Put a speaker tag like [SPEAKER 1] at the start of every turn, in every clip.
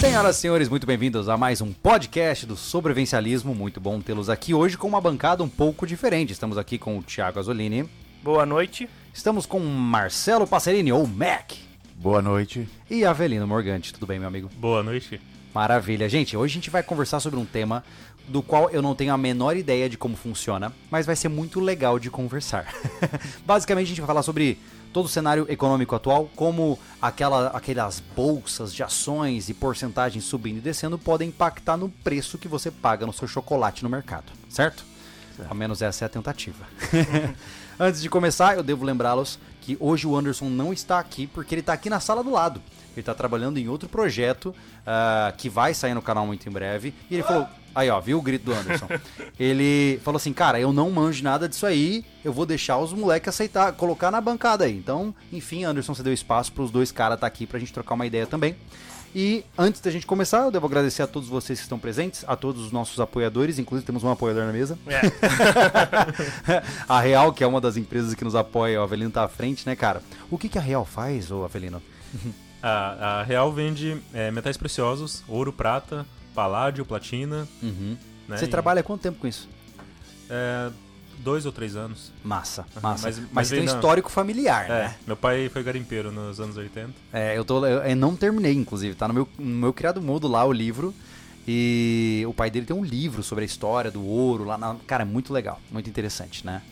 [SPEAKER 1] Senhoras e senhores, muito bem-vindos a mais um podcast do sobrevivencialismo. Muito bom tê-los aqui hoje com uma bancada um pouco diferente. Estamos aqui com o Thiago Azzolini,
[SPEAKER 2] Boa noite.
[SPEAKER 1] estamos com o Marcelo Passerini, ou Mac,
[SPEAKER 3] Boa noite.
[SPEAKER 1] e Avelino Morgante. Tudo bem, meu amigo?
[SPEAKER 4] Boa noite.
[SPEAKER 1] Maravilha. Gente, hoje a gente vai conversar sobre um tema do qual eu não tenho a menor ideia de como funciona, mas vai ser muito legal de conversar. Basicamente, a gente vai falar sobre todo o cenário econômico atual, como aquela, aquelas bolsas de ações e porcentagens subindo e descendo podem impactar no preço que você paga no seu chocolate no mercado, certo? Ao menos essa é a tentativa. Antes de começar, eu devo lembrá-los que hoje o Anderson não está aqui porque ele está aqui na sala do lado. Ele está trabalhando em outro projeto ah, que vai sair no canal muito em breve. E ele falou. Aí, ó, viu o grito do Anderson? Ele falou assim: Cara, eu não manjo nada disso aí, eu vou deixar os moleques aceitar, colocar na bancada aí. Então, enfim, Anderson, você deu espaço para os dois caras estar aqui para a gente trocar uma ideia também. E antes da gente começar, eu devo agradecer a todos vocês que estão presentes, a todos os nossos apoiadores, inclusive temos um apoiador na mesa.
[SPEAKER 2] É.
[SPEAKER 1] a Real, que é uma das empresas que nos apoia, o Avelino tá à frente, né, cara? O que, que a Real faz, ô Avelino?
[SPEAKER 4] A, a Real vende é, metais preciosos, ouro, prata, paládio, platina. né,
[SPEAKER 1] Uhum. Você
[SPEAKER 4] e-
[SPEAKER 1] trabalha há quanto tempo com isso?
[SPEAKER 4] É, dois ou três anos.
[SPEAKER 1] Massa, massa.
[SPEAKER 4] mas-
[SPEAKER 1] Mas,
[SPEAKER 4] mas
[SPEAKER 1] tem um
[SPEAKER 4] vem na-
[SPEAKER 1] histórico familiar, né?
[SPEAKER 4] É, meu pai foi garimpeiro nos anos 80.
[SPEAKER 1] É, eu, tô, eu, eu não terminei, inclusive. Tá no meu, no meu criado mudo lá o livro. E o pai dele tem um livro sobre a história do ouro lá. Na... Cara, é muito legal, muito interessante, né?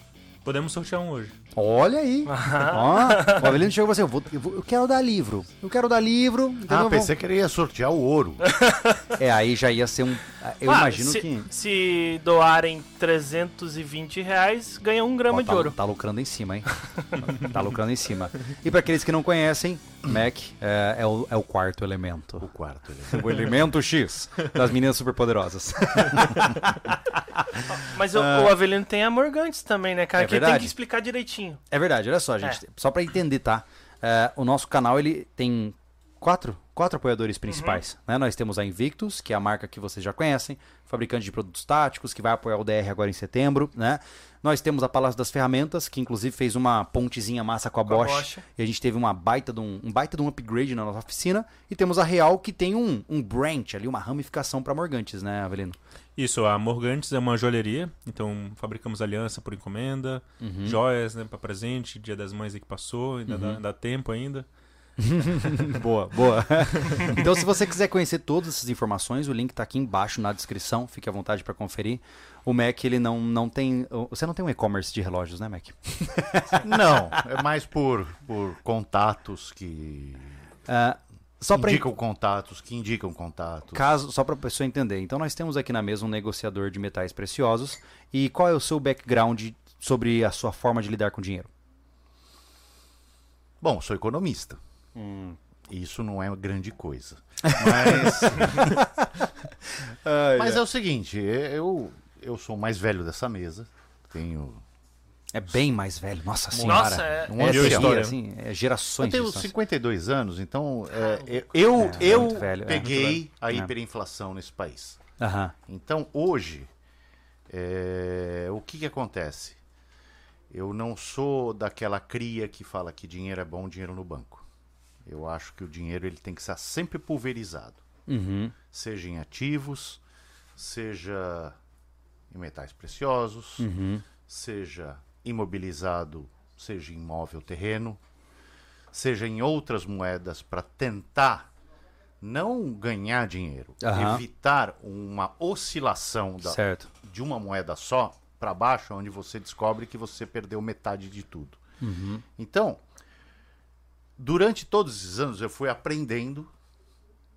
[SPEAKER 4] Podemos sortear um hoje.
[SPEAKER 1] Olha aí. Ó, o Avelino chegou e falou assim: eu, vou- eu vou- eu quero dar livro. Eu quero dar livro. entendeu?
[SPEAKER 3] Ah, pensei que ele ia sortear o ouro.
[SPEAKER 1] É, aí já ia ser um. Eu
[SPEAKER 2] Ah,
[SPEAKER 1] imagino
[SPEAKER 2] se,
[SPEAKER 1] que.
[SPEAKER 2] Se doarem 320 reais, ganha um grama
[SPEAKER 1] Ó,
[SPEAKER 2] de
[SPEAKER 1] tá,
[SPEAKER 2] ouro.
[SPEAKER 1] tá lucrando em cima, hein? tá lucrando em cima. E pra aqueles que não conhecem, Mac é, é o, é o quarto elemento.
[SPEAKER 3] O quarto. Né?
[SPEAKER 1] O elemento X das meninas superpoderosas.
[SPEAKER 2] Mas o, o Avelino tem a Morgantes também, né, cara?
[SPEAKER 1] Ah. É
[SPEAKER 2] que tem
[SPEAKER 1] verdade.
[SPEAKER 2] que explicar direitinho.
[SPEAKER 1] É verdade, olha só, gente. Só pra entender, tá? É, o nosso canal ele tem quatro, quatro apoiadores principais.
[SPEAKER 2] Uhum.
[SPEAKER 1] Né? Nós temos a Invictus, que é a marca que vocês já conhecem, fabricante de produtos táticos, que vai apoiar o DR agora em setembro. Né? Nós temos a Palácio das Ferramentas, que inclusive fez uma pontezinha massa com a,
[SPEAKER 2] Com a
[SPEAKER 1] Bosch,
[SPEAKER 2] Bosch.
[SPEAKER 1] E a gente teve uma baita de um, um baita de um upgrade na nossa oficina. E temos a Real, que tem um, um branch ali, uma ramificação pra Morgantes, né, Avelino?
[SPEAKER 4] Isso, a Morgantes é uma joalheria, então fabricamos aliança por encomenda,
[SPEAKER 1] Uhum.
[SPEAKER 4] joias né, para presente, dia das mães aí que passou, ainda dá, dá tempo ainda.
[SPEAKER 1] Boa, boa. então, se você quiser conhecer todas essas informações, o link tá aqui embaixo na descrição. Fique à vontade para conferir. O Mac, ele não, não tem. Você não tem um e-commerce de relógios, né, Mac?
[SPEAKER 3] Não, é mais por, por contatos que
[SPEAKER 1] Ah, só para
[SPEAKER 3] indicam contatos, que indicam contatos.
[SPEAKER 1] caso, só para pessoa entender. Então, nós temos aqui na mesa um negociador de metais preciosos. E qual é o seu background sobre a sua forma de lidar com dinheiro?
[SPEAKER 3] Bom, sou economista.
[SPEAKER 1] Hum.
[SPEAKER 3] Isso não é uma grande coisa. Mas, mas é o seguinte, eu, eu sou o mais velho dessa mesa. Tenho,
[SPEAKER 1] É bem mais velho. Nossa senhora.
[SPEAKER 2] Nossa, é,
[SPEAKER 3] um
[SPEAKER 1] é,
[SPEAKER 4] Mil
[SPEAKER 3] ancião.
[SPEAKER 1] seria,
[SPEAKER 4] história.
[SPEAKER 1] assim, é
[SPEAKER 3] Eu
[SPEAKER 1] gerações.
[SPEAKER 3] tenho
[SPEAKER 1] distância.
[SPEAKER 3] 52 anos, então é, eu, eu,
[SPEAKER 1] muito velho, Ah, é,
[SPEAKER 3] peguei
[SPEAKER 1] muito É.
[SPEAKER 3] a hiperinflação nesse país.
[SPEAKER 1] Aham.
[SPEAKER 3] Então, hoje, é, o que, que acontece? Eu não sou daquela cria que fala que dinheiro é bom, dinheiro no banco. Eu acho que o dinheiro ele tem que estar sempre pulverizado,
[SPEAKER 1] Uhum.
[SPEAKER 3] seja em ativos, seja em metais preciosos, seja imobilizado, seja em imóvel terreno, seja em outras moedas para tentar não ganhar dinheiro,
[SPEAKER 1] Aham.
[SPEAKER 3] evitar uma oscilação da,
[SPEAKER 1] Certo.
[SPEAKER 3] de uma moeda só para baixo, é onde você descobre que você perdeu metade de tudo.
[SPEAKER 1] Uhum.
[SPEAKER 3] Então, durante todos esses anos eu fui aprendendo,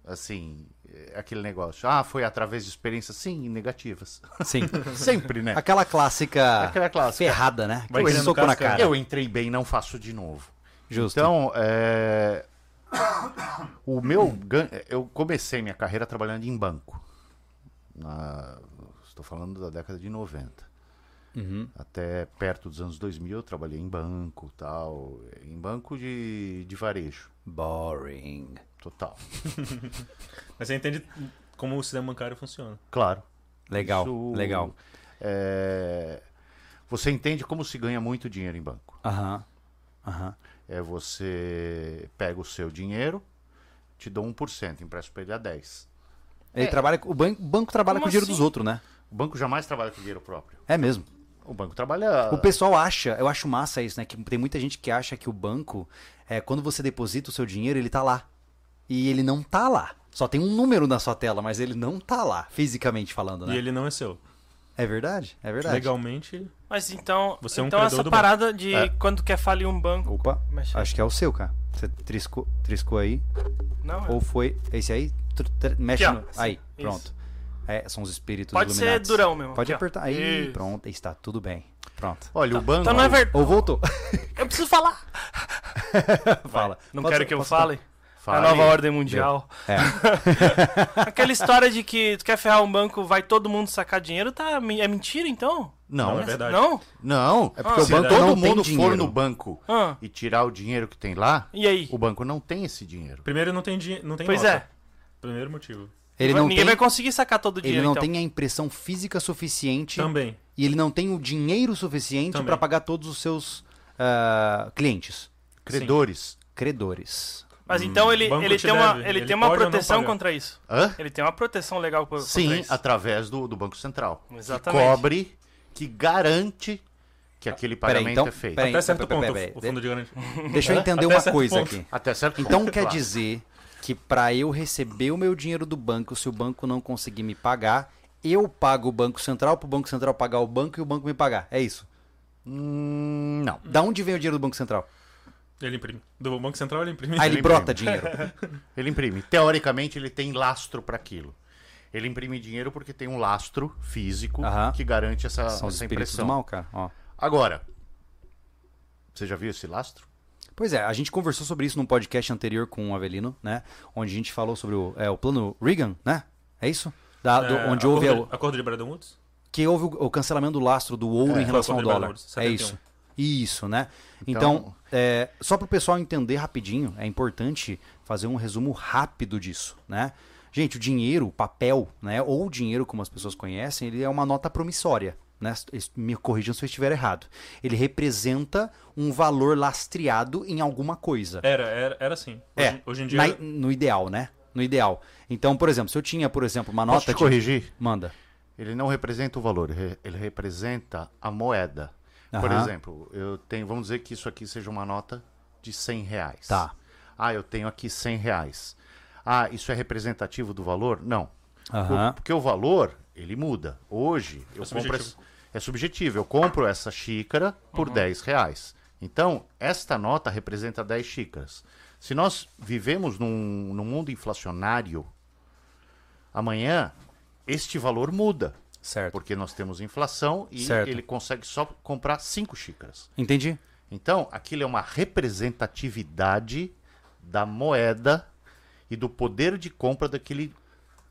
[SPEAKER 3] assim, eh, aquele negócio. Ah, foi através de experiências, sim, negativas.
[SPEAKER 1] Sim.
[SPEAKER 3] Sempre, né?
[SPEAKER 1] Aquela clássica,
[SPEAKER 3] Aquela clássica.
[SPEAKER 1] ferrada, né?
[SPEAKER 4] Vai
[SPEAKER 1] Aquele
[SPEAKER 4] tirando
[SPEAKER 1] soco na
[SPEAKER 4] casca.
[SPEAKER 1] cara.
[SPEAKER 3] Eu entrei bem, não faço de novo.
[SPEAKER 1] Justo.
[SPEAKER 3] Então, eh, o meu gan- eu comecei minha carreira trabalhando em banco. Na- Estou falando da década de 90.
[SPEAKER 1] Uhum.
[SPEAKER 3] Até perto dos anos 2000 eu trabalhei em banco, tal, em banco de, de varejo,
[SPEAKER 1] Boring.
[SPEAKER 3] total.
[SPEAKER 4] Mas você entende como o sistema bancário funciona.
[SPEAKER 3] Claro.
[SPEAKER 1] Legal,
[SPEAKER 3] Isso,
[SPEAKER 1] legal.
[SPEAKER 3] eh, você entende como se ganha muito dinheiro em banco?
[SPEAKER 1] Aham, aham.
[SPEAKER 3] É um você pega o seu dinheiro, te dou 1%, empresto para ele a 10.
[SPEAKER 1] Ele trabalha, com- o ban- banco trabalha
[SPEAKER 2] Como
[SPEAKER 1] com o dinheiro
[SPEAKER 2] assim?
[SPEAKER 1] dos outros, né?
[SPEAKER 3] O banco jamais trabalha com dinheiro próprio.
[SPEAKER 1] É mesmo.
[SPEAKER 3] O banco trabalha.
[SPEAKER 1] O pessoal acha, eu acho massa isso, né? Que tem muita gente que acha que o banco, é, quando você deposita o seu dinheiro, ele tá lá. E ele não tá lá. Só tem um número na sua tela, mas ele não tá lá, fisicamente falando, né?
[SPEAKER 4] E ele não é seu.
[SPEAKER 1] É verdade, é verdade.
[SPEAKER 4] Legalmente,
[SPEAKER 2] Mas então,
[SPEAKER 4] Você é um
[SPEAKER 2] então
[SPEAKER 4] credor
[SPEAKER 2] essa
[SPEAKER 4] do
[SPEAKER 2] parada de
[SPEAKER 3] É.
[SPEAKER 2] quando quer falir um banco.
[SPEAKER 1] Opa,
[SPEAKER 2] Mas-
[SPEAKER 1] acho que é o seu, cara. Você triscou, triscou aí.
[SPEAKER 2] Não, é.
[SPEAKER 1] Ou foi esse aí? Tr- tr- Mexe
[SPEAKER 2] Aqui, ó.
[SPEAKER 1] no... Aí,
[SPEAKER 2] Isso.
[SPEAKER 1] pronto. É, são os espíritos
[SPEAKER 2] Pode ser
[SPEAKER 1] iluminados.
[SPEAKER 2] durão mesmo.
[SPEAKER 1] Pode
[SPEAKER 2] Aqui, ó.
[SPEAKER 1] apertar. Aí,
[SPEAKER 2] Isso.
[SPEAKER 1] pronto. Está tudo bem. Pronto.
[SPEAKER 3] Olha, o banco.
[SPEAKER 2] Então não é verdade.
[SPEAKER 1] Ou voltou.
[SPEAKER 2] Eu preciso falar.
[SPEAKER 1] Fala.
[SPEAKER 2] Não
[SPEAKER 1] Posso-
[SPEAKER 2] quero que eu
[SPEAKER 1] posso-
[SPEAKER 2] fale.
[SPEAKER 3] Fale.
[SPEAKER 2] A É nova ordem mundial.
[SPEAKER 1] É.
[SPEAKER 2] Aquela história de que tu quer ferrar um banco, vai todo mundo sacar dinheiro, tá? É mentira então?
[SPEAKER 3] Não,
[SPEAKER 4] Não,
[SPEAKER 3] não
[SPEAKER 4] é verdade.
[SPEAKER 2] Não?
[SPEAKER 3] Não, é porque
[SPEAKER 2] Ah,
[SPEAKER 3] o banco,
[SPEAKER 4] será?
[SPEAKER 3] todo
[SPEAKER 1] Não tem
[SPEAKER 3] mundo
[SPEAKER 1] dinheiro.
[SPEAKER 3] for no banco
[SPEAKER 2] Ah.
[SPEAKER 3] e tirar o dinheiro que tem lá,
[SPEAKER 2] E aí?
[SPEAKER 3] o banco não tem esse dinheiro.
[SPEAKER 4] primeiro não tem dinheiro. Não tem
[SPEAKER 2] Pois
[SPEAKER 4] nota.
[SPEAKER 2] é.
[SPEAKER 4] Primeiro motivo.
[SPEAKER 1] Ele não
[SPEAKER 2] ninguém
[SPEAKER 1] tem,
[SPEAKER 2] vai conseguir sacar todo o
[SPEAKER 1] ele
[SPEAKER 2] dinheiro
[SPEAKER 1] não
[SPEAKER 2] então.
[SPEAKER 1] tem a impressão física suficiente
[SPEAKER 4] Também.
[SPEAKER 1] e ele não tem o dinheiro suficiente
[SPEAKER 4] Também.
[SPEAKER 1] para pagar todos os seus ah, clientes,
[SPEAKER 3] Credores.
[SPEAKER 1] credores.
[SPEAKER 2] Mas então ele,
[SPEAKER 4] banco
[SPEAKER 2] ele,
[SPEAKER 4] te
[SPEAKER 2] tem, uma,
[SPEAKER 4] deve,
[SPEAKER 2] ele,
[SPEAKER 4] ele
[SPEAKER 2] tem uma
[SPEAKER 4] pode ou não
[SPEAKER 2] proteção
[SPEAKER 4] pagar.
[SPEAKER 2] contra isso.
[SPEAKER 3] Hã?
[SPEAKER 2] Ele tem uma proteção legal co- contra
[SPEAKER 3] Sim,
[SPEAKER 2] isso.
[SPEAKER 3] através do, do Banco Central.
[SPEAKER 2] Exatamente.
[SPEAKER 3] Que cobre, que garante que aquele pagamento
[SPEAKER 1] então,
[SPEAKER 3] é feito.
[SPEAKER 1] peraí.
[SPEAKER 4] Até
[SPEAKER 1] pera-
[SPEAKER 4] certo ponto,
[SPEAKER 1] pera- pera-
[SPEAKER 4] o fundo de garantia.
[SPEAKER 1] Deixa eu entender
[SPEAKER 4] Até
[SPEAKER 1] uma
[SPEAKER 4] certo
[SPEAKER 1] coisa
[SPEAKER 4] ponto.
[SPEAKER 1] aqui.
[SPEAKER 3] Até certo
[SPEAKER 1] Então
[SPEAKER 3] ponto,
[SPEAKER 1] quer
[SPEAKER 3] claro.
[SPEAKER 1] dizer que para eu receber o meu dinheiro do banco, se o banco não conseguir me pagar, eu pago o Banco Central pro Banco Central pagar o banco e o banco me pagar. É isso.
[SPEAKER 3] Hum, não.
[SPEAKER 1] Da onde vem o dinheiro do Banco Central?
[SPEAKER 4] Ele imprime. Do Banco Central ele imprime.
[SPEAKER 1] Aí ele
[SPEAKER 3] Ele
[SPEAKER 1] brota dinheiro.
[SPEAKER 3] Ele imprime. Teoricamente, ele tem lastro para aquilo. Ele imprime dinheiro porque tem um lastro físico
[SPEAKER 1] Aham.
[SPEAKER 3] que garante essa,
[SPEAKER 1] São os
[SPEAKER 3] Ah, essa é
[SPEAKER 1] espíritos do
[SPEAKER 3] impressão.
[SPEAKER 1] mal, cara. Ó.
[SPEAKER 3] Agora, você já viu esse lastro?
[SPEAKER 1] Pois é, a gente conversou sobre isso num podcast anterior com o Avelino, né? Onde a gente falou sobre o, é, o plano Reagan, né? É isso? Da- do-
[SPEAKER 4] É,
[SPEAKER 1] onde houve
[SPEAKER 4] acordo,
[SPEAKER 1] o-
[SPEAKER 4] de- acordo de Bretton Woods?
[SPEAKER 1] que houve o, o cancelamento do lastro do ouro em relação ao
[SPEAKER 4] foi o
[SPEAKER 1] dólar.
[SPEAKER 4] Bretton Woods,
[SPEAKER 1] É isso.
[SPEAKER 4] 71.
[SPEAKER 1] Isso, né? Então,
[SPEAKER 3] Então-
[SPEAKER 1] é, só para o pessoal entender rapidinho, é importante fazer um resumo rápido disso, né? Gente, o dinheiro, o papel, né? Ou o dinheiro, como as pessoas conhecem, ele é uma nota promissória. Né? Es- Me corrijam se eu estiver errado. Ele representa um valor lastreado em alguma coisa.
[SPEAKER 4] Era, era, era assim. Hoje,
[SPEAKER 1] É,
[SPEAKER 4] hoje em dia.
[SPEAKER 1] na- no ideal, né? No ideal. Então, por exemplo, se eu tinha, por exemplo, uma
[SPEAKER 3] Posso
[SPEAKER 1] nota.
[SPEAKER 3] te
[SPEAKER 1] de-
[SPEAKER 3] corrigir?
[SPEAKER 1] Manda.
[SPEAKER 3] Ele não representa o valor, ele ele representa a moeda. Por
[SPEAKER 1] Aham.
[SPEAKER 3] exemplo, eu tenho, vamos dizer que isso aqui seja uma nota de 100 reais.
[SPEAKER 1] Tá.
[SPEAKER 3] Ah, eu tenho aqui 100 reais. Ah, isso é representativo do valor? Não.
[SPEAKER 1] Aham.
[SPEAKER 3] O- Porque o valor, ele muda. Hoje, eu compro... essa- É subjetivo. Eu compro essa xícara por 10 reais. Então, esta nota representa 10 xícaras. Se nós vivemos num, num mundo inflacionário, amanhã este valor muda.
[SPEAKER 1] Certo.
[SPEAKER 3] Porque nós temos inflação e
[SPEAKER 1] Certo.
[SPEAKER 3] ele consegue só comprar 5 xícaras.
[SPEAKER 1] Entendi.
[SPEAKER 3] Então, aquilo é uma representatividade da moeda e do poder de compra daquele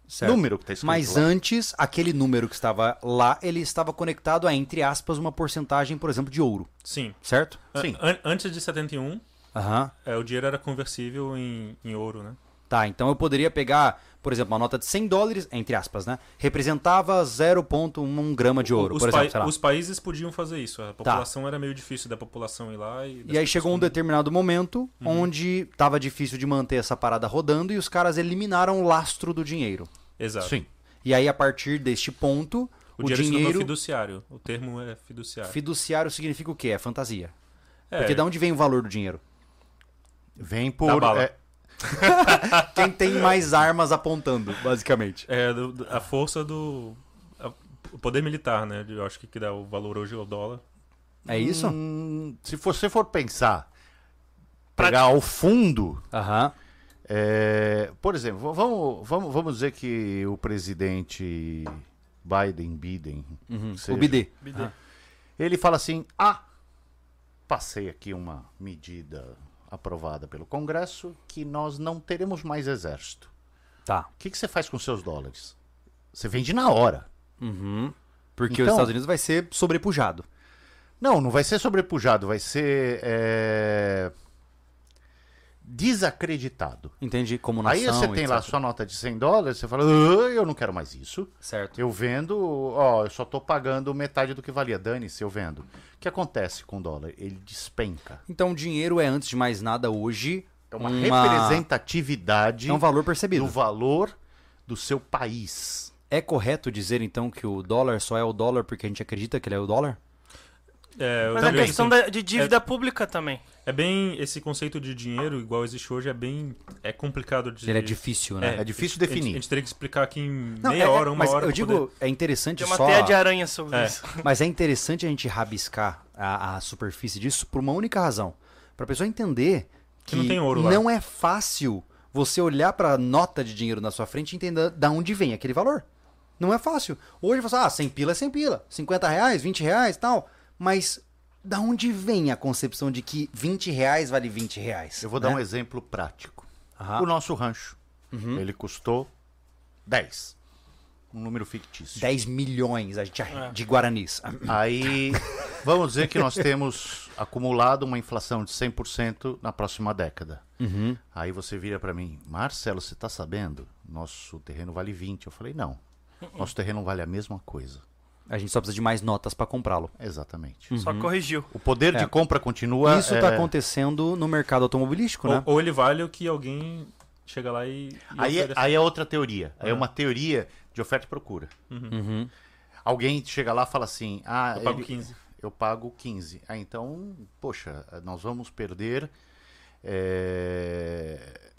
[SPEAKER 1] Certo.
[SPEAKER 3] número que está escrito
[SPEAKER 1] Mas
[SPEAKER 3] lá.
[SPEAKER 1] antes, aquele número que estava lá, ele estava conectado a, entre aspas, uma porcentagem, por exemplo, de ouro,
[SPEAKER 4] Sim.
[SPEAKER 1] certo?
[SPEAKER 3] Sim.
[SPEAKER 4] An- antes de 71,
[SPEAKER 1] Aham.
[SPEAKER 4] é, o dinheiro era conversível em, em ouro, né?
[SPEAKER 1] Tá, então eu poderia pegar, por exemplo, uma nota de 100 dólares, entre aspas, né? Representava 0,1 grama de ouro,
[SPEAKER 4] os,
[SPEAKER 1] por
[SPEAKER 4] pa-
[SPEAKER 1] exemplo, sei lá. Tá.
[SPEAKER 4] os países podiam fazer isso. A população era meio difícil da população ir lá e.
[SPEAKER 1] E aí chegou um determinado momento
[SPEAKER 4] Uhum.
[SPEAKER 1] onde estava difícil de manter essa parada rodando e os caras eliminaram o lastro do dinheiro.
[SPEAKER 4] Exato.
[SPEAKER 3] Sim.
[SPEAKER 1] E aí, a partir deste ponto,
[SPEAKER 4] O,
[SPEAKER 1] o,
[SPEAKER 4] dinheiro, se tornou
[SPEAKER 1] dinheiro
[SPEAKER 4] fiduciário. O termo é fiduciário.
[SPEAKER 1] fiduciário significa o quê? É fantasia.
[SPEAKER 4] É,
[SPEAKER 1] Porque da onde vem o valor do dinheiro?
[SPEAKER 3] Vem
[SPEAKER 4] Da
[SPEAKER 3] por.
[SPEAKER 4] bala.
[SPEAKER 3] é,
[SPEAKER 1] Quem tem mais armas apontando, basicamente.
[SPEAKER 4] é, do- do- a força do. a- o poder militar, né? Eu acho que, que dá o valor hoje ao dólar.
[SPEAKER 1] É isso?
[SPEAKER 3] hum, se você for pensar,
[SPEAKER 2] Pra-
[SPEAKER 3] pegar ao fundo,
[SPEAKER 1] Aham.
[SPEAKER 3] é, por exemplo, v- vamos, vamos, vamos dizer que o presidente Biden, Biden,
[SPEAKER 1] O
[SPEAKER 3] seja,
[SPEAKER 1] BD.
[SPEAKER 2] BD.
[SPEAKER 3] ele fala assim: ah, passei aqui uma medida aprovada pelo Congresso que nós não teremos mais exército.
[SPEAKER 1] Tá.
[SPEAKER 3] O que, que você faz com seus dólares? Você vende na hora.
[SPEAKER 1] Porque os
[SPEAKER 3] Então-
[SPEAKER 1] Estados Unidos vai ser sobrepujado.
[SPEAKER 3] Não, não vai ser sobrepujado, vai ser é, desacreditado.
[SPEAKER 1] Entende? Como nação,
[SPEAKER 3] Aí você tem lá a
[SPEAKER 1] etc.
[SPEAKER 3] sua nota de 100 dólares, você fala, "Ah, eu não quero mais isso.
[SPEAKER 1] Certo.
[SPEAKER 3] Eu vendo, ó, eu só tô pagando metade do que valia. Dane-se, eu vendo. O que acontece com o dólar? Ele despenca.
[SPEAKER 1] Então, dinheiro é, antes de mais nada, hoje...
[SPEAKER 3] É uma, representatividade
[SPEAKER 1] É um valor
[SPEAKER 3] do
[SPEAKER 1] percebido.
[SPEAKER 3] valor do seu país.
[SPEAKER 1] É correto dizer então que o dólar só é o dólar porque a gente acredita que ele é o dólar?
[SPEAKER 4] É, eu
[SPEAKER 2] Mas
[SPEAKER 4] também,
[SPEAKER 2] a questão
[SPEAKER 4] assim,
[SPEAKER 2] da- de dívida pública também.
[SPEAKER 4] é bem esse conceito de dinheiro igual existe hoje é bem é complicado de
[SPEAKER 1] Ele é difícil, né?
[SPEAKER 3] É difícil
[SPEAKER 4] a gente-
[SPEAKER 3] definir.
[SPEAKER 4] A gente teria que explicar aqui em
[SPEAKER 1] Não,
[SPEAKER 4] meia
[SPEAKER 1] é- é-
[SPEAKER 4] hora, uma
[SPEAKER 1] mas
[SPEAKER 4] hora.
[SPEAKER 1] Eu
[SPEAKER 4] pra
[SPEAKER 1] digo,
[SPEAKER 4] poder-
[SPEAKER 1] é interessante
[SPEAKER 2] Tem uma
[SPEAKER 1] só.
[SPEAKER 2] teia de aranha sobre
[SPEAKER 4] É.
[SPEAKER 2] isso.
[SPEAKER 1] Mas é interessante a gente rabiscar a, a superfície disso por uma única razão. Pra pessoa entender que,
[SPEAKER 4] Que não tem ouro lá.
[SPEAKER 1] não é fácil você olhar pra nota de dinheiro na sua frente e entender da onde vem aquele valor. Não é fácil. Hoje você fala, ah, 100 pila é 100 pila, 50 reais, 20 reais tal. Mas da onde vem a concepção de que 20 reais vale 20 reais? né?
[SPEAKER 3] Eu vou dar um exemplo prático.
[SPEAKER 1] É. Aham. Uhum.
[SPEAKER 3] O nosso rancho, ele custou 10. Um número fictício.
[SPEAKER 1] 10 milhões a gente,
[SPEAKER 4] É.
[SPEAKER 1] de guaranis.
[SPEAKER 3] Aí, vamos dizer que nós temos acumulado uma inflação de 100% na próxima década. Aí você vira para mim, Marcelo, você está sabendo? Nosso terreno vale 20. Eu falei, não. Nosso terreno vale a mesma coisa.
[SPEAKER 1] A gente só precisa de mais notas pra comprá-lo.
[SPEAKER 3] Exatamente.
[SPEAKER 2] Só
[SPEAKER 1] Uhum.
[SPEAKER 2] corrigiu.
[SPEAKER 3] O poder de compra continua.
[SPEAKER 1] Isso
[SPEAKER 3] é,
[SPEAKER 1] tá acontecendo no mercado automobilístico, né?
[SPEAKER 4] ou, ou ele vale o que alguém chega lá e. e
[SPEAKER 3] Aí, é-
[SPEAKER 4] oferece.
[SPEAKER 3] aí é outra teoria. Aí É uma teoria de oferta e procura. Alguém chega lá e fala assim: ah,
[SPEAKER 4] Eu pago
[SPEAKER 3] ele-
[SPEAKER 4] 15.
[SPEAKER 3] Eu pago 15. Ah, então, poxa, nós vamos perder é,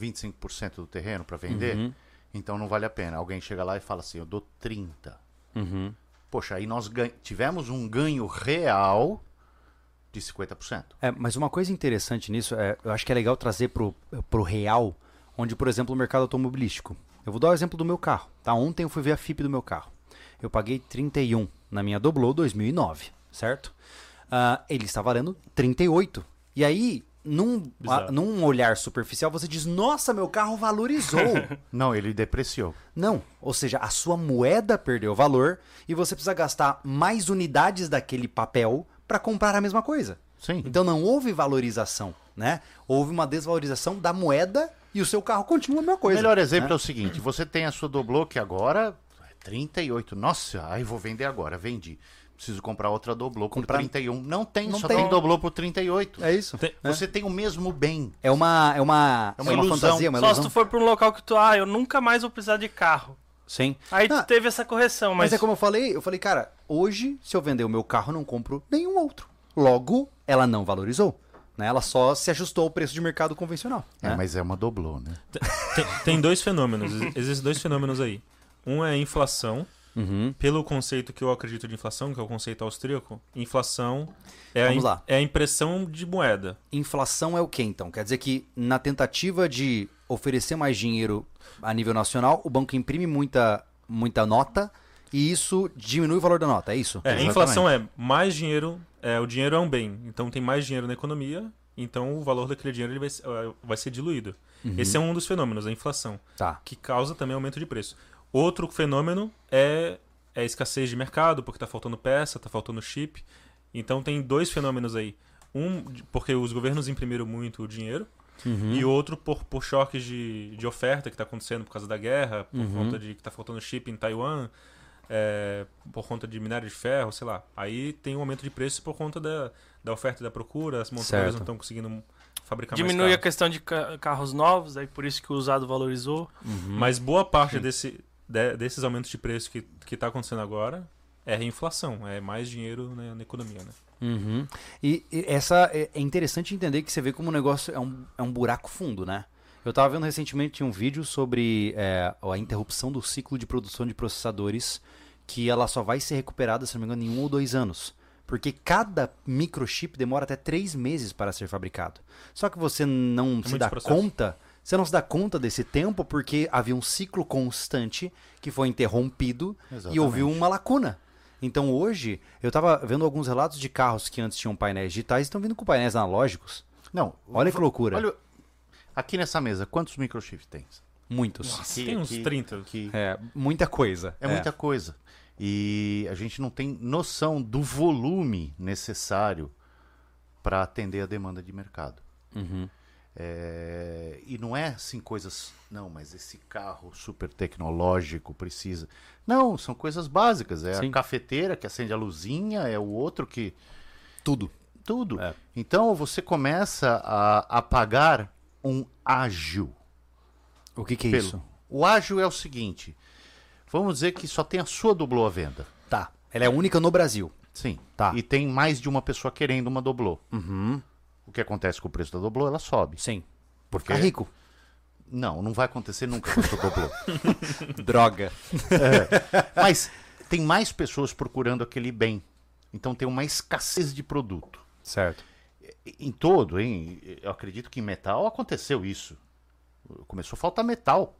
[SPEAKER 3] 25% do terreno para vender? Então não vale a pena. Alguém chega lá e fala assim: eu dou 30. Poxa, aí nós gan- tivemos um ganho real de 50%.
[SPEAKER 1] É, mas uma coisa interessante nisso, é, eu acho que é legal trazer pro, pro real, onde, por exemplo, o mercado automobilístico. Eu vou dar o exemplo do meu carro. Tá? Ontem eu fui ver a FIP do meu carro. Eu paguei 31 na minha Doblô 2009, certo? Ah, ele está valendo 38. E aí, num,
[SPEAKER 4] Bizarro.
[SPEAKER 1] a- num olhar superficial, você diz, nossa, meu carro valorizou.
[SPEAKER 3] Não, ele depreciou.
[SPEAKER 1] Não, ou seja, a sua moeda perdeu valor e você precisa gastar mais unidades daquele papel para comprar a mesma coisa.
[SPEAKER 3] Sim.
[SPEAKER 1] Então não houve valorização, né? Houve uma desvalorização da moeda e o seu carro continua a mesma
[SPEAKER 3] O
[SPEAKER 1] coisa.
[SPEAKER 3] melhor exemplo é
[SPEAKER 1] né?
[SPEAKER 3] o seguinte: você tem a sua Doblô que agora é 38. Nossa, aí vou vender agora, vendi. Preciso comprar outra Doblô por
[SPEAKER 1] Comprar-
[SPEAKER 3] 31. Não tem,
[SPEAKER 1] Não
[SPEAKER 3] só
[SPEAKER 1] tem.
[SPEAKER 3] tem, Doblô por 38.
[SPEAKER 1] É isso.
[SPEAKER 4] Tem-
[SPEAKER 1] né?
[SPEAKER 3] Você tem o mesmo bem.
[SPEAKER 1] É uma é uma
[SPEAKER 3] É uma
[SPEAKER 1] é
[SPEAKER 3] ilusão.
[SPEAKER 1] fantasia, uma
[SPEAKER 2] Só se
[SPEAKER 1] ilusão.
[SPEAKER 2] tu for pra um local que tu, ah, eu nunca mais vou precisar de carro.
[SPEAKER 1] Sim.
[SPEAKER 2] Aí tu
[SPEAKER 1] Ah,
[SPEAKER 2] teve essa correção, mas,
[SPEAKER 1] Mas é como eu falei, eu falei, cara, hoje, se eu vender o meu carro, eu não compro nenhum outro. Logo, ela não valorizou. Né? Ela só se ajustou ao preço de mercado convencional. né?
[SPEAKER 3] É, mas é uma Doblô, né?
[SPEAKER 4] Tem, tem dois fenômenos. Ex- Existem dois fenômenos aí. Um é a inflação.
[SPEAKER 1] Uhum.
[SPEAKER 4] Pelo conceito que eu acredito de inflação, que é o conceito austríaco, inflação é, a,
[SPEAKER 1] Vamos
[SPEAKER 4] im-
[SPEAKER 1] lá.
[SPEAKER 4] é a impressão de moeda.
[SPEAKER 1] Inflação é o que então? Quer dizer que na tentativa de oferecer mais dinheiro a nível nacional, o banco imprime muita, muita nota e isso diminui o valor da nota, é isso?
[SPEAKER 4] É, a
[SPEAKER 3] Exatamente.
[SPEAKER 4] inflação é mais dinheiro, é, o dinheiro é um bem, então tem mais dinheiro na economia, então o valor daquele dinheiro ele vai, se- eh, vai ser diluído. Esse é um dos fenômenos, a inflação,
[SPEAKER 1] Tá.
[SPEAKER 4] que causa também aumento de preço. Outro fenômeno é, é a escassez de mercado, porque está faltando peça, está faltando chip. Então tem dois fenômenos aí. Um, de- porque os governos imprimiram muito o dinheiro,
[SPEAKER 1] Uhum.
[SPEAKER 4] e outro por, por choques de, de oferta que está acontecendo por causa da guerra, por
[SPEAKER 1] Uhum.
[SPEAKER 4] conta de que está faltando chip em Taiwan, é, por conta de minério de ferro, sei lá. Aí tem um aumento de preço por conta da, da oferta e da procura, as montadoras
[SPEAKER 1] Certo.
[SPEAKER 4] não estão conseguindo fabricar
[SPEAKER 2] diminui a
[SPEAKER 4] mais carro.
[SPEAKER 2] questão de ca- carros novos, aí por isso que o usado valorizou.
[SPEAKER 4] Mas boa parte desse, de- desses aumentos de preço que está acontecendo agora é a inflação, é mais dinheiro né, na economia. Né?
[SPEAKER 1] Uhum. E, e essa é é interessante entender que você vê como o negócio é um, é um buraco fundo, né? Eu tava vendo recentemente um vídeo sobre é, a interrupção do ciclo de produção de processadores, que ela só vai ser recuperada, se não me engano, em um ou dois anos. Porque cada microchip demora até três meses para ser fabricado. Só que você não se
[SPEAKER 4] É muito
[SPEAKER 1] dá
[SPEAKER 4] processo.
[SPEAKER 1] conta, você não se dá conta desse tempo porque havia um ciclo constante que foi interrompido e
[SPEAKER 3] Exatamente.
[SPEAKER 1] houve uma lacuna. Então hoje, eu tava vendo alguns relatos de carros que antes tinham painéis digitais e estão vindo com painéis analógicos.
[SPEAKER 3] Não.
[SPEAKER 1] Olha que loucura.
[SPEAKER 3] Olha, aqui nessa mesa, quantos microchips tem?
[SPEAKER 1] Muitos.
[SPEAKER 3] Aqui,
[SPEAKER 4] tem uns
[SPEAKER 3] aqui,
[SPEAKER 4] 30.
[SPEAKER 3] aqui.
[SPEAKER 1] É, muita coisa.
[SPEAKER 3] É, muita coisa. E a gente não tem noção do volume necessário para atender a demanda de mercado.
[SPEAKER 1] Uhum.
[SPEAKER 3] É, e não é assim coisas. Não, mas esse carro super tecnológico precisa. Não, são coisas básicas. É
[SPEAKER 1] Sim.
[SPEAKER 3] a cafeteira que acende a luzinha, é o outro que.
[SPEAKER 1] Tudo.
[SPEAKER 3] Tudo.
[SPEAKER 1] É.
[SPEAKER 3] Então você começa a, a pagar um ágil
[SPEAKER 1] O que, que é
[SPEAKER 3] Pelo.
[SPEAKER 1] isso?
[SPEAKER 3] O ágil é o seguinte: vamos dizer que só tem a sua doblô à venda.
[SPEAKER 1] Tá. Ela é única no Brasil.
[SPEAKER 3] Sim.
[SPEAKER 1] Tá.
[SPEAKER 3] E tem mais de uma pessoa querendo uma doblô. O que acontece com o preço da doblô? Ela sobe.
[SPEAKER 1] Sim.
[SPEAKER 3] Porque
[SPEAKER 1] Fica rico.
[SPEAKER 3] não, não vai acontecer nunca com a sua doblô.
[SPEAKER 1] Droga.
[SPEAKER 3] Mas tem mais pessoas procurando aquele bem. Então tem uma escassez de produto.
[SPEAKER 1] Certo.
[SPEAKER 3] Em todo, hein? Eu acredito que em metal aconteceu isso. Começou a faltar metal.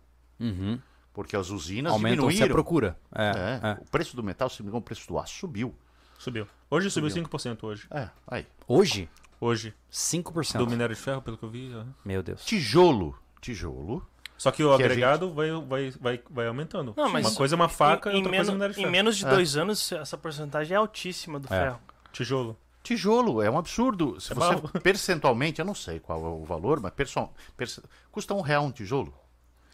[SPEAKER 3] Porque as usinas
[SPEAKER 1] Aumentam-se a
[SPEAKER 3] diminuíram.
[SPEAKER 1] procura. É,
[SPEAKER 3] É,
[SPEAKER 1] é.
[SPEAKER 3] O preço do metal, se não me engano, o preço do aço subiu.
[SPEAKER 4] Subiu. Hoje subiu 5% hoje.
[SPEAKER 3] É, aí.
[SPEAKER 1] Hoje,
[SPEAKER 4] Hoje.
[SPEAKER 1] 5%.
[SPEAKER 4] Do minério de ferro, pelo que eu vi. aham.
[SPEAKER 1] Meu Deus.
[SPEAKER 3] Tijolo. Tijolo.
[SPEAKER 4] Só que o
[SPEAKER 3] Que a
[SPEAKER 4] agregado vai, vai, vai, vai aumentando.
[SPEAKER 2] Não, mas
[SPEAKER 4] uma coisa é uma faca
[SPEAKER 2] em,
[SPEAKER 4] e outra
[SPEAKER 2] menos,
[SPEAKER 4] coisa é minério de
[SPEAKER 2] em
[SPEAKER 4] ferro.
[SPEAKER 2] menos de dois anos, essa porcentagem é altíssima do ferro.
[SPEAKER 4] Tijolo.
[SPEAKER 3] Tijolo é um absurdo. Se
[SPEAKER 4] É
[SPEAKER 3] você
[SPEAKER 4] bom.
[SPEAKER 3] percentualmente, eu não sei qual é o valor, mas perso- perce- custa um real um tijolo.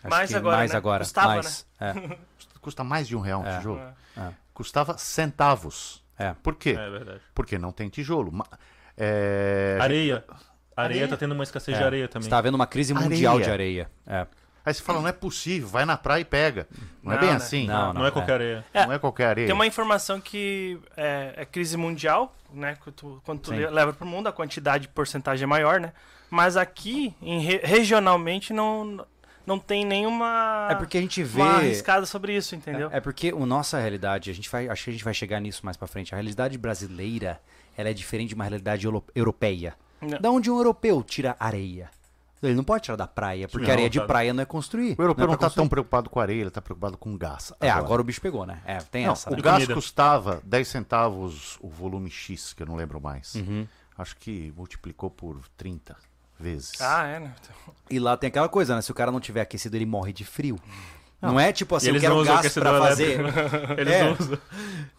[SPEAKER 1] Acho
[SPEAKER 2] Mais
[SPEAKER 1] que
[SPEAKER 2] agora,
[SPEAKER 1] Mais
[SPEAKER 2] né?
[SPEAKER 1] agora.
[SPEAKER 2] Custava, né?
[SPEAKER 1] mais.
[SPEAKER 3] Custa mais de um real um tijolo.
[SPEAKER 1] É.
[SPEAKER 3] Custava centavos.
[SPEAKER 1] É. é.
[SPEAKER 3] Por quê?
[SPEAKER 4] É verdade.
[SPEAKER 3] Porque não tem tijolo. Ma- É,
[SPEAKER 4] Areia. Areia tá tendo uma escassez de areia também.
[SPEAKER 1] Está havendo uma crise mundial de areia. É.
[SPEAKER 3] Aí você fala, não é possível, vai na praia e pega. Não, é
[SPEAKER 2] Não,
[SPEAKER 3] bem
[SPEAKER 2] né?
[SPEAKER 3] assim.
[SPEAKER 1] Não,
[SPEAKER 4] Não, é qualquer areia.
[SPEAKER 3] Não é qualquer areia.
[SPEAKER 2] Tem uma informação que é, é crise mundial, né? que tu- quando tu
[SPEAKER 1] Sim.
[SPEAKER 2] le- leva pro mundo, a quantidade de porcentagem é maior, né? Mas aqui, em re- regionalmente, não, não tem nenhuma
[SPEAKER 1] É porque a gente vê.
[SPEAKER 2] uma arriscada sobre isso, entendeu?
[SPEAKER 1] É porque o nossa realidade, a gente vai, acho que a gente vai chegar nisso mais pra frente. A realidade brasileira, ela é diferente de uma realidade euro- europeia.
[SPEAKER 2] Não.
[SPEAKER 1] Da onde um europeu tira areia? Ele não pode tirar da praia, porque
[SPEAKER 4] Não,
[SPEAKER 1] areia de
[SPEAKER 4] tá.
[SPEAKER 1] praia não é construir.
[SPEAKER 3] O europeu não,
[SPEAKER 1] é pra
[SPEAKER 3] está tão
[SPEAKER 1] construir.
[SPEAKER 3] preocupado com areia, ele está preocupado com gás.
[SPEAKER 1] É, agora o bicho pegou, né? É, tem
[SPEAKER 3] Não,
[SPEAKER 1] essa.
[SPEAKER 3] o
[SPEAKER 1] Né?
[SPEAKER 4] E
[SPEAKER 3] gás
[SPEAKER 4] comida?
[SPEAKER 3] custava 10 centavos o volume X, que eu não lembro mais. Acho que multiplicou por 30 vezes.
[SPEAKER 2] Ah, é, né?
[SPEAKER 1] E lá tem aquela coisa, né? Se o cara não tiver aquecido, ele morre de frio. Não, é tipo assim,
[SPEAKER 4] E
[SPEAKER 1] eu
[SPEAKER 4] eles
[SPEAKER 1] quero
[SPEAKER 4] não usam
[SPEAKER 1] gás pra
[SPEAKER 4] aquecedor
[SPEAKER 1] fazer.
[SPEAKER 4] elétrico. né? Eles
[SPEAKER 1] É.
[SPEAKER 4] não usam.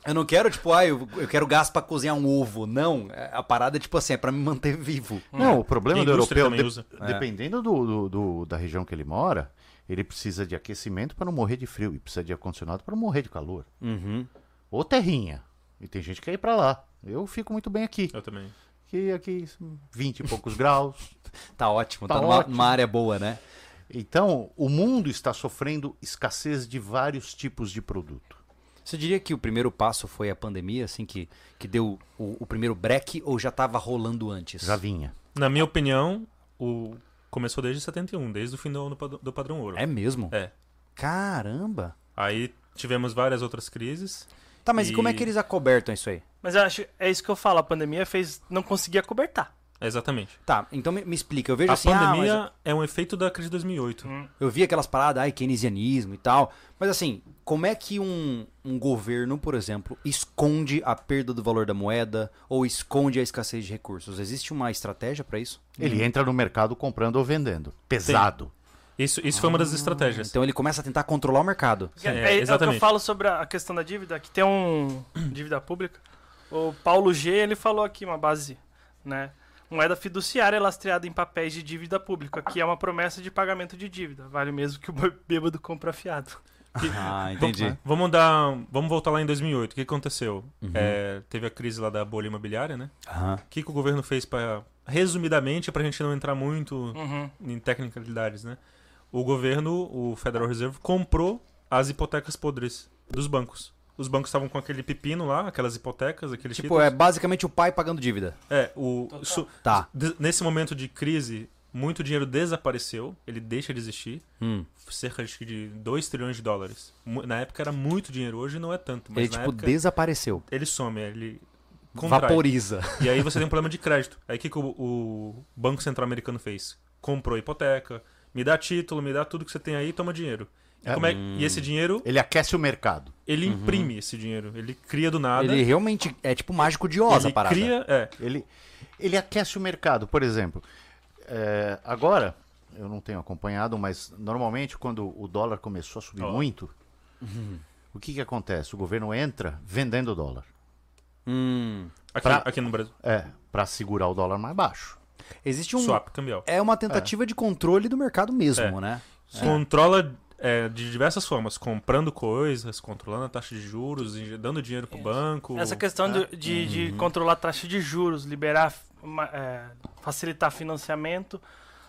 [SPEAKER 1] Eu não quero, tipo, ah, eu, eu quero gás pra cozinhar um ovo. Não, é- a parada é tipo assim, é pra me manter vivo.
[SPEAKER 3] Não, o problema
[SPEAKER 4] Hum. E a
[SPEAKER 3] do
[SPEAKER 4] indústria
[SPEAKER 3] europeu,
[SPEAKER 4] também
[SPEAKER 3] de-
[SPEAKER 4] usa. É.
[SPEAKER 3] dependendo do, do- do- da região que ele mora, ele precisa de aquecimento para não morrer de frio e precisa de ar-condicionado para não morrer de calor. Uhum. Ou terrinha. E tem gente que quer ir para lá. Eu fico muito bem aqui.
[SPEAKER 4] Eu também.
[SPEAKER 3] Que aqui 20 e poucos graus.
[SPEAKER 1] Tá ótimo, tá,
[SPEAKER 3] Tá
[SPEAKER 1] numa
[SPEAKER 3] ótimo.
[SPEAKER 1] numa área boa, né?
[SPEAKER 3] Então, o mundo está sofrendo escassez de vários tipos de produto.
[SPEAKER 1] Você diria que o primeiro passo foi a pandemia, assim, que, que deu o, o primeiro break ou já tava rolando antes?
[SPEAKER 3] Já vinha.
[SPEAKER 4] Na minha opinião, o começou desde 71, desde o fim do, ano pad- do padrão ouro.
[SPEAKER 1] É mesmo?
[SPEAKER 4] É.
[SPEAKER 1] Caramba!
[SPEAKER 4] Aí tivemos várias outras crises.
[SPEAKER 1] Tá, mas e...
[SPEAKER 4] E-
[SPEAKER 1] como é que eles acobertam isso aí?
[SPEAKER 2] Mas eu acho é isso que eu falo, a pandemia fez não conseguia cobertar.
[SPEAKER 4] Exatamente.
[SPEAKER 1] Tá, então me, me explica. Eu vejo
[SPEAKER 4] A
[SPEAKER 1] assim, ah,
[SPEAKER 4] pandemia é um efeito da crise de 2008.
[SPEAKER 1] mas eu vi aquelas paradas, ai, keynesianismo e tal. Mas assim, como é que um, um governo, por exemplo, esconde a perda do valor da moeda ou esconde a escassez de recursos? Existe uma estratégia pra isso?
[SPEAKER 4] Hum.
[SPEAKER 3] Ele entra no mercado comprando ou vendendo. Pesado.
[SPEAKER 4] Isso, isso foi uma das estratégias.
[SPEAKER 1] Então ele começa a tentar controlar o mercado.
[SPEAKER 2] É, é
[SPEAKER 4] é,
[SPEAKER 2] o que eu
[SPEAKER 4] exatamente.
[SPEAKER 2] falo sobre a a questão da dívida, que tem um dívida pública. O Paulo G, ele falou aqui uma base, né? Moeda fiduciária é lastreada em papéis de dívida pública, que é uma promessa de pagamento de dívida. Vale o mesmo que o bê- bêbado compra fiado.
[SPEAKER 1] Ah, entendi. Uhum.
[SPEAKER 4] Vamos dar, vamos voltar lá em 2008. O que aconteceu? É, teve a crise lá da bolha imobiliária, né?
[SPEAKER 1] Aham.
[SPEAKER 4] O que, que o governo fez para, resumidamente, para a gente não entrar muito em tecnicalidades, né? O governo, o Federal Reserve, comprou as hipotecas podres dos bancos. Os bancos estavam com aquele pepino lá, aquelas hipotecas, aqueles
[SPEAKER 1] Tipo,
[SPEAKER 4] títulos.
[SPEAKER 1] é basicamente o pai pagando dívida.
[SPEAKER 4] É, o. su-
[SPEAKER 1] Tá.
[SPEAKER 4] de- nesse momento de crise, muito dinheiro desapareceu, ele deixa de existir.
[SPEAKER 1] Hum.
[SPEAKER 4] Cerca acho que, de 2 trilhões de dólares. Mu- Na época era muito dinheiro, hoje não é tanto. Mas
[SPEAKER 1] Ele,
[SPEAKER 4] na
[SPEAKER 1] tipo,
[SPEAKER 4] época
[SPEAKER 1] desapareceu.
[SPEAKER 4] ele some, ele contrai.
[SPEAKER 1] Vaporiza.
[SPEAKER 4] E aí você tem um problema de crédito. Aí o que, que o, o Banco Central Americano fez? Comprou hipoteca, me dá título, me dá tudo que você tem aí, toma dinheiro. E,
[SPEAKER 1] Ah,
[SPEAKER 4] como é-
[SPEAKER 1] hum.
[SPEAKER 4] e esse dinheiro,
[SPEAKER 3] Ele aquece o mercado.
[SPEAKER 4] ele imprime esse dinheiro. Ele cria do nada.
[SPEAKER 1] Uhum. Ele realmente é tipo mágico de Oz a
[SPEAKER 4] ele
[SPEAKER 1] parada.
[SPEAKER 4] cria. É,
[SPEAKER 3] Ele, ele aquece o mercado. Por exemplo, é, agora, eu não tenho acompanhado, mas normalmente quando o dólar começou a subir
[SPEAKER 4] Ó.
[SPEAKER 3] muito, o que, que acontece? O governo entra vendendo o dólar.
[SPEAKER 1] Hum.
[SPEAKER 4] aqui,
[SPEAKER 3] Pra-
[SPEAKER 4] aqui no Brasil.
[SPEAKER 3] É, para segurar o dólar mais baixo.
[SPEAKER 1] Existe um.
[SPEAKER 4] Swap cambial.
[SPEAKER 1] É uma tentativa de controle do mercado mesmo,
[SPEAKER 4] É.
[SPEAKER 1] né?
[SPEAKER 4] Controla é, de diversas formas, comprando coisas, controlando a taxa de juros, inje- dando dinheiro pro banco.
[SPEAKER 2] Essa questão
[SPEAKER 1] Tá?
[SPEAKER 2] de, de-
[SPEAKER 1] Uhum.
[SPEAKER 2] de controlar a taxa de juros, liberar, ma- é, facilitar financiamento.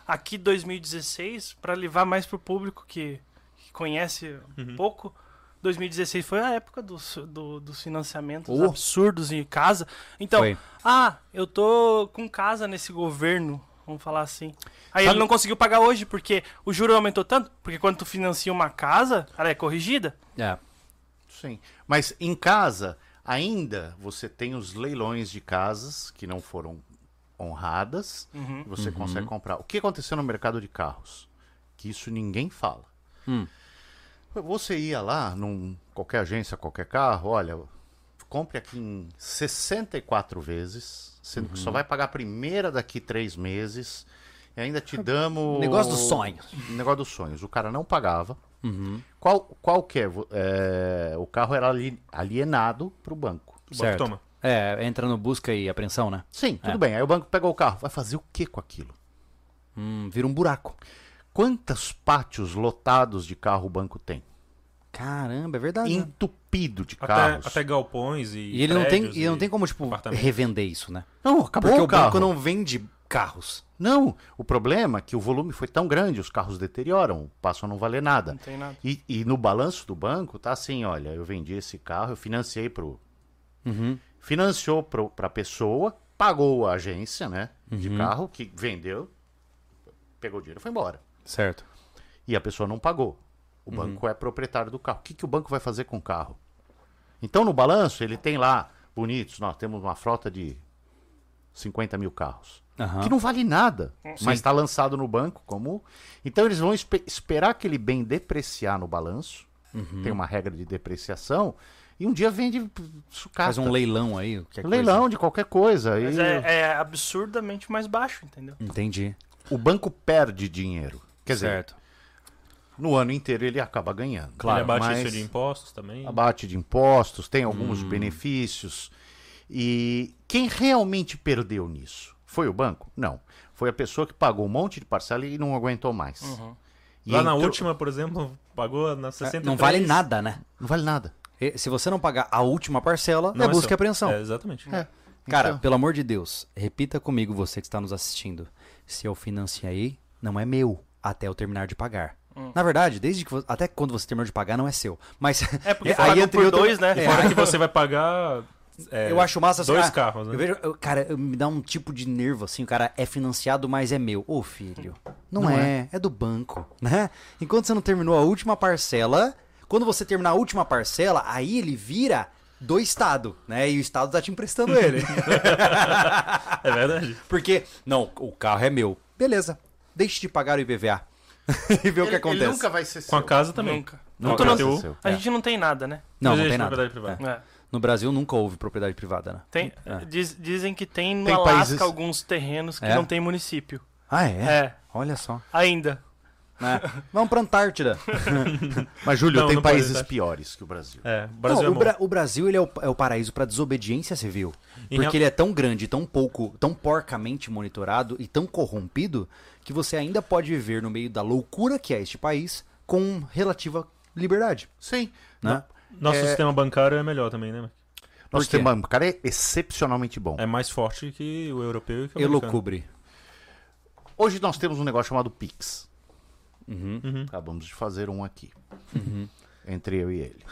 [SPEAKER 2] Aqui 2016, para levar mais pro público que, que conhece
[SPEAKER 1] Uhum.
[SPEAKER 2] um pouco, 2016 foi a época dos, do- dos financiamentos
[SPEAKER 1] Oh.
[SPEAKER 2] absurdos em casa. Então,
[SPEAKER 1] Foi.
[SPEAKER 2] ah, eu tô com casa nesse governo, vamos falar assim. Aí
[SPEAKER 1] Sabe-
[SPEAKER 2] ele não conseguiu pagar hoje porque o juro aumentou tanto, porque quando tu financia uma casa, ela é corrigida.
[SPEAKER 1] É.
[SPEAKER 3] Sim. Mas em casa, ainda você tem os leilões de casas que não foram honradas e você
[SPEAKER 1] Uhum.
[SPEAKER 3] consegue comprar. O que aconteceu no mercado de carros? Que isso ninguém fala.
[SPEAKER 1] Hum.
[SPEAKER 3] Você ia lá, num qualquer agência, qualquer carro, olha, compre aqui em 64 vezes, sendo que
[SPEAKER 1] Uhum.
[SPEAKER 3] só vai pagar a primeira daqui três meses. E ainda te damos.
[SPEAKER 1] Negócio dos sonhos. Uhum.
[SPEAKER 3] Negócio dos sonhos. O cara não pagava. Qual, qual que é? Vo- é, O carro era ali- alienado para o banco.
[SPEAKER 4] O banco
[SPEAKER 1] Certo.
[SPEAKER 4] toma.
[SPEAKER 1] É, entra no busca e apreensão, né?
[SPEAKER 3] Sim, tudo bem. Aí o banco pegou o carro. Vai fazer o que com aquilo?
[SPEAKER 1] Hum, vira um buraco.
[SPEAKER 3] Quantos pátios lotados de carro o banco tem?
[SPEAKER 1] Caramba, é verdade. né?
[SPEAKER 3] Entupido de
[SPEAKER 4] Até,
[SPEAKER 3] carros.
[SPEAKER 4] até galpões e.
[SPEAKER 1] E ele não tem,
[SPEAKER 4] prédios
[SPEAKER 1] e não tem como, tipo,
[SPEAKER 4] apartamentos.
[SPEAKER 1] revender isso, né?
[SPEAKER 3] Não, acabou
[SPEAKER 1] Porque
[SPEAKER 3] o
[SPEAKER 1] o banco
[SPEAKER 3] carro.
[SPEAKER 1] não vende carros.
[SPEAKER 3] Não, o problema é que o volume foi tão grande, os carros deterioram, passam a não valer
[SPEAKER 1] Tá.
[SPEAKER 3] nada.
[SPEAKER 2] Não tem nada.
[SPEAKER 3] E, e no balanço do banco tá assim, olha, eu vendi esse carro, eu financiei pro... Financiou pro, pra pessoa, pagou a agência, né, de carro, que vendeu, pegou o dinheiro e foi embora.
[SPEAKER 1] Certo.
[SPEAKER 3] E a pessoa não pagou. O banco é proprietário do carro. O que, que o banco vai fazer com o carro? Então, no balanço, ele tem lá, bonitos, nós temos uma frota de 50 mil carros
[SPEAKER 1] Aham.
[SPEAKER 3] que não vale nada, mas está lançado no banco como. Então eles vão espe- esperar aquele bem depreciar no balanço. Tem uma regra de depreciação e um dia vende p- sucata.
[SPEAKER 1] Faz um leilão aí. o que é
[SPEAKER 3] leilão de qualquer coisa.
[SPEAKER 2] Mas
[SPEAKER 3] e
[SPEAKER 2] é, é absurdamente mais baixo, entendeu?
[SPEAKER 1] coisa. Entendi.
[SPEAKER 2] é.
[SPEAKER 3] O banco perde dinheiro. Quer dizer,
[SPEAKER 1] certo.
[SPEAKER 3] no ano inteiro ele acaba ganhando.
[SPEAKER 4] ele abate
[SPEAKER 3] mas-
[SPEAKER 4] isso de impostos também.
[SPEAKER 3] abate de impostos, tem
[SPEAKER 4] Hum.
[SPEAKER 3] alguns benefícios. E quem realmente perdeu nisso? Foi o banco? Não. Foi a pessoa que pagou um monte de parcela e não aguentou mais. E
[SPEAKER 4] Uhum.
[SPEAKER 3] então,
[SPEAKER 4] Lá na
[SPEAKER 3] entrou-
[SPEAKER 4] última, por exemplo, pagou na 63.
[SPEAKER 1] É, Não vale nada, né?
[SPEAKER 3] Não vale nada.
[SPEAKER 1] E Se você não pagar a última parcela,
[SPEAKER 4] Não
[SPEAKER 1] é busca
[SPEAKER 4] seu.
[SPEAKER 1] e apreensão.
[SPEAKER 4] É, exatamente.
[SPEAKER 3] É.
[SPEAKER 1] Cara,
[SPEAKER 3] Então-
[SPEAKER 1] pelo amor de Deus, repita comigo você que está nos assistindo. Se eu financiei, não é meu até eu terminar de pagar. Na verdade, desde que vo- até quando você terminou de pagar, não é seu. Mas
[SPEAKER 2] É, porque você pagou por dois, né?
[SPEAKER 1] É,
[SPEAKER 4] Fora que você vai pagar. é,
[SPEAKER 1] eu acho massa assim,
[SPEAKER 4] Dois
[SPEAKER 1] ah,
[SPEAKER 4] carros, né?
[SPEAKER 1] Eu vejo, eu- cara, eu- me dá um tipo de nervo assim, o cara é financiado, mas é meu. Ô, filho, não, é, é, do banco, né? Enquanto você não terminou a última parcela, quando você terminar a última parcela, aí ele vira do estado, né? E o estado tá te emprestando ele.
[SPEAKER 4] É verdade.
[SPEAKER 1] Porque, não, o carro é meu. Beleza. Deixe de pagar o IPVA. e ver o que acontece.
[SPEAKER 3] Ele nunca vai ser
[SPEAKER 4] Com a casa também.
[SPEAKER 2] Nunca.
[SPEAKER 4] Não,
[SPEAKER 2] Nunca
[SPEAKER 4] não,
[SPEAKER 2] nós-
[SPEAKER 4] não.
[SPEAKER 3] seu.
[SPEAKER 2] A gente não tem nada, né?
[SPEAKER 1] Não, não
[SPEAKER 4] Existe
[SPEAKER 1] tem nada.
[SPEAKER 4] propriedade privada.
[SPEAKER 2] É.
[SPEAKER 1] No Brasil nunca houve propriedade privada, né?
[SPEAKER 2] Tem, diz- dizem que tem no
[SPEAKER 3] Tem
[SPEAKER 2] Alasca
[SPEAKER 3] países-
[SPEAKER 2] alguns terrenos que
[SPEAKER 1] É?
[SPEAKER 2] não tem município.
[SPEAKER 1] Ah, é?
[SPEAKER 2] É,
[SPEAKER 1] Olha só.
[SPEAKER 2] ainda.
[SPEAKER 1] né? Vamos pra Antártida.
[SPEAKER 3] Mas, Júlio,
[SPEAKER 4] Não,
[SPEAKER 3] tem
[SPEAKER 4] não pode
[SPEAKER 3] países
[SPEAKER 4] estar.
[SPEAKER 3] piores que o Brasil.
[SPEAKER 4] É, o Brasil
[SPEAKER 1] Não,
[SPEAKER 4] é
[SPEAKER 1] o,
[SPEAKER 4] bom.
[SPEAKER 1] Bra- o Brasil ele é, o, é o paraíso pra desobediência civil.
[SPEAKER 4] Em
[SPEAKER 1] porque
[SPEAKER 4] real-
[SPEAKER 1] ele é tão grande, tão pouco, tão porcamente monitorado e tão corrompido que você ainda pode viver no meio da loucura que é este país com relativa liberdade.
[SPEAKER 3] Sim.
[SPEAKER 1] Né?
[SPEAKER 4] Nosso sistema bancário é melor também, né?
[SPEAKER 3] Nosso
[SPEAKER 1] quê?
[SPEAKER 3] sistema bancário é excepcionalmente bom.
[SPEAKER 4] É mais forte que o europeu e que o americano.
[SPEAKER 1] Elocubre.
[SPEAKER 3] Hoje nós temos um negócio chamado Pix.
[SPEAKER 4] Uhum.
[SPEAKER 3] Acabamos de fazer um aqui. Entre eu e ele.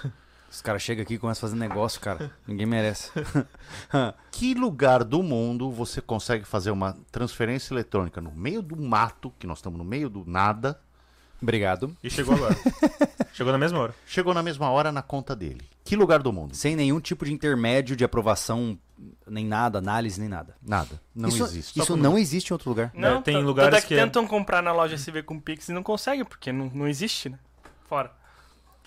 [SPEAKER 1] Os caras chegam aqui e começam a fazer negócio, cara. Ninguém merece.
[SPEAKER 3] Que lugar do mundo você consegue fazer uma transferência eletrônica no meio do mato, que nós estamos no meio do nada,
[SPEAKER 1] Obrigado.
[SPEAKER 4] E chegou agora. chegou na mesma hora.
[SPEAKER 3] chegou na mesma hora na conta dele? Que lugar do mundo?
[SPEAKER 1] Sem nenhum tipo de intermédio de aprovação, nem nada, análise, nem nada.
[SPEAKER 3] Nada. Não
[SPEAKER 1] isso,
[SPEAKER 3] existe.
[SPEAKER 1] Isso não existe em outro lugar.
[SPEAKER 2] Não,
[SPEAKER 4] É, tem
[SPEAKER 2] t-
[SPEAKER 4] lugares
[SPEAKER 2] tanto é que,
[SPEAKER 4] que é-
[SPEAKER 2] tentam comprar na loja CV com Pix e não conseguem, porque não, não existe, né? Fora.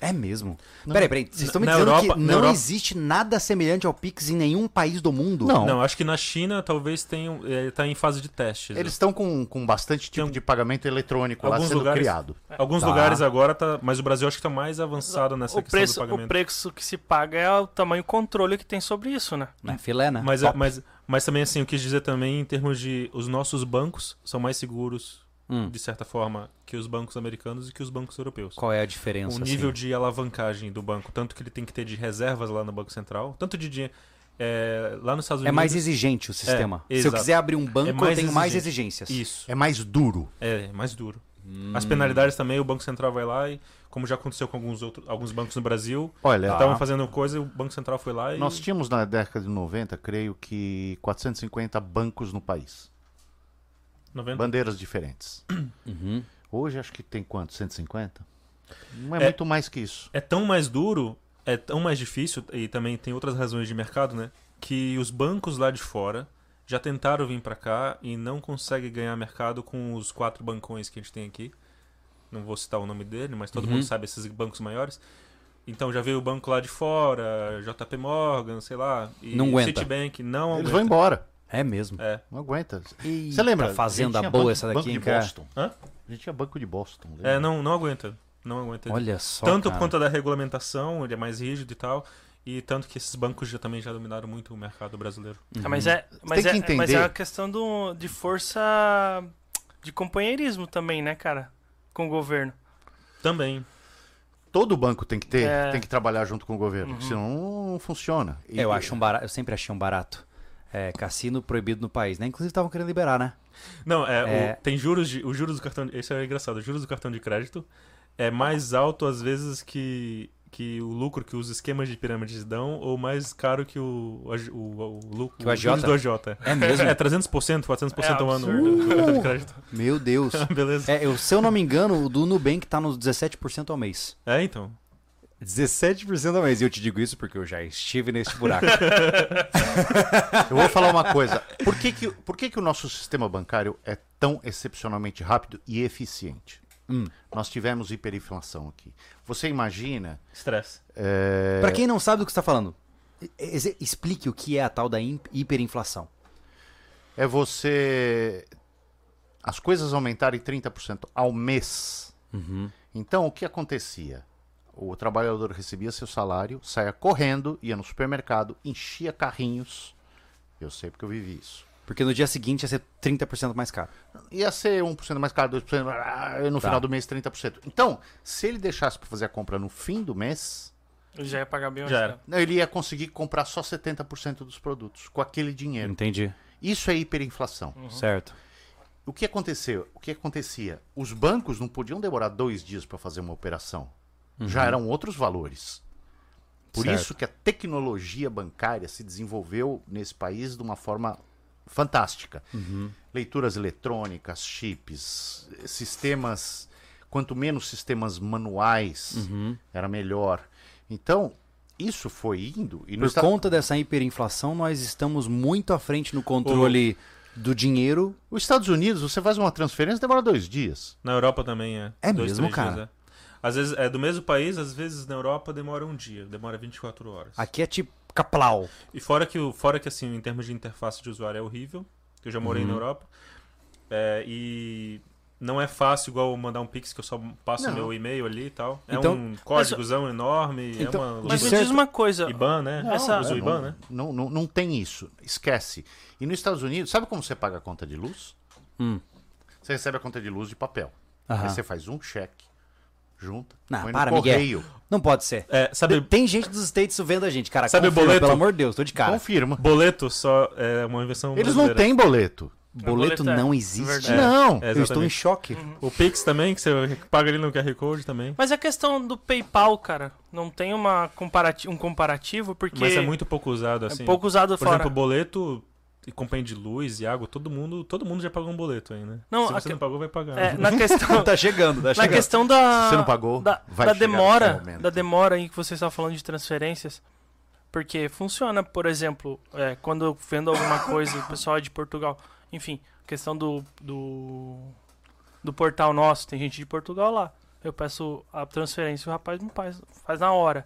[SPEAKER 1] É mesmo. Peraí, peraí. Vocês estão me
[SPEAKER 4] Na
[SPEAKER 1] dizendo
[SPEAKER 4] Europa-
[SPEAKER 1] que
[SPEAKER 4] na
[SPEAKER 1] não
[SPEAKER 4] Europa-
[SPEAKER 1] existe nada semelhante ao Pix em nenhum país do mundo?
[SPEAKER 3] Não.
[SPEAKER 4] Não, acho que na China talvez tenha. É, tá em fase de testes.
[SPEAKER 3] Eles estão com, com bastante tipo
[SPEAKER 4] Tem um-
[SPEAKER 3] de pagamento eletrônico lá
[SPEAKER 4] Alguns
[SPEAKER 3] sendo
[SPEAKER 4] lugares-
[SPEAKER 3] criado.
[SPEAKER 4] Alguns
[SPEAKER 1] Tá.
[SPEAKER 4] lugares agora tá. Mas o Brasil acho que tá mais avançado nessa
[SPEAKER 2] O
[SPEAKER 4] questão do
[SPEAKER 2] preço, o
[SPEAKER 4] pagamento.
[SPEAKER 2] preço que se paga é o tamanho controle que tem sobre isso, né?
[SPEAKER 1] É filé, né?
[SPEAKER 4] Mas,
[SPEAKER 1] Top.
[SPEAKER 4] mas, mas também, assim, eu quis dizer também em termos de os nossos bancos são mais seguros,
[SPEAKER 1] Hum.
[SPEAKER 4] de certa forma, que os bancos americanos e que os bancos europeus.
[SPEAKER 1] Qual é a diferença?
[SPEAKER 4] o nível
[SPEAKER 1] assim?
[SPEAKER 4] de alavancagem do banco, tanto que ele tem que ter de reservas lá no Banco Central, tanto de dinheiro. é, lá nos Estados
[SPEAKER 1] É
[SPEAKER 4] Unidos.
[SPEAKER 1] mais exigente o sistema. Se eu
[SPEAKER 4] exato.
[SPEAKER 1] quiser abrir um banco,
[SPEAKER 4] É mais
[SPEAKER 1] eu tenho mais
[SPEAKER 4] exigente.
[SPEAKER 1] exigências.
[SPEAKER 4] Isso.
[SPEAKER 3] É mais duro.
[SPEAKER 4] É, é mais duro. As penalidades também, o Banco Central vai lá e, como já aconteceu com alguns, outros, alguns bancos no Brasil,
[SPEAKER 3] Olha,
[SPEAKER 1] tá.
[SPEAKER 4] estavam fazendo coisa e o Banco Central foi lá e.
[SPEAKER 3] nós tínhamos na década de 90, creio que 450 bancos no país.
[SPEAKER 4] 90...
[SPEAKER 3] Bandeiras diferentes.
[SPEAKER 1] Uhum.
[SPEAKER 3] Hoje acho que tem quanto? 150? Não é,
[SPEAKER 4] É.
[SPEAKER 3] muito mais que isso.
[SPEAKER 4] É tão mais duro, é tão mais difícil, e também tem outras razões de mercado, né? Que os bancos lá de fora já tentaram vir pra cá e não conseguem ganhar mercado com os quatro bancões que a gente tem aqui. Não vou citar o nome dele, mas
[SPEAKER 1] Uhum.
[SPEAKER 4] todo mundo sabe esses bancos maiores. Então já veio o banco lá de fora, JP Morgan, sei lá, e
[SPEAKER 1] Não aguenta.
[SPEAKER 4] Citibank, não
[SPEAKER 3] Eles
[SPEAKER 4] aguenta.
[SPEAKER 3] vão embora.
[SPEAKER 1] É mesmo.
[SPEAKER 4] É.
[SPEAKER 3] Não aguenta.
[SPEAKER 1] Eita,
[SPEAKER 3] Você lembra?
[SPEAKER 1] Fazenda
[SPEAKER 3] A gente tinha
[SPEAKER 1] boa
[SPEAKER 3] banco-
[SPEAKER 1] essa
[SPEAKER 3] banco
[SPEAKER 1] daqui,
[SPEAKER 3] de
[SPEAKER 1] hein, cara.
[SPEAKER 3] Boston.
[SPEAKER 4] Hã?
[SPEAKER 3] A gente tinha banco de Boston.
[SPEAKER 4] É,
[SPEAKER 3] lembra?
[SPEAKER 4] não, não aguenta. Não aguenta. Ele-
[SPEAKER 1] Olha só.
[SPEAKER 4] tanto por
[SPEAKER 1] cara.
[SPEAKER 4] conta da regulamentação, ele é mais rígido e tal, e tanto que esses bancos já também já dominaram muito o mercado brasileiro.
[SPEAKER 2] Ah, mas é, mas,
[SPEAKER 3] que
[SPEAKER 2] é, mas
[SPEAKER 3] entender.
[SPEAKER 2] é uma questão do, de força de companheirismo também, né, cara? Com o governo.
[SPEAKER 4] Também.
[SPEAKER 3] Todo banco tem que ter,
[SPEAKER 2] É.
[SPEAKER 3] tem que trabalhar junto com o governo, senão não funciona. E-
[SPEAKER 1] É, Uhum. eu acho um barato. Eu sempre achei um barato. É, cassino proibido no país, né? Inclusive estavam querendo liberar, né?
[SPEAKER 4] Não, é,
[SPEAKER 1] É.
[SPEAKER 4] o- tem juros de, o juros do cartão, de- isso é engraçado, o juros do cartão de crédito é mais alto às vezes que que o lucro que os esquemas de pirâmides dão ou mais caro que o o, o, o lucro
[SPEAKER 1] Que o
[SPEAKER 4] os juros
[SPEAKER 1] agiota.
[SPEAKER 4] do AJ.
[SPEAKER 1] É mesmo?
[SPEAKER 4] É 300%, 400%
[SPEAKER 2] É
[SPEAKER 4] ao ano
[SPEAKER 2] absurdo.
[SPEAKER 4] do cartão de crédito.
[SPEAKER 1] Meu Deus.
[SPEAKER 4] Beleza.
[SPEAKER 1] É, eu, se eu não me engano, o do Nubank tá nos 17% ao mês.
[SPEAKER 4] É, então.
[SPEAKER 1] 17% ao mês. E eu te digo isso porque eu já estive neste buraco.
[SPEAKER 3] Eu vou falar uma coisa. Por que que, por que que o nosso sistema bancário é tão excepcionalmente rápido e eficiente?
[SPEAKER 1] Hum.
[SPEAKER 3] Nós tivemos hiperinflação aqui. Você imagina
[SPEAKER 4] Estresse.
[SPEAKER 3] é,
[SPEAKER 1] Pra quem não sabe do que você tá falando, ex- explique o que é a tal da hip- hiperinflação.
[SPEAKER 3] é você. As coisas aumentarem 30% ao mês. Então, o que acontecia? O trabalhador recebia seu salário, saía correndo, ia no supermercado, enchia carrinhos. Eu sei porque eu vivi isso.
[SPEAKER 1] Porque no dia seguinte ia ser 30% mais caro.
[SPEAKER 3] Ia ser 1% mais caro, 2%, ah, e no
[SPEAKER 1] Tá.
[SPEAKER 3] final do mês 30%. Então, se ele deixasse para fazer a compra no fim do mês,
[SPEAKER 2] Ele já ia pagar bem
[SPEAKER 4] Já
[SPEAKER 2] mais
[SPEAKER 4] era.
[SPEAKER 2] caro.
[SPEAKER 3] não, ele ia conseguir comprar só 70% dos produtos com aquele dinheiro.
[SPEAKER 1] Entendi.
[SPEAKER 3] Isso é hiperinflação.
[SPEAKER 1] Certo.
[SPEAKER 3] O que aconteceu? O que acontecia? Os bancos não podiam demorar dois dias para fazer uma operação. Já eram outros valores. Por
[SPEAKER 1] Uhum. Certo.
[SPEAKER 3] isso que a tecnologia bancária se desenvolveu nesse país de uma forma fantástica.
[SPEAKER 1] Uhum.
[SPEAKER 3] Leituras eletrônicas, chips, sistemas. Quanto menos sistemas manuais,
[SPEAKER 1] Uhum.
[SPEAKER 3] era melhor. Então, isso foi indo. E
[SPEAKER 1] Por
[SPEAKER 3] nos Esta-
[SPEAKER 1] conta dessa hiperinflação, nós estamos muito à frente no controle do dinheiro.
[SPEAKER 3] Os Estados Unidos, você faz uma transferência, demora dois dias.
[SPEAKER 4] Na Europa também é.
[SPEAKER 1] É mesmo, cara?
[SPEAKER 4] é. Às vezes é do mesmo país, às vezes na Europa demora um dia, demora 24 horas.
[SPEAKER 1] Aqui é tipo caplau.
[SPEAKER 4] E fora que, o- fora que, assim, em termos de interface de usuário é horrível, que eu já morei na Europa. É, e não é fácil igual eu mandar um Pix que eu só passo
[SPEAKER 3] Não.
[SPEAKER 4] meu e-mail ali e tal. É
[SPEAKER 1] Então-
[SPEAKER 4] um códigozão enorme,
[SPEAKER 1] Então,
[SPEAKER 4] é uma
[SPEAKER 2] Mas
[SPEAKER 1] De
[SPEAKER 2] me
[SPEAKER 1] certo-
[SPEAKER 2] diz uma coisa.
[SPEAKER 4] IBAN, né?
[SPEAKER 2] Não, Essa-
[SPEAKER 4] Usa o
[SPEAKER 3] É,
[SPEAKER 4] IBAN,
[SPEAKER 3] não,
[SPEAKER 4] né?
[SPEAKER 3] Não, não, não tem isso. Esquece. E nos Estados Unidos, sabe como você paga a conta de luz?
[SPEAKER 1] Hum.
[SPEAKER 3] Você recebe a conta de luz de papel.
[SPEAKER 1] Aham.
[SPEAKER 3] Aí você faz um cheque, junta,
[SPEAKER 1] Não,
[SPEAKER 3] põe
[SPEAKER 1] para,
[SPEAKER 3] no
[SPEAKER 1] Miguel.
[SPEAKER 3] correio,
[SPEAKER 1] Não pode ser.
[SPEAKER 4] É, sabe,
[SPEAKER 1] Tem gente dos States vendo a gente, cara.
[SPEAKER 4] Sabe
[SPEAKER 1] confirma,
[SPEAKER 4] boleto?
[SPEAKER 1] Pelo amor de Deus, tô de cara.
[SPEAKER 3] confirma.
[SPEAKER 4] boleto só é uma invenção
[SPEAKER 3] Eles não
[SPEAKER 4] brasileira.
[SPEAKER 3] têm boleto.
[SPEAKER 1] Boleto
[SPEAKER 2] boleto é.
[SPEAKER 1] não existe.
[SPEAKER 2] Verdade. É,
[SPEAKER 3] não.
[SPEAKER 4] é.
[SPEAKER 1] Eu estou em
[SPEAKER 4] exatamente.
[SPEAKER 1] choque.
[SPEAKER 4] O Pix também, que você paga ali no QR Code também.
[SPEAKER 2] Mas a questão do PayPal, cara, não tem uma comparati um comparativo, porque
[SPEAKER 4] Mas é muito pouco usado, assim.
[SPEAKER 2] é pouco usado
[SPEAKER 4] Por
[SPEAKER 2] fora.
[SPEAKER 4] exemplo, boleto e companhia de luz e água, todo mundo, todo mundo já pagou um boleto aí, né?
[SPEAKER 2] Não,
[SPEAKER 4] Se você
[SPEAKER 2] aque-
[SPEAKER 4] não pagou, vai pagar. Ah,
[SPEAKER 2] É, na questão,
[SPEAKER 1] Tá chegando, tá
[SPEAKER 2] na
[SPEAKER 1] chegando.
[SPEAKER 2] questão da,
[SPEAKER 3] Se você não pagou,
[SPEAKER 2] da,
[SPEAKER 3] vai
[SPEAKER 2] da
[SPEAKER 3] chegar
[SPEAKER 2] demora,
[SPEAKER 3] nesse momento.
[SPEAKER 2] da demora aí que você estava falando de transferências, porque funciona, por exemplo, é, quando eu vendo alguma coisa, o pessoal é de Portugal, enfim, questão do, do do portal nosso, tem gente de Portugal lá. Eu peço a transferência, o rapaz me faz, faz na hora.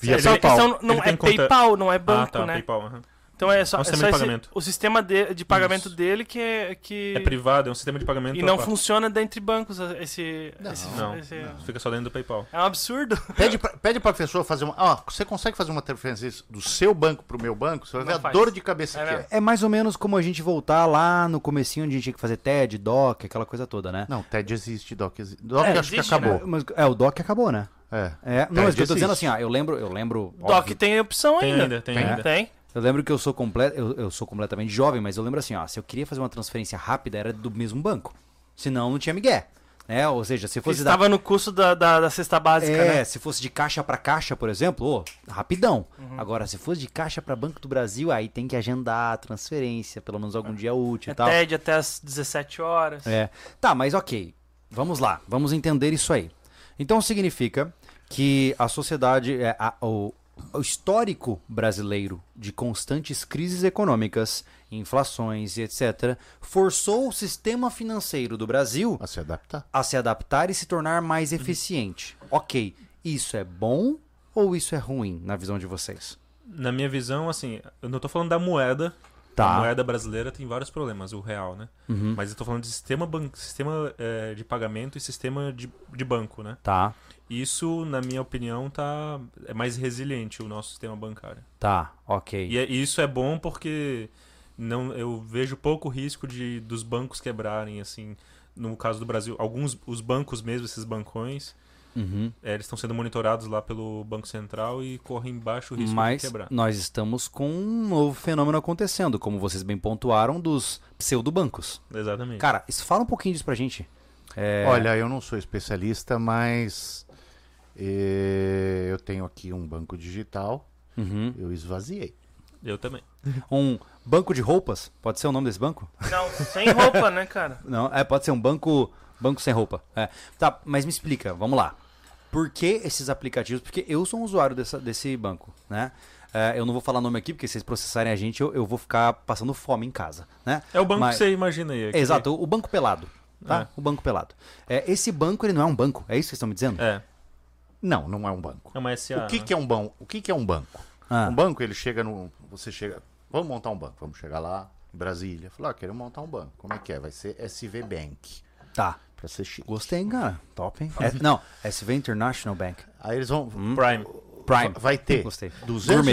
[SPEAKER 3] Via
[SPEAKER 4] Ele-
[SPEAKER 2] Só a
[SPEAKER 3] PayPal.
[SPEAKER 2] questão não
[SPEAKER 4] Ele
[SPEAKER 2] é
[SPEAKER 4] tem conta-
[SPEAKER 2] PayPal, não é banco,
[SPEAKER 4] ah, tá,
[SPEAKER 2] né?
[SPEAKER 4] PayPal. aham.
[SPEAKER 2] Então é só,
[SPEAKER 4] É um
[SPEAKER 2] é
[SPEAKER 4] sistema
[SPEAKER 2] só
[SPEAKER 4] de
[SPEAKER 2] esse-
[SPEAKER 4] pagamento.
[SPEAKER 2] o sistema de, de pagamento
[SPEAKER 4] Isso.
[SPEAKER 2] dele que é que
[SPEAKER 4] É privado, é um sistema de pagamento.
[SPEAKER 2] e
[SPEAKER 4] à
[SPEAKER 2] não
[SPEAKER 4] parte.
[SPEAKER 2] funciona dentre bancos esse esse,
[SPEAKER 4] Não,
[SPEAKER 2] esse-
[SPEAKER 4] fica só dentro do PayPal.
[SPEAKER 2] é um absurdo.
[SPEAKER 3] Pede pra, pede pra pessoa fazer uma. Ó, você consegue fazer uma transferência do seu banco pro meu banco? Você vai
[SPEAKER 2] Não
[SPEAKER 3] ver
[SPEAKER 2] faz.
[SPEAKER 3] a dor de cabeça
[SPEAKER 2] É
[SPEAKER 3] que
[SPEAKER 2] mesmo.
[SPEAKER 3] é.
[SPEAKER 1] É mais ou menos como a gente voltar lá no comecinho onde a gente tinha que fazer TED, DOC, aquela coisa toda, né?
[SPEAKER 3] Não, TED existe, DOC existe. DOC
[SPEAKER 2] É,
[SPEAKER 3] acho
[SPEAKER 2] existe,
[SPEAKER 3] que acabou.
[SPEAKER 1] Mas, é, o DOC acabou, né?
[SPEAKER 3] É.
[SPEAKER 1] É, não, mas eu tô
[SPEAKER 3] existe.
[SPEAKER 1] dizendo assim, ah, eu lembro, eu lembro.
[SPEAKER 2] Tá, Doc tem opção
[SPEAKER 4] Tem
[SPEAKER 2] ainda.
[SPEAKER 4] ainda, tem
[SPEAKER 3] Tem,
[SPEAKER 4] ainda.
[SPEAKER 2] Tem.
[SPEAKER 1] Eu lembro que eu sou, comple... eu, eu sou completamente jovem, mas eu lembro assim, ó, se eu queria fazer uma transferência rápida, era do mesmo banco. Senão não tinha migué. Né? Ou seja, se
[SPEAKER 2] Que
[SPEAKER 1] fosse da
[SPEAKER 2] estava no curso da, da, da cesta básica,
[SPEAKER 1] é,
[SPEAKER 2] né?
[SPEAKER 1] se fosse de caixa pra caixa, por exemplo, ô, rapidão.
[SPEAKER 2] Uhum.
[SPEAKER 1] Agora, se fosse de caixa pra Banco do Brasil, aí tem que agendar a transferência, pelo menos algum dia útil
[SPEAKER 2] É
[SPEAKER 1] e tal.
[SPEAKER 2] TED até as 17 horas.
[SPEAKER 1] É. Tá, mas ok. Vamos lá, vamos entender isso aí. Então significa que a sociedade, é, a- o, o histórico brasileiro de constantes crises econômicas, inflações e etc., forçou o sistema financeiro do Brasil
[SPEAKER 3] A Ah, se adaptar.
[SPEAKER 1] a se adaptar e se tornar mais eficiente. Ok, isso é bom ou isso é ruim na visão de vocês?
[SPEAKER 4] Na minha visão, assim, eu não tô falando da moeda.
[SPEAKER 1] Tá.
[SPEAKER 4] A moeda brasileira tem vários problemas, o real, né? Mas eu tô falando de sistema, ban- sistema eh, de pagamento e sistema de, de banco, né?
[SPEAKER 1] Tá,
[SPEAKER 4] Isso, na minha opinião, tá é mais resiliente o nosso sistema bancário.
[SPEAKER 1] tá, ok.
[SPEAKER 4] E, é- e isso é bom porque não eu vejo pouco risco de dos bancos quebrarem assim. No caso do Brasil, alguns os bancos mesmo, esses bancões,
[SPEAKER 1] Uhum.
[SPEAKER 4] eh, eles estão sendo monitorados lá pelo Banco Central e correm baixo risco
[SPEAKER 1] Mas
[SPEAKER 4] de quebrar.
[SPEAKER 1] nós estamos com um novo fenômeno acontecendo, como vocês bem pontuaram, dos pseudobancos.
[SPEAKER 4] Exatamente.
[SPEAKER 1] Cara, isso- fala um pouquinho disso pra gente. É.
[SPEAKER 3] Olha, eu não sou especialista, mas eh, eu tenho aqui um banco digital.
[SPEAKER 1] Uhum.
[SPEAKER 3] Eu esvaziei.
[SPEAKER 4] Eu também.
[SPEAKER 1] Um banco de roupas? Pode ser o nome desse banco?
[SPEAKER 2] Não, sem roupa, né, cara?
[SPEAKER 1] Não, é, pode ser um banco, banco sem roupa. É. Tá, mas me explica, vamos lá. Por que esses aplicativos? Porque eu sou um usuário dessa- desse banco, né? É, eu não vou falar nome aqui, porque se vocês processarem a gente, eu, eu vou ficar passando fome em casa, né?
[SPEAKER 4] É o banco
[SPEAKER 1] Mas-
[SPEAKER 4] que você imagina aí. aqui.
[SPEAKER 1] Exato, o banco pelado, tá?
[SPEAKER 4] É.
[SPEAKER 1] O banco pelado. É, esse banco, ele não é um banco, é isso que vocês estão me dizendo?
[SPEAKER 4] É.
[SPEAKER 3] Não, não é um banco.
[SPEAKER 4] É uma SA.
[SPEAKER 3] o que, que é um banco? O que, que é um banco?
[SPEAKER 1] Ah.
[SPEAKER 3] Um banco, ele chega no. Você chega. Vamos montar um banco. Vamos chegar lá, em Brasília. Falar, ah, queremos montar um banco. Como é que é? Vai ser SV Bank.
[SPEAKER 1] Tá.
[SPEAKER 3] Pra ser chique.
[SPEAKER 1] Gostei, hein, cara. Top, hein? Hum. É, não, SV International Bank.
[SPEAKER 3] Aí eles vão.
[SPEAKER 4] Prime.
[SPEAKER 1] Prime.
[SPEAKER 3] Vai ter
[SPEAKER 1] Gostei.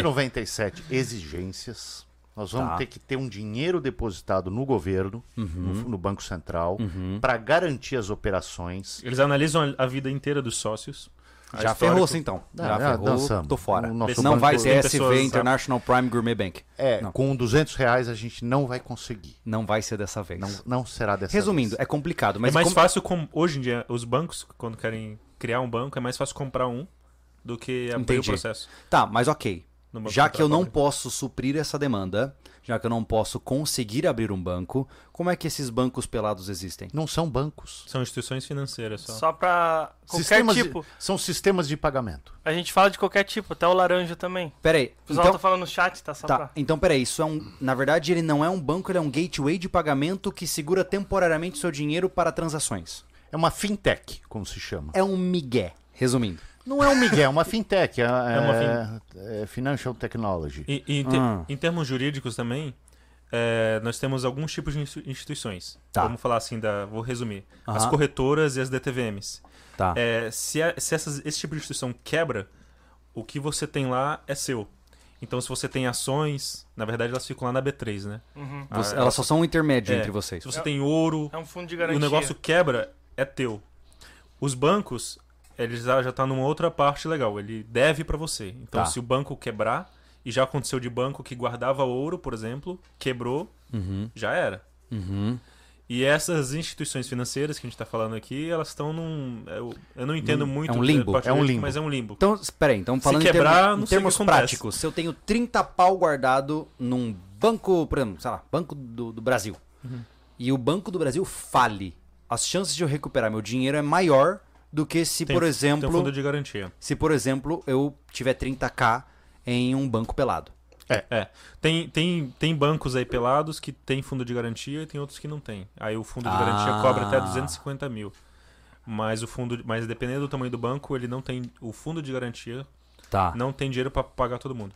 [SPEAKER 3] 297 exigências. Nós vamos
[SPEAKER 1] Tá. Uhum.
[SPEAKER 3] ter que ter um dinheiro depositado no governo, no, no Banco Central, para garantir as operações.
[SPEAKER 4] Eles analisam a a vida inteira dos sócios. a
[SPEAKER 1] Já
[SPEAKER 4] histórico.
[SPEAKER 1] ferrou-se, então.
[SPEAKER 3] Não,
[SPEAKER 1] já
[SPEAKER 3] já
[SPEAKER 1] ferrou,
[SPEAKER 3] dançamos.
[SPEAKER 1] tô fora.
[SPEAKER 3] O nosso
[SPEAKER 1] Não vai
[SPEAKER 4] banco
[SPEAKER 1] ser
[SPEAKER 4] tem
[SPEAKER 1] SV
[SPEAKER 4] pessoas-
[SPEAKER 1] International Prime Gourmet Bank.
[SPEAKER 3] É,
[SPEAKER 1] Não.
[SPEAKER 3] com 200 reais a gente não vai conseguir.
[SPEAKER 1] Não vai ser dessa vez.
[SPEAKER 3] Não, não será dessa
[SPEAKER 1] Resumindo,
[SPEAKER 3] vez.
[SPEAKER 1] é complicado,
[SPEAKER 4] é
[SPEAKER 1] mas
[SPEAKER 4] mais
[SPEAKER 1] como-
[SPEAKER 4] fácil, com... hoje em dia, os bancos, quando querem criar um banco, é mais fácil comprar um do que abrir
[SPEAKER 1] Entendi.
[SPEAKER 4] o processo.
[SPEAKER 1] Tá, mas ok.
[SPEAKER 4] No banco
[SPEAKER 1] Já
[SPEAKER 4] central,
[SPEAKER 1] que eu não
[SPEAKER 4] vale.
[SPEAKER 1] posso suprir essa demanda, já que eu não posso conseguir abrir um banco, como é que esses bancos pelados existem?
[SPEAKER 3] Não são bancos.
[SPEAKER 4] São instituições financeiras só.
[SPEAKER 2] Só pra qualquer
[SPEAKER 3] Sistemas de-
[SPEAKER 2] tipo.
[SPEAKER 3] são sistemas de pagamento.
[SPEAKER 2] A gente fala de qualquer tipo, até o laranja também.
[SPEAKER 1] Peraí,
[SPEAKER 2] O pessoal
[SPEAKER 1] então,
[SPEAKER 2] tá falando no chat, tá? Só
[SPEAKER 1] tá,
[SPEAKER 2] pra...
[SPEAKER 1] então peraí, isso é um, na verdade ele não é um banco, ele é um gateway de pagamento que segura temporariamente seu dinheiro para transações.
[SPEAKER 3] É uma fintech, como se chama.
[SPEAKER 1] É um migué, resumindo.
[SPEAKER 3] Não é um Miguel, é uma fintech. É,
[SPEAKER 4] uma
[SPEAKER 3] é- é financial technology.
[SPEAKER 4] E, e em, te-
[SPEAKER 1] Ah.
[SPEAKER 4] em termos jurídicos também, é, nós temos alguns tipos de insti- instituições.
[SPEAKER 1] Tá.
[SPEAKER 4] Vamos falar assim, da, vou resumir. As
[SPEAKER 1] Aham.
[SPEAKER 4] corretoras e as DTVMs.
[SPEAKER 1] Tá.
[SPEAKER 4] É, se a- se essas- esse tipo de instituição quebra, o que você tem lá é seu. Então, se você tem ações, na verdade elas ficam lá na B3, né?
[SPEAKER 1] Você- elas só são um intermédio
[SPEAKER 4] É,
[SPEAKER 1] entre vocês.
[SPEAKER 4] Se você tem ouro,
[SPEAKER 2] Uhum. É um fundo de
[SPEAKER 4] e
[SPEAKER 2] garantia.
[SPEAKER 4] o negócio quebra, é teu. Os bancos, eles já já tá numa outra parte legal. Ele deve para você. Então,
[SPEAKER 1] Tá.
[SPEAKER 4] se o banco quebrar, e já aconteceu de banco que guardava ouro, por exemplo, quebrou,
[SPEAKER 1] Uhum.
[SPEAKER 4] já era. E essas instituições financeiras que a gente tá falando aqui, elas estão num. Eu, eu não entendo muito.
[SPEAKER 1] um limbo,
[SPEAKER 4] da parte
[SPEAKER 3] é um
[SPEAKER 4] jurídica,
[SPEAKER 3] limbo.
[SPEAKER 4] Mas é um limbo.
[SPEAKER 1] Então, espera aí, então falando
[SPEAKER 4] quebrar,
[SPEAKER 1] em termos, em
[SPEAKER 4] não sei o que
[SPEAKER 1] termos
[SPEAKER 4] acontece.
[SPEAKER 1] práticos, se eu tenho 30 pau guardado num banco, por exemplo, sei lá, Banco do, do Brasil, e o Banco do Brasil fale, as chances de eu recuperar meu dinheiro é maior do que se,
[SPEAKER 4] Tem-
[SPEAKER 1] por
[SPEAKER 4] Tem
[SPEAKER 1] exemplo,
[SPEAKER 4] um fundo de garantia.
[SPEAKER 1] se por exemplo, eu tiver 30k em um banco pelado.
[SPEAKER 4] É. Tem, tem, tem bancos aí pelados que tem fundo de garantia e tem outros que não tem. Aí o fundo de
[SPEAKER 1] Ah.
[SPEAKER 4] garantia cobra até 250 mil. Mas o fundo. Mas dependendo do tamanho do banco, ele não tem. O fundo de garantia
[SPEAKER 1] Tá.
[SPEAKER 4] não tem dinheiro pra pagar todo mundo.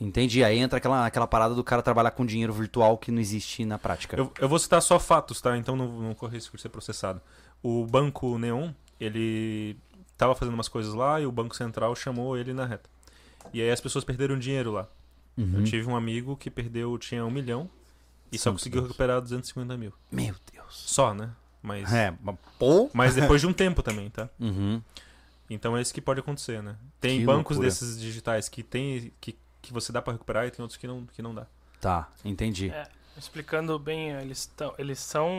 [SPEAKER 1] Entendi. Aí entra aquela, aquela parada do cara trabalhar com dinheiro virtual que não existe na prática.
[SPEAKER 4] Eu, eu vou citar só fatos, tá? Então não, não corre risco de ser processado. O banco Neon, ele tava fazendo umas coisas lá e o Banco Central chamou ele na reta. E aí as pessoas perderam dinheiro lá. Eu tive um amigo que perdeu, tinha um milhão e só conseguiu recuperar 250 mil.
[SPEAKER 1] Meu Deus.
[SPEAKER 4] Só, né? Mas,
[SPEAKER 1] É, mas- pô.
[SPEAKER 4] mas depois de um tempo também, tá?
[SPEAKER 1] Uhum.
[SPEAKER 4] Então é isso que pode acontecer, né? Tem
[SPEAKER 1] Que
[SPEAKER 4] bancos
[SPEAKER 1] loucura.
[SPEAKER 4] desses digitais que tem que que você dá pra recuperar e tem outros que não, que não dá.
[SPEAKER 1] Tá, entendi.
[SPEAKER 2] É, explicando bem, eles, tão, eles são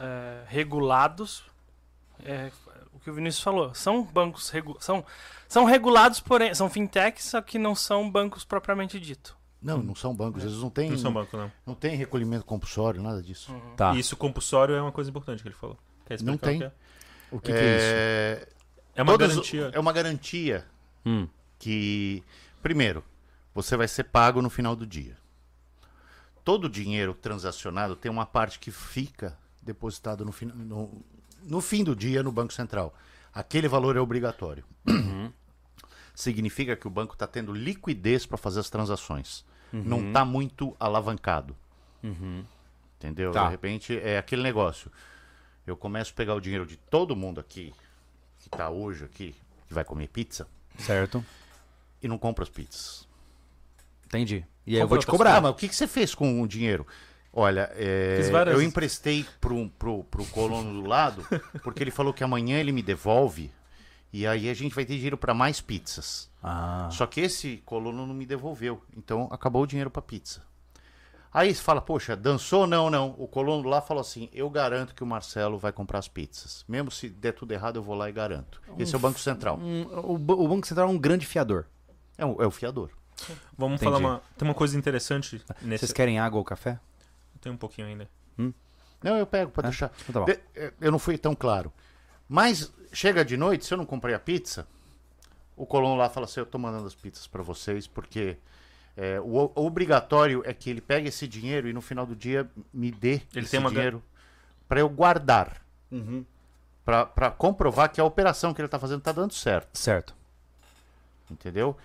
[SPEAKER 2] é, regulados. é, o que o Vinícius falou, são bancos regu- são, são regulados, porém, são fintechs, só que não são bancos propriamente dito.
[SPEAKER 3] Não, não são bancos. Eles não têm,
[SPEAKER 4] Não são banco, não.
[SPEAKER 3] não têm recolhimento compulsório, nada disso.
[SPEAKER 1] Tá.
[SPEAKER 4] E isso compulsório é uma coisa importante que ele falou. Quer explicar
[SPEAKER 3] Não tem.
[SPEAKER 4] o que é?
[SPEAKER 1] O que, que é isso?
[SPEAKER 3] É,
[SPEAKER 4] É uma
[SPEAKER 3] todas-
[SPEAKER 4] garantia.
[SPEAKER 3] É uma garantia
[SPEAKER 1] Hum.
[SPEAKER 3] que, primeiro, você vai ser pago no final do dia. Todo o dinheiro transacionado tem uma parte que fica depositado no, fin- no- no fim do dia no Banco Central. Aquele valor é obrigatório. Significa que o banco está tendo liquidez para fazer as transações. Não está muito alavancado. Entendeu?
[SPEAKER 1] Tá.
[SPEAKER 3] De repente é aquele negócio. Eu começo a pegar o dinheiro de todo mundo aqui, que está hoje aqui, que vai comer pizza,
[SPEAKER 1] Certo.
[SPEAKER 3] e não compra as pizzas.
[SPEAKER 1] Entendi. E aí eu
[SPEAKER 4] Compra
[SPEAKER 1] vou te
[SPEAKER 4] outras
[SPEAKER 1] cobrar.
[SPEAKER 3] Ah, mas o que, que você fez com o dinheiro? Olha, é,
[SPEAKER 4] Fiz várias-
[SPEAKER 3] eu emprestei pro, pro, pro colono do lado, porque ele falou que amanhã ele me devolve, e aí a gente vai ter dinheiro para mais pizzas.
[SPEAKER 1] Ah,
[SPEAKER 3] Só que esse colono não me devolveu, então acabou o dinheiro para pizza. Aí você fala, poxa, dançou? Não, não. O colono lá falou assim: eu garanto que o Marcelo vai comprar as pizzas. Mesmo se der tudo errado, eu vou lá e garanto. Esse é o Banco Central.
[SPEAKER 1] um- o, ba- o Banco Central é um grande fiador.
[SPEAKER 3] É o, é o fiador.
[SPEAKER 4] Vamos
[SPEAKER 1] Entendi.
[SPEAKER 4] falar uma. Tem uma coisa interessante nesse.
[SPEAKER 1] Vocês querem água ou café?
[SPEAKER 4] Tem um pouquinho ainda.
[SPEAKER 3] Não, eu pego para
[SPEAKER 1] É?
[SPEAKER 3] deixar.
[SPEAKER 1] Então tá bom.
[SPEAKER 3] De- eh, Eu não fui tão claro. Mas chega de noite, se eu não comprei a pizza, o colono lá fala assim: eu tô mandando as pizzas para vocês, porque eh, o o- o obrigatório é que ele pegue esse dinheiro e no final do dia me dê
[SPEAKER 4] Ele
[SPEAKER 3] esse
[SPEAKER 4] tem uma ga-
[SPEAKER 3] dinheiro para eu guardar.
[SPEAKER 1] Uhum.
[SPEAKER 3] Pra Para comprovar que a operação que ele tá fazendo tá dando certo,
[SPEAKER 1] Certo.
[SPEAKER 3] entendeu?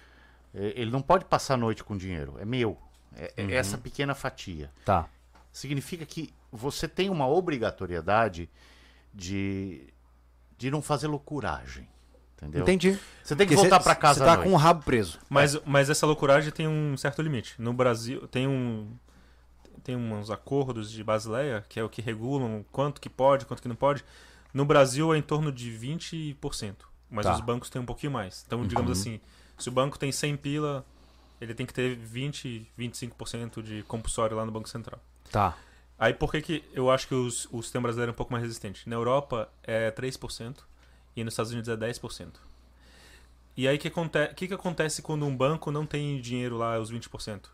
[SPEAKER 3] Eh, Ele não pode passar a noite com dinheiro, é meu. É-
[SPEAKER 1] Uhum.
[SPEAKER 3] é essa pequena fatia
[SPEAKER 1] Tá.
[SPEAKER 3] significa que você tem uma obrigatoriedade de, de não fazer loucuragem. Entendeu?
[SPEAKER 1] Entendi.
[SPEAKER 3] Você tem que
[SPEAKER 1] Porque cê-
[SPEAKER 3] voltar pra casa
[SPEAKER 1] Você tá
[SPEAKER 3] à
[SPEAKER 1] com o rabo preso.
[SPEAKER 4] Mas, mas essa loucuragem tem um certo limite. No Brasil, tem um. Tem uns acordos de Basileia, que é o que regulam quanto que pode, quanto que não pode. No Brasil é em torno de 20%. Mas
[SPEAKER 1] Tá.
[SPEAKER 4] os bancos têm um pouquinho mais. Então, digamos assim, se o banco tem 100 pila, ele tem que ter 20, 25% de compulsório lá no Banco Central.
[SPEAKER 1] Tá.
[SPEAKER 4] Aí por que, que eu acho que os, o sistema brasileiro é um pouco mais resistente? Na Europa é 3% e nos Estados Unidos é 10%. E aí o que, aconte- que, que acontece quando um banco não tem dinheiro lá, é os 20%?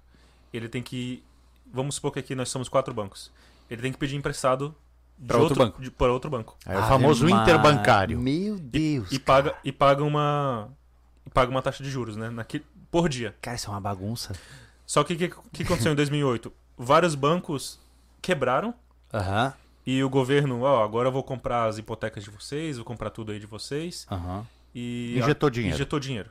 [SPEAKER 4] Ele tem que. Vamos supor que aqui nós somos quatro bancos. Ele tem que pedir emprestado de
[SPEAKER 1] Pra outro banco.
[SPEAKER 4] de- pra outro banco.
[SPEAKER 3] É o famoso interbancário.
[SPEAKER 1] Meu Deus.
[SPEAKER 4] E paga, e paga uma. E paga uma taxa de juros, né? Naque- por dia.
[SPEAKER 1] Cara, isso é uma bagunça.
[SPEAKER 4] Só que o que, que aconteceu em 2008? Vários bancos quebraram
[SPEAKER 1] Aham.
[SPEAKER 4] E o governo, ó, agora eu vou comprar as hipotecas de vocês, vou comprar tudo aí de vocês.
[SPEAKER 1] Aham.
[SPEAKER 4] E
[SPEAKER 3] Injetou dinheiro.
[SPEAKER 4] Injetou dinheiro.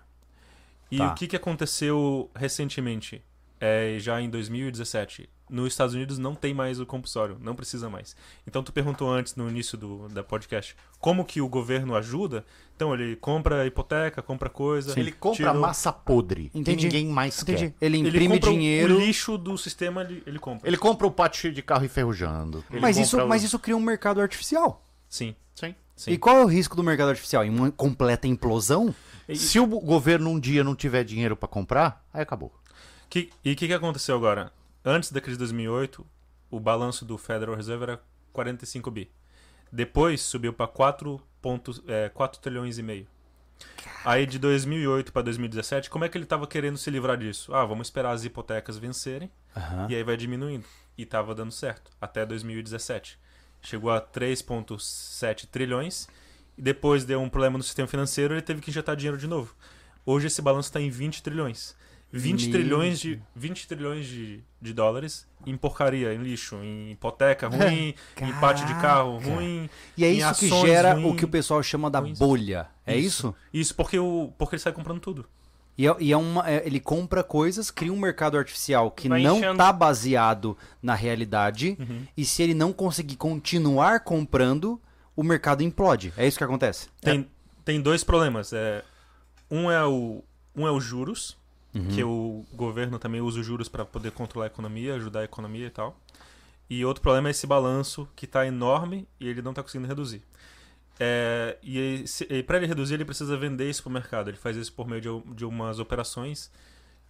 [SPEAKER 4] E
[SPEAKER 1] Tá.
[SPEAKER 4] o que, que aconteceu recentemente? É, já em 2017, nos Estados Unidos não tem mais o compulsório, não precisa mais. Então tu perguntou antes no início do da podcast como que o governo ajuda. Então ele compra hipoteca, compra coisa.
[SPEAKER 3] Ele compra
[SPEAKER 4] tira o-
[SPEAKER 3] massa podre
[SPEAKER 1] Entendi.
[SPEAKER 3] que ninguém mais
[SPEAKER 1] Entendi.
[SPEAKER 3] quer.
[SPEAKER 1] Ele
[SPEAKER 4] Ele
[SPEAKER 1] imprime
[SPEAKER 3] um
[SPEAKER 4] compra o-
[SPEAKER 1] dinheiro.
[SPEAKER 4] O lixo do sistema ele, ele compra.
[SPEAKER 3] Ele compra o pátio cheio de carro enferrujando. Ele
[SPEAKER 1] mas, isso,
[SPEAKER 3] compra
[SPEAKER 1] mas
[SPEAKER 3] o-
[SPEAKER 1] isso cria um mercado artificial.
[SPEAKER 4] Sim,
[SPEAKER 3] Sim.
[SPEAKER 4] sim.
[SPEAKER 1] E qual é o risco do mercado artificial? Em uma completa implosão?
[SPEAKER 3] Se o governo um dia não tiver dinheiro pra comprar, aí acabou.
[SPEAKER 4] Que- e o que, que aconteceu agora? Antes da crise de 2008, o balanço do Federal Reserve era 45 bi. Depois subiu para 4, pontos- é, 4 trilhões e meio. Aí de 2008 para 2017, como é que ele estava querendo se livrar disso? Ah, vamos esperar as hipotecas vencerem
[SPEAKER 1] Aham.
[SPEAKER 4] e aí vai diminuindo. E estava dando certo até 2017. Chegou a 3,7 trilhões e depois deu um problema no sistema financeiro ele teve que injetar dinheiro de novo. Hoje esse balanço está em 20 trilhões. 20
[SPEAKER 1] Meu
[SPEAKER 4] trilhões, de, 20 trilhões de, de dólares em porcaria, em lixo, em hipoteca ruim, em empate de carro
[SPEAKER 1] Caraca.
[SPEAKER 4] ruim.
[SPEAKER 1] E é
[SPEAKER 4] em
[SPEAKER 1] isso que
[SPEAKER 4] ações
[SPEAKER 1] gera
[SPEAKER 4] ruim.
[SPEAKER 1] o que o pessoal chama da
[SPEAKER 4] Ruins.
[SPEAKER 1] bolha. É isso?
[SPEAKER 4] Isso, porque, o, porque ele sai comprando tudo.
[SPEAKER 1] E, é, e é uma, é- ele compra coisas, cria um mercado artificial que
[SPEAKER 2] Vai
[SPEAKER 1] não
[SPEAKER 2] enchendo.
[SPEAKER 1] está baseado na realidade.
[SPEAKER 4] Uhum.
[SPEAKER 1] E se ele não conseguir continuar comprando, o mercado implode. É isso que acontece.
[SPEAKER 4] Tem, tem dois problemas. É, um, é o, um é os juros,
[SPEAKER 1] Uhum.
[SPEAKER 4] que o governo também usa os juros para poder controlar a economia, ajudar a economia e tal. E outro problema é esse balanço que está enorme e ele não está conseguindo reduzir. É, e para ele reduzir, ele precisa vender isso para o mercado. Ele faz isso por meio de, al- de umas operações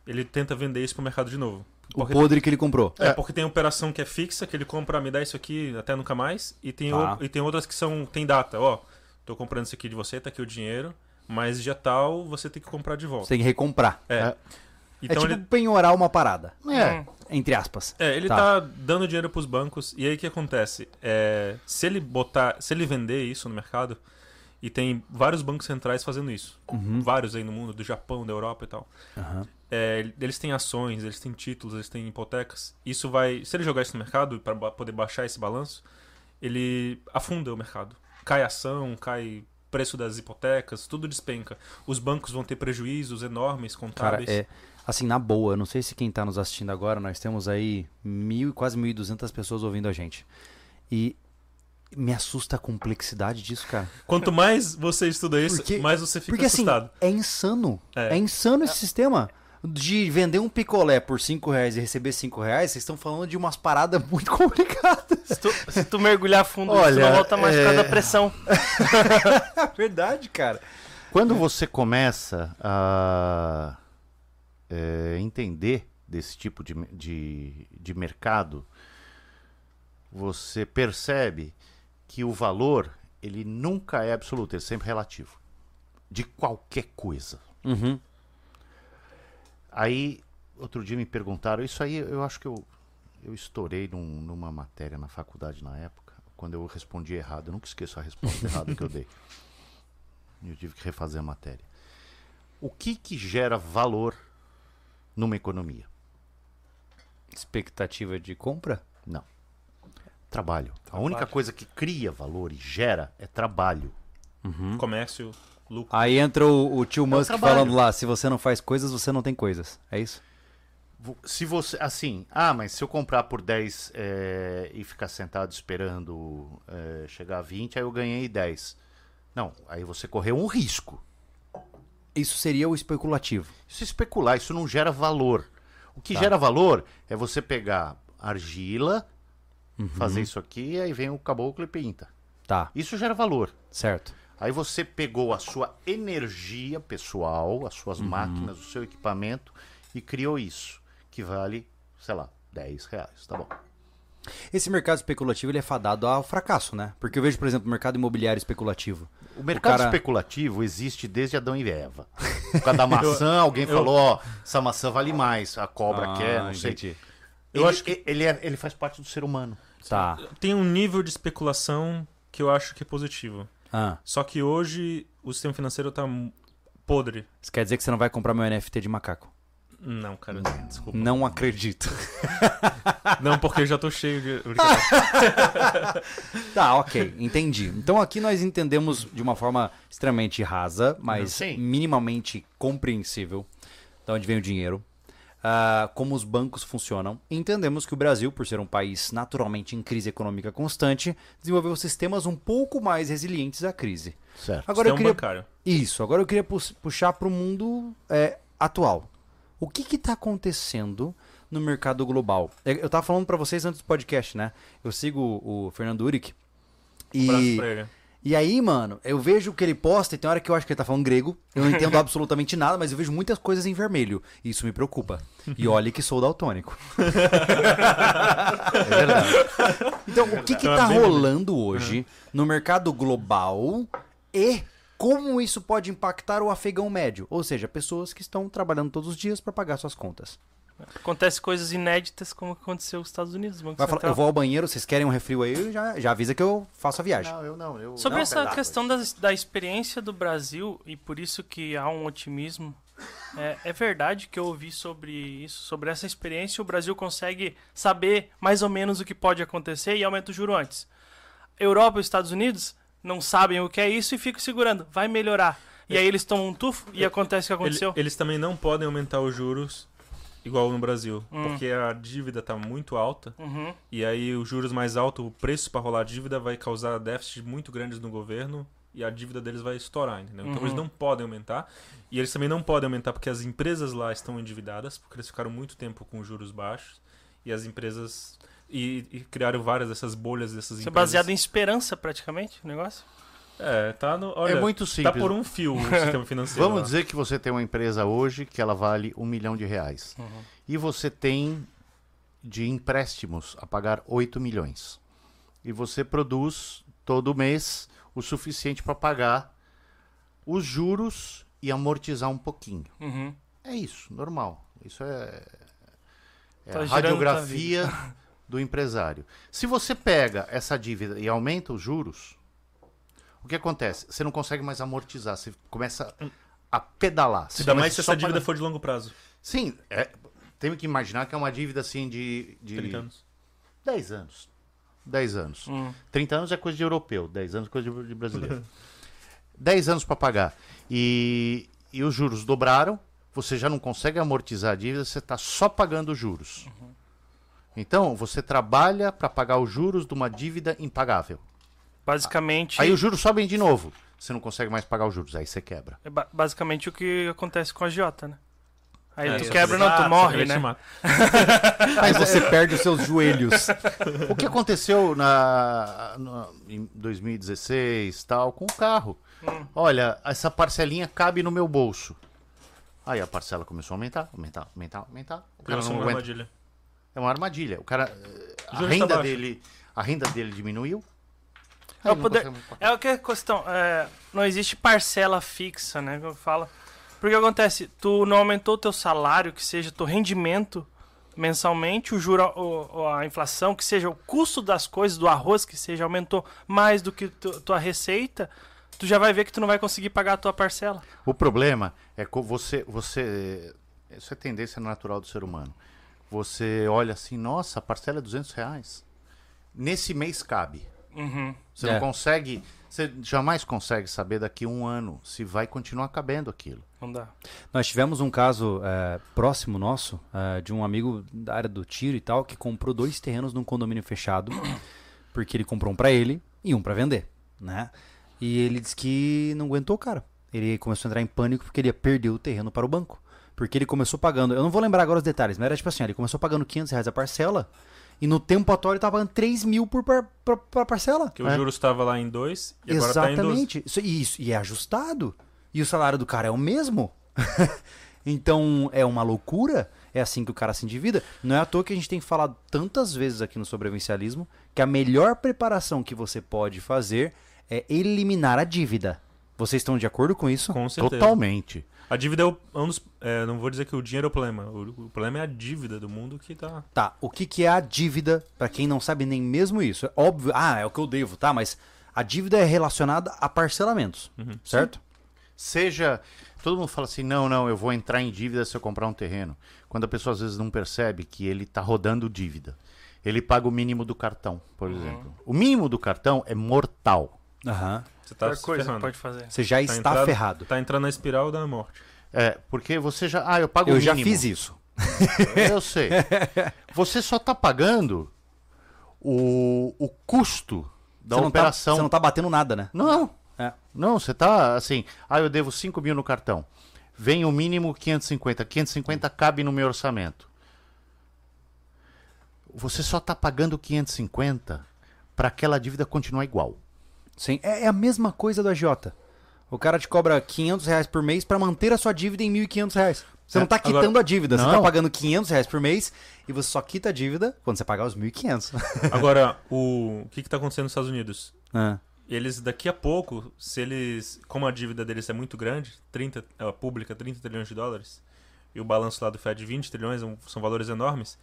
[SPEAKER 4] ele tenta vender isso pro mercado de novo.
[SPEAKER 1] O podre que ele comprou.
[SPEAKER 4] É, porque tem operação que é fixa, que ele compra, me dá isso aqui até nunca mais, e tem,
[SPEAKER 1] Tá.
[SPEAKER 4] o- e tem outras que são tem data, ó, tô comprando isso aqui de você, tá aqui o dinheiro, mas já tal, você tem que comprar de volta.
[SPEAKER 1] Você tem que recomprar.
[SPEAKER 4] É.
[SPEAKER 3] É.
[SPEAKER 1] é
[SPEAKER 4] Então
[SPEAKER 1] tipo
[SPEAKER 4] ele,
[SPEAKER 1] penhorar uma parada.
[SPEAKER 3] É.
[SPEAKER 2] Então,
[SPEAKER 1] Entre aspas.
[SPEAKER 4] é, ele tá. dando dinheiro pros bancos, e aí o que acontece? É, se ele botar, se ele vender isso no mercado, e tem vários bancos centrais fazendo isso, vários aí no mundo, do Japão, da Europa e tal.
[SPEAKER 1] Uhum. Aham.
[SPEAKER 4] É, eles têm ações, eles têm títulos, eles têm hipotecas. Isso vai, se ele jogar isso no mercado para poder baixar esse balanço, ele afunda o mercado. Cai ação, cai preço das hipotecas, tudo despenca. Os bancos vão ter prejuízos enormes
[SPEAKER 1] Cara,
[SPEAKER 4] contábeis.
[SPEAKER 1] é. Assim, na boa, eu não sei se quem tá nos assistindo agora, nós temos aí mil, quase 1.200 pessoas ouvindo a gente. E me assusta a complexidade disso, cara.
[SPEAKER 4] Quanto mais você estuda isso,
[SPEAKER 1] Porque-
[SPEAKER 4] mais você fica
[SPEAKER 1] Porque
[SPEAKER 4] assustado.
[SPEAKER 1] assim, é insano. É,
[SPEAKER 4] É.
[SPEAKER 1] insano esse sistema. De vender um picolé por 5 reais e receber 5 reais, vocês estão falando de umas paradas muito complicadas.
[SPEAKER 2] Se tu, se tu mergulhar fundo, tu
[SPEAKER 3] Olha,
[SPEAKER 2] não volta mais por causa
[SPEAKER 3] é-
[SPEAKER 2] da pressão.
[SPEAKER 1] É verdade, cara.
[SPEAKER 3] Quando você começa a é, entender desse tipo de, me- de, de mercado, você percebe que o valor ele nunca é absoluto, ele é sempre relativo. De qualquer coisa. Aí, outro dia me perguntaram, isso aí eu acho que eu, eu estourei num- numa matéria na faculdade na época, quando eu respondi errado. Eu nunca esqueço a resposta errada que eu dei. Eu tive que refazer a matéria. O que que gera valor numa economia?
[SPEAKER 1] Expectativa de compra?
[SPEAKER 3] Não. Trabalho. A única coisa que cria valor e gera é trabalho.
[SPEAKER 1] Uhum.
[SPEAKER 4] Comércio, lucro.
[SPEAKER 1] Aí entra o, o tio Musk
[SPEAKER 3] trabalho.
[SPEAKER 1] falando lá: se você não faz coisas, você não tem coisas. É isso?
[SPEAKER 3] Vo- Se você, assim, ah, mas se eu comprar por 10 eh, e ficar sentado esperando eh, chegar a 20, aí eu ganhei 10. Não, aí você correu um risco.
[SPEAKER 1] Isso seria o especulativo.
[SPEAKER 3] Isso é especular, isso não gera valor. O que gera valor é você pegar argila, fazer isso aqui, aí vem o caboclo e pinta.
[SPEAKER 1] Tá,
[SPEAKER 3] Isso gera valor.
[SPEAKER 1] certo.
[SPEAKER 3] Aí você pegou a sua energia pessoal, as
[SPEAKER 1] Uhum.
[SPEAKER 3] suas máquinas, o seu equipamento e criou isso, que vale, sei lá, 10 reais, tá bom.
[SPEAKER 1] Esse mercado especulativo ele é fadado ao fracasso, né? Porque eu vejo, por exemplo, o mercado imobiliário especulativo.
[SPEAKER 3] O mercado
[SPEAKER 1] cara-
[SPEAKER 3] especulativo existe desde Adão e Eva. Por causa da maçã, alguém falou, ó, essa maçã vale mais, a cobra
[SPEAKER 1] Ah,
[SPEAKER 3] quer, não sei.
[SPEAKER 1] entendi.
[SPEAKER 4] Eu
[SPEAKER 3] ele,
[SPEAKER 4] acho
[SPEAKER 3] ele, é- ele faz parte do ser humano.
[SPEAKER 1] Tá.
[SPEAKER 4] Tem um nível de especulação que eu acho que é positivo.
[SPEAKER 1] Ah,
[SPEAKER 4] Só que hoje o sistema financeiro tá m- podre.
[SPEAKER 1] isso quer dizer que você não vai comprar meu NFT de macaco?
[SPEAKER 4] Não, cara, desculpa.
[SPEAKER 1] Não acredito.
[SPEAKER 4] Não, porque eu já tô cheio de.
[SPEAKER 1] Ah, Tá, ok, entendi. Então aqui nós entendemos de uma forma extremamente rasa, mas
[SPEAKER 3] Sim.
[SPEAKER 1] minimamente compreensível, de onde vem o dinheiro, ah, como os bancos funcionam. Entendemos que o Brasil, por ser um país naturalmente em crise econômica constante, desenvolveu sistemas um pouco mais resilientes à crise.
[SPEAKER 3] Certo.
[SPEAKER 1] Agora eu
[SPEAKER 4] sistema
[SPEAKER 1] queria
[SPEAKER 4] bancário.
[SPEAKER 1] isso, agora eu queria pus- puxar para o mundo é, atual. O que está acontecendo no mercado global? Eu eu tava falando para vocês antes do podcast, né? Eu sigo o o Fernando Uric.
[SPEAKER 4] Um abraço
[SPEAKER 1] E,
[SPEAKER 4] pra ele.
[SPEAKER 1] e aí, mano, eu vejo o que ele posta e tem hora que eu acho que ele tá falando grego. Eu não entendo absolutamente nada, mas eu vejo muitas coisas em vermelho. E isso me preocupa. E olha que sou daltônico.
[SPEAKER 3] É verdade.
[SPEAKER 1] Então, o que, que
[SPEAKER 4] Então, é
[SPEAKER 1] tá
[SPEAKER 4] bem-
[SPEAKER 1] rolando hoje no mercado global e como isso pode impactar o afegão médio? Ou seja, pessoas que estão trabalhando todos os dias para pagar suas contas.
[SPEAKER 2] Acontece coisas inéditas como aconteceu nos Estados Unidos. Banco
[SPEAKER 1] Vai falar,
[SPEAKER 2] Central.
[SPEAKER 1] eu vou ao banheiro, vocês querem um refil aí? Já, já avisa que eu faço a viagem.
[SPEAKER 3] Não, eu não.
[SPEAKER 4] Tipo,
[SPEAKER 3] Eu...
[SPEAKER 2] Sobre
[SPEAKER 3] não,
[SPEAKER 2] essa
[SPEAKER 3] verdade.
[SPEAKER 2] questão das- da, experiência do Brasil, e por isso que há um otimismo, é, é verdade que eu ouvi sobre isso, sobre essa experiência, o Brasil consegue saber mais ou menos o que pode acontecer e aumenta o juro antes. Europa e os Estados Unidos não sabem o que é isso e ficam segurando, vai melhorar. E aí eles tomam um tufo e acontece o que
[SPEAKER 4] É. Ele-
[SPEAKER 2] aconteceu.
[SPEAKER 4] eles também não podem aumentar os juros igual no Brasil, porque a dívida tá muito alta.
[SPEAKER 2] Hum. Uhum.
[SPEAKER 4] E aí os juros mais altos, o preço para rolar a dívida vai causar déficits muito grandes no governo e a dívida deles vai estourar, entendeu? Então
[SPEAKER 2] Uhum.
[SPEAKER 4] eles não podem aumentar. E eles também não podem aumentar porque as empresas lá estão endividadas, porque eles ficaram muito tempo com juros baixos e as empresas e, e criaram várias dessas bolhas dessas
[SPEAKER 2] Isso é
[SPEAKER 4] empresas.
[SPEAKER 2] baseado em esperança, praticamente, o negócio.
[SPEAKER 4] É, tá no. Olha,
[SPEAKER 3] É muito
[SPEAKER 4] Tá
[SPEAKER 3] simples.
[SPEAKER 4] por um fio o sistema financeiro.
[SPEAKER 3] Vamos
[SPEAKER 4] lá.
[SPEAKER 3] dizer que você tem uma empresa hoje que ela vale um milhão de reais. E você tem de empréstimos a pagar 8 milhões. E você produz todo mês o suficiente para pagar os juros e amortizar um pouquinho.
[SPEAKER 2] Uhum.
[SPEAKER 3] É isso, normal. Isso é, é
[SPEAKER 2] Tá
[SPEAKER 3] a
[SPEAKER 2] girando
[SPEAKER 3] radiografia do empresário. Se você pega essa dívida e aumenta os juros, o que acontece? Você não consegue mais amortizar, você começa a pedalar. Você
[SPEAKER 4] Ainda
[SPEAKER 3] começa
[SPEAKER 4] mais se
[SPEAKER 3] só
[SPEAKER 4] essa dívida
[SPEAKER 3] pagando-
[SPEAKER 4] for de longo prazo. tá
[SPEAKER 3] Sim, é, temos que imaginar que é uma dívida assim de, de
[SPEAKER 4] 30 anos.
[SPEAKER 3] 10 anos. 10 anos. 30 anos é coisa de europeu, 10 anos é coisa de de brasileiro. 10 anos para pagar. E, e os juros dobraram, você já não consegue amortizar a dívida, você está só pagando os juros. Então, você trabalha para pagar os juros de uma dívida impagável.
[SPEAKER 2] Basicamente.
[SPEAKER 3] Aí os juros sobem de novo. Você não consegue mais pagar os juros, aí você quebra.
[SPEAKER 2] É ba- basicamente o que acontece com a Jota, né? Aí
[SPEAKER 4] É,
[SPEAKER 2] tu
[SPEAKER 4] só
[SPEAKER 2] quebra,
[SPEAKER 4] se-
[SPEAKER 2] não, tu
[SPEAKER 4] Ah,
[SPEAKER 2] morre,
[SPEAKER 4] ele
[SPEAKER 2] né?
[SPEAKER 4] te mata.
[SPEAKER 1] Aí você perde os seus joelhos.
[SPEAKER 3] O que aconteceu na, na- em 2016 tal com o carro?
[SPEAKER 4] Hum.
[SPEAKER 3] Olha, essa parcelinha cabe no meu bolso. Aí a parcela começou a aumentar, aumentar, aumentar, aumentar. O cara
[SPEAKER 4] Programação
[SPEAKER 3] não
[SPEAKER 4] é uma
[SPEAKER 3] aguenta.
[SPEAKER 4] armadilha.
[SPEAKER 3] É uma armadilha. O cara eh, a
[SPEAKER 4] Juros
[SPEAKER 3] renda
[SPEAKER 4] abaixo.
[SPEAKER 3] dele, a renda dele diminuiu.
[SPEAKER 2] É, o
[SPEAKER 3] Aí não
[SPEAKER 2] poder-
[SPEAKER 3] consegue mais pagar.
[SPEAKER 2] é o que é questão. é, não existe parcela fixa, né? Que eu falo. Porque acontece, tu não aumentou o teu salário, que seja teu rendimento mensalmente, o juro, o- o- a inflação, que seja o custo das coisas, do arroz, que seja, aumentou mais do que tu- tua receita, tu já vai ver que tu não vai conseguir pagar a tua parcela.
[SPEAKER 3] O problema é que você, você. Isso é tendência natural do ser humano. Você olha assim, nossa, a parcela é 200 reais. Nesse mês cabe. Você
[SPEAKER 1] É.
[SPEAKER 3] não consegue. Você jamais consegue saber daqui a um ano se vai continuar cabendo aquilo.
[SPEAKER 2] Não dá.
[SPEAKER 1] Nós tivemos um caso eh, próximo nosso, eh, de um amigo da área do tiro e tal, que comprou dois terrenos num condomínio fechado, porque ele comprou um pra ele e um pra vender, né? E ele disse que não aguentou, cara. Ele começou a entrar em pânico porque ele ia perder o terreno para o banco. Porque ele começou pagando, eu não vou lembrar agora os detalhes, mas era tipo assim, ele começou pagando 500 reais a parcela, e no tempo atual ele tava pagando 3 mil por, par- pra- pra parcela.
[SPEAKER 4] Porque o
[SPEAKER 3] É.
[SPEAKER 4] juro estava lá em 2 e agora tá em 12.
[SPEAKER 1] Exatamente. Isso, e isso, e é ajustado. E o salário do cara é o mesmo. então é uma loucura. É assim que o cara se endivida. Não é à toa que a gente tem falado tantas vezes aqui no sobrevivencialismo que a melhor preparação que você pode fazer é eliminar a dívida. Vocês estão de acordo com isso?
[SPEAKER 4] Com certeza.
[SPEAKER 3] Totalmente.
[SPEAKER 4] A dívida é o- é um dos. é, não vou dizer que o dinheiro é o problema. O, o problema é a dívida do mundo que tá.
[SPEAKER 1] Tá, o que, que é a dívida, pra quem não sabe nem mesmo isso? É óbvio, ah, é o que eu devo, tá? Mas a dívida é relacionada a parcelamentos,
[SPEAKER 4] Uhum.
[SPEAKER 1] certo?
[SPEAKER 3] Seja. Todo mundo fala assim: não, não, eu vou entrar em dívida se eu comprar um terreno. Quando a pessoa às vezes não percebe que ele está rodando dívida. Ele paga o mínimo do cartão, por exemplo. O mínimo do cartão é mortal.
[SPEAKER 1] Aham.
[SPEAKER 4] Você tá
[SPEAKER 2] Pior
[SPEAKER 4] se
[SPEAKER 2] coisa que
[SPEAKER 4] ferrando.
[SPEAKER 2] pode fazer.
[SPEAKER 1] Você já
[SPEAKER 4] Tá
[SPEAKER 1] está
[SPEAKER 4] entrando-
[SPEAKER 1] ferrado.
[SPEAKER 4] Tá entrando na espiral da morte.
[SPEAKER 3] É, porque você já. Ah, eu pago o
[SPEAKER 1] Eu já
[SPEAKER 3] mínimo.
[SPEAKER 1] fiz isso.
[SPEAKER 3] Eu sei. Você só tá pagando o, o custo da
[SPEAKER 1] você não tá-
[SPEAKER 3] operação.
[SPEAKER 1] você não tá batendo nada, né?
[SPEAKER 3] não,
[SPEAKER 1] É.
[SPEAKER 3] não, você tá assim. Ah, eu devo 5 mil no cartão. Vem o mínimo 550. 550 cabe no meu orçamento. Você só tá pagando 550 para aquela dívida continuar igual.
[SPEAKER 1] Sim. É, é a mesma coisa do agiota. O cara te cobra 500 reais por mês pra manter a sua dívida em 1.500 reais. Você não tá
[SPEAKER 4] É, Agora-
[SPEAKER 1] quitando a dívida, você
[SPEAKER 3] Não.
[SPEAKER 1] tá pagando 500 reais por mês e você só quita a dívida quando você pagar os 1.500.
[SPEAKER 4] Agora, o, o que que tá acontecendo nos Estados Unidos?
[SPEAKER 1] Ah,
[SPEAKER 4] Eles, daqui a pouco, se eles. Como a dívida deles é muito grande, 30, a pública, 30 trilhões de dólares, e o balanço lá do Fed, 20 trilhões, um- são valores enormes.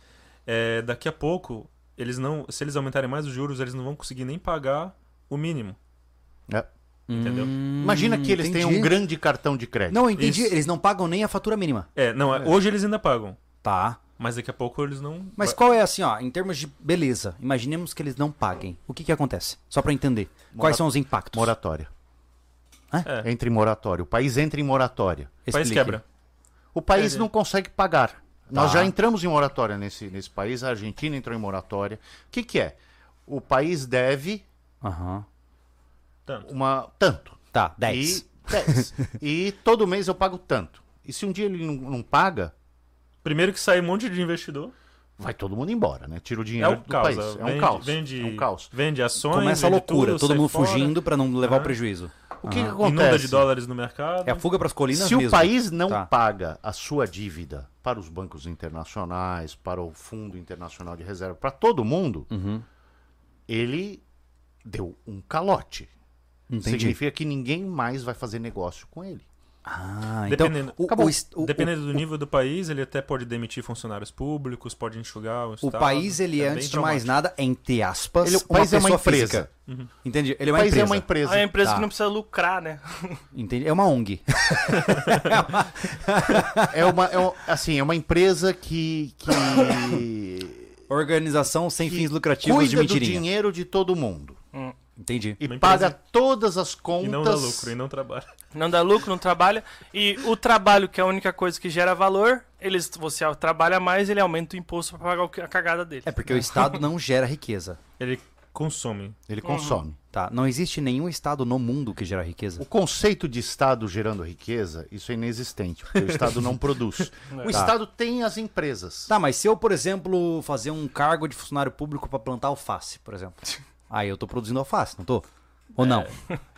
[SPEAKER 4] é, daqui a pouco, eles não. Se eles aumentarem mais os juros, eles não vão conseguir nem pagar o mínimo.
[SPEAKER 3] né?
[SPEAKER 4] Entendeu?
[SPEAKER 3] Imagina que eles têm
[SPEAKER 1] Hum, entendi.
[SPEAKER 3] um grande cartão de crédito.
[SPEAKER 1] Não, eu entendi.
[SPEAKER 4] Isso.
[SPEAKER 1] Eles não pagam nem a fatura mínima.
[SPEAKER 4] É, não, é- hoje eles ainda pagam.
[SPEAKER 1] Tá.
[SPEAKER 4] Mas daqui a pouco eles não.
[SPEAKER 1] Mas qual é assim, ó, em termos de beleza, imaginemos que eles não paguem. O que que acontece? Só pra entender. Quais são os impactos?
[SPEAKER 3] Moratória.
[SPEAKER 4] Hã?
[SPEAKER 3] Entra em moratória. O país entra em moratória.
[SPEAKER 4] O país
[SPEAKER 1] Explique.
[SPEAKER 4] quebra.
[SPEAKER 3] O país
[SPEAKER 4] Entendi. Tá.
[SPEAKER 3] não consegue pagar. Nós já entramos em moratória nesse, nesse país, a Argentina entrou em moratória. O que, que é? O país deve
[SPEAKER 1] Aham.
[SPEAKER 4] Tanto.
[SPEAKER 3] uma tanto.
[SPEAKER 1] Tá, 10.
[SPEAKER 3] E, 10. e todo mês eu pago tanto. E se um dia ele não, não paga,
[SPEAKER 4] Primeiro que sai um monte de investidor.
[SPEAKER 3] vai todo mundo embora, né? Tira o dinheiro
[SPEAKER 4] é um
[SPEAKER 3] do
[SPEAKER 4] caos.
[SPEAKER 3] país. É um
[SPEAKER 4] vende,
[SPEAKER 3] caos.
[SPEAKER 4] Vende,
[SPEAKER 3] É um caos.
[SPEAKER 4] Vende ações.
[SPEAKER 1] Começa a
[SPEAKER 4] vende
[SPEAKER 1] loucura,
[SPEAKER 4] tudo,
[SPEAKER 1] todo
[SPEAKER 4] sai
[SPEAKER 1] mundo
[SPEAKER 4] fora,
[SPEAKER 1] fugindo pra não levar o
[SPEAKER 4] Aham.
[SPEAKER 1] prejuízo.
[SPEAKER 3] O que, que
[SPEAKER 4] Ah. Inunda
[SPEAKER 3] acontece?
[SPEAKER 4] de dólares no mercado.
[SPEAKER 1] É a fuga pras colinas
[SPEAKER 3] Se o
[SPEAKER 1] mesmo.
[SPEAKER 3] país não
[SPEAKER 1] Tá.
[SPEAKER 3] paga a sua dívida para os bancos internacionais, para o Fundo Internacional de Reserva, para todo mundo,
[SPEAKER 1] Uhum.
[SPEAKER 3] ele deu um calote.
[SPEAKER 1] Entendi.
[SPEAKER 3] Significa que ninguém mais vai fazer negócio com ele.
[SPEAKER 1] Ah, então.
[SPEAKER 4] Dependendo-
[SPEAKER 1] o,
[SPEAKER 3] Acabou.
[SPEAKER 1] o est- o-
[SPEAKER 4] Dependendo do nível do país, ele até pode demitir funcionários públicos, pode enxugar o
[SPEAKER 1] o,
[SPEAKER 4] Estado.
[SPEAKER 1] o país, ele é,
[SPEAKER 4] bem
[SPEAKER 1] antes de mais nada, entre aspas,
[SPEAKER 3] Ele- o país é uma
[SPEAKER 1] pessoa
[SPEAKER 3] empresa.
[SPEAKER 1] física.
[SPEAKER 4] Uhum.
[SPEAKER 1] Entendi. Ele é
[SPEAKER 3] O
[SPEAKER 1] uma
[SPEAKER 3] país
[SPEAKER 1] empresa.
[SPEAKER 3] é uma empresa.
[SPEAKER 2] É uma empresa
[SPEAKER 1] Tá.
[SPEAKER 2] que não precisa lucrar, né?
[SPEAKER 1] Entendi. É uma ONG.
[SPEAKER 3] É uma, é um- assim, é uma empresa que, que
[SPEAKER 1] Organização sem fins lucrativos de
[SPEAKER 3] cuida do
[SPEAKER 1] mentirinha.
[SPEAKER 3] dinheiro de todo mundo.
[SPEAKER 1] Entendi.
[SPEAKER 3] E
[SPEAKER 4] Uma
[SPEAKER 3] paga
[SPEAKER 4] empresa-
[SPEAKER 3] todas as
[SPEAKER 4] E
[SPEAKER 3] contas.
[SPEAKER 4] não dá lucro, né? e não trabalha.
[SPEAKER 2] Não dá lucro, não trabalha. E o trabalho, que é a única coisa que gera valor, eles, você trabalha mais, ele aumenta o imposto pra pagar o que- a cagada dele.
[SPEAKER 1] É porque o Estado não gera riqueza.
[SPEAKER 4] Ele consome.
[SPEAKER 3] Ele
[SPEAKER 4] Uhum.
[SPEAKER 3] consome.
[SPEAKER 1] Tá? Não existe nenhum Estado no mundo que gera riqueza.
[SPEAKER 3] O conceito de Estado gerando riqueza, isso é inexistente, porque o Estado não produz.
[SPEAKER 4] É.
[SPEAKER 3] O
[SPEAKER 4] Tá.
[SPEAKER 3] Estado tem as empresas.
[SPEAKER 1] Tá, mas se eu, por exemplo, fazer um cargo de funcionário público pra plantar alface, por exemplo. Aí eu tô produzindo alface, não tô?
[SPEAKER 3] É.
[SPEAKER 1] Ou não?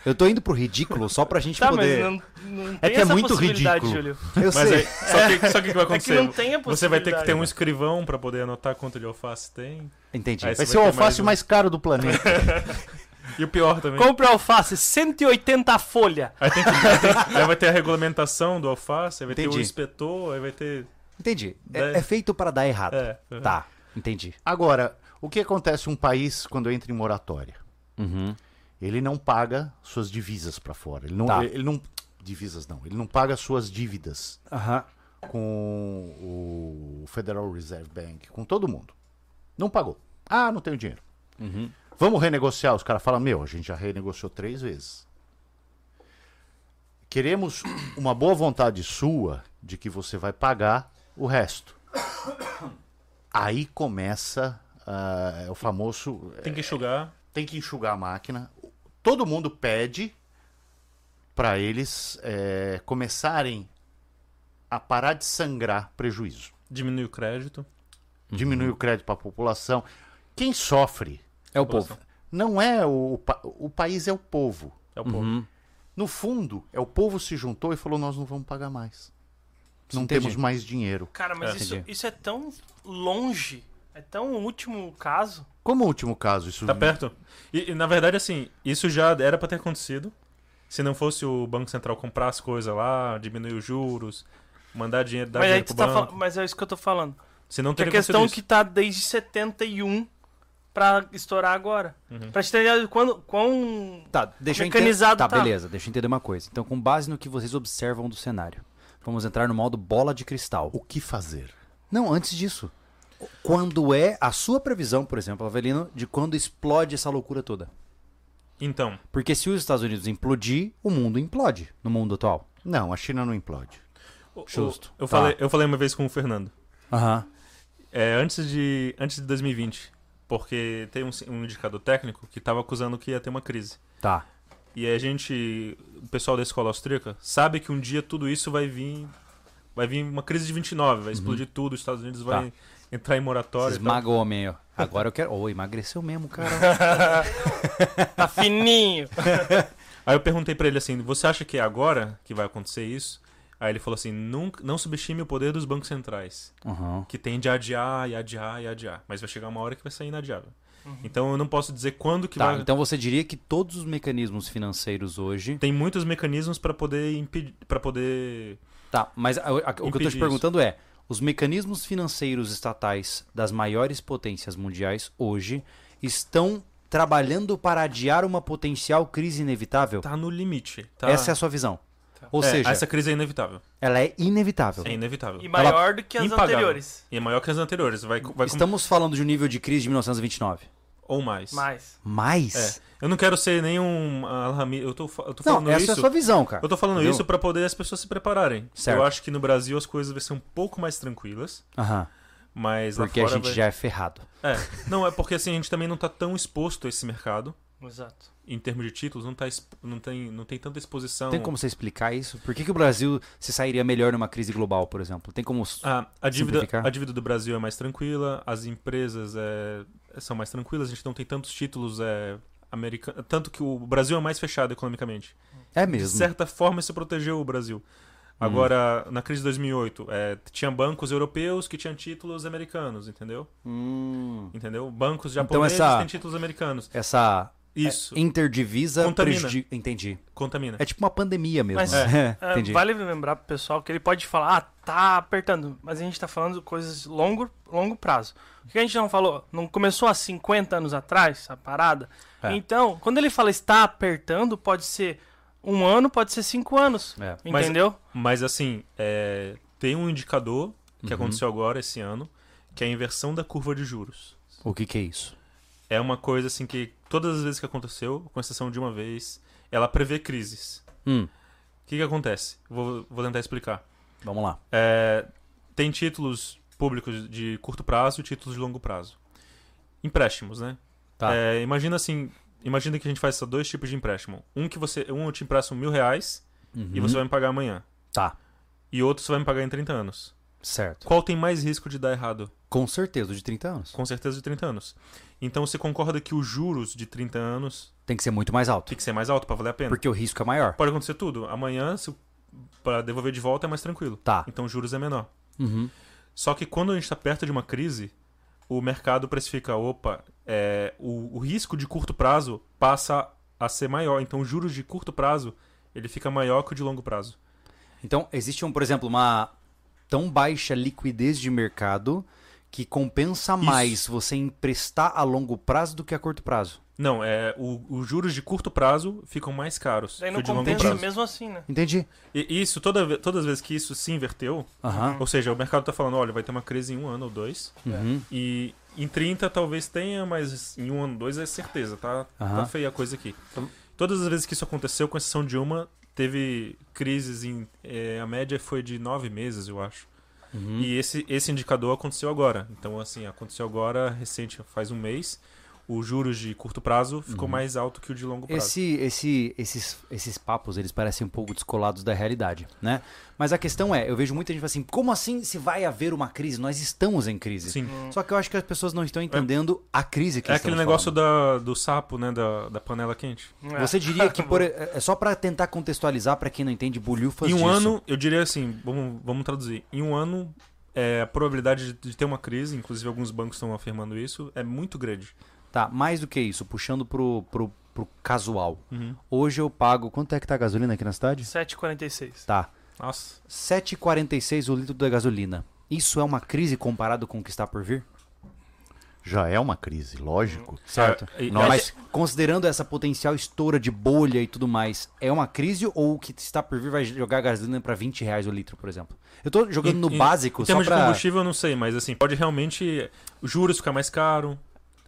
[SPEAKER 1] Eu tô indo pro ridículo só pra gente
[SPEAKER 2] Tá,
[SPEAKER 1] poder.
[SPEAKER 2] mas não, não tem
[SPEAKER 3] que é
[SPEAKER 2] essa
[SPEAKER 3] muito
[SPEAKER 2] possibilidade,
[SPEAKER 3] ridículo.
[SPEAKER 2] Júlio.
[SPEAKER 1] Eu
[SPEAKER 4] Mas é
[SPEAKER 1] sei.
[SPEAKER 4] aí, só que só que o que vai
[SPEAKER 2] É
[SPEAKER 4] acontecer?
[SPEAKER 2] não tem a
[SPEAKER 4] Você vai ter que ter
[SPEAKER 2] possibilidade,
[SPEAKER 4] um
[SPEAKER 2] né?
[SPEAKER 4] escrivão pra poder anotar quanto de alface tem.
[SPEAKER 1] Entendi.
[SPEAKER 4] Aí
[SPEAKER 3] Vai
[SPEAKER 4] Você
[SPEAKER 3] ser o
[SPEAKER 4] vai ter
[SPEAKER 3] alface mais,
[SPEAKER 4] mais um.
[SPEAKER 3] caro do planeta.
[SPEAKER 4] E o pior também.
[SPEAKER 2] Compra alface, 180 folha.
[SPEAKER 4] Aí, tem que, aí, tem- aí vai ter a regulamentação do alface, aí vai ter
[SPEAKER 1] Entendi.
[SPEAKER 4] o inspetor, aí vai ter.
[SPEAKER 1] Entendi. É,
[SPEAKER 4] Dez.
[SPEAKER 1] é feito para dar errado.
[SPEAKER 4] É, uhum.
[SPEAKER 1] Tá, entendi.
[SPEAKER 3] Agora, o que acontece um país quando entra em moratória?
[SPEAKER 4] Uhum.
[SPEAKER 3] Ele não paga suas divisas para fora. Ele não,
[SPEAKER 1] Tá.
[SPEAKER 3] ele não divisas não. Ele não paga suas dívidas
[SPEAKER 1] Aham.
[SPEAKER 3] com o Federal Reserve Bank, com todo mundo. Não pagou. Ah, não tenho dinheiro. Vamos renegociar. Os caras falam, meu, a gente já renegociou três vezes. Queremos uma boa vontade sua de que você vai pagar o resto. Aí começa ah, é o famoso. é,
[SPEAKER 4] Tem que enxugar.
[SPEAKER 3] tem que enxugar a máquina. Todo mundo pede para eles é, começarem a parar de sangrar prejuízo.
[SPEAKER 4] Diminuir o crédito. Uhum.
[SPEAKER 3] Diminui o crédito para a população. Quem sofre
[SPEAKER 1] É o povo.
[SPEAKER 3] não é o, o, pa- o país, é o povo.
[SPEAKER 4] É o
[SPEAKER 1] Uhum.
[SPEAKER 4] povo.
[SPEAKER 3] No fundo, é o povo se juntou e falou: nós não vamos pagar mais. Não
[SPEAKER 1] Entendi.
[SPEAKER 3] temos mais dinheiro.
[SPEAKER 2] Cara, mas
[SPEAKER 4] É.
[SPEAKER 2] isso,
[SPEAKER 1] Entendi.
[SPEAKER 2] isso é tão longe, é tão último caso.
[SPEAKER 3] Como último caso, isso
[SPEAKER 1] Uhum.
[SPEAKER 4] Tá perto. E, e, na verdade, assim, isso já era pra ter acontecido. Se não fosse o Banco Central comprar as coisas lá, diminuir os juros, mandar dinheiro, dar
[SPEAKER 2] mas, aí
[SPEAKER 4] dinheiro pro
[SPEAKER 2] tu tá
[SPEAKER 4] banco.
[SPEAKER 2] fal- mas é isso que eu tô falando.
[SPEAKER 4] Se não
[SPEAKER 2] Que a
[SPEAKER 4] teria
[SPEAKER 2] questão
[SPEAKER 4] acontecido
[SPEAKER 2] que tá desde 71 pra estourar agora.
[SPEAKER 4] Uhum.
[SPEAKER 2] Pra gente entender quando, quão...
[SPEAKER 1] Tá, deixa eu entender.
[SPEAKER 2] Mecanizado
[SPEAKER 1] Tá,
[SPEAKER 2] tá.
[SPEAKER 1] beleza, deixa eu entender uma coisa. Então, com base no que vocês observam do cenário, vamos entrar no modo bola de cristal.
[SPEAKER 3] o que fazer?
[SPEAKER 1] Não, antes disso. Quando é a sua previsão, por exemplo, Avelino, de quando explode essa loucura toda?
[SPEAKER 4] isso. Então,
[SPEAKER 1] Porque se os Estados Unidos implodir, o mundo implode no mundo atual.
[SPEAKER 3] Não, a China não implode.
[SPEAKER 4] o-
[SPEAKER 1] Justo.
[SPEAKER 4] o- Eu,
[SPEAKER 1] Tá.
[SPEAKER 4] falei, eu falei uma vez com o Fernando.
[SPEAKER 1] Aham.
[SPEAKER 4] É, antes de, antes de 2020. Porque tem um, ci- um indicador técnico que tava acusando que ia ter uma crise.
[SPEAKER 1] Tá.
[SPEAKER 4] E a gente, o pessoal da escola austríaca, sabe que um dia tudo isso vai vir. Vai vir uma crise de 29,
[SPEAKER 1] Uhum.
[SPEAKER 4] vai explodir tudo, os Estados Unidos
[SPEAKER 1] Tá.
[SPEAKER 4] vai entrar em moratório. e tal.
[SPEAKER 1] Esmaga o homem. ó. Agora eu quero. Ô, emagreceu mesmo, cara.
[SPEAKER 2] Tá fininho.
[SPEAKER 4] Aí eu perguntei pra ele assim: você acha que é agora que vai acontecer isso? Aí ele falou assim: Nunca, não subestime o poder dos bancos centrais,
[SPEAKER 1] Aham.
[SPEAKER 4] que tende a adiar e adiar e adiar. Mas vai chegar uma hora que vai sair inadiável.
[SPEAKER 2] Uhum.
[SPEAKER 4] Então eu não posso dizer quando que
[SPEAKER 1] Tá,
[SPEAKER 4] vai.
[SPEAKER 1] então você diria que todos os mecanismos financeiros hoje.
[SPEAKER 4] Tem muitos mecanismos pra poder impedir. para poder.
[SPEAKER 1] Tá, mas a- a- o que eu tô
[SPEAKER 4] Impedir
[SPEAKER 1] te
[SPEAKER 4] isso.
[SPEAKER 1] perguntando é: os mecanismos financeiros estatais das maiores potências mundiais hoje estão trabalhando para adiar uma potencial crise inevitável?
[SPEAKER 4] Tá no limite. Tá...
[SPEAKER 1] Essa é a sua visão. Ou
[SPEAKER 4] É,
[SPEAKER 1] seja,
[SPEAKER 4] Essa crise é inevitável.
[SPEAKER 1] ela é inevitável.
[SPEAKER 4] É inevitável.
[SPEAKER 2] E maior do que as
[SPEAKER 4] Impagável.
[SPEAKER 2] anteriores.
[SPEAKER 4] E é maior que as anteriores. Vai, vai com-
[SPEAKER 1] Estamos falando de um nível de crise de 1929.
[SPEAKER 4] Ou mais.
[SPEAKER 2] Mas...
[SPEAKER 1] Mas.
[SPEAKER 4] É. Eu não quero ser nenhum alarmi... Eu tô, fa- eu tô falando
[SPEAKER 1] Não, essa
[SPEAKER 4] isso.
[SPEAKER 1] é a sua visão, cara.
[SPEAKER 4] Eu tô falando
[SPEAKER 1] Entendeu?
[SPEAKER 4] isso pra poder as pessoas se prepararem.
[SPEAKER 1] Certo.
[SPEAKER 4] Eu acho que no Brasil as coisas vão ser um pouco mais tranquilas,
[SPEAKER 1] Aham.
[SPEAKER 4] mas
[SPEAKER 1] Porque
[SPEAKER 4] lá
[SPEAKER 1] a
[SPEAKER 4] fora
[SPEAKER 1] gente
[SPEAKER 4] vai-
[SPEAKER 1] já é ferrado.
[SPEAKER 4] É. Não, é porque assim a gente também não tá tão exposto a esse mercado.
[SPEAKER 2] Exato.
[SPEAKER 4] em termos de títulos, não, tá, exp- não, tem, não tem tanta exposição.
[SPEAKER 1] Tem como você explicar isso? Por que, que o Brasil se sairia melhor numa crise global, por exemplo? Tem como.
[SPEAKER 4] Ah, a, dívida,
[SPEAKER 1] Simplificar?
[SPEAKER 4] a dívida do Brasil é mais tranquila, as empresas é, são mais tranquilas, a gente não tem tantos títulos é, americanos. Tanto que o Brasil é mais fechado economicamente.
[SPEAKER 1] É
[SPEAKER 4] De
[SPEAKER 1] mesmo. Hum.
[SPEAKER 4] certa forma, isso protegeu o Brasil. Agora, na crise de 2008, é, tinha bancos europeus que tinham títulos americanos, entendeu?
[SPEAKER 1] Hum.
[SPEAKER 4] Entendeu? Bancos japoneses
[SPEAKER 1] essa- É,
[SPEAKER 4] têm títulos americanos.
[SPEAKER 1] Essa
[SPEAKER 4] Isso,
[SPEAKER 1] interdivisa
[SPEAKER 4] Contamina.
[SPEAKER 1] prejudi- Entendi.
[SPEAKER 4] contamina.
[SPEAKER 1] É tipo uma pandemia mesmo.
[SPEAKER 2] Mas-
[SPEAKER 1] né?
[SPEAKER 2] É,
[SPEAKER 1] Entendi.
[SPEAKER 2] vale lembrar pro pessoal que ele pode falar, ah, tá apertando, mas a gente tá falando coisas longo, longo prazo. O que a gente não falou, não começou há 50 anos atrás, a parada?
[SPEAKER 1] É.
[SPEAKER 2] Então, quando ele fala está apertando, pode ser um ano, pode ser cinco anos,
[SPEAKER 1] É.
[SPEAKER 4] Mas-
[SPEAKER 2] entendeu?
[SPEAKER 4] Mas assim, é, tem um indicador que
[SPEAKER 1] Uhum.
[SPEAKER 4] aconteceu agora esse ano, que é a inversão da curva de juros.
[SPEAKER 1] O que, que é isso?
[SPEAKER 4] É uma coisa assim que todas as vezes que aconteceu, com exceção de uma vez, ela prevê crises.
[SPEAKER 1] Hum,
[SPEAKER 4] O que, que acontece? Vou, vou tentar explicar.
[SPEAKER 1] vamos lá.
[SPEAKER 4] É, tem títulos públicos de curto prazo e títulos de longo prazo. Empréstimos, né?
[SPEAKER 1] Tá.
[SPEAKER 4] É, imagina assim, imagina que a gente faz só dois tipos de empréstimo. Um que você, um eu te empresto mil reais e você vai me pagar amanhã.
[SPEAKER 1] Uhum. Tá,
[SPEAKER 4] E outro você vai me pagar em 30 anos.
[SPEAKER 1] certo.
[SPEAKER 4] Qual tem mais risco de dar errado?
[SPEAKER 1] Com certeza, o de 30 anos.
[SPEAKER 4] Com certeza de 30 anos. Então você concorda que os juros de 30 anos
[SPEAKER 1] Tem que ser muito mais alto.
[SPEAKER 4] tem que ser mais alto pra valer a pena?
[SPEAKER 1] Porque o risco é maior.
[SPEAKER 4] Pode acontecer tudo. Amanhã, se... para devolver de volta, é mais tranquilo.
[SPEAKER 1] Tá.
[SPEAKER 4] Então os juros é menor.
[SPEAKER 1] Uhum.
[SPEAKER 4] Só que quando a gente está perto de uma crise, o mercado precifica, opa, é, o, o risco de curto prazo passa a ser maior. Então os juros de curto prazo ele fica maior que o de longo prazo.
[SPEAKER 1] Então, existe, um, por exemplo, uma tão baixa liquidez de mercado que compensa mais você emprestar a longo prazo do que a curto prazo.
[SPEAKER 4] Não, é, o- os juros de curto prazo ficam mais caros
[SPEAKER 2] Daí
[SPEAKER 4] que
[SPEAKER 2] não
[SPEAKER 4] o de longo
[SPEAKER 2] compensa
[SPEAKER 4] prazo.
[SPEAKER 2] mesmo assim, né?
[SPEAKER 1] Entendi.
[SPEAKER 4] E isso, toda, ve- todas as vezes que isso se inverteu,
[SPEAKER 1] Aham.
[SPEAKER 4] ou seja, o mercado tá falando, olha, vai ter uma crise em um ano ou dois,
[SPEAKER 1] Uhum.
[SPEAKER 4] e em 30 talvez tenha, mas em um ano ou dois é certeza, tá, tá
[SPEAKER 1] Aham.
[SPEAKER 4] feia a coisa aqui. Todas as vezes que isso aconteceu, com exceção de uma, teve crises em... eh, a média foi de nove meses, eu acho.
[SPEAKER 1] Uhum.
[SPEAKER 4] E esse, esse indicador aconteceu agora. Então, assim, aconteceu agora, recente, faz um mês. Os juros de curto prazo
[SPEAKER 1] Uhum.
[SPEAKER 4] ficou mais alto que o de longo prazo.
[SPEAKER 1] Esse, esse, esses, esses papos, eles parecem um pouco descolados da realidade, né? Mas a questão é, eu vejo muita gente falando assim, como assim se vai haver uma crise? Nós estamos em crise.
[SPEAKER 4] Sim.
[SPEAKER 1] Só que eu acho que as pessoas não estão entendendo a crise que
[SPEAKER 4] É
[SPEAKER 1] estamos
[SPEAKER 4] aquele negócio
[SPEAKER 1] falando.
[SPEAKER 4] da, do sapo, né? Da, da panela quente.
[SPEAKER 1] Você diria que, por, é é só pra tentar contextualizar pra quem não entende bolhufas
[SPEAKER 4] Em um
[SPEAKER 1] disso.
[SPEAKER 4] ano, eu diria assim, vamos, vamos traduzir. Em um ano, é, a probabilidade de, de ter uma crise, inclusive alguns bancos estão afirmando isso, é muito grande.
[SPEAKER 1] Tá, mais do que isso, puxando pro, pro, pro casual.
[SPEAKER 4] Uhum.
[SPEAKER 1] Hoje eu pago. Quanto é que tá a gasolina aqui na cidade?
[SPEAKER 2] 7,46.
[SPEAKER 1] Tá.
[SPEAKER 4] Nossa.
[SPEAKER 1] 7,46 o litro da gasolina. Isso é uma crise comparado com o que está por vir?
[SPEAKER 3] Já é uma crise, lógico.
[SPEAKER 1] Certo.
[SPEAKER 4] É, e-
[SPEAKER 3] Nós-
[SPEAKER 1] Mas considerando essa potencial estoura de bolha e tudo mais, é uma crise ou o que está por vir vai jogar a gasolina pra 20 reais o litro, por exemplo? Eu tô jogando no
[SPEAKER 4] em-
[SPEAKER 1] básico
[SPEAKER 4] Em
[SPEAKER 1] só
[SPEAKER 4] termos de
[SPEAKER 1] pra.
[SPEAKER 4] combustível, eu não sei, mas assim, pode realmente os juros ficar mais caro,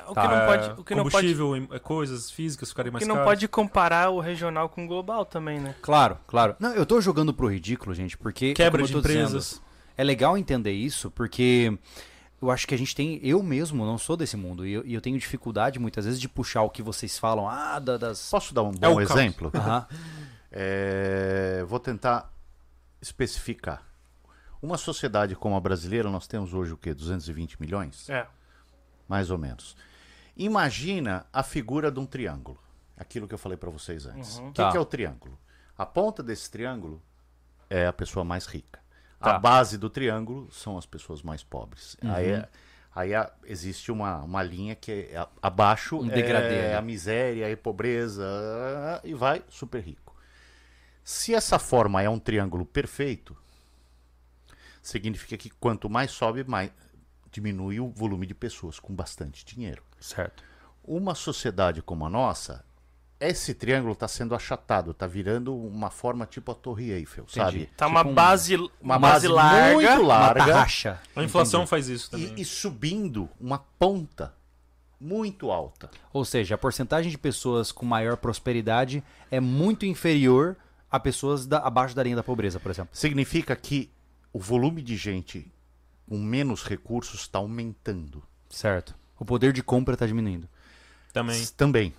[SPEAKER 2] O que
[SPEAKER 1] Tá.
[SPEAKER 2] não
[SPEAKER 4] é,
[SPEAKER 2] pode, o que não pode,
[SPEAKER 4] combustível, em- é, coisas físicas ficarem
[SPEAKER 2] o
[SPEAKER 4] mais
[SPEAKER 2] que não
[SPEAKER 4] caras.
[SPEAKER 2] pode comparar o regional com o global também, né?
[SPEAKER 1] Claro, claro. Não, eu tô jogando pro ridículo, gente, porque. como
[SPEAKER 4] Quebra
[SPEAKER 1] eu
[SPEAKER 4] de
[SPEAKER 1] tô dizendo,
[SPEAKER 4] empresas.
[SPEAKER 1] é legal entender isso, porque eu acho que a gente tem. Eu mesmo não sou desse mundo. E eu, e eu tenho dificuldade muitas vezes de puxar o que vocês falam. Ah, da- das.
[SPEAKER 3] Posso dar um
[SPEAKER 4] É o
[SPEAKER 3] bom
[SPEAKER 4] caos.
[SPEAKER 3] exemplo?
[SPEAKER 1] Aham.
[SPEAKER 3] É, vou tentar especificar. Uma sociedade como a brasileira, nós temos hoje o quê? 220 milhões?
[SPEAKER 2] É.
[SPEAKER 3] Mais ou menos. Imagina a figura de um triângulo. Aquilo que eu falei para vocês antes. O que,
[SPEAKER 1] Tá.
[SPEAKER 3] que é o triângulo? A ponta desse triângulo é a pessoa mais rica.
[SPEAKER 1] Tá. Uhum.
[SPEAKER 3] A base do triângulo são as pessoas mais pobres. Aí, é- aí a- existe uma, uma linha que é a- abaixo
[SPEAKER 1] Um degradê,
[SPEAKER 3] é
[SPEAKER 1] né?
[SPEAKER 3] a miséria e pobreza e vai super rico. Se essa forma é um triângulo perfeito, significa que quanto mais sobe, mais diminui o volume de pessoas com bastante dinheiro.
[SPEAKER 1] Certo.
[SPEAKER 3] Uma sociedade como a nossa, esse triângulo está sendo achatado, está virando uma forma tipo a Torre Eiffel, sabe?
[SPEAKER 2] Tá
[SPEAKER 1] Tipo
[SPEAKER 2] uma
[SPEAKER 1] um-
[SPEAKER 2] base, uma base larga.
[SPEAKER 3] muito
[SPEAKER 4] tá
[SPEAKER 1] Uma
[SPEAKER 3] larga
[SPEAKER 1] tarraxa.
[SPEAKER 4] A inflação faz isso também.
[SPEAKER 3] e, e subindo uma ponta muito alta.
[SPEAKER 1] Ou seja, a porcentagem de pessoas com maior prosperidade é muito inferior a pessoas da- abaixo da linha da pobreza, por exemplo.
[SPEAKER 3] Significa que o volume de gente com menos recursos está aumentando.
[SPEAKER 1] Certo. O poder de compra está tá diminuindo.
[SPEAKER 4] Também. Uhum.
[SPEAKER 3] S- Também.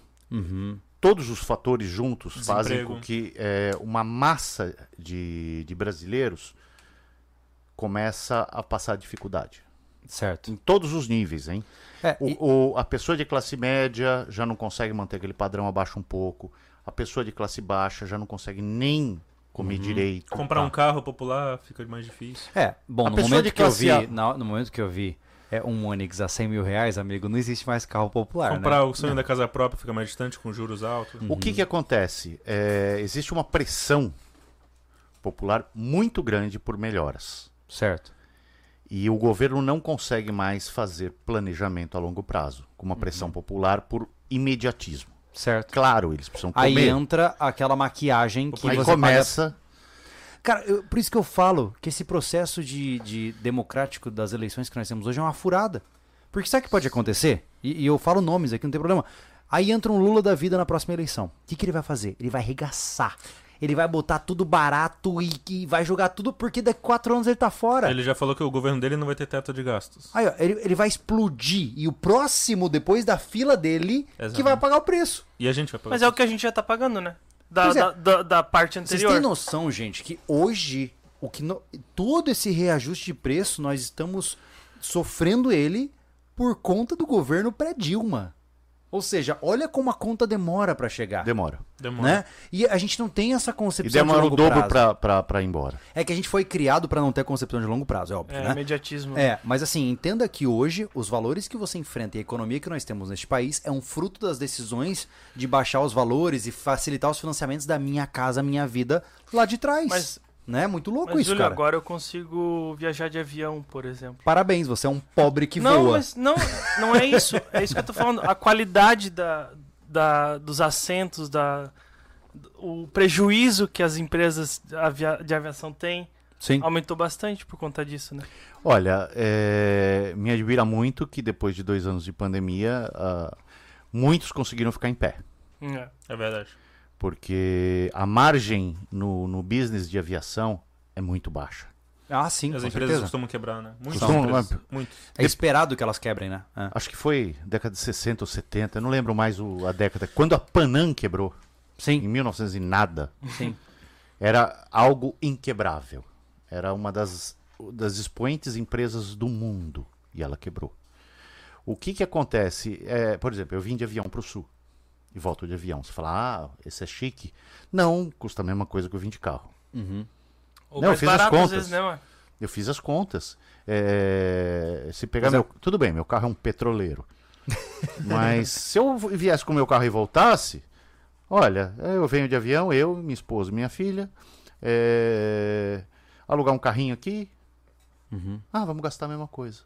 [SPEAKER 3] Todos os fatores juntos fazem
[SPEAKER 4] Desemprego.
[SPEAKER 3] com que é, uma massa de, de brasileiros começa a passar dificuldade.
[SPEAKER 1] Certo.
[SPEAKER 3] Em todos os níveis, hein?
[SPEAKER 1] É,
[SPEAKER 3] O-
[SPEAKER 1] e-
[SPEAKER 3] o- a pessoa de classe média já não consegue manter aquele padrão abaixo um pouco. A pessoa de classe baixa já não consegue nem comer direito.
[SPEAKER 4] Uhum. Comprar
[SPEAKER 2] tá.
[SPEAKER 4] um carro popular fica mais difícil.
[SPEAKER 1] É, bom,
[SPEAKER 3] A
[SPEAKER 1] no
[SPEAKER 3] pessoa
[SPEAKER 1] momento
[SPEAKER 3] de
[SPEAKER 1] que eu
[SPEAKER 3] classe
[SPEAKER 1] vi,
[SPEAKER 3] A-
[SPEAKER 1] na- no momento que eu vi é, um Onix a 100 mil reais, amigo, não existe mais carro popular,
[SPEAKER 4] Comprar
[SPEAKER 1] né?
[SPEAKER 4] o sonho da casa própria fica mais distante, com juros altos.
[SPEAKER 3] O
[SPEAKER 1] Uhum.
[SPEAKER 3] que, que acontece? É, existe uma pressão popular muito grande por melhoras.
[SPEAKER 1] Certo.
[SPEAKER 3] E o governo não consegue mais fazer planejamento a longo prazo, com uma
[SPEAKER 1] Uhum.
[SPEAKER 3] pressão popular por imediatismo.
[SPEAKER 1] Certo.
[SPEAKER 3] Claro, eles precisam
[SPEAKER 1] Aí
[SPEAKER 3] comer.
[SPEAKER 1] entra aquela maquiagem que
[SPEAKER 3] Aí
[SPEAKER 1] você
[SPEAKER 3] começa.
[SPEAKER 1] paga- Cara, eu- por isso que eu falo que esse processo de, de democrático das eleições que nós temos hoje é uma furada. Porque sabe o que pode acontecer? E, e eu falo nomes aqui, não tem problema. Aí entra um Lula da vida na próxima eleição. O que, que ele vai fazer? Ele vai arregaçar. Ele vai botar tudo barato e, e vai jogar tudo, porque daqui quatro anos ele tá
[SPEAKER 2] É.
[SPEAKER 1] fora.
[SPEAKER 4] Ele já falou que o governo dele não vai ter teto de gastos.
[SPEAKER 1] Aí, ó, ele, ele vai explodir. E o próximo, depois da fila dele,
[SPEAKER 4] Exatamente.
[SPEAKER 1] que vai pagar o preço.
[SPEAKER 4] E a gente vai pagar.
[SPEAKER 2] Mas é o que a gente já tá pagando, né? Da,
[SPEAKER 1] Pois é.
[SPEAKER 2] da, da, da parte
[SPEAKER 1] Vocês
[SPEAKER 2] anterior.
[SPEAKER 1] têm noção, gente, que hoje, o que no- todo esse reajuste de preço, nós estamos sofrendo ele por conta do governo pré-Dilma. Ou seja, olha como a conta demora pra chegar.
[SPEAKER 3] Demora.
[SPEAKER 4] Demora.
[SPEAKER 1] né? E a gente não tem essa
[SPEAKER 3] E
[SPEAKER 1] concepção
[SPEAKER 3] demora
[SPEAKER 1] Ah, de
[SPEAKER 3] o
[SPEAKER 1] longo
[SPEAKER 3] dobro
[SPEAKER 1] prazo.
[SPEAKER 3] pra, pra, pra ir embora.
[SPEAKER 1] É que a gente foi criado pra não ter concepção de longo prazo, é óbvio,
[SPEAKER 2] É,
[SPEAKER 1] né?
[SPEAKER 2] imediatismo.
[SPEAKER 1] É, mas assim, entenda que hoje os valores que você enfrenta e a economia que nós temos neste país é um fruto das decisões de baixar os valores e facilitar os financiamentos da minha casa, minha vida lá de trás.
[SPEAKER 2] Mas-
[SPEAKER 1] né? É Muito louco
[SPEAKER 2] Mas,
[SPEAKER 1] isso,
[SPEAKER 2] Júlio,
[SPEAKER 1] cara.
[SPEAKER 2] agora eu consigo viajar de avião, por exemplo.
[SPEAKER 1] Parabéns, você é um pobre que
[SPEAKER 2] não,
[SPEAKER 1] voa.
[SPEAKER 2] mas não, não é isso. É isso que eu tô falando. A qualidade da, da, dos assentos, da, o prejuízo que as empresas avia- de aviação têm
[SPEAKER 1] Sim.
[SPEAKER 2] aumentou bastante por conta disso, né?
[SPEAKER 3] Olha, é, me admira muito que depois de dois anos de pandemia, ah, muitos conseguiram ficar em pé.
[SPEAKER 2] É.
[SPEAKER 4] É verdade.
[SPEAKER 3] Porque a margem no, no business de aviação é muito baixa.
[SPEAKER 1] Ah, sim,
[SPEAKER 4] As
[SPEAKER 1] com
[SPEAKER 4] empresas
[SPEAKER 1] certeza.
[SPEAKER 4] costumam quebrar, né? Muitas
[SPEAKER 3] Costumam,
[SPEAKER 4] empresas.
[SPEAKER 3] né?
[SPEAKER 4] Muitos.
[SPEAKER 1] É esperado que elas quebrem, né? É.
[SPEAKER 3] Acho que foi década de 60 ou 70, eu não lembro mais o- a década. Quando a Panam quebrou,
[SPEAKER 1] Sim,
[SPEAKER 3] em 1900 e nada,
[SPEAKER 1] sim.
[SPEAKER 3] era algo inquebrável. Era uma das, das expoentes empresas do mundo e ela quebrou. O que, que acontece? É, por exemplo, eu vim de avião para o sul e volto de avião. Você fala, ah, esse é chique. Não, custa a mesma coisa que eu vim de carro.
[SPEAKER 1] Uhum,
[SPEAKER 2] Ou
[SPEAKER 3] Não, eu
[SPEAKER 2] mais
[SPEAKER 3] fiz as
[SPEAKER 2] barato,
[SPEAKER 3] contas.
[SPEAKER 2] às vezes, né, mano?
[SPEAKER 3] Eu fiz as contas. É, se pegar
[SPEAKER 1] Mas é-
[SPEAKER 3] meu. Tudo bem, meu carro é um petroleiro. Mas se eu viesse com meu carro e voltasse, olha, eu venho de avião, eu, minha esposa, minha filha. é, alugar um carrinho aqui.
[SPEAKER 1] uhum.
[SPEAKER 3] Ah, vamos gastar a mesma coisa.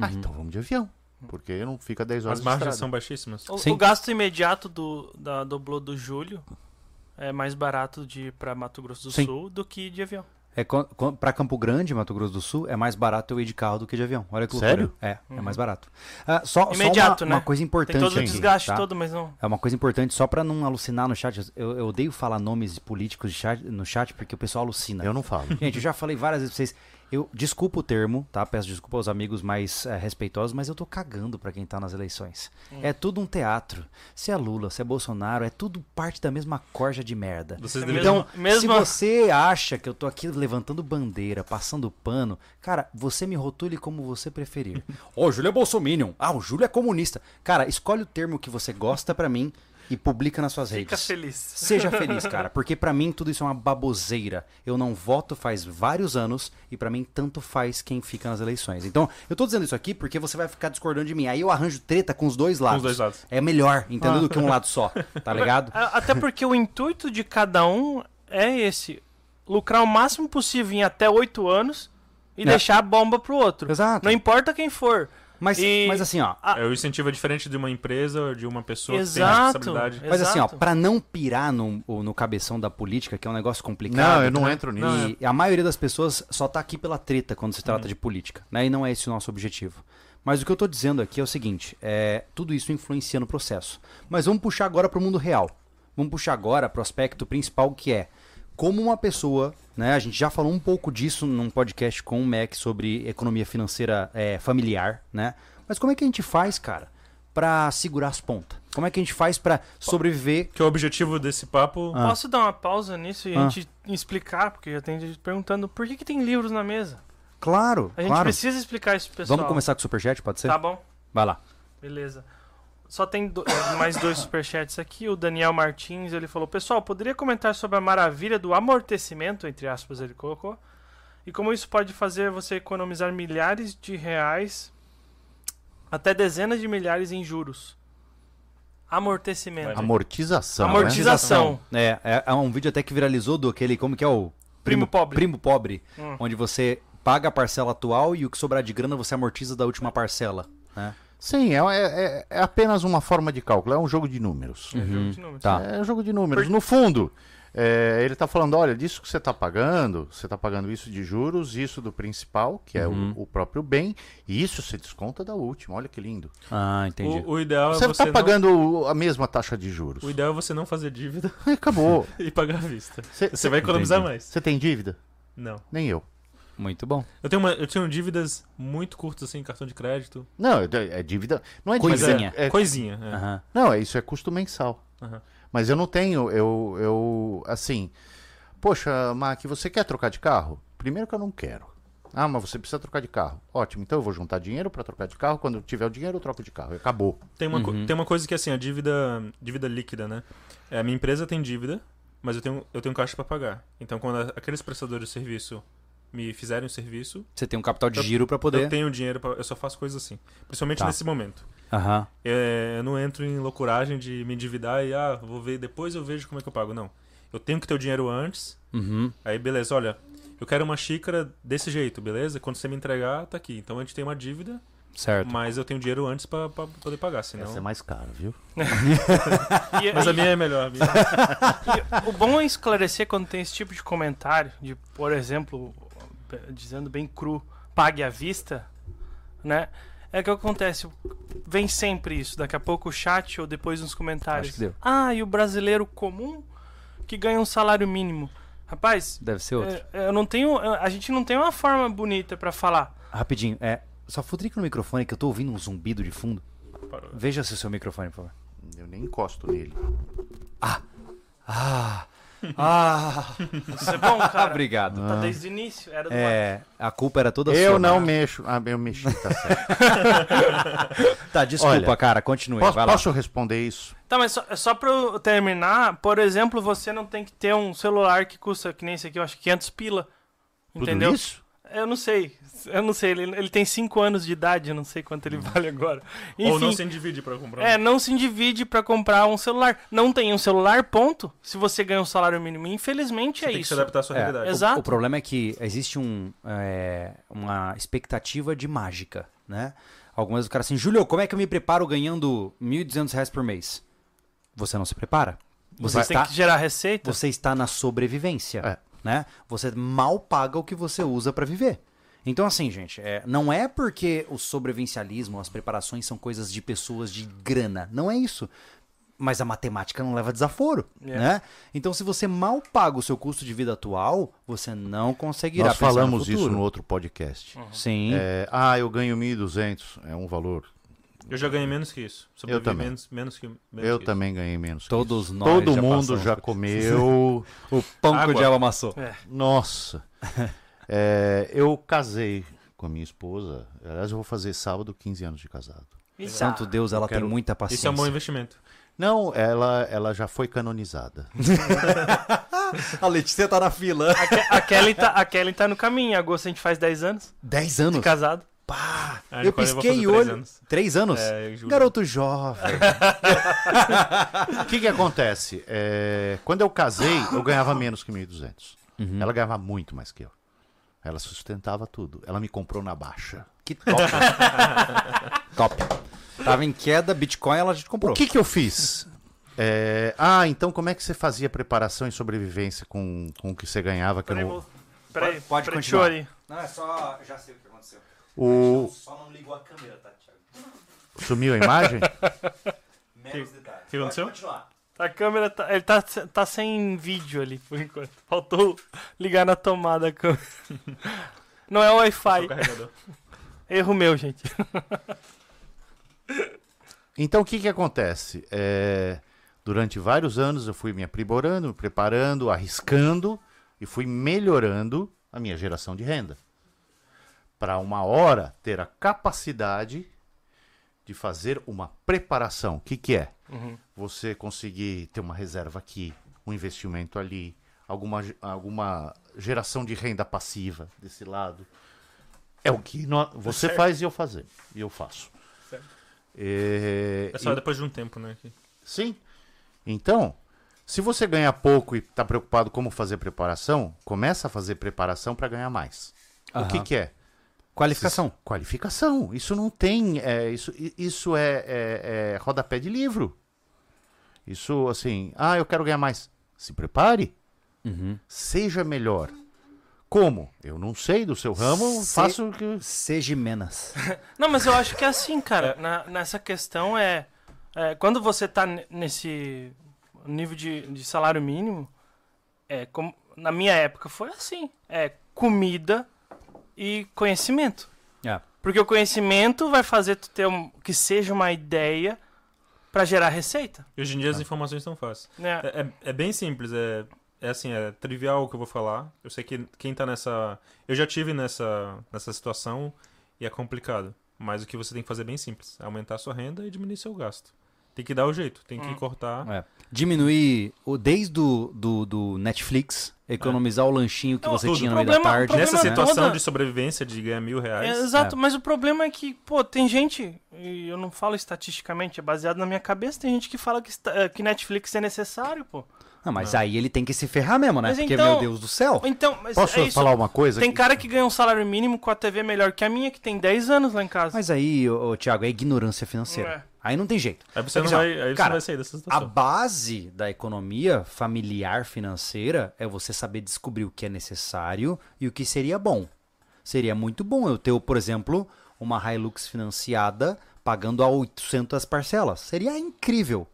[SPEAKER 3] Ah, então vamos de avião. Porque não fica 10 horas
[SPEAKER 4] As
[SPEAKER 3] de
[SPEAKER 4] margens
[SPEAKER 3] estrada.
[SPEAKER 4] são baixíssimas.
[SPEAKER 2] O,
[SPEAKER 1] Sim.
[SPEAKER 2] o gasto imediato do, da doblô do Júlio é mais barato de ir pra Mato Grosso do
[SPEAKER 1] Sim.
[SPEAKER 2] Sul do que de avião.
[SPEAKER 1] É, co- co- pra Campo Grande, Mato Grosso do Sul, é mais barato eu ir de carro do que de avião. Olha que loucura.
[SPEAKER 3] Sério?
[SPEAKER 1] É, é mais barato. Ah, só, só
[SPEAKER 2] Uhum. Imediato,
[SPEAKER 1] uma,
[SPEAKER 2] né?
[SPEAKER 1] uma coisa importante
[SPEAKER 2] Tem todo o
[SPEAKER 1] aqui,
[SPEAKER 2] desgaste
[SPEAKER 1] tá?
[SPEAKER 2] todo, mas não.
[SPEAKER 1] É uma coisa importante, só pra não alucinar no chat. Eu, eu odeio falar nomes políticos de chat- no chat porque o pessoal alucina.
[SPEAKER 3] Eu não falo.
[SPEAKER 1] Gente, eu já falei várias vezes pra vocês. Eu desculpo o termo, tá? Peço desculpa aos amigos mais eh, respeitosos, mas eu tô cagando pra quem tá nas eleições. É tudo um teatro. Se é Lula, se é Bolsonaro, é tudo parte da mesma corja de merda.
[SPEAKER 4] Vocês
[SPEAKER 2] É
[SPEAKER 4] deveriam-
[SPEAKER 1] Então,
[SPEAKER 2] Mesmo-
[SPEAKER 1] se você acha que eu tô aqui levantando bandeira, passando pano, cara, você me rotule como você preferir. Ô, o Júlio é bolsominion. Ah, o Júlio é comunista. Cara, escolhe o termo que você gosta pra mim e publica nas suas
[SPEAKER 2] Fica
[SPEAKER 1] redes.
[SPEAKER 2] feliz.
[SPEAKER 1] Seja feliz, cara, porque pra mim tudo isso é uma baboseira. Eu não voto faz vários anos e pra mim tanto faz quem fica nas eleições. Então, eu tô dizendo isso aqui porque você vai ficar discordando de mim. Aí eu arranjo treta com os dois lados.
[SPEAKER 4] dois lados.
[SPEAKER 1] É melhor, entendeu? Do que um lado só, tá ligado?
[SPEAKER 2] A- É, Até porque o intuito de cada um é esse: lucrar o máximo possível em até oito anos e
[SPEAKER 1] É.
[SPEAKER 2] deixar a bomba pro outro.
[SPEAKER 1] Exato.
[SPEAKER 2] Não importa quem for.
[SPEAKER 1] Mas,
[SPEAKER 2] E-
[SPEAKER 1] mas assim, ó,
[SPEAKER 2] Ah.
[SPEAKER 4] É, o incentivo é diferente de uma empresa ou de uma pessoa que tem
[SPEAKER 2] Exato.
[SPEAKER 4] responsabilidade.
[SPEAKER 1] Mas assim, ó,
[SPEAKER 2] Exato.
[SPEAKER 1] pra não pirar no, o- no cabeção da política, que é um negócio complicado. né?
[SPEAKER 3] Não, eu não é. entro nisso.
[SPEAKER 1] E a maioria das pessoas só tá aqui pela treta quando se
[SPEAKER 2] Hum.
[SPEAKER 1] trata de política, né? E não é esse o nosso objetivo. Mas o que eu tô dizendo aqui é o seguinte, é, tudo isso influencia no processo. Mas vamos puxar agora pro mundo real. Vamos puxar agora pro aspecto principal que é como uma pessoa, né? A gente já falou um pouco disso num podcast com o Mac sobre economia financeira é, familiar, né? Mas como é que a gente faz, cara? para segurar as pontas? Como é que a gente faz para sobreviver?
[SPEAKER 4] Que é o objetivo desse papo.
[SPEAKER 1] Ah.
[SPEAKER 2] Posso dar uma pausa nisso e a gente explicar, porque já tem gente perguntando por que, que tem livros na mesa?
[SPEAKER 1] Claro,
[SPEAKER 2] A gente
[SPEAKER 1] claro.
[SPEAKER 2] precisa explicar isso pro pessoal.
[SPEAKER 1] Vamos começar com o Superchat, pode ser?
[SPEAKER 2] Tá bom?
[SPEAKER 1] Vai lá.
[SPEAKER 2] Beleza. Só tem do- eh, mais dois superchats aqui. O Daniel Martins, ele falou: Pessoal, poderia comentar sobre a maravilha do amortecimento, entre aspas, ele colocou. E como isso pode fazer você economizar milhares de reais, até dezenas de milhares em juros. Amortecimento. é
[SPEAKER 3] Amortização. né?
[SPEAKER 2] Amortiza-
[SPEAKER 3] Amortização.
[SPEAKER 2] Amortização.
[SPEAKER 1] É, é, é um vídeo até que viralizou do aquele, como que é o...
[SPEAKER 2] Primo Pobre.
[SPEAKER 1] Primo Pobre,
[SPEAKER 2] Hum.
[SPEAKER 1] onde você paga a parcela atual e o que sobrar de grana você amortiza da última parcela. Né?
[SPEAKER 3] Sim, é, é- é apenas uma forma de cálculo, é um jogo de números.
[SPEAKER 2] É jogo de números.
[SPEAKER 1] Tá.
[SPEAKER 3] É um jogo de números. No fundo, é, ele está falando, olha, disso que você está pagando, você está pagando isso de juros, isso do principal, que é o-
[SPEAKER 1] Uhum.
[SPEAKER 3] o, próprio bem, e isso você desconta da última, olha que lindo.
[SPEAKER 1] Ah, entendi.
[SPEAKER 4] O, o ideal
[SPEAKER 3] Você
[SPEAKER 4] é você
[SPEAKER 3] está
[SPEAKER 4] não-
[SPEAKER 3] pagando o- a mesma taxa de juros.
[SPEAKER 4] O ideal é você não fazer dívida
[SPEAKER 3] Acabou.
[SPEAKER 4] e pagar à vista.
[SPEAKER 3] Você-
[SPEAKER 4] Você vai economizar
[SPEAKER 1] Entendi.
[SPEAKER 4] mais.
[SPEAKER 3] Você tem dívida?
[SPEAKER 4] Não.
[SPEAKER 3] Nem eu.
[SPEAKER 1] Muito bom.
[SPEAKER 4] Eu tenho, uma, eu tenho dívidas muito curtas, assim, cartão de crédito.
[SPEAKER 3] Não, é, é dívida. Não é
[SPEAKER 4] Mas é-
[SPEAKER 3] dívida.
[SPEAKER 1] Coisinha.
[SPEAKER 3] É,
[SPEAKER 4] Coisinha. é.
[SPEAKER 1] Aham.
[SPEAKER 3] Não, é isso é custo mensal.
[SPEAKER 4] Aham.
[SPEAKER 3] Mas eu não tenho, eu, eu, assim, poxa, Mac, você quer trocar de carro? Primeiro que eu não quero. Ah, mas você precisa trocar de carro. Ótimo, então eu vou juntar dinheiro pra trocar de carro. Quando eu tiver o dinheiro, eu troco de carro. Acabou.
[SPEAKER 4] Tem, uma, co-
[SPEAKER 1] Uhum.
[SPEAKER 4] tem uma coisa que, assim, a dívida, dívida líquida, né? É, a minha empresa tem dívida, mas eu tenho, eu tenho caixa pra pagar. Então, quando a- aqueles prestadores de serviço me fizerem o serviço,
[SPEAKER 1] Você tem um capital de
[SPEAKER 4] Eu-
[SPEAKER 1] giro pra poder...
[SPEAKER 4] eu tenho dinheiro pra, Eu só faço coisas assim. Principalmente
[SPEAKER 1] Tá.
[SPEAKER 4] nesse momento.
[SPEAKER 1] Aham.
[SPEAKER 4] É, eu não entro em loucuragem de me endividar e, ah, vou ver, depois eu vejo como é que eu pago. Não. Eu tenho que ter o dinheiro antes,
[SPEAKER 1] Uhum.
[SPEAKER 4] Aí, beleza, olha, eu quero uma xícara desse jeito, beleza? Quando você me entregar, tá aqui. Então a gente tem uma dívida,
[SPEAKER 1] Certo.
[SPEAKER 4] mas eu tenho dinheiro antes pra, pra poder pagar, senão.
[SPEAKER 3] Essa é mais cara, viu?
[SPEAKER 2] E-
[SPEAKER 4] Mas a
[SPEAKER 2] e-
[SPEAKER 4] minha é melhor. a minha-
[SPEAKER 2] O bom é esclarecer quando tem esse tipo de comentário, de, por exemplo, b- dizendo bem cru, pague à vista, né? É que acontece, vem sempre isso, daqui a pouco o chat ou depois nos comentários.
[SPEAKER 1] Acho que deu.
[SPEAKER 2] Ah, e o brasileiro comum que ganha um salário mínimo. Rapaz,
[SPEAKER 1] Deve ser outro.
[SPEAKER 2] é, eu não tenho, a gente não tem uma forma bonita pra falar.
[SPEAKER 1] Rapidinho, é... Só futrica no microfone que eu tô ouvindo um zumbido de fundo.
[SPEAKER 4] Parou.
[SPEAKER 1] Veja se o seu microfone, por favor.
[SPEAKER 3] Eu nem encosto nele.
[SPEAKER 1] Ah... Ah...
[SPEAKER 2] Isso é bom, cara.
[SPEAKER 1] Obrigado.
[SPEAKER 2] Tá desde o início, era do
[SPEAKER 1] É, a culpa era toda sua.
[SPEAKER 3] Eu não
[SPEAKER 1] né?
[SPEAKER 3] mexo. Ah, eu mexi, tá certo.
[SPEAKER 1] Tá, desculpa,
[SPEAKER 3] Olha,
[SPEAKER 1] cara, continue.
[SPEAKER 3] posso,
[SPEAKER 1] vai lá.
[SPEAKER 3] posso responder isso?
[SPEAKER 2] Tá, mas só, só pra eu terminar, por exemplo, você não tem que ter um celular que custa, que nem esse aqui, eu acho que 500 pila. Entendeu?
[SPEAKER 3] Tudo isso?
[SPEAKER 2] Eu não sei. Eu não sei. Ele, ele tem 5 anos de idade, eu não sei quanto ele vale agora. Enfim,
[SPEAKER 4] Hum. Ou não se divide pra comprar. um
[SPEAKER 2] é, não se divide pra comprar um celular. Não tem um celular, ponto. Se você ganha um salário mínimo, infelizmente
[SPEAKER 4] Você
[SPEAKER 2] é
[SPEAKER 4] tem que se
[SPEAKER 2] isso.
[SPEAKER 4] adaptar à sua
[SPEAKER 1] É.
[SPEAKER 4] realidade.
[SPEAKER 2] Exato.
[SPEAKER 1] O problema é que existe um, é, uma expectativa de mágica, né? Algumas vezes o cara assim, Júlio, como é que eu me preparo ganhando 1.200 reais por mês? Você não se prepara. Você,
[SPEAKER 2] Você
[SPEAKER 1] está,
[SPEAKER 4] tá-
[SPEAKER 2] tem que gerar receita.
[SPEAKER 1] você está na sobrevivência,
[SPEAKER 3] É.
[SPEAKER 1] né? Você mal paga o que você usa pra viver. Então, assim, gente, é, não é porque o sobrevivencialismo, as preparações são coisas de pessoas de grana. Não é isso. Mas a matemática não leva desaforo,
[SPEAKER 2] É.
[SPEAKER 1] né? Então, se você mal paga o seu custo de vida atual, você não conseguirá
[SPEAKER 3] Nós
[SPEAKER 1] pensar no
[SPEAKER 3] falamos isso
[SPEAKER 1] futuro. Hum.
[SPEAKER 3] no outro podcast.
[SPEAKER 1] Sim.
[SPEAKER 3] É, ah, eu ganho 1.200. É um valor.
[SPEAKER 4] Eu já ganhei menos que isso. Sobrevivi
[SPEAKER 3] Eu também.
[SPEAKER 4] Menos, menos que, menos
[SPEAKER 3] eu
[SPEAKER 4] que
[SPEAKER 3] também ganhei menos. que
[SPEAKER 1] Todos
[SPEAKER 3] isso.
[SPEAKER 1] nós
[SPEAKER 3] Todo
[SPEAKER 1] já
[SPEAKER 3] mundo
[SPEAKER 1] passamos
[SPEAKER 3] já
[SPEAKER 1] por isso.
[SPEAKER 3] comeu.
[SPEAKER 1] O pão que
[SPEAKER 4] Água.
[SPEAKER 1] o diabo amassou.
[SPEAKER 2] É.
[SPEAKER 3] Nossa. É, eu casei com a minha esposa. Aliás, eu vou fazer sábado 15 anos de casado.
[SPEAKER 2] Isso.
[SPEAKER 1] Santo Deus, ela
[SPEAKER 3] quero-
[SPEAKER 1] tem muita
[SPEAKER 4] Ah, isso.
[SPEAKER 1] paciência.
[SPEAKER 4] Isso é um bom investimento.
[SPEAKER 3] Não, ela, ela já foi canonizada.
[SPEAKER 1] A Letícia tá na fila.
[SPEAKER 2] A, Ke- a Kelly tá, a Kelly tá no caminho. Em agosto a gente faz 10 anos
[SPEAKER 1] 10
[SPEAKER 2] de
[SPEAKER 1] anos.
[SPEAKER 2] casado.
[SPEAKER 4] Ah,
[SPEAKER 1] eu
[SPEAKER 4] quase vou
[SPEAKER 1] pisquei
[SPEAKER 4] fazer
[SPEAKER 1] o
[SPEAKER 4] três
[SPEAKER 1] olho.
[SPEAKER 4] anos.
[SPEAKER 1] 3 anos?
[SPEAKER 4] É, eu juro.
[SPEAKER 1] Garoto jovem.
[SPEAKER 3] O que, que acontece? É, quando eu casei, eu ganhava menos que 1.200.
[SPEAKER 1] Uhum.
[SPEAKER 3] Ela ganhava muito mais que eu. Ela sustentava tudo. Ela me comprou na baixa.
[SPEAKER 1] Que top. top. Tava em queda, Bitcoin, ela já comprou.
[SPEAKER 3] O que, que eu fiz? É, ah, então como é que você fazia preparação e sobrevivência com, com o que você ganhava? Que eu
[SPEAKER 2] Peraí,
[SPEAKER 3] não-
[SPEAKER 2] vou- peraí,
[SPEAKER 1] Pode
[SPEAKER 2] peraí,
[SPEAKER 1] continuar.
[SPEAKER 2] deixa eu ali.
[SPEAKER 1] Não, é só. Já sei o que aconteceu.
[SPEAKER 3] O-
[SPEAKER 1] Só não ligou a câmera, tá, Thiago?
[SPEAKER 3] Sumiu a imagem?
[SPEAKER 1] Menos detalhes.
[SPEAKER 4] que Pode aconteceu?
[SPEAKER 2] A câmera tá, ele tá, tá sem vídeo ali por enquanto. Faltou ligar na tomada a câmera. Não é
[SPEAKER 4] Só Tá o
[SPEAKER 2] Wi-Fi.
[SPEAKER 4] carregador.
[SPEAKER 2] Erro meu, gente.
[SPEAKER 3] Então o que, que acontece? É, durante vários anos eu fui me aprimorando, me preparando, arriscando e fui melhorando a minha geração de renda. Para uma hora ter a capacidade de fazer uma preparação. O que, que é? Você conseguir ter uma reserva aqui, um investimento ali, alguma, ge- alguma geração de renda passiva desse lado. É o que nó- você faz e eu fazer. E eu faço.
[SPEAKER 4] Certo.
[SPEAKER 3] É,
[SPEAKER 4] É só depois de um tempo, né? que-
[SPEAKER 3] Sim. Então, se você ganha pouco e está preocupado como fazer preparação, começa a fazer preparação para ganhar mais. O que,
[SPEAKER 1] Aham.
[SPEAKER 3] que é?
[SPEAKER 1] Qualificação.
[SPEAKER 3] Qualificação. Isso não tem. é, isso i- isso é, é, é rodapé de livro. Isso, assim. Ah, eu quero ganhar mais. Se prepare.
[SPEAKER 1] Uhum.
[SPEAKER 3] Seja melhor. Como? Eu não sei do seu ramo,
[SPEAKER 1] Se-
[SPEAKER 3] faço o que.
[SPEAKER 1] Seja menos.
[SPEAKER 2] Não, mas eu acho que é assim, cara. Na- nessa questão é, é, Quando você tá ne- nesse nível de, de salário mínimo, é, como, na minha época foi assim: é comida e conhecimento.
[SPEAKER 1] É.
[SPEAKER 2] Porque o conhecimento vai fazer tu ter um, que seja uma ideia pra gerar receita.
[SPEAKER 4] E hoje em dia
[SPEAKER 3] É.
[SPEAKER 4] as informações estão fáceis.
[SPEAKER 2] Né?
[SPEAKER 4] É, é- é bem simples, é, é assim, é trivial o que eu vou falar. Eu sei que quem tá nessa. Eu já tive nessa, nessa situação e é complicado. Mas o que você tem que fazer é bem simples: é aumentar a sua renda e diminuir seu gasto. Tem que dar o jeito, tem que
[SPEAKER 2] Hum.
[SPEAKER 4] cortar.
[SPEAKER 1] É. Diminuir o, desde o do, do Netflix, economizar o lanchinho que
[SPEAKER 2] Não,
[SPEAKER 1] você
[SPEAKER 4] tudo. é
[SPEAKER 1] tinha no
[SPEAKER 4] O
[SPEAKER 1] meio da
[SPEAKER 2] problema- o
[SPEAKER 1] tarde.
[SPEAKER 2] problema
[SPEAKER 4] Nessa
[SPEAKER 1] né?
[SPEAKER 2] todo-
[SPEAKER 4] situação
[SPEAKER 2] toda-
[SPEAKER 4] de sobrevivência de ganhar mil
[SPEAKER 2] É,
[SPEAKER 4] reais.
[SPEAKER 2] exato, mas o problema é que, pô, tem gente, e eu não falo estatisticamente, é baseado na minha cabeça, tem gente que fala que, esta- eh, que Netflix é necessário, pô.
[SPEAKER 1] Não, mas aí ele tem que se ferrar mesmo, né?
[SPEAKER 2] Mas
[SPEAKER 1] Porque,
[SPEAKER 2] então-
[SPEAKER 1] meu Deus do céu.
[SPEAKER 2] Então, mas
[SPEAKER 3] Posso
[SPEAKER 2] é isso.
[SPEAKER 3] falar uma coisa?
[SPEAKER 2] Tem cara que ganha um salário mínimo com a TV melhor que a minha, que tem 10 anos lá em casa.
[SPEAKER 1] Mas aí, ô, ô, Thiago, é ignorância financeira.
[SPEAKER 2] É.
[SPEAKER 1] Aí não tem jeito.
[SPEAKER 4] Aí você,
[SPEAKER 1] É que
[SPEAKER 4] não
[SPEAKER 1] assim, ó,
[SPEAKER 4] vai, aí você
[SPEAKER 1] cara,
[SPEAKER 4] não vai sair dessa
[SPEAKER 1] A
[SPEAKER 4] situação.
[SPEAKER 1] base da economia familiar financeira é você saber descobrir o que é necessário e o que seria bom. Seria muito bom eu ter, por exemplo, uma Hilux financiada pagando a 800 parcelas. Seria incrível.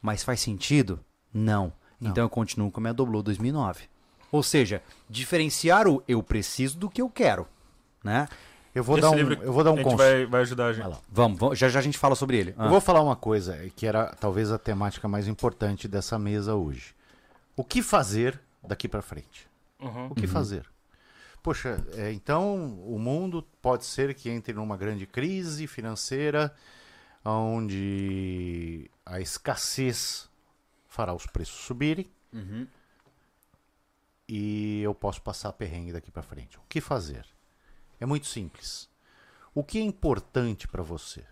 [SPEAKER 1] Mas faz sentido? Não. Então eu continuo com a minha Doblô 2009. Ou seja, diferenciar o eu preciso do que eu quero, né?
[SPEAKER 3] Eu vou
[SPEAKER 4] Esse
[SPEAKER 3] dar um,
[SPEAKER 4] livro
[SPEAKER 3] eu vou dar
[SPEAKER 4] a
[SPEAKER 3] um
[SPEAKER 4] gente
[SPEAKER 3] conselho.
[SPEAKER 4] vai, vai ajudar a gente.
[SPEAKER 3] Vai lá.
[SPEAKER 1] Vamos, vamos- já já a gente fala sobre ele. Ah,
[SPEAKER 3] Eu vou falar uma coisa eh, que era talvez a temática mais importante dessa mesa hoje. O que fazer daqui pra frente?
[SPEAKER 2] Uhum.
[SPEAKER 3] O que fazer? Poxa, eh, então o mundo pode ser que entre numa grande crise financeira, onde a escassez fará os preços subirem e eu posso passar perrengue daqui pra frente. O que fazer? É muito simples. O que é importante pra você?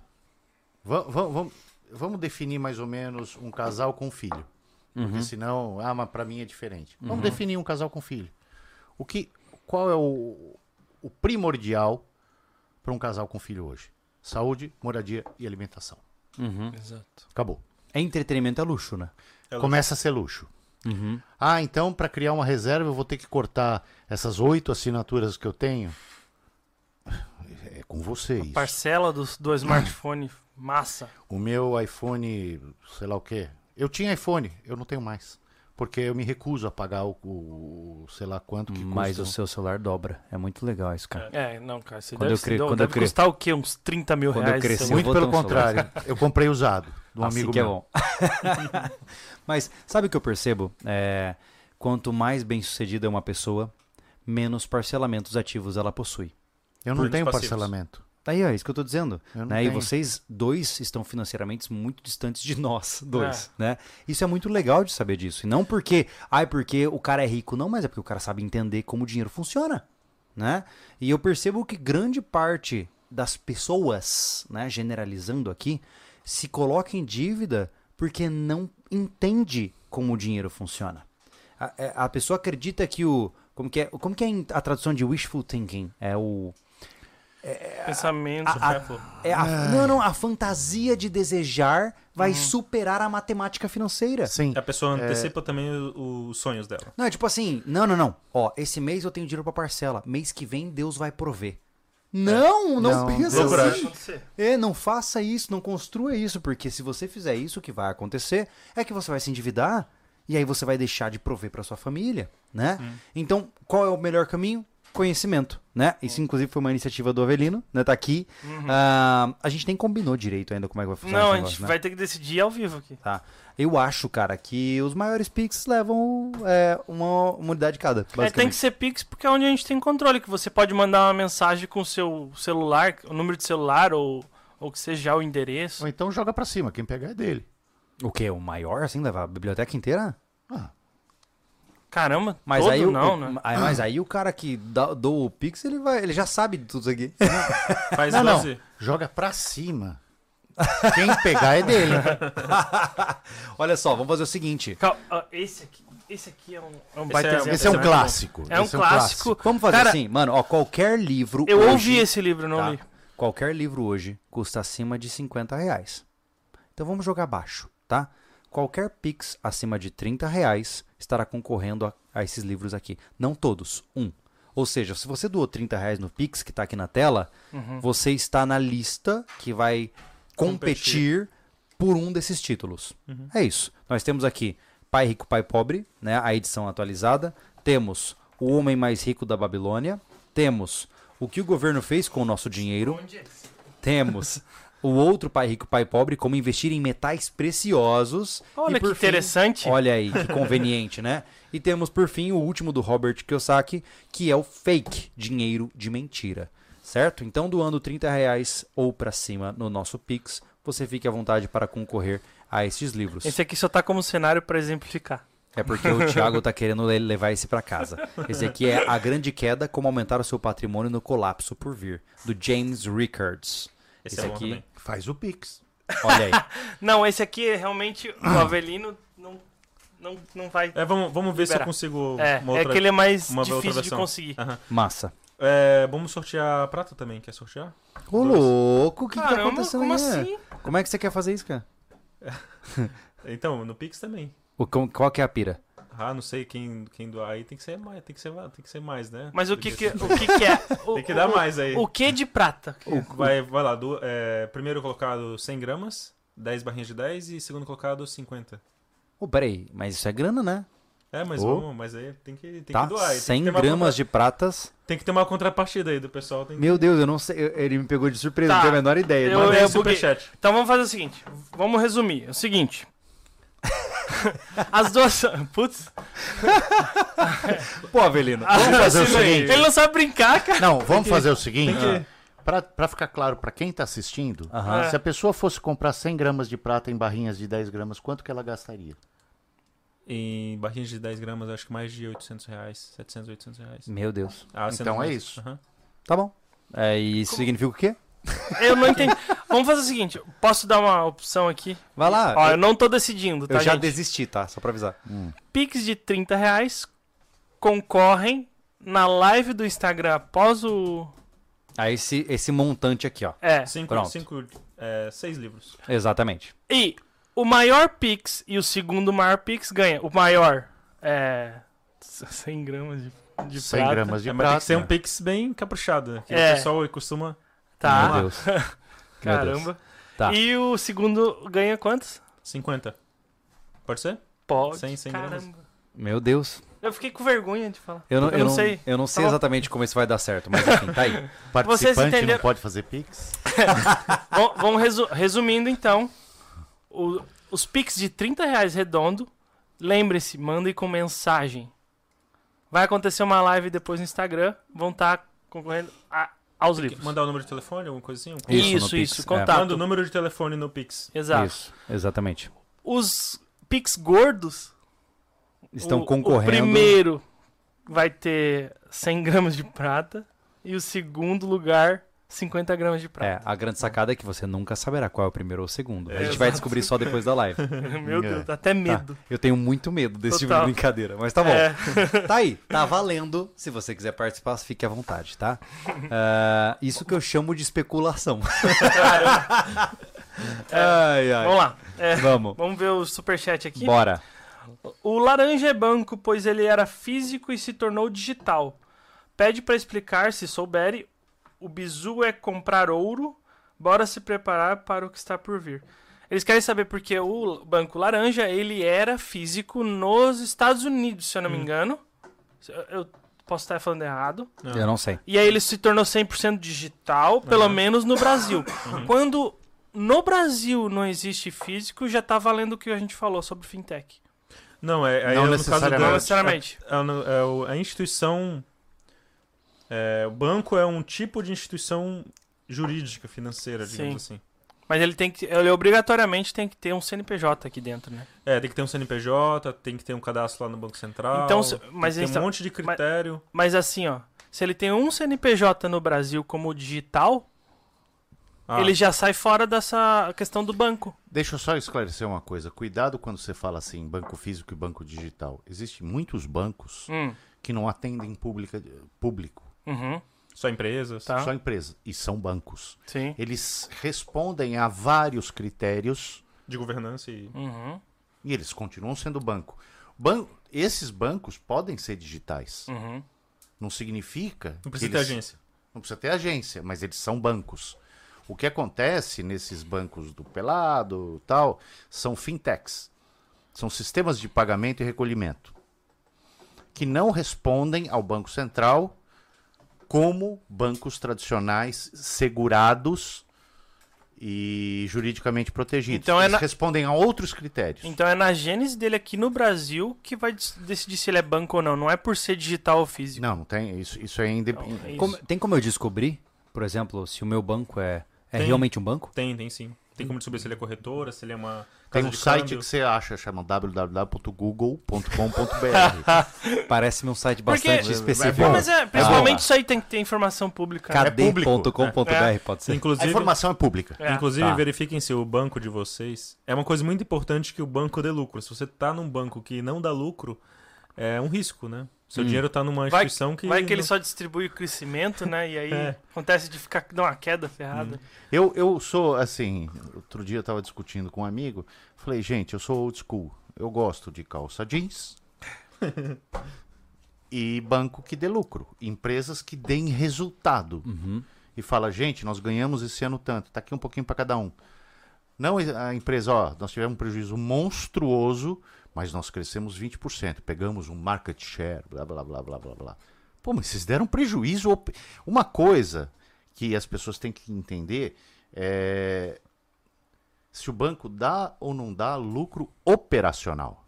[SPEAKER 3] Va- va- va- vamos definir mais ou menos um casal com filho. Porque senão, ah, mas pra mim é diferente. Vamos definir um casal com filho. O que, qual é o, o primordial para um casal com filho hoje? Saúde, moradia e alimentação.
[SPEAKER 2] Exato.
[SPEAKER 3] Acabou.
[SPEAKER 1] Uhum. É entretenimento é Uhum. luxo, né?
[SPEAKER 4] É
[SPEAKER 3] Começa a ser luxo. Ah, então para criar uma reserva eu vou ter que cortar essas oito assinaturas que eu tenho? É com você isso.
[SPEAKER 2] Parcela dos dois smartphones, massa.
[SPEAKER 3] O meu iPhone, sei lá o quê. Eu tinha iPhone, eu não tenho mais. Porque eu me recuso a pagar o, o- sei lá quanto que
[SPEAKER 1] Mas
[SPEAKER 3] custa.
[SPEAKER 1] o seu celular dobra. É muito legal isso, cara.
[SPEAKER 2] É, não, cara, você
[SPEAKER 1] Quando
[SPEAKER 2] deve,
[SPEAKER 1] eu cre-
[SPEAKER 2] deve-
[SPEAKER 1] quando eu
[SPEAKER 2] deve
[SPEAKER 1] cre-
[SPEAKER 2] custar o quê? Uns 30 mil
[SPEAKER 1] Quando eu
[SPEAKER 2] reais? é
[SPEAKER 1] cresci,
[SPEAKER 2] sei lá.
[SPEAKER 1] eu
[SPEAKER 3] Muito
[SPEAKER 1] vou
[SPEAKER 3] pelo
[SPEAKER 1] ter um celular.
[SPEAKER 3] contrário. Eu comprei usado, de um
[SPEAKER 1] Assim
[SPEAKER 3] amigo
[SPEAKER 1] que é
[SPEAKER 3] meu.
[SPEAKER 1] bom. Mas sabe o que eu percebo? É, quanto mais bem sucedida é uma pessoa, menos parcelamentos ativos ela possui.
[SPEAKER 3] Eu não
[SPEAKER 4] Por
[SPEAKER 3] tenho
[SPEAKER 4] passivos.
[SPEAKER 3] parcelamento.
[SPEAKER 1] Aí, ó, é isso que eu tô dizendo.
[SPEAKER 3] Eu não
[SPEAKER 1] né? E
[SPEAKER 3] tenho.
[SPEAKER 1] vocês dois estão financeiramente muito distantes de nós dois, né? Isso é muito legal de saber disso. E não porque, ai, porque o cara é rico. Não, mas é porque o cara sabe entender como o dinheiro funciona, né? E eu percebo que grande parte das pessoas, né, generalizando aqui, se coloca em dívida porque não entende como o dinheiro funciona. A, é- a pessoa acredita que o... Como que é, como que é em- a tradução de wishful thinking? É o...
[SPEAKER 2] Pensamento.
[SPEAKER 1] A- É a- não, não, a fantasia de desejar vai superar a matemática financeira.
[SPEAKER 3] Sim.
[SPEAKER 4] A pessoa antecipa também o- os sonhos dela.
[SPEAKER 1] Não, é tipo assim, não, não, não. Ó, esse mês eu tenho dinheiro pra parcela. Mês que vem Deus vai prover. Não, não,
[SPEAKER 3] Não,
[SPEAKER 1] pensa
[SPEAKER 4] Deus-
[SPEAKER 1] assim.
[SPEAKER 4] Loucura.
[SPEAKER 1] É, não faça isso, não construa isso, porque se você fizer isso, o que vai acontecer é que você vai se endividar e aí você vai deixar de prover pra sua família, né? Então, qual é o melhor caminho? conhecimento, né? Isso, inclusive, foi uma iniciativa do Avelino, né? Tá aqui. Ah, a gente nem combinou direito ainda como é que vai funcionar
[SPEAKER 2] Uhum. Não, a
[SPEAKER 1] esse
[SPEAKER 2] gente
[SPEAKER 1] negócio, né?
[SPEAKER 2] vai ter que decidir ao vivo aqui.
[SPEAKER 1] Tá. Eu acho, cara, que os maiores picks levam é, uma, uma unidade cada,
[SPEAKER 2] É, tem que
[SPEAKER 1] basicamente.
[SPEAKER 2] ser Pix porque é onde a gente tem controle, que você pode mandar uma mensagem com o seu celular, o número de celular ou, ou que seja o endereço.
[SPEAKER 3] Ou então joga pra cima, quem pegar é dele.
[SPEAKER 1] O quê? O maior, assim, levar a biblioteca inteira?
[SPEAKER 3] Ah,
[SPEAKER 2] Caramba,
[SPEAKER 1] Mas
[SPEAKER 2] todo
[SPEAKER 1] aí o-
[SPEAKER 2] não,
[SPEAKER 1] o,
[SPEAKER 2] né?
[SPEAKER 1] aí- Mas aí o cara que dá, doa o pix, ele, vai, ele já sabe de tudo isso aqui.
[SPEAKER 4] Faz
[SPEAKER 3] não, não.
[SPEAKER 4] 12.
[SPEAKER 3] Joga pra cima. Quem pegar é dele.
[SPEAKER 1] Olha só, vamos fazer o seguinte.
[SPEAKER 2] Cal- ó, Esse aqui, esse aqui é um, é um baita
[SPEAKER 4] é-
[SPEAKER 2] exemplo,
[SPEAKER 3] Esse é um
[SPEAKER 2] né?
[SPEAKER 3] clássico.
[SPEAKER 2] É um
[SPEAKER 3] Esse
[SPEAKER 2] clássico.
[SPEAKER 1] Vamos fazer
[SPEAKER 2] Cara,
[SPEAKER 1] assim, mano, ó, qualquer livro
[SPEAKER 2] Eu
[SPEAKER 1] hoje,
[SPEAKER 2] ouvi esse livro, não
[SPEAKER 1] tá?
[SPEAKER 2] li.
[SPEAKER 1] Qualquer livro hoje custa acima de 50 reais. Então vamos jogar baixo, tá? Qualquer Pix acima de 30 reais estará concorrendo a, a esses livros aqui. Não todos, um. Ou seja, se você doou 30 reais no Pix, que tá aqui na tela, você está na lista que vai competir, por um desses títulos. É isso. Nós temos aqui Pai Rico, Pai Pobre, né? A edição atualizada. Temos O Homem Mais Rico da Babilônia. Temos O que o governo fez com o nosso dinheiro. Temos o outro pai rico, pai pobre, como investir em metais preciosos.
[SPEAKER 2] Olha
[SPEAKER 1] E, por
[SPEAKER 2] que interessante.
[SPEAKER 1] Olha aí, que conveniente, né? E temos, por fim, o último do Robert Kiyosaki, que é o fake dinheiro de mentira. Certo? Então, doando 30 reais ou pra cima no nosso Pix, você fique à vontade para concorrer a estes livros.
[SPEAKER 2] Esse aqui só tá como cenário pra exemplificar.
[SPEAKER 1] É porque o Thiago tá querendo le- levar esse pra casa. Esse aqui é A Grande Queda, Como Aumentar o Seu Patrimônio no Colapso por Vir, do James Rickards.
[SPEAKER 4] Esse é bom também.
[SPEAKER 3] Faz o Pix.
[SPEAKER 1] olha aí.
[SPEAKER 2] Não, esse aqui é realmente o Avelino não, não, não vai.
[SPEAKER 4] É, vamos, vamos ver se
[SPEAKER 2] Libera.
[SPEAKER 4] eu consigo
[SPEAKER 2] É,
[SPEAKER 4] uma
[SPEAKER 2] é
[SPEAKER 4] outra...
[SPEAKER 2] que ele é mais
[SPEAKER 4] uma outra
[SPEAKER 2] difícil de
[SPEAKER 4] versão.
[SPEAKER 2] conseguir.
[SPEAKER 4] Aham.
[SPEAKER 1] Massa.
[SPEAKER 4] É, vamos sortear a prata também, quer sortear?
[SPEAKER 1] Ô, louco, o que, que tá
[SPEAKER 2] Caramba,
[SPEAKER 1] acontecendo
[SPEAKER 2] como
[SPEAKER 1] aí, né?
[SPEAKER 2] assim?
[SPEAKER 1] Como é que você quer fazer isso, cara?
[SPEAKER 4] Então, no Pix também.
[SPEAKER 1] O, com- qual que é a pira?
[SPEAKER 4] Ah, não sei quem, quem doar aí tem que ser mais, tem que ser, tem que ser mais, né?
[SPEAKER 2] Mas o
[SPEAKER 4] Do
[SPEAKER 2] que, que- o que, que é? O-
[SPEAKER 4] Tem que dar
[SPEAKER 2] o-
[SPEAKER 4] mais aí.
[SPEAKER 2] O que de prata?
[SPEAKER 4] Vai, vai lá, do, é, primeiro colocado 100 gramas, 10 barrinhas de 10 e segundo colocado 50.
[SPEAKER 1] Ô, peraí, mas isso é grana, né?
[SPEAKER 4] É, mas
[SPEAKER 3] Ô.
[SPEAKER 4] vamos, mas aí tem que, tem
[SPEAKER 1] tá?
[SPEAKER 4] que doar. aí tem
[SPEAKER 1] 100
[SPEAKER 4] que ter uma
[SPEAKER 1] gramas de pratas.
[SPEAKER 4] contra- Tem que ter uma contrapartida aí do pessoal. Tem que...
[SPEAKER 1] Meu Deus, eu não sei. eu- ele me pegou de surpresa,
[SPEAKER 2] Tá.
[SPEAKER 1] não tenho a menor ideia. Mas-
[SPEAKER 2] Eu-
[SPEAKER 3] é,
[SPEAKER 4] Mandei
[SPEAKER 2] eu
[SPEAKER 4] um superchat.
[SPEAKER 2] Então vamos fazer o seguinte, vamos resumir. É o seguinte. As duas. Putz,
[SPEAKER 1] Pô, Avelino.
[SPEAKER 3] Vamos fazer o
[SPEAKER 2] Assina aí.
[SPEAKER 3] seguinte.
[SPEAKER 2] ele não sabe brincar, cara.
[SPEAKER 3] Não, vamos fazer o seguinte.
[SPEAKER 4] tem
[SPEAKER 3] Pra, pra ficar claro pra quem tá assistindo,
[SPEAKER 1] Aham.
[SPEAKER 3] se a pessoa fosse comprar 100 gramas de prata em barrinhas de 10 gramas, quanto que ela gastaria?
[SPEAKER 4] Em barrinhas de 10 gramas, eu acho que mais de 800 reais, 700, 800 reais.
[SPEAKER 1] Meu Deus.
[SPEAKER 4] Ah, sendo
[SPEAKER 3] Então é
[SPEAKER 4] mais-
[SPEAKER 3] isso.
[SPEAKER 4] Aham.
[SPEAKER 1] Tá bom. É, e isso significa o quê?
[SPEAKER 2] Eu não entendi. Vamos fazer o seguinte, posso dar uma opção aqui?
[SPEAKER 1] Vai lá.
[SPEAKER 2] Ó, eu
[SPEAKER 1] eu
[SPEAKER 2] não tô decidindo, tá,
[SPEAKER 1] eu já
[SPEAKER 2] gente?
[SPEAKER 1] desisti, tá? Só pra avisar.
[SPEAKER 2] Pix de 30 reais concorrem na live do Instagram após o...
[SPEAKER 1] Aí esse, esse montante aqui, ó.
[SPEAKER 2] É.
[SPEAKER 4] Cinco,
[SPEAKER 1] Pronto.
[SPEAKER 4] cinco, é, seis livros.
[SPEAKER 1] Exatamente.
[SPEAKER 2] E o maior Pix e o segundo maior Pix ganha. O maior é... 100 gramas de, de
[SPEAKER 3] 100
[SPEAKER 2] prata.
[SPEAKER 3] gramas de
[SPEAKER 4] É, mas tem
[SPEAKER 3] prata.
[SPEAKER 4] que ser um pix bem caprichado, né? Que
[SPEAKER 2] É.
[SPEAKER 4] o pessoal costuma...
[SPEAKER 2] Tá.
[SPEAKER 1] Meu Deus. Meu Deus.
[SPEAKER 2] Caramba.
[SPEAKER 1] Tá.
[SPEAKER 2] E o segundo ganha quantos?
[SPEAKER 4] 50. Pode ser?
[SPEAKER 2] Pode.
[SPEAKER 4] Cem, cem
[SPEAKER 2] Caramba.
[SPEAKER 1] Meu Deus.
[SPEAKER 2] Eu fiquei com vergonha de falar.
[SPEAKER 1] Eu não, eu não
[SPEAKER 2] sei.
[SPEAKER 1] Eu não sei
[SPEAKER 2] Tá bom.
[SPEAKER 1] exatamente como isso vai dar certo, mas enfim, tá aí.
[SPEAKER 3] Participante
[SPEAKER 2] Vocês entenderam-
[SPEAKER 3] não pode fazer Pix?
[SPEAKER 2] Vom- Vamos resu- resumindo então. O- os Pix de 30 reais redondo. Lembre-se, mandem com mensagem. Vai acontecer uma live depois no Instagram. Vão estar concorrendo a- aos livros.
[SPEAKER 4] Mandar o número de telefone, alguma coisinha? Um contato.
[SPEAKER 1] Isso, no
[SPEAKER 2] Isso, isso,
[SPEAKER 1] Pix, é.
[SPEAKER 2] contato.
[SPEAKER 4] Manda o número de telefone no Pix.
[SPEAKER 2] Exato.
[SPEAKER 1] Isso, exatamente.
[SPEAKER 2] Os Pix gordos.
[SPEAKER 1] Estão
[SPEAKER 2] o-
[SPEAKER 1] concorrendo.
[SPEAKER 2] O primeiro vai ter 100 gramas de prata. E o segundo lugar, 50 gramas de prata.
[SPEAKER 1] É, a grande sacada é que você nunca saberá qual é o primeiro ou o segundo. a gente vai descobrir só depois da live.
[SPEAKER 2] Meu Deus, dá até
[SPEAKER 1] É. Tá,
[SPEAKER 2] medo.
[SPEAKER 1] eu tenho muito medo desse tipo de
[SPEAKER 2] Total.
[SPEAKER 1] brincadeira, mas tá bom.
[SPEAKER 2] É.
[SPEAKER 1] Tá aí, tá valendo. Se você quiser participar, fique à vontade, tá? Ah, isso que eu chamo de especulação. ai, ai.
[SPEAKER 2] Vamos lá. É,
[SPEAKER 1] Vamos,
[SPEAKER 2] vamos ver o superchat aqui.
[SPEAKER 1] bora.
[SPEAKER 2] O laranja é banco, pois ele era físico e se tornou digital. Pede pra explicar, se souberem. O bizu é comprar ouro. Bora se preparar para o que está por vir. Eles querem saber porque o banco laranja ele era físico nos Estados Unidos, se eu não me engano. Eu- eu- Posso estar falando errado.
[SPEAKER 1] Eu não sei.
[SPEAKER 2] E aí ele se tornou 100% digital, pelo menos no Brasil. Quando no Brasil não existe físico, já tá valendo o que a gente falou sobre fintech.
[SPEAKER 4] Não, é, aí
[SPEAKER 3] Não
[SPEAKER 4] é no caso
[SPEAKER 3] necessariamente.
[SPEAKER 2] Não
[SPEAKER 4] da,
[SPEAKER 2] necessariamente.
[SPEAKER 4] É, no- é o- a instituição. é, o banco é um tipo de instituição jurídica, financeira, digamos assim.
[SPEAKER 2] Mas ele tem que. Ele obrigatoriamente tem que ter um CNPJ aqui dentro, né?
[SPEAKER 4] É, tem que ter um CNPJ, tem que ter um cadastro lá no Banco Central.
[SPEAKER 2] Então, se- mas
[SPEAKER 4] tem que ter
[SPEAKER 2] então-
[SPEAKER 4] um monte de critério.
[SPEAKER 2] Mas assim, ó. Se ele tem um CNPJ no Brasil como digital,
[SPEAKER 4] Ah,
[SPEAKER 2] ele já sai fora dessa questão do banco.
[SPEAKER 3] Deixa eu só esclarecer uma coisa. Cuidado quando você fala assim, banco físico e banco digital. Existem muitos bancos
[SPEAKER 2] Hum.
[SPEAKER 3] que não atendem pública- público,
[SPEAKER 2] Uhum.
[SPEAKER 4] Só empresas.
[SPEAKER 2] Tá.
[SPEAKER 3] só empresa, e são bancos.
[SPEAKER 2] Sim.
[SPEAKER 3] Eles respondem a vários critérios
[SPEAKER 4] De governança e.
[SPEAKER 2] Uhum.
[SPEAKER 3] e eles continuam sendo banco. Ban- esses bancos podem ser digitais.
[SPEAKER 2] Uhum.
[SPEAKER 3] Não significa.
[SPEAKER 4] Não
[SPEAKER 3] que
[SPEAKER 4] precisa ter
[SPEAKER 3] eles-
[SPEAKER 4] agência.
[SPEAKER 3] Não precisa ter agência, mas eles são bancos. O que acontece nesses bancos do pelado tal são fintechs. São sistemas de pagamento e recolhimento que não respondem ao Banco Central como bancos tradicionais segurados e juridicamente protegidos.
[SPEAKER 2] Então é
[SPEAKER 3] eles
[SPEAKER 2] na-
[SPEAKER 3] respondem a outros critérios.
[SPEAKER 2] Então é na gênese dele aqui no Brasil que vai des- decidir se ele é banco ou não. Não é por ser digital ou físico.
[SPEAKER 3] Não, não tem isso, isso é independente.
[SPEAKER 2] Então, é isso.
[SPEAKER 1] Como- tem como eu descobrir, por exemplo, se o meu banco é, é
[SPEAKER 4] Tem.
[SPEAKER 1] realmente um banco?
[SPEAKER 4] Tem, tem sim. Tem como saber se ele é corretora, se ele é uma.
[SPEAKER 3] Tem
[SPEAKER 4] casa
[SPEAKER 3] um
[SPEAKER 4] de
[SPEAKER 3] site
[SPEAKER 4] câmbio.
[SPEAKER 3] que você acha, chama www.google.com.br.
[SPEAKER 1] Parece-me um site
[SPEAKER 2] Porque-
[SPEAKER 1] bastante específico.
[SPEAKER 2] Não, mas é, principalmente
[SPEAKER 1] Ah.
[SPEAKER 2] isso aí tem que ter informação pública. né?
[SPEAKER 1] KD.com.br,
[SPEAKER 2] É.
[SPEAKER 1] pode ser?
[SPEAKER 3] A
[SPEAKER 4] Inclusive,
[SPEAKER 3] informação é pública.
[SPEAKER 2] É.
[SPEAKER 4] Inclusive,
[SPEAKER 1] Tá.
[SPEAKER 4] verifiquem se o banco de vocês. É uma coisa muito importante que o banco dê lucro. Se você tá num banco que não dá lucro, é um risco, né? Seu
[SPEAKER 1] Hum.
[SPEAKER 4] dinheiro tá numa
[SPEAKER 2] Vai-
[SPEAKER 4] instituição que.
[SPEAKER 2] Vai que ele
[SPEAKER 4] não-
[SPEAKER 2] só distribui o crescimento, né? E aí
[SPEAKER 4] É.
[SPEAKER 2] acontece de ficar dar uma queda ferrada.
[SPEAKER 3] Eu, eu sou, assim, outro dia eu tava discutindo com um amigo, falei, gente, eu sou old school, eu gosto de calça jeans e banco que dê lucro, empresas que deem resultado.
[SPEAKER 2] Uhum.
[SPEAKER 3] E fala, gente, nós ganhamos esse ano tanto, tá aqui um pouquinho para cada um. Não a empresa, ó, nós tivemos um prejuízo monstruoso, mas nós crescemos 20%, pegamos um market share, blá blá blá blá blá blá. Pô, mas vocês deram um prejuízo. op- Uma coisa que as pessoas têm que entender é se o banco dá ou não dá lucro operacional.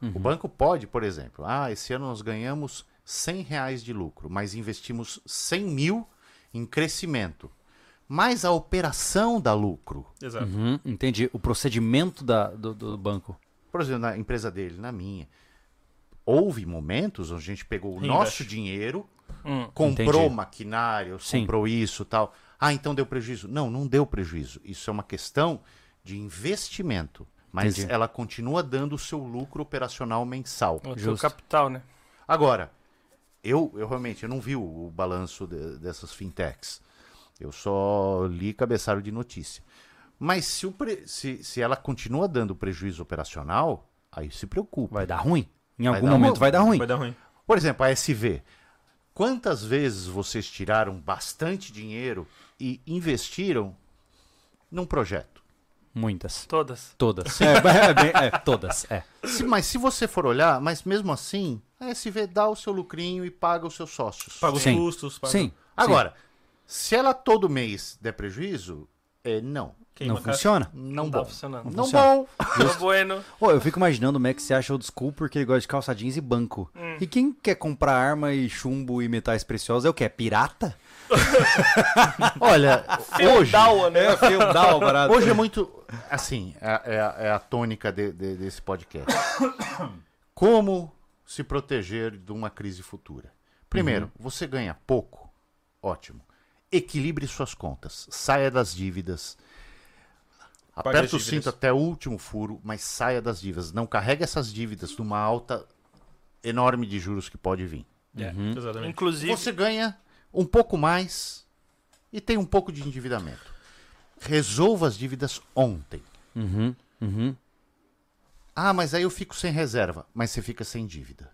[SPEAKER 3] O banco pode, por exemplo, ah, esse ano nós ganhamos 100 reais de lucro, mas investimos 100 mil em crescimento. Mas a operação dá lucro.
[SPEAKER 4] Exato.
[SPEAKER 1] Uhum, entendi. O procedimento da- do, do banco.
[SPEAKER 3] por exemplo, na empresa dele, na minha, houve momentos onde a gente pegou o
[SPEAKER 4] Reinveste.
[SPEAKER 3] nosso dinheiro,
[SPEAKER 2] Hum,
[SPEAKER 3] comprou
[SPEAKER 1] entendi.
[SPEAKER 3] maquinário,
[SPEAKER 1] Sim.
[SPEAKER 3] comprou isso tal. Ah, então deu prejuízo. Não, não deu prejuízo. Isso é uma questão de investimento. Mas
[SPEAKER 1] Entendi.
[SPEAKER 3] ela continua dando o seu lucro operacional mensal.
[SPEAKER 4] Hum.
[SPEAKER 2] Outro
[SPEAKER 1] Justo.
[SPEAKER 2] capital, né?
[SPEAKER 3] Agora, eu, eu realmente eu não vi o, o balanço de- dessas fintechs. Eu só li cabeçalho de notícia. Mas se, o pre- se, se ela continua dando prejuízo operacional, aí se preocupa.
[SPEAKER 1] Vai dar ruim? Em
[SPEAKER 3] Vai
[SPEAKER 1] algum
[SPEAKER 3] dar
[SPEAKER 1] momento
[SPEAKER 3] ruim.
[SPEAKER 1] vai dar um ruim.
[SPEAKER 4] Vai dar ruim.
[SPEAKER 3] Por exemplo, a SV. Quantas vezes vocês tiraram bastante dinheiro e investiram num projeto?
[SPEAKER 1] Muitas.
[SPEAKER 2] Todas.
[SPEAKER 1] Todas. É, é, bem- é, todas. É.
[SPEAKER 3] Se- mas se você for olhar, mas mesmo assim, a SV dá o seu lucrinho e paga os seus sócios.
[SPEAKER 4] Paga os
[SPEAKER 1] Sim.
[SPEAKER 4] custos, paga.
[SPEAKER 1] Sim.
[SPEAKER 3] Agora, se ela todo mês der prejuízo, é não.
[SPEAKER 1] sim.
[SPEAKER 4] Queima
[SPEAKER 1] Não
[SPEAKER 4] a caixa.
[SPEAKER 1] funciona.
[SPEAKER 3] Não,
[SPEAKER 2] Não tá
[SPEAKER 3] bom.
[SPEAKER 2] funcionando.
[SPEAKER 3] Não,
[SPEAKER 1] Não funciona.
[SPEAKER 3] bom.
[SPEAKER 2] Tá bueno.
[SPEAKER 1] Ô, eu fico imaginando o Mac se acha old school porque ele gosta de calça jeans e banco. E quem quer comprar arma e chumbo e metais preciosos é o quê? É pirata?
[SPEAKER 3] Olha, hoje,
[SPEAKER 2] Feudal,
[SPEAKER 1] É,
[SPEAKER 2] né?
[SPEAKER 1] feudal, um barato.
[SPEAKER 3] hoje é muito. Assim, é, é a- é a tônica de- de- desse podcast. Como se proteger de uma crise futura? Primeiro,
[SPEAKER 4] Uhum.
[SPEAKER 3] você ganha pouco, ótimo. Equilibre suas contas, saia das dívidas.
[SPEAKER 4] Pague as
[SPEAKER 3] Aperta o
[SPEAKER 4] dívidas.
[SPEAKER 3] cinto até o último furo, mas saia das dívidas. Não carregue essas dívidas numa alta enorme de juros que pode vir.
[SPEAKER 4] É,
[SPEAKER 1] Uhum.
[SPEAKER 4] exatamente.
[SPEAKER 2] Inclusive,
[SPEAKER 3] Você ganha um pouco mais e tem um pouco de endividamento. Resolva as dívidas ontem.
[SPEAKER 1] Uhum, uhum.
[SPEAKER 3] Ah, mas aí eu fico sem reserva. Mas você fica sem dívida.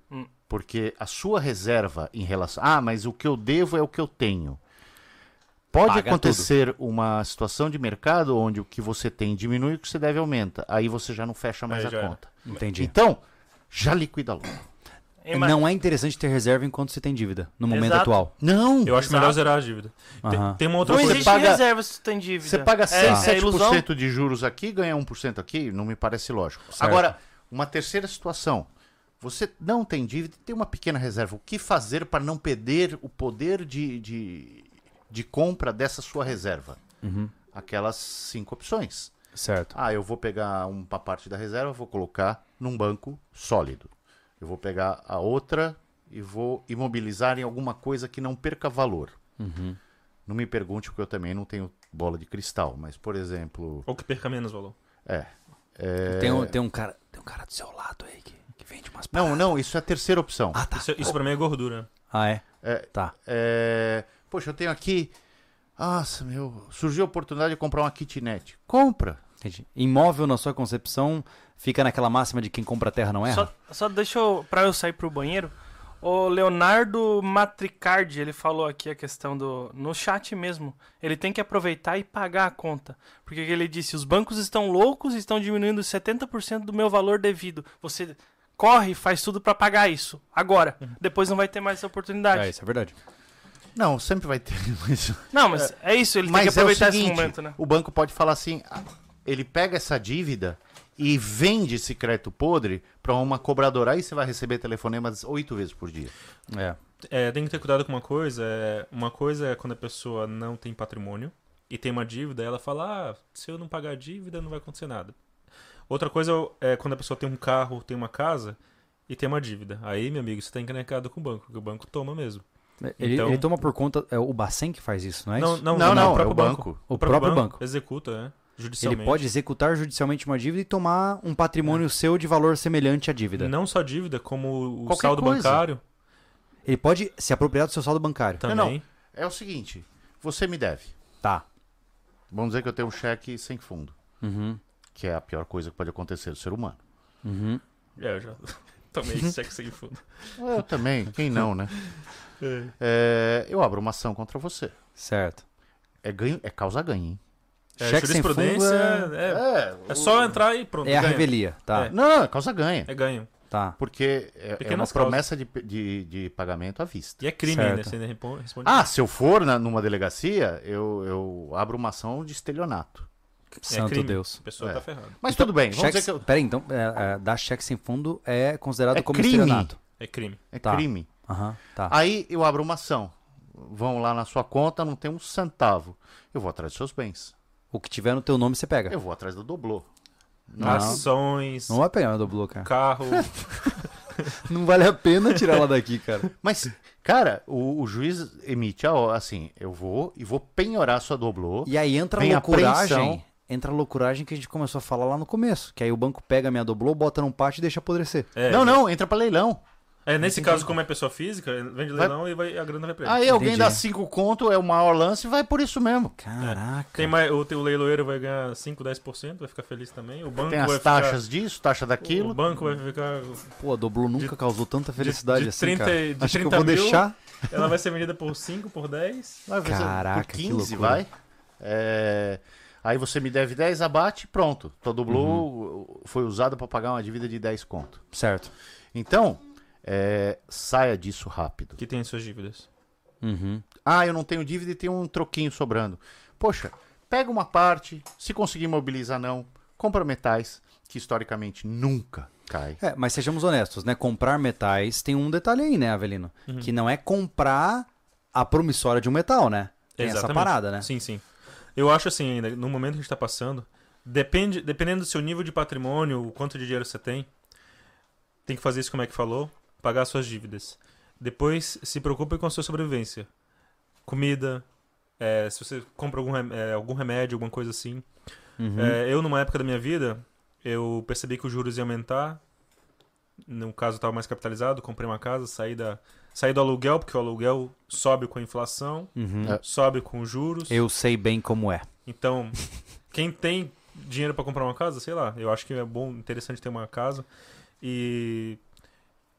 [SPEAKER 3] Porque a sua reserva em relação. Ah, mas o que eu devo é o que eu tenho. Pode
[SPEAKER 1] Paga
[SPEAKER 3] acontecer uma situação de mercado onde o que você tem diminui e o que você deve aumenta. Aí você já não fecha mais
[SPEAKER 4] Aí
[SPEAKER 3] a
[SPEAKER 4] já era.
[SPEAKER 3] conta.
[SPEAKER 1] Entendi.
[SPEAKER 3] Então, já liquida logo.
[SPEAKER 2] Em ma-
[SPEAKER 1] Não é interessante ter reserva enquanto você tem dívida, no momento
[SPEAKER 2] Exato.
[SPEAKER 1] atual.
[SPEAKER 3] Não!
[SPEAKER 4] Eu acho
[SPEAKER 2] Então, Exato. Então,
[SPEAKER 4] melhor zerar a dívida. Tem-
[SPEAKER 1] Aham.
[SPEAKER 4] Tem, uma outra
[SPEAKER 2] Não
[SPEAKER 3] Você
[SPEAKER 4] coisa.
[SPEAKER 2] existe
[SPEAKER 3] paga-
[SPEAKER 2] reserva se tu tem dívida.
[SPEAKER 3] Você paga 6,
[SPEAKER 2] é, é ilusão.
[SPEAKER 3] 7% de juros aqui, ganha 1% aqui, não me parece lógico. Agora, uma terceira situação. Você não tem dívida e tem uma pequena reserva. O que fazer para não perder o poder de, de, de compra dessa sua reserva?
[SPEAKER 2] Uhum.
[SPEAKER 3] Aquelas cinco opções.
[SPEAKER 1] Certo.
[SPEAKER 3] Ah, eu vou pegar uma parte da reserva, vou colocar num banco sólido. Eu vou pegar a outra e vou imobilizar em alguma coisa que não perca valor. Não me pergunte, porque eu também não tenho bola de cristal. Mas, por exemplo,
[SPEAKER 4] Ou que perca menos valor.
[SPEAKER 3] é.
[SPEAKER 1] Tem, um, tem um cara, tem um cara do seu lado aí que, que vende umas
[SPEAKER 3] Não, não, isso é a terceira opção.
[SPEAKER 1] Ah, tá.
[SPEAKER 4] Isso, isso pra mim é gordura. né?
[SPEAKER 1] Ah, é?
[SPEAKER 3] É,
[SPEAKER 1] Tá.
[SPEAKER 3] é, Poxa, eu tenho aqui. Nossa, meu. Surgiu a oportunidade de comprar uma kitnet. Compra!
[SPEAKER 1] Entendi. Imóvel, na sua concepção, fica naquela máxima de quem compra terra não erra?
[SPEAKER 2] Só, só deixa eu, pra eu sair pro banheiro, o Leonardo Matricardi, ele falou aqui a questão do... No chat mesmo, ele tem que aproveitar e pagar a conta. Porque ele disse, os bancos estão loucos e estão diminuindo 70% do meu valor devido. Você corre e faz tudo pra pagar isso, agora.
[SPEAKER 3] Uhum.
[SPEAKER 2] Depois não vai ter mais essa oportunidade.
[SPEAKER 1] É, isso é verdade.
[SPEAKER 3] Não, sempre vai ter. Mas,
[SPEAKER 2] Não, mas é isso, ele
[SPEAKER 3] mas
[SPEAKER 2] tem que
[SPEAKER 3] é o
[SPEAKER 2] aproveitar
[SPEAKER 3] seguinte,
[SPEAKER 2] esse momento, né?
[SPEAKER 3] O banco pode falar assim: ah, ele pega essa dívida e vende esse crédito podre para uma cobradora. Aí você vai receber telefonemas oito vezes por dia.
[SPEAKER 1] É.
[SPEAKER 4] É, tem que ter cuidado com uma coisa. é, uma coisa é quando a pessoa não tem patrimônio e tem uma dívida, ela fala: ah, se eu não pagar a dívida, não vai acontecer nada. Outra coisa é quando a pessoa tem um carro, tem uma casa e tem uma dívida. Aí, meu amigo, você tá encrencado com o banco, que o banco toma mesmo.
[SPEAKER 1] Ele,
[SPEAKER 4] Então-
[SPEAKER 1] ele toma por conta. É o Bacen que faz isso, não é
[SPEAKER 4] não,
[SPEAKER 1] isso?
[SPEAKER 4] não,
[SPEAKER 3] Não, não,
[SPEAKER 4] o próprio
[SPEAKER 3] é o
[SPEAKER 4] banco.
[SPEAKER 3] banco.
[SPEAKER 1] O próprio banco.
[SPEAKER 4] executa, né?
[SPEAKER 1] Ele
[SPEAKER 4] Judicialmente.
[SPEAKER 1] pode executar judicialmente uma dívida e tomar um patrimônio seu de valor semelhante à dívida.
[SPEAKER 4] É. Não só dívida, como o
[SPEAKER 3] Qualquer
[SPEAKER 4] saldo
[SPEAKER 3] coisa.
[SPEAKER 4] bancário
[SPEAKER 1] Ele pode se apropriar do seu saldo bancário.
[SPEAKER 4] também.
[SPEAKER 3] não. É o seguinte: você me deve.
[SPEAKER 1] Tá.
[SPEAKER 3] Vamos dizer que eu tenho um cheque sem fundo,
[SPEAKER 1] Uhum.
[SPEAKER 3] que é a pior coisa que pode acontecer do ser humano.
[SPEAKER 1] Uhum.
[SPEAKER 4] É, eu já tomei sexo sem fundo.
[SPEAKER 3] Eu também, quem não, né?
[SPEAKER 4] É.
[SPEAKER 3] É, eu abro uma ação contra você.
[SPEAKER 1] Certo.
[SPEAKER 3] É, ganho, é causa ganho, hein?
[SPEAKER 4] É,
[SPEAKER 1] Cheque sem fundo
[SPEAKER 4] jurisprudência é, é- é só entrar e pronto.
[SPEAKER 1] É a
[SPEAKER 4] ganha.
[SPEAKER 1] revelia, tá?
[SPEAKER 4] É.
[SPEAKER 3] Não, é causa ganha.
[SPEAKER 4] É ganho.
[SPEAKER 1] Tá.
[SPEAKER 3] Porque é- é, uma
[SPEAKER 4] Pequenas
[SPEAKER 3] promessa de, de, de pagamento à vista.
[SPEAKER 4] E é crime,
[SPEAKER 1] Certo.
[SPEAKER 4] né? Você ainda repo- responde.
[SPEAKER 3] Ah, se eu for na- numa delegacia, eu, eu abro uma ação de estelionato.
[SPEAKER 1] Santo
[SPEAKER 4] É crime.
[SPEAKER 1] Deus.
[SPEAKER 4] A pessoa
[SPEAKER 3] É.
[SPEAKER 4] tá ferrada.
[SPEAKER 3] Mas tudo bem, vamos
[SPEAKER 1] Cheque...
[SPEAKER 3] dizer que eu-
[SPEAKER 1] Peraí, então, é, é, dar cheque sem fundo é considerado
[SPEAKER 3] É
[SPEAKER 1] como
[SPEAKER 3] crime. Ah.
[SPEAKER 1] estelionato.
[SPEAKER 4] É crime.
[SPEAKER 3] é
[SPEAKER 1] Tá.
[SPEAKER 3] crime.
[SPEAKER 1] Aham, tá.
[SPEAKER 3] Aí eu abro uma ação. Vão lá na sua conta, não tem um centavo. Eu vou atrás dos seus bens.
[SPEAKER 1] O que tiver no teu nome você pega.
[SPEAKER 3] Eu vou atrás do doblô.
[SPEAKER 1] Não.
[SPEAKER 4] Ações,
[SPEAKER 1] Não é vai pegar meu doblô, cara.
[SPEAKER 4] carro.
[SPEAKER 1] Não vale a pena tirar ela daqui, cara.
[SPEAKER 3] Mas, cara, o, o juiz emite a ó, assim, eu vou e vou penhorar sua doblô.
[SPEAKER 1] E aí entra
[SPEAKER 3] Vem
[SPEAKER 1] a
[SPEAKER 3] a
[SPEAKER 1] loucuragem.
[SPEAKER 3] apreensão.
[SPEAKER 1] Entra a loucuragem que a gente começou a falar lá no começo. Que aí o banco pega a minha doblô, bota num pátio e deixa apodrecer.
[SPEAKER 4] É,
[SPEAKER 3] não, não, entra pra leilão.
[SPEAKER 4] É, nesse caso, como é pessoa física, vende
[SPEAKER 3] Vai-
[SPEAKER 4] leilão e vai- a grana vai pra ele.
[SPEAKER 3] Aí alguém
[SPEAKER 1] Entendi.
[SPEAKER 3] dá cinco conto, é o maior lance, vai por isso mesmo.
[SPEAKER 1] Caraca.
[SPEAKER 4] Tem mais, o teu leiloeiro vai ganhar 5, 10%, vai ficar feliz também. O banco
[SPEAKER 3] Tem
[SPEAKER 4] vai
[SPEAKER 3] as
[SPEAKER 4] ficar-
[SPEAKER 3] taxas disso, taxa
[SPEAKER 4] O
[SPEAKER 3] daquilo.
[SPEAKER 4] banco vai ficar.
[SPEAKER 1] Pô, a doblô nunca causou tanta felicidade
[SPEAKER 4] É. de- de
[SPEAKER 1] assim,
[SPEAKER 4] 30
[SPEAKER 1] cara.
[SPEAKER 4] de
[SPEAKER 1] Acho que eu
[SPEAKER 4] 30
[SPEAKER 1] vou
[SPEAKER 4] mil.
[SPEAKER 1] deixar.
[SPEAKER 4] Ela vai ser vendida por 5, por 10.
[SPEAKER 3] Vai fazer
[SPEAKER 1] Caraca,
[SPEAKER 3] por
[SPEAKER 1] que
[SPEAKER 3] 15,
[SPEAKER 1] loucura.
[SPEAKER 3] vai. É, Aí você me deve 10, abate, pronto. Tua doblô
[SPEAKER 1] Uhum.
[SPEAKER 3] foi usada pra pagar uma dívida de 10 conto.
[SPEAKER 1] Certo.
[SPEAKER 3] Então, é, saia disso rápido.
[SPEAKER 4] Que tem as suas dívidas.
[SPEAKER 1] Uhum.
[SPEAKER 3] Ah, eu não tenho dívida e tenho um troquinho sobrando. Poxa, pega uma parte, se conseguir mobilizar não, compra metais, que historicamente nunca cai.
[SPEAKER 1] É, mas sejamos honestos, né? Comprar metais tem um detalhe aí, né, Avelino?
[SPEAKER 4] Uhum.
[SPEAKER 1] Que não é comprar a promissória de um metal, né? Tem essa parada, né?
[SPEAKER 4] Sim, sim. Eu acho assim, ainda, no momento que a gente tá passando, depende, dependendo do seu nível de patrimônio, o quanto de dinheiro você tem, tem que fazer isso como é que falou, pagar suas dívidas. Depois, se preocupe com a sua sobrevivência. Comida, é, se você compra algum, rem- é, algum remédio, alguma coisa assim. É, eu, numa época da minha vida, eu percebi que os juros iam aumentar. No caso, eu tava mais capitalizado, comprei uma casa, saí, da, saí do aluguel, porque o aluguel sobe com a inflação,
[SPEAKER 3] É.
[SPEAKER 4] sobe com os juros.
[SPEAKER 1] Eu sei bem como é.
[SPEAKER 4] Então, quem tem dinheiro pra comprar uma casa, sei lá, eu acho que é bom, interessante ter uma casa. E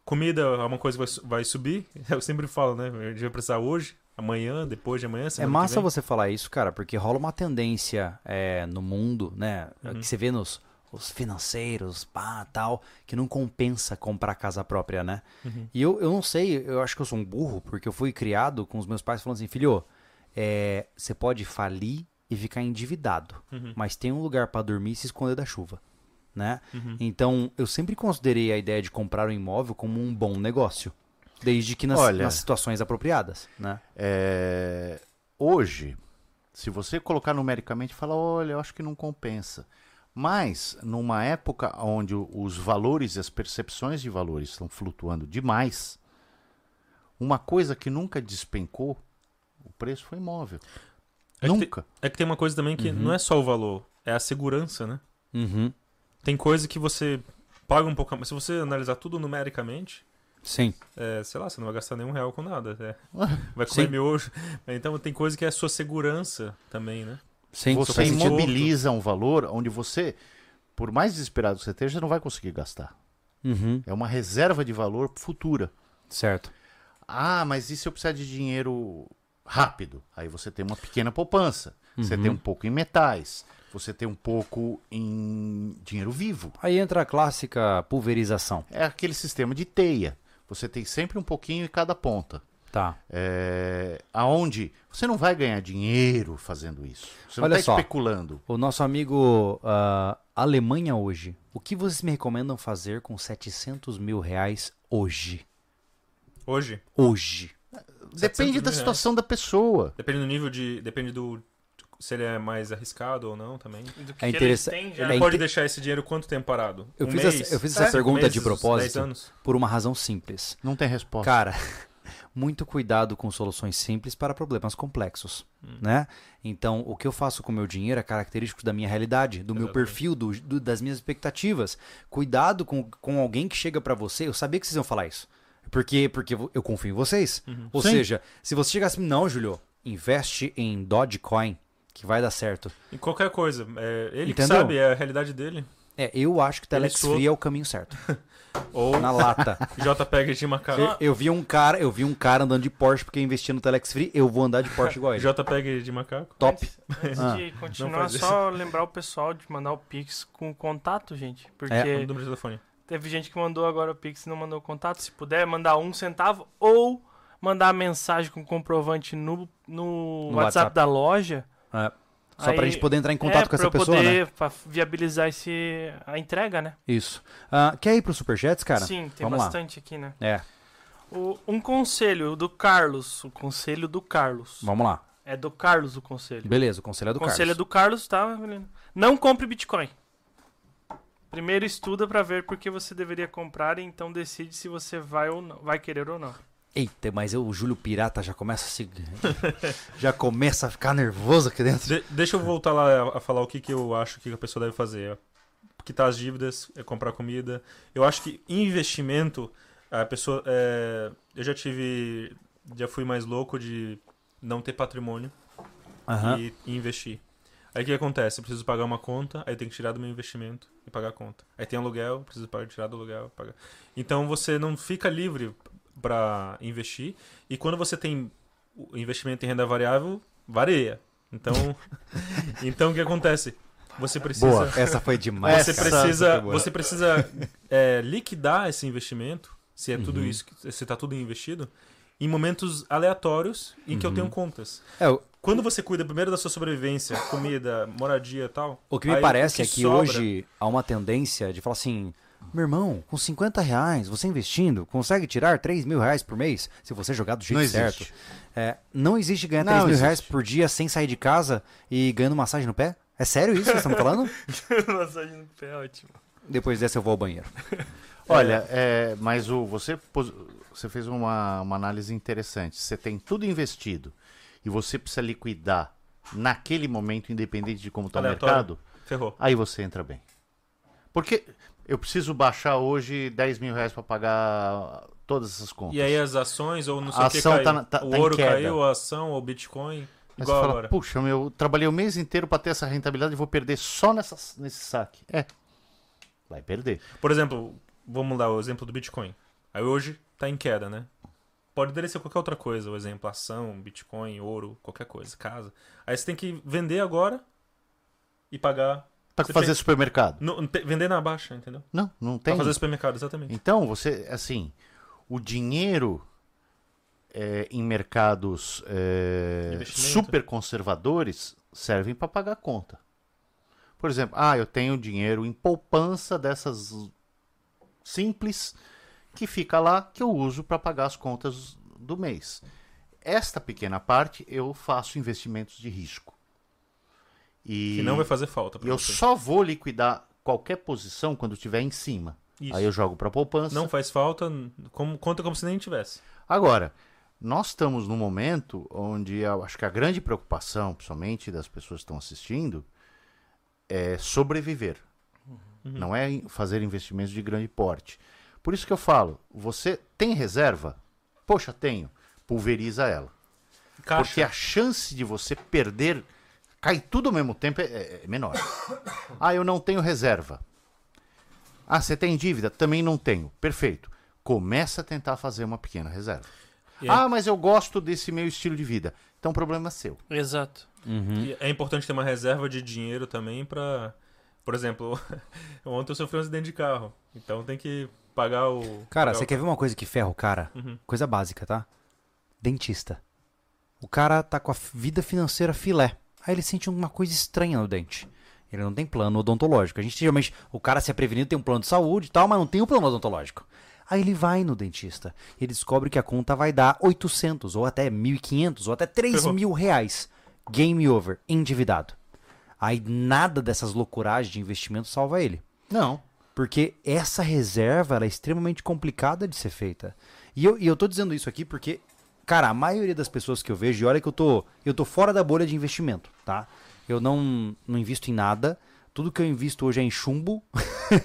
[SPEAKER 4] comida é uma coisa que vai, su- vai subir. Eu sempre falo, né? A gente vai precisar hoje, amanhã, depois de amanhã,
[SPEAKER 1] É
[SPEAKER 4] semana que
[SPEAKER 1] massa
[SPEAKER 4] vem. Uhum.
[SPEAKER 1] você falar isso, cara, porque rola uma tendência é, no mundo, né? Que você vê nos os financeiros, pá, tal, que não compensa comprar casa própria, né?
[SPEAKER 4] Uhum.
[SPEAKER 1] E eu, eu não sei, eu acho que eu sou um burro, porque eu fui criado com os meus pais falando assim, filho, é, você pode falir e ficar endividado,
[SPEAKER 4] Uhum.
[SPEAKER 1] mas tem um lugar pra dormir e se esconder da chuva, né?
[SPEAKER 4] Uhum.
[SPEAKER 1] Então, eu sempre considerei a ideia de comprar um imóvel como um bom negócio, desde que nas,
[SPEAKER 3] Olha.
[SPEAKER 1] nas situações apropriadas, né?
[SPEAKER 3] É, hoje, se você colocar numericamente, fala, olha, eu acho que não compensa. Mas, numa época onde o- os valores e as percepções de valores estão flutuando demais, uma coisa que nunca despencou, o preço foi imóvel.
[SPEAKER 4] É que tem-
[SPEAKER 3] nunca.
[SPEAKER 4] É que tem uma coisa também que não é só o valor, é a segurança, né?
[SPEAKER 1] Uhum.
[SPEAKER 4] Tem coisa que você paga um pouco a mais. Se você analisar tudo numericamente,
[SPEAKER 1] Sim.
[SPEAKER 4] é, sei lá, você não vai gastar nenhum real com nada. É. Vai comer
[SPEAKER 1] Sim.
[SPEAKER 4] miojo. Então tem coisa que é a sua segurança também, né?
[SPEAKER 1] Sim,
[SPEAKER 3] Você
[SPEAKER 4] faz sentido.
[SPEAKER 3] imobiliza um valor onde você, por mais desesperado que você esteja, você não vai conseguir gastar.
[SPEAKER 1] Uhum,
[SPEAKER 3] É uma reserva de valor futura.
[SPEAKER 1] certo.
[SPEAKER 3] Ah, mas e se eu precisar de dinheiro rápido? Aí você tem uma pequena poupança. Você tem um pouco em metais. Você tem um pouco em dinheiro vivo.
[SPEAKER 1] Aí entra a clássica pulverização.
[SPEAKER 3] É aquele sistema de teia. Você tem sempre um pouquinho em cada ponta.
[SPEAKER 1] Tá.
[SPEAKER 3] É, aonde você não vai ganhar dinheiro fazendo isso. Você
[SPEAKER 1] Olha
[SPEAKER 3] não está
[SPEAKER 1] só.
[SPEAKER 3] especulando.
[SPEAKER 1] O nosso amigo ah, Alemanha hoje. O que vocês me recomendam fazer com 700 mil reais hoje?
[SPEAKER 4] Hoje,
[SPEAKER 1] Hoje.
[SPEAKER 3] Depende
[SPEAKER 4] mil
[SPEAKER 3] da
[SPEAKER 4] reais.
[SPEAKER 3] situação da pessoa.
[SPEAKER 4] depende do nível de. Depende do. Se ele é mais arriscado ou não também.
[SPEAKER 1] É
[SPEAKER 2] Do que que
[SPEAKER 1] interessa-
[SPEAKER 2] eles têm já.
[SPEAKER 1] É
[SPEAKER 4] Ele
[SPEAKER 1] inte-
[SPEAKER 4] pode deixar esse dinheiro quanto tempo parado?
[SPEAKER 1] Eu
[SPEAKER 4] um
[SPEAKER 1] fiz
[SPEAKER 4] mês?
[SPEAKER 1] essa- eu fiz essa pergunta de
[SPEAKER 4] meses,
[SPEAKER 1] propósito.
[SPEAKER 4] 10 anos?
[SPEAKER 1] Por uma razão simples.
[SPEAKER 3] Não tem resposta.
[SPEAKER 1] Cara, muito cuidado com soluções simples para problemas complexos, né? Então, o que eu faço com o meu dinheiro é característico da minha realidade, do meu
[SPEAKER 4] Exatamente.
[SPEAKER 1] perfil, do- do- das minhas expectativas. Cuidado com, com alguém que chega pra você. Eu sabia que vocês iam falar isso. Porque, porque eu confio em vocês. Ou
[SPEAKER 3] Sim.
[SPEAKER 1] seja, se você chegasse, assim, não, Julio, investe em Dogecoin, que vai dar certo.
[SPEAKER 4] Em qualquer coisa. É, ele que
[SPEAKER 1] Entendeu?
[SPEAKER 4] sabe, é a realidade dele.
[SPEAKER 1] É, eu acho que Telex
[SPEAKER 4] soou-
[SPEAKER 1] Free é o caminho certo.
[SPEAKER 4] Ou
[SPEAKER 1] Na lata.
[SPEAKER 4] JPEG de
[SPEAKER 1] Eu,
[SPEAKER 4] macaco.
[SPEAKER 1] eu vi um cara, eu vi um cara andando de Porsche porque eu investi no Telex Free, eu vou andar de Porsche igual ele.
[SPEAKER 4] JPEG de macaco.
[SPEAKER 1] Top.
[SPEAKER 2] Antes
[SPEAKER 1] Ah,
[SPEAKER 2] de
[SPEAKER 4] não
[SPEAKER 2] continuar,
[SPEAKER 4] faz
[SPEAKER 2] só lembrar o pessoal de mandar o Pix com contato, gente. Porque
[SPEAKER 1] É,
[SPEAKER 4] O número de telefone.
[SPEAKER 2] teve gente que mandou agora o Pix e não mandou o contato. Se puder, mandar um centavo ou mandar a mensagem com comprovante no, no,
[SPEAKER 1] No
[SPEAKER 2] WhatsApp,
[SPEAKER 1] WhatsApp.
[SPEAKER 2] da loja.
[SPEAKER 1] É. Só pra
[SPEAKER 2] Aí-
[SPEAKER 1] gente poder entrar em contato
[SPEAKER 2] é,
[SPEAKER 1] com essa
[SPEAKER 2] pra eu
[SPEAKER 1] pessoa, né?
[SPEAKER 2] poder, Pra viabilizar esse, a entrega, né?
[SPEAKER 1] Isso. Ah, quer ir pro Superchats, cara?
[SPEAKER 2] Sim, tem
[SPEAKER 1] vamos lá.
[SPEAKER 2] bastante aqui, né?
[SPEAKER 1] É,
[SPEAKER 2] O- um conselho do Carlos. O conselho do Carlos.
[SPEAKER 1] vamos lá.
[SPEAKER 2] É do Carlos o conselho.
[SPEAKER 1] Beleza, o conselho é do
[SPEAKER 2] conselho é
[SPEAKER 1] Carlos.
[SPEAKER 2] do Carlos, tá? Evelyn? Não compre Bitcoin. Primeiro estuda pra ver por que você deveria comprar e então decide se você vai ou não, vai querer ou não.
[SPEAKER 1] Eita, mas eu, o Júlio Pirata já começa a se... já começa a ficar nervoso aqui dentro.
[SPEAKER 4] De- deixa eu voltar lá a, a falar o que, que eu acho que a pessoa deve fazer. É Quitar as dívidas, é comprar comida. Eu acho que investimento, a pessoa. é, eu já tive. Já fui mais louco de não ter patrimônio
[SPEAKER 1] Aham.
[SPEAKER 4] e, e investir. Aí o que acontece? Eu preciso pagar uma conta, aí eu tenho que tirar do meu investimento e pagar a conta. Aí tem aluguel, preciso pagar, tirar do aluguel, pagar. Então você não fica livre para investir. E quando você tem o investimento em renda variável, varia. Então, então o que acontece? Você precisa
[SPEAKER 3] Boa.
[SPEAKER 1] Essa foi demais,
[SPEAKER 4] você
[SPEAKER 3] Essa é
[SPEAKER 1] cara.
[SPEAKER 4] precisa,
[SPEAKER 1] foi boa.
[SPEAKER 4] você precisa é, liquidar esse investimento, se é tudo isso, que- se tá tudo investido, em momentos aleatórios em que eu tenho contas.
[SPEAKER 1] É, o,
[SPEAKER 4] Quando você cuida primeiro da sua sobrevivência, comida, moradia e tal.
[SPEAKER 1] o que me
[SPEAKER 4] aí
[SPEAKER 1] parece
[SPEAKER 4] o
[SPEAKER 1] é que
[SPEAKER 4] sobra-
[SPEAKER 1] hoje há uma tendência de falar assim... Meu irmão, com 50 reais, você investindo, consegue tirar 3 mil reais por mês se você jogar do jeito
[SPEAKER 3] Não
[SPEAKER 1] certo.
[SPEAKER 3] existe.
[SPEAKER 1] É, não existe ganhar
[SPEAKER 3] Não
[SPEAKER 1] 3 mil
[SPEAKER 3] existe.
[SPEAKER 1] reais por dia sem sair de casa e ganhando massagem no pé? É sério isso que vocês estão falando?
[SPEAKER 2] Massagem no pé, ótimo.
[SPEAKER 1] Depois dessa eu vou ao banheiro.
[SPEAKER 3] Olha, é, mas o, você, pos- você fez uma, uma análise interessante. Você tem tudo investido e você precisa liquidar naquele momento, independente de como está o
[SPEAKER 4] Aleatório.
[SPEAKER 3] mercado,
[SPEAKER 4] Ferrou.
[SPEAKER 3] aí você entra bem. Porque eu preciso baixar hoje 10 mil reais para pagar todas essas contas.
[SPEAKER 4] E aí é as ações, ou não sei
[SPEAKER 3] A
[SPEAKER 4] o que
[SPEAKER 3] ação
[SPEAKER 4] caiu.
[SPEAKER 3] tá na- tá-
[SPEAKER 4] o
[SPEAKER 3] tá em
[SPEAKER 4] ouro
[SPEAKER 3] queda.
[SPEAKER 4] caiu, a ação, ou o Bitcoin.
[SPEAKER 3] Aí
[SPEAKER 4] igual
[SPEAKER 3] você fala,
[SPEAKER 4] agora.
[SPEAKER 3] puxa, meu, eu trabalhei o mês inteiro para ter essa rentabilidade e vou perder só nessa, nesse saque. É, vai perder.
[SPEAKER 4] Por exemplo, vamos lá, o exemplo do Bitcoin. Aí hoje tá em queda, né? Pode dele ser qualquer outra coisa, o exemplo, ação, Bitcoin, ouro, qualquer coisa, casa. Aí você tem que vender agora e pagar
[SPEAKER 3] para
[SPEAKER 4] Você
[SPEAKER 3] fazer
[SPEAKER 4] fez-
[SPEAKER 3] supermercado.
[SPEAKER 4] No- te- vender na baixa, entendeu?
[SPEAKER 3] Não, não
[SPEAKER 4] Pra
[SPEAKER 3] tem.
[SPEAKER 4] fazer supermercado, exatamente.
[SPEAKER 3] Então, você, assim, o dinheiro é, em mercados é,
[SPEAKER 4] Investimento.
[SPEAKER 3] super conservadores servem para pagar conta. Por exemplo, ah, eu tenho dinheiro em poupança dessas simples que fica lá que eu uso para pagar as contas do mês. Esta pequena parte eu faço investimentos de risco. E
[SPEAKER 4] Que não vai fazer falta pra
[SPEAKER 3] eu
[SPEAKER 4] você.
[SPEAKER 3] só vou liquidar qualquer posição quando estiver em cima.
[SPEAKER 4] Isso.
[SPEAKER 3] Aí eu jogo para poupança.
[SPEAKER 4] Não faz falta, como, conta como se nem tivesse.
[SPEAKER 3] Agora, nós estamos num momento onde eu acho que a grande preocupação, principalmente das pessoas que estão assistindo, é sobreviver.
[SPEAKER 4] Uhum.
[SPEAKER 3] Não é em- fazer investimentos de grande porte. Por isso que eu falo, você tem reserva? Poxa, tenho. Pulveriza ela. Porque
[SPEAKER 4] Caixa.
[SPEAKER 3] a chance de você perder, cai tudo ao mesmo tempo, é- é, é menor. ah, eu não tenho reserva. Ah, você tem dívida? Também não tenho. Perfeito. Começa a tentar fazer uma pequena reserva.
[SPEAKER 4] E aí-
[SPEAKER 3] Ah, mas eu gosto desse meu estilo de vida. Então, problema seu.
[SPEAKER 2] Exato.
[SPEAKER 4] E É importante ter uma reserva de dinheiro também pra. Por exemplo, ontem eu sofri um acidente de carro. Então tem que pagar o.
[SPEAKER 1] Cara,
[SPEAKER 4] pagar
[SPEAKER 1] você
[SPEAKER 4] o-
[SPEAKER 1] quer ver uma coisa que ferra o cara? Coisa básica, tá? Dentista. O cara tá com a vida financeira filé. Aí ele sente uma coisa estranha no dente. Ele não tem plano odontológico. A gente geralmente, o cara se é prevenido tem um plano de saúde e tal, mas não tem um plano odontológico. Aí ele vai no dentista e ele descobre que a conta vai dar 800 ou até 1.500 ou até 3
[SPEAKER 4] Ferrou.
[SPEAKER 1] mil reais. Game over, endividado. Aí nada dessas loucuragens de investimento salva ele.
[SPEAKER 3] Não.
[SPEAKER 1] Porque essa reserva ela é extremamente complicada de ser feita. E eu, e eu tô dizendo isso aqui porque, cara, a maioria das pessoas que eu vejo, e olha que eu tô, eu tô fora da bolha de investimento, tá? Eu não, não invisto em nada. Tudo que eu invisto hoje é em chumbo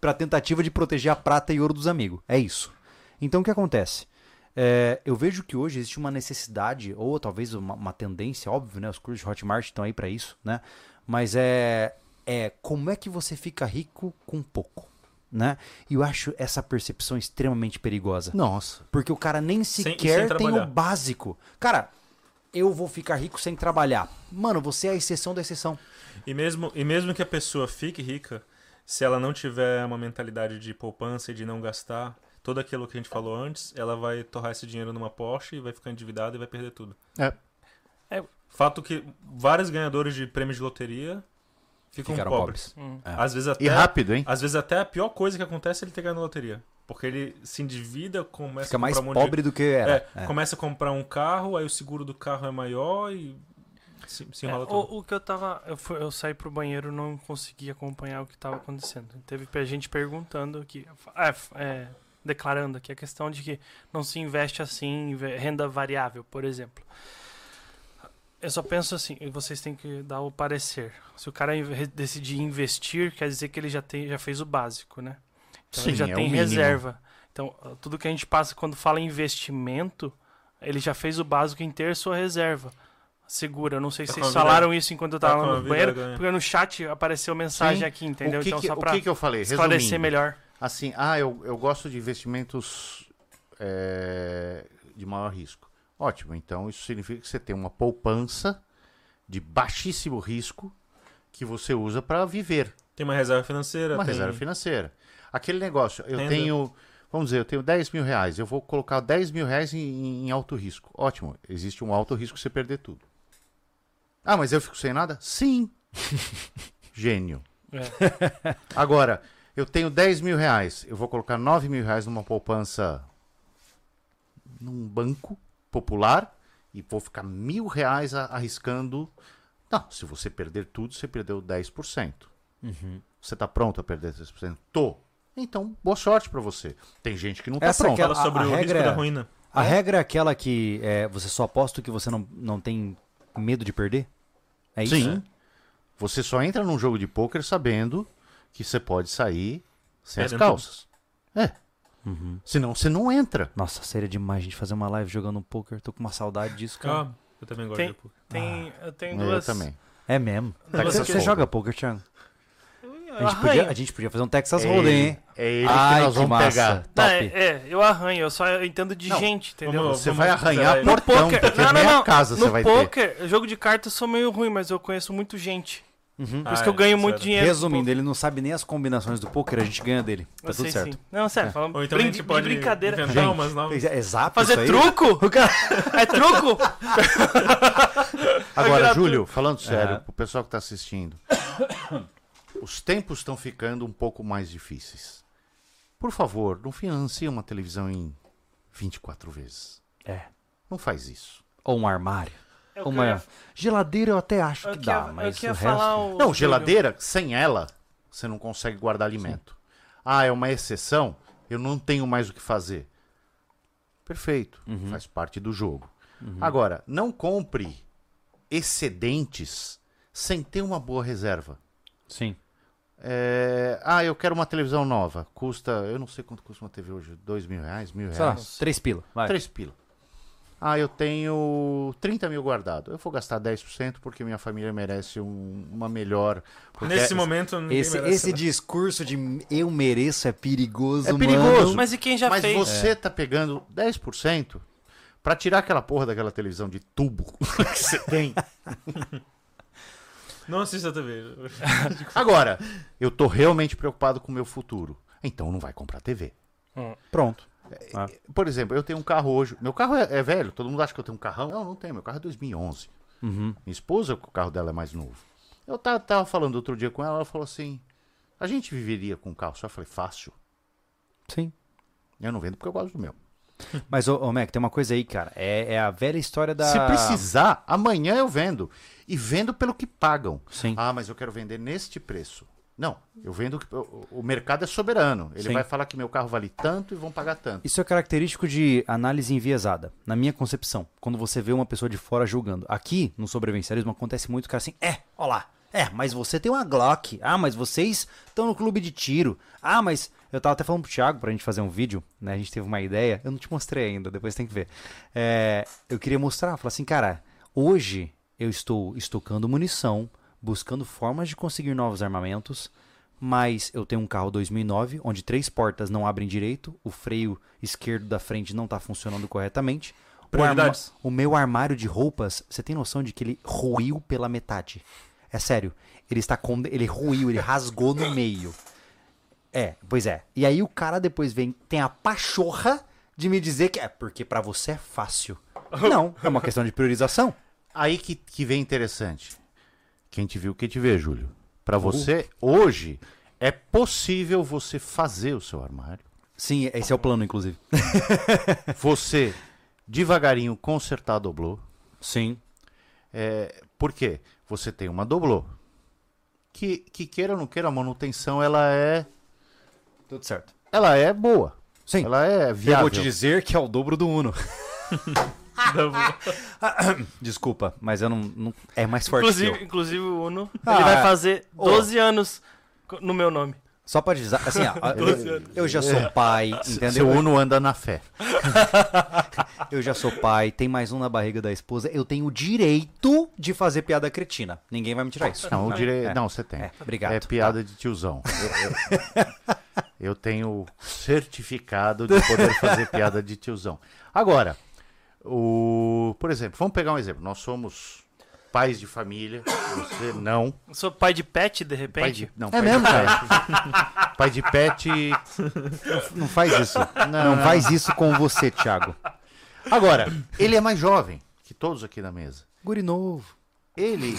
[SPEAKER 1] pra tentativa de proteger a prata e ouro dos amigos. É isso. Então o que acontece? É, eu vejo que hoje existe uma necessidade, ou talvez uma, uma tendência, óbvio, né? Os cursos de Hotmart estão aí pra isso, né? Mas é, é como é que você fica rico com pouco, né? E eu acho essa percepção extremamente perigosa.
[SPEAKER 3] Nossa.
[SPEAKER 1] Porque o cara nem
[SPEAKER 4] sem
[SPEAKER 1] sequer tem
[SPEAKER 4] trabalhar.
[SPEAKER 1] o básico. Cara, eu vou ficar rico sem trabalhar. Mano, você é a exceção da exceção.
[SPEAKER 4] E mesmo, e mesmo que a pessoa fique rica, se ela não tiver uma mentalidade de poupança e de não gastar tudo aquilo que a gente falou antes, ela vai torrar esse dinheiro numa Porsche e vai ficar endividada e vai perder tudo.
[SPEAKER 3] É.
[SPEAKER 4] Fato que vários ganhadores de prêmios de loteria ficam
[SPEAKER 1] Ficaram
[SPEAKER 4] pobres.
[SPEAKER 2] Hum.
[SPEAKER 4] Às vezes até
[SPEAKER 3] E rápido, hein?
[SPEAKER 4] Às vezes até a pior coisa que acontece é ele ter ganho na loteria. Porque ele se endivida, começa
[SPEAKER 1] Fica
[SPEAKER 4] a comprar
[SPEAKER 1] mais
[SPEAKER 4] um monte
[SPEAKER 1] pobre
[SPEAKER 4] de...
[SPEAKER 1] do que era.
[SPEAKER 4] É, Começa a comprar um carro, aí o seguro do carro é maior e se, se
[SPEAKER 2] É,
[SPEAKER 4] enrola tudo.
[SPEAKER 2] o, o que eu tava. Eu, fui- eu saí pro banheiro não consegui acompanhar o que tava acontecendo. Teve pe- gente perguntando aqui. É, f- é, declarando aqui a questão de que não se investe assim em ve- renda variável, por exemplo. Eu só penso assim, e vocês têm que dar o parecer. Se o cara inve- decidir investir, quer dizer que ele já, tem, já fez o básico, né? Então ele
[SPEAKER 3] Sim,
[SPEAKER 2] já
[SPEAKER 3] é o
[SPEAKER 2] tem
[SPEAKER 3] mínimo.
[SPEAKER 2] reserva. Então, tudo que a gente passa quando fala em investimento, ele já fez o básico em ter sua reserva. Segura, eu não sei
[SPEAKER 4] Tá
[SPEAKER 2] se
[SPEAKER 4] com a
[SPEAKER 2] vocês
[SPEAKER 4] vida-
[SPEAKER 2] falaram isso enquanto eu
[SPEAKER 4] tá
[SPEAKER 2] tava
[SPEAKER 4] com a
[SPEAKER 2] no
[SPEAKER 4] vida
[SPEAKER 2] banheiro,
[SPEAKER 4] ganha.
[SPEAKER 2] porque no chat apareceu mensagem
[SPEAKER 3] Sim.
[SPEAKER 2] aqui, entendeu?
[SPEAKER 3] O que,
[SPEAKER 2] então,
[SPEAKER 3] que,
[SPEAKER 2] só
[SPEAKER 3] o
[SPEAKER 2] pra
[SPEAKER 3] que que eu falei?
[SPEAKER 2] esclarecer
[SPEAKER 3] Resumindo.
[SPEAKER 2] melhor.
[SPEAKER 3] assim, ah, eu, eu gosto de investimentos é, de maior risco. Ótimo, então isso significa que você tem uma poupança de baixíssimo risco que você usa para viver,
[SPEAKER 4] Tem uma reserva financeira.
[SPEAKER 3] uma
[SPEAKER 4] tem...
[SPEAKER 3] reserva financeira. Aquele negócio, eu
[SPEAKER 4] Renda.
[SPEAKER 3] tenho, vamos dizer, eu tenho 10 mil reais, eu vou colocar 10 mil reais em, em alto risco. Ótimo, existe um alto risco de você perder tudo. Ah, mas eu fico sem nada? Sim. Gênio.
[SPEAKER 2] É.
[SPEAKER 3] Agora, eu tenho 10 mil reais, eu vou colocar 9 mil reais numa poupança num banco popular e vou ficar mil reais a- arriscando. Não, se você perder tudo, você perdeu 10%.
[SPEAKER 1] Uhum.
[SPEAKER 3] Você tá pronto a perder 10%? Tô. Então, boa sorte pra você. Tem gente que não tá
[SPEAKER 1] Essa é
[SPEAKER 3] pronta.
[SPEAKER 1] aquela-
[SPEAKER 4] Fala sobre
[SPEAKER 1] A- a
[SPEAKER 4] o risco
[SPEAKER 1] regra é-
[SPEAKER 4] da ruína.
[SPEAKER 1] A regra é aquela que é, você só aposta o que você não, não tem medo de perder? É isso?
[SPEAKER 3] Sim. Você só entra num jogo de pôquer sabendo que você pode sair sem as
[SPEAKER 4] Perdendo
[SPEAKER 3] calças. É.
[SPEAKER 1] Uhum.
[SPEAKER 3] Senão você não entra.
[SPEAKER 1] Nossa, seria demais a gente fazer uma live jogando um poker. Tô com uma saudade disso, cara.
[SPEAKER 4] Ah, eu também gosto
[SPEAKER 2] Tem-
[SPEAKER 4] de pouco.
[SPEAKER 2] Tem, eu tenho
[SPEAKER 3] Eu
[SPEAKER 2] duas.
[SPEAKER 3] também.
[SPEAKER 1] É mesmo.
[SPEAKER 3] Tá
[SPEAKER 1] você você
[SPEAKER 3] com folga.
[SPEAKER 1] joga poker, Thiago? A gente,
[SPEAKER 2] arranho.
[SPEAKER 1] podia, a gente podia fazer um Texas Hold'em, hein?
[SPEAKER 3] É ele
[SPEAKER 1] Ai,
[SPEAKER 3] que nós vamos
[SPEAKER 1] massa.
[SPEAKER 3] pegar.
[SPEAKER 2] Não,
[SPEAKER 1] Top.
[SPEAKER 2] é, é, eu arranho, eu só entendo de
[SPEAKER 3] Não,
[SPEAKER 2] gente, entendeu?
[SPEAKER 4] vamos-
[SPEAKER 3] Você vai arranhar
[SPEAKER 4] zerar ele.
[SPEAKER 1] é
[SPEAKER 3] portão, porque nem a casa
[SPEAKER 2] no
[SPEAKER 3] você vai ter.
[SPEAKER 2] poker, jogo de cartas eu sou meio ruim, mas eu conheço muito gente. Por
[SPEAKER 4] Ah, é,
[SPEAKER 2] isso que eu ganho muito dinheiro.
[SPEAKER 1] Resumindo, ele não sabe nem as combinações do poker, a gente ganha dele. Tá
[SPEAKER 2] Eu
[SPEAKER 1] tudo
[SPEAKER 2] sei,
[SPEAKER 1] certo.
[SPEAKER 2] Ah, sim. Não, sério, falando
[SPEAKER 4] Ou então
[SPEAKER 2] brin-
[SPEAKER 4] a gente pode
[SPEAKER 2] de brincadeira.
[SPEAKER 4] inventar umas novas.
[SPEAKER 1] É Exato, isso
[SPEAKER 2] Fazer
[SPEAKER 1] aí.
[SPEAKER 2] truco?
[SPEAKER 1] O cara-
[SPEAKER 2] É truco?
[SPEAKER 3] Agora,
[SPEAKER 2] gratuito.
[SPEAKER 3] Júlio, falando sério, pro pessoal que tá assistindo, os tempos estão ficando um pouco mais difíceis. Por favor, não financia uma televisão em 24 vezes.
[SPEAKER 1] É.
[SPEAKER 3] Não faz isso.
[SPEAKER 1] Ou um armário.
[SPEAKER 2] É o
[SPEAKER 1] Ou
[SPEAKER 2] que
[SPEAKER 1] uma
[SPEAKER 2] eu ia-
[SPEAKER 1] geladeira eu até acho
[SPEAKER 2] eu
[SPEAKER 1] que
[SPEAKER 2] que
[SPEAKER 1] dá,
[SPEAKER 2] ia- eu
[SPEAKER 1] mas
[SPEAKER 2] que ia
[SPEAKER 1] o
[SPEAKER 2] falar
[SPEAKER 1] resto...
[SPEAKER 2] o
[SPEAKER 3] Não,
[SPEAKER 2] Júlio.
[SPEAKER 3] geladeira, sem ela, você não consegue guardar alimento. Ah, é uma exceção? Eu não tenho mais o que fazer. Perfeito, faz parte do jogo. Agora, não compre excedentes sem ter uma boa reserva.
[SPEAKER 1] Sim.
[SPEAKER 3] É, Ah, eu quero uma televisão nova. Custa, eu não sei quanto custa uma TV hoje, dois mil reais, mil
[SPEAKER 1] Sei lá,
[SPEAKER 3] reais,
[SPEAKER 1] três pila, vai.
[SPEAKER 3] três pila. Ah, eu tenho 30 mil guardado. Eu vou gastar 10% porque minha família merece um- uma melhor. porque
[SPEAKER 4] Nesse
[SPEAKER 3] é-
[SPEAKER 4] momento, ninguém
[SPEAKER 1] Esse,
[SPEAKER 4] merece,
[SPEAKER 1] esse
[SPEAKER 4] né?
[SPEAKER 1] discurso de eu mereço é perigoso,
[SPEAKER 3] É
[SPEAKER 1] mano.
[SPEAKER 3] perigoso.
[SPEAKER 2] Mas e quem já
[SPEAKER 3] Mas
[SPEAKER 2] fez?
[SPEAKER 3] você tá pegando 10% pra tirar aquela porra daquela televisão de tubo que você tem.
[SPEAKER 4] Não assista a TV.
[SPEAKER 3] Agora, eu tô realmente preocupado com o meu futuro. Então não vai comprar TV.
[SPEAKER 1] Pronto.
[SPEAKER 3] Por exemplo, eu tenho um carro hoje. Meu carro é, é velho, todo mundo acha que eu tenho um carrão. Não, não tenho. Meu carro é 2011. Minha esposa, o carro dela é mais novo. Eu ta- tava, falando outro dia com ela, ela falou assim: a gente viveria com um carro só? Eu falei: fácil.
[SPEAKER 1] Sim.
[SPEAKER 3] Eu não vendo porque eu gosto do meu.
[SPEAKER 1] Mas, ô, ô Mac, tem uma coisa aí, cara. É, é a velha história da...
[SPEAKER 3] Se precisar, amanhã eu vendo. E vendo pelo que pagam.
[SPEAKER 1] Sim.
[SPEAKER 3] Ah, mas eu quero vender neste preço. Não, eu vendo que o, o mercado é soberano. Ele
[SPEAKER 1] Sim.
[SPEAKER 3] vai falar que meu carro vale tanto e vão pagar tanto.
[SPEAKER 1] Isso é característico de análise enviesada, na minha concepção, quando você vê uma pessoa de fora julgando. Aqui, no sobrevivencialismo, acontece muito o cara assim, é, ó lá, é, mas você tem uma Glock, ah, mas vocês estão no clube de tiro, ah, mas... Eu tava até falando pro Thiago pra gente fazer um vídeo, né, a gente teve uma ideia, eu não te mostrei ainda, depois tem que ver. É, eu queria mostrar, falar assim, cara, hoje eu estou estocando munição, buscando formas de conseguir novos armamentos, mas eu tenho um carro 2009 onde três portas não abrem direito, o freio esquerdo da frente não tá funcionando corretamente. O, arma-
[SPEAKER 4] Prioridades.
[SPEAKER 1] o meu armário de roupas, você tem noção de que ele ruiu pela metade? É sério, ele está com... ele ruiu, ele rasgou no meio. É, pois é. E aí o cara depois vem, tem a pachorra de me dizer que é porque pra você é fácil. Não, é uma questão de priorização.
[SPEAKER 3] Aí que, que vem interessante. Quem te viu, quem te vê, Júlio. Pra você, hoje, é possível você fazer o seu armário.
[SPEAKER 1] Sim, esse é o plano, inclusive.
[SPEAKER 3] Você, devagarinho, consertar a doblô.
[SPEAKER 1] Sim.
[SPEAKER 3] É, por quê? Você tem uma doblô. Que, que queira ou não queira, a manutenção, ela é,
[SPEAKER 1] Tudo certo.
[SPEAKER 3] ela é boa.
[SPEAKER 1] Sim.
[SPEAKER 3] Ela é
[SPEAKER 1] Eu
[SPEAKER 3] viável.
[SPEAKER 1] vou te dizer que é o dobro do Uno. Desculpa, mas eu não. não- é mais forte. que
[SPEAKER 2] Inclusive,
[SPEAKER 1] eu.
[SPEAKER 2] inclusive o Uno,
[SPEAKER 1] Ah,
[SPEAKER 2] ele vai
[SPEAKER 1] é.
[SPEAKER 2] fazer
[SPEAKER 1] Ô.
[SPEAKER 2] 12 anos co- no meu nome.
[SPEAKER 1] Só pra dizer. Assim, ó, eu, eu já sou pai,
[SPEAKER 3] Seu
[SPEAKER 1] entendeu?
[SPEAKER 3] Uno anda na fé.
[SPEAKER 1] Eu já sou pai, tem mais um na barriga da esposa. Eu tenho o direito de fazer piada cretina. Ninguém vai me tirar isso.
[SPEAKER 3] Não, o dire...
[SPEAKER 1] É.
[SPEAKER 3] não você tem.
[SPEAKER 1] É, obrigado.
[SPEAKER 3] É piada de tiozão. Eu, eu- eu tenho certificado de poder fazer piada de tiozão. Agora, o... por exemplo, vamos pegar um exemplo. Nós somos pais de família, você não.
[SPEAKER 2] Eu sou pai de pet, de
[SPEAKER 3] Pai
[SPEAKER 2] repente.
[SPEAKER 3] de... Não,
[SPEAKER 1] É
[SPEAKER 3] pai
[SPEAKER 1] mesmo,
[SPEAKER 3] de pet. pai de pet.
[SPEAKER 1] Não faz isso. Não,
[SPEAKER 3] Não.
[SPEAKER 1] faz isso com você, Thiago.
[SPEAKER 3] Agora, ele é mais jovem que todos aqui na mesa.
[SPEAKER 1] Guri novo.
[SPEAKER 3] ele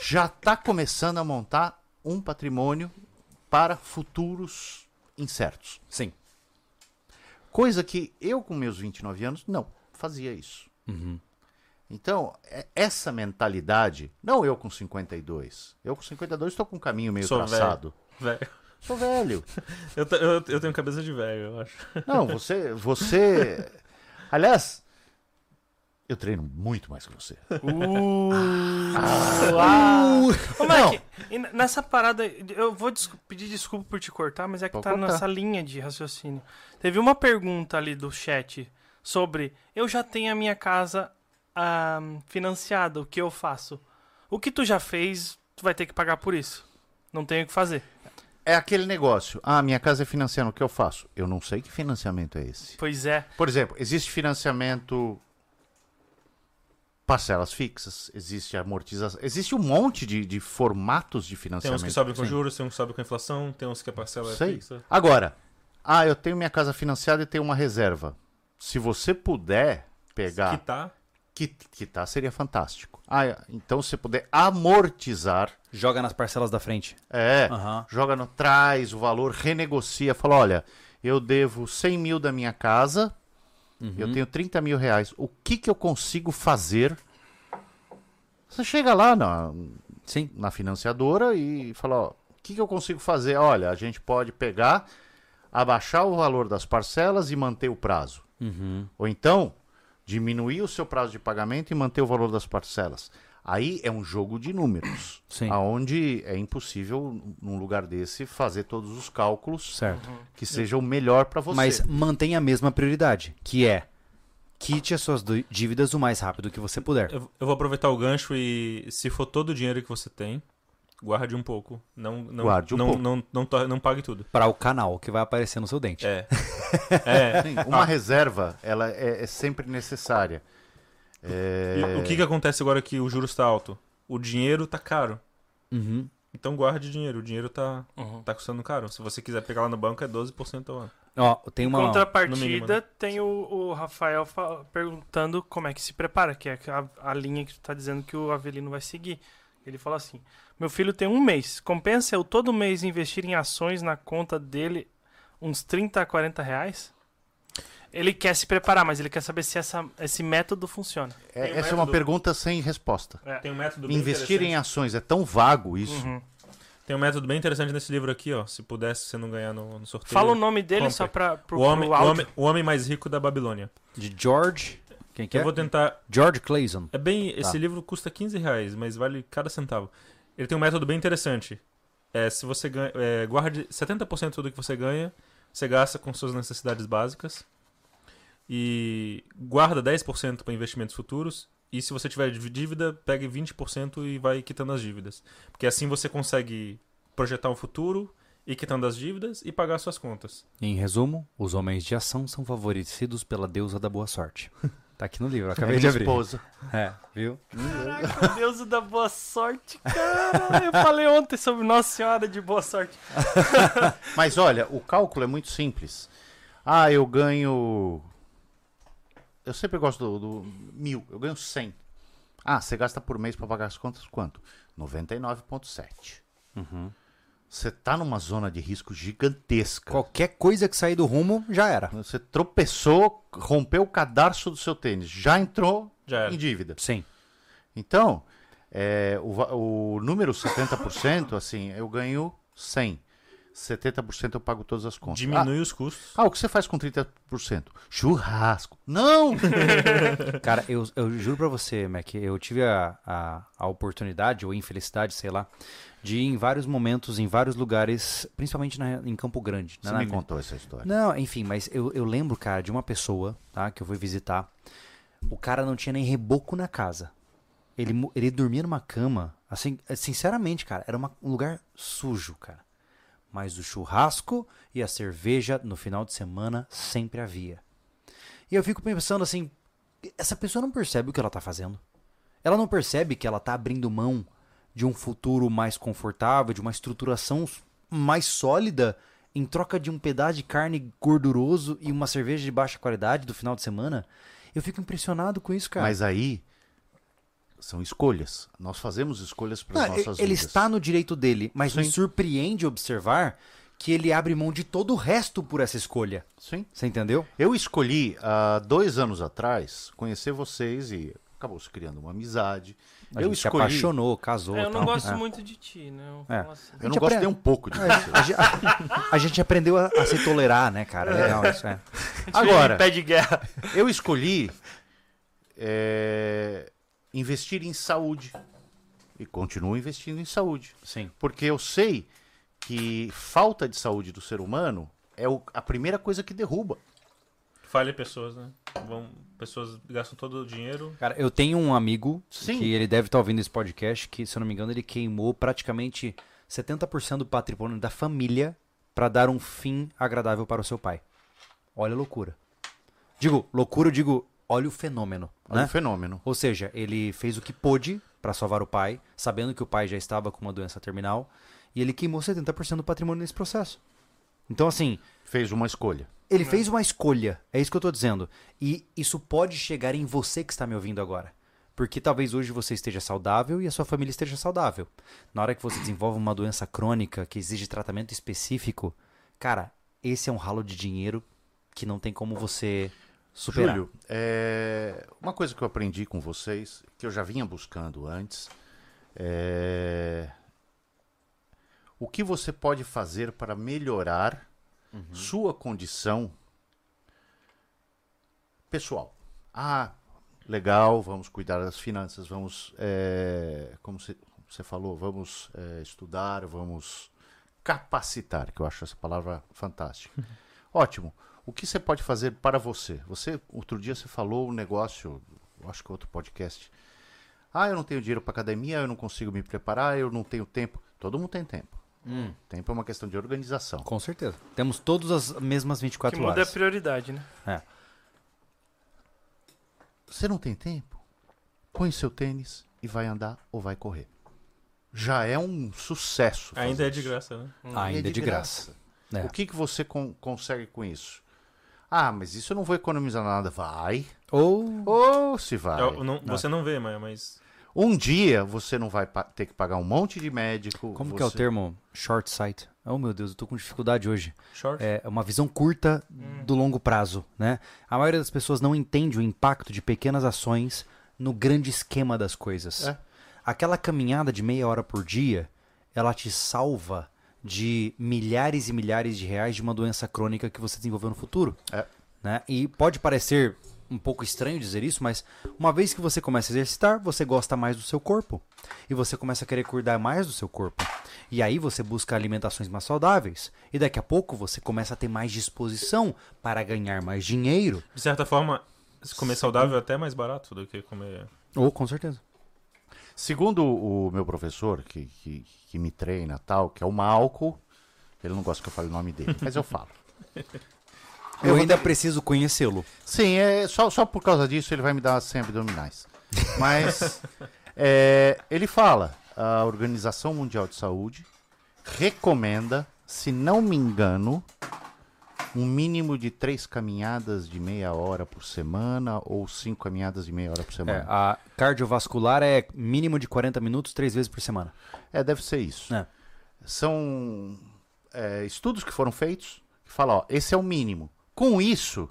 [SPEAKER 3] já está começando a montar um patrimônio para futuros incertos.
[SPEAKER 1] Sim.
[SPEAKER 3] Coisa que eu, com meus 29 anos, não fazia isso.
[SPEAKER 4] Uhum.
[SPEAKER 3] Então, é- essa mentalidade, não eu com 52. Eu com 52 estou com um caminho meio
[SPEAKER 4] Sou
[SPEAKER 3] traçado.
[SPEAKER 4] Velho.
[SPEAKER 3] Sou velho.
[SPEAKER 4] Eu, te- eu- eu tenho cabeça de velho, eu acho.
[SPEAKER 3] Não, você. você... Aliás, eu treino muito mais que você.
[SPEAKER 2] Uh. Ô,
[SPEAKER 4] é
[SPEAKER 2] Mike, é e n- nessa parada, eu vou des- pedir desculpa por te cortar, mas é que
[SPEAKER 3] Pode
[SPEAKER 2] tá
[SPEAKER 3] cortar.
[SPEAKER 2] nessa linha de raciocínio. Teve uma pergunta ali do chat sobre eu já tenho a minha casa ah, financiada, o que eu faço? O que tu já fez, tu vai ter que pagar por isso. Não tem o que fazer.
[SPEAKER 3] É aquele negócio. Ah, minha casa é financiando, o que eu faço? Eu não sei que financiamento é esse.
[SPEAKER 2] Pois é.
[SPEAKER 3] Por exemplo, existe financiamento parcelas fixas, existe amortização, existe um monte de, de formatos de
[SPEAKER 4] Tem
[SPEAKER 3] financiamento.
[SPEAKER 4] uns que sobem com
[SPEAKER 3] Sim.
[SPEAKER 4] juros, tem uns que sobem com inflação, tem uns que a parcela é
[SPEAKER 3] Sei.
[SPEAKER 4] fixa.
[SPEAKER 3] Agora, ah, eu tenho minha casa financiada e tenho uma reserva. Se você puder pegar,
[SPEAKER 4] Que tá,
[SPEAKER 3] qui- quitar seria fantástico. Ah, então se você puder amortizar
[SPEAKER 1] Joga nas parcelas da frente.
[SPEAKER 4] Ah.
[SPEAKER 3] É,
[SPEAKER 1] Aham.
[SPEAKER 3] joga no trás o valor, renegocia, fala, olha, eu devo 100 mil da minha casa, eu tenho 30 mil reais, o que que eu consigo fazer? Você chega lá na,
[SPEAKER 1] Sim.
[SPEAKER 3] na financiadora e fala, ó, o que que eu consigo fazer? Olha, a gente pode pegar, abaixar o valor das parcelas e manter o prazo.
[SPEAKER 1] Uhum.
[SPEAKER 3] Ou então, diminuir o seu prazo de pagamento e manter o valor das parcelas. Aí é um jogo de números,
[SPEAKER 1] Sim.
[SPEAKER 3] aonde é impossível num lugar desse fazer todos os cálculos
[SPEAKER 1] Certo.
[SPEAKER 3] que sejam melhor para você.
[SPEAKER 1] Mas mantém a mesma prioridade, que é quite as suas dú- dívidas o mais rápido que você puder.
[SPEAKER 4] Eu, eu vou aproveitar o gancho e se for todo o dinheiro que você tem, guarde um pouco. Não, não,
[SPEAKER 3] Guarde um
[SPEAKER 4] não,
[SPEAKER 3] pouco.
[SPEAKER 4] Não, não, to- não pague tudo.
[SPEAKER 1] Pra o canal que vai aparecer no seu dente.
[SPEAKER 4] É. é.
[SPEAKER 3] Sim, assim, uma reserva, ela é, é sempre necessária. É,
[SPEAKER 4] E O que, que acontece agora que o juros tá alto? O dinheiro tá caro.
[SPEAKER 1] Uhum.
[SPEAKER 4] Então guarde dinheiro. O dinheiro tá,
[SPEAKER 2] Uhum.
[SPEAKER 4] tá custando caro. Se você quiser pegar lá no banco, é 12% ao ano.
[SPEAKER 1] Ó, tem uma.
[SPEAKER 2] Contrapartida,
[SPEAKER 4] no mínimo, né?
[SPEAKER 2] tem o, o Rafael fa- perguntando como é que se prepara, que é a, a linha que tu tá dizendo que o Avelino vai seguir. Ele fala assim: Meu filho tem um mês. Compensa eu todo mês investir em ações na conta dele uns 30 a 40 reais? Ele quer se preparar, mas ele quer saber se essa, esse método funciona.
[SPEAKER 3] é-
[SPEAKER 4] Tem um
[SPEAKER 3] essa é uma
[SPEAKER 4] método.
[SPEAKER 3] pergunta sem resposta.
[SPEAKER 4] Tem um método bem
[SPEAKER 3] Investir em
[SPEAKER 4] interessante.
[SPEAKER 3] ações é tão vago isso.
[SPEAKER 4] Tem um método bem interessante nesse livro aqui, ó. Se pudesse, você não ganhar no, no sorteio.
[SPEAKER 2] Fala o nome dele
[SPEAKER 4] Compre.
[SPEAKER 2] só pra, pro,
[SPEAKER 4] o homem,
[SPEAKER 2] pro
[SPEAKER 4] o,
[SPEAKER 2] áudio.
[SPEAKER 4] homem, o homem mais rico da Babilônia.
[SPEAKER 1] De George. Quem que
[SPEAKER 4] Eu
[SPEAKER 1] é?
[SPEAKER 4] vou tentar.
[SPEAKER 1] George Clayson.
[SPEAKER 4] É bem. Esse livro custa 15 reais, mas vale cada centavo. Ele tem um método bem interessante. É, se você ganha, é, guarde 70% do que você ganha, você gasta com suas necessidades básicas. E guarda 10% para investimentos futuros. E se você tiver dívida, pegue 20% e vai quitando as dívidas. Porque assim você consegue projetar um futuro, ir quitando as dívidas e pagar suas contas.
[SPEAKER 1] Em resumo, os homens de ação são favorecidos pela deusa da boa sorte. Tá aqui no livro, eu acabei
[SPEAKER 3] É
[SPEAKER 1] de
[SPEAKER 3] minha
[SPEAKER 1] abrir.
[SPEAKER 3] esposa.
[SPEAKER 1] É, viu?
[SPEAKER 2] Caraca, Deus da boa sorte, cara. Eu falei ontem sobre Nossa Senhora de Boa Sorte.
[SPEAKER 3] Mas olha, o cálculo é muito simples. Ah, eu ganho. Eu sempre gosto do, do mil, eu ganho 100. Ah, você gasta por mês para pagar as contas quanto? 99,7.
[SPEAKER 4] Uhum.
[SPEAKER 3] Você tá numa zona de risco gigantesca.
[SPEAKER 1] Qualquer coisa que sair do rumo, já era.
[SPEAKER 3] Você tropeçou, rompeu o cadarço do seu tênis, já entrou
[SPEAKER 4] Já era.
[SPEAKER 3] em dívida.
[SPEAKER 1] Sim.
[SPEAKER 3] Então, é, o, va- o número 70%, assim, eu ganho 100. 70% eu pago todas as contas. Ah,
[SPEAKER 4] Diminui os custos.
[SPEAKER 3] Ah, o que você faz com 30%? Churrasco. Não!
[SPEAKER 1] Cara, eu, eu juro pra você, Mac, eu tive a, a, a oportunidade, ou infelicidade, sei lá, de ir em vários momentos, em vários lugares, principalmente na- em Campo Grande.
[SPEAKER 3] Você
[SPEAKER 1] na-
[SPEAKER 3] me
[SPEAKER 1] na-
[SPEAKER 3] contou essa história.
[SPEAKER 1] Não, enfim, mas eu, eu lembro, cara, de uma pessoa, tá, que eu fui visitar. O cara não tinha nem reboco na casa. Ele, mo- ele dormia numa cama, assim, eh, sinceramente, cara, era uma- um lugar sujo, cara. Mas o churrasco e a cerveja no final de semana sempre havia. E eu fico pensando assim, essa pessoa não percebe o que ela tá fazendo. Ela não percebe que ela tá abrindo mão de um futuro mais confortável, de uma estruturação s- mais sólida em troca de um pedaço de carne gorduroso e uma cerveja de baixa qualidade do final de semana. Eu fico impressionado com isso, cara.
[SPEAKER 3] Mas aí são escolhas. Nós fazemos escolhas para
[SPEAKER 1] Não,
[SPEAKER 3] as nossas
[SPEAKER 1] e- ele
[SPEAKER 3] vidas.
[SPEAKER 1] está no direito dele, mas me
[SPEAKER 3] Sim.
[SPEAKER 1] surpreende observar que ele abre mão de todo o resto por essa escolha.
[SPEAKER 3] Sim.
[SPEAKER 1] Você entendeu?
[SPEAKER 3] Eu escolhi há dois anos atrás conhecer vocês e acabou se criando uma amizade.
[SPEAKER 1] A
[SPEAKER 3] eu
[SPEAKER 1] gente se
[SPEAKER 3] escolhi.
[SPEAKER 1] apaixonou, casou.
[SPEAKER 2] É, eu não
[SPEAKER 1] tal.
[SPEAKER 2] gosto
[SPEAKER 1] É.
[SPEAKER 2] muito de ti, né? Eu
[SPEAKER 1] É.
[SPEAKER 2] falo assim.
[SPEAKER 3] Eu
[SPEAKER 1] A
[SPEAKER 3] não
[SPEAKER 1] gente
[SPEAKER 3] gosto
[SPEAKER 1] apre-
[SPEAKER 3] nem um pouco de você.
[SPEAKER 1] A, gente- a- a gente aprendeu a, a se tolerar, né, cara? É legal isso, é.
[SPEAKER 3] Agora,
[SPEAKER 2] Pé de guerra.
[SPEAKER 3] eu escolhi é, investir em saúde. E continuo investindo em saúde.
[SPEAKER 1] Sim.
[SPEAKER 3] Porque eu sei que falta de saúde do ser humano é o- a primeira coisa que derruba.
[SPEAKER 4] Falha pessoas, né? Vão, pessoas gastam todo o dinheiro.
[SPEAKER 1] Cara, eu tenho um amigo
[SPEAKER 3] Sim.
[SPEAKER 1] que ele deve estar ouvindo esse podcast, que, se eu não me engano, ele queimou praticamente 70% do patrimônio da família pra dar um fim agradável para o seu pai. Olha a loucura. Digo, loucura, eu digo olha o fenômeno.
[SPEAKER 3] Olha
[SPEAKER 1] né?
[SPEAKER 3] um fenômeno.
[SPEAKER 1] Ou seja, ele fez o que pôde para salvar o pai, sabendo que o pai já estava com uma doença terminal, e ele queimou 70% do patrimônio nesse processo. Então, assim,
[SPEAKER 3] Fez uma escolha.
[SPEAKER 1] ele
[SPEAKER 2] Uhum.
[SPEAKER 1] fez uma escolha, é isso que eu tô dizendo. E isso pode chegar em você que está me ouvindo agora. Porque talvez hoje você esteja saudável e a sua família esteja saudável. Na hora que você desenvolve uma doença crônica que exige tratamento específico, cara, esse é um ralo de dinheiro que não tem como você superar.
[SPEAKER 3] Júlio, é, uma coisa que eu aprendi com vocês, que eu já vinha buscando antes, é o que você pode fazer para melhorar sua condição pessoal. Ah, legal, vamos cuidar das finanças, vamos, é, como você- você falou, vamos é, estudar, vamos capacitar, que eu acho essa palavra fantástica. Ótimo. O que você pode fazer para você? Você outro dia você falou um negócio, eu acho que outro podcast. Ah, eu não tenho dinheiro para academia, eu não consigo me preparar, eu não tenho tempo. Todo mundo tem tempo.
[SPEAKER 4] Hum.
[SPEAKER 3] Tempo é uma questão de organização.
[SPEAKER 1] Com certeza. Temos todas as mesmas
[SPEAKER 2] que
[SPEAKER 1] 24
[SPEAKER 2] muda é
[SPEAKER 1] horas.
[SPEAKER 2] prioridade, né?
[SPEAKER 1] É.
[SPEAKER 3] Você não tem tempo? Põe seu tênis e vai andar ou vai correr. Já é um sucesso. fazer
[SPEAKER 4] Ainda é
[SPEAKER 3] isso.
[SPEAKER 4] de graça, né?
[SPEAKER 1] Ainda é de graça. É.
[SPEAKER 3] O que, que você con- consegue com isso? Ah, mas isso eu não vou economizar nada. Vai.
[SPEAKER 1] Ou
[SPEAKER 3] Ou se
[SPEAKER 1] Ah, é.
[SPEAKER 3] vai.
[SPEAKER 4] É, Eu- não- Você não vê, Maia, mas.
[SPEAKER 3] Um dia você não vai pa- ter que pagar um monte de médico.
[SPEAKER 1] Como que é o
[SPEAKER 3] você-
[SPEAKER 1] termo? Short sight. Oh meu Deus, eu tô com dificuldade hoje.
[SPEAKER 4] Short.
[SPEAKER 1] É uma visão curta do longo prazo, né? A maioria das pessoas não entende o impacto de pequenas ações no grande esquema das coisas.
[SPEAKER 3] É.
[SPEAKER 1] Aquela caminhada de meia hora por dia, ela te salva de milhares e milhares de reais de uma doença crônica que você desenvolveu no futuro.
[SPEAKER 3] É.
[SPEAKER 1] né? E pode parecer um pouco estranho dizer isso, mas uma vez que você começa a exercitar, você gosta mais do seu corpo e você começa a querer cuidar mais do seu corpo. E aí você busca alimentações mais saudáveis e daqui a pouco você começa a ter mais disposição para ganhar mais dinheiro.
[SPEAKER 4] De certa forma, se comer saudável é até mais barato do que comer. é um
[SPEAKER 1] Ou Oh, com certeza.
[SPEAKER 3] Segundo o meu professor, que, que, que me treina tal, que é o Malco, ele não gosta que eu fale o nome dele, mas eu falo.
[SPEAKER 1] Eu, ainda preciso conhecê-lo.
[SPEAKER 3] Sim, é, só, só por causa disso ele vai me dar umas 100 abdominais. Mas é, ele fala, a Organização Mundial de Saúde recomenda, se não me engano, um mínimo de três caminhadas de meia hora por semana ou cinco caminhadas de meia hora por
[SPEAKER 1] É,
[SPEAKER 3] semana.
[SPEAKER 1] a cardiovascular é mínimo de 40 minutos, três vezes por semana.
[SPEAKER 3] É, deve ser isso.
[SPEAKER 1] É.
[SPEAKER 3] São é, estudos que foram feitos que falam, ó, esse é o mínimo. Com isso,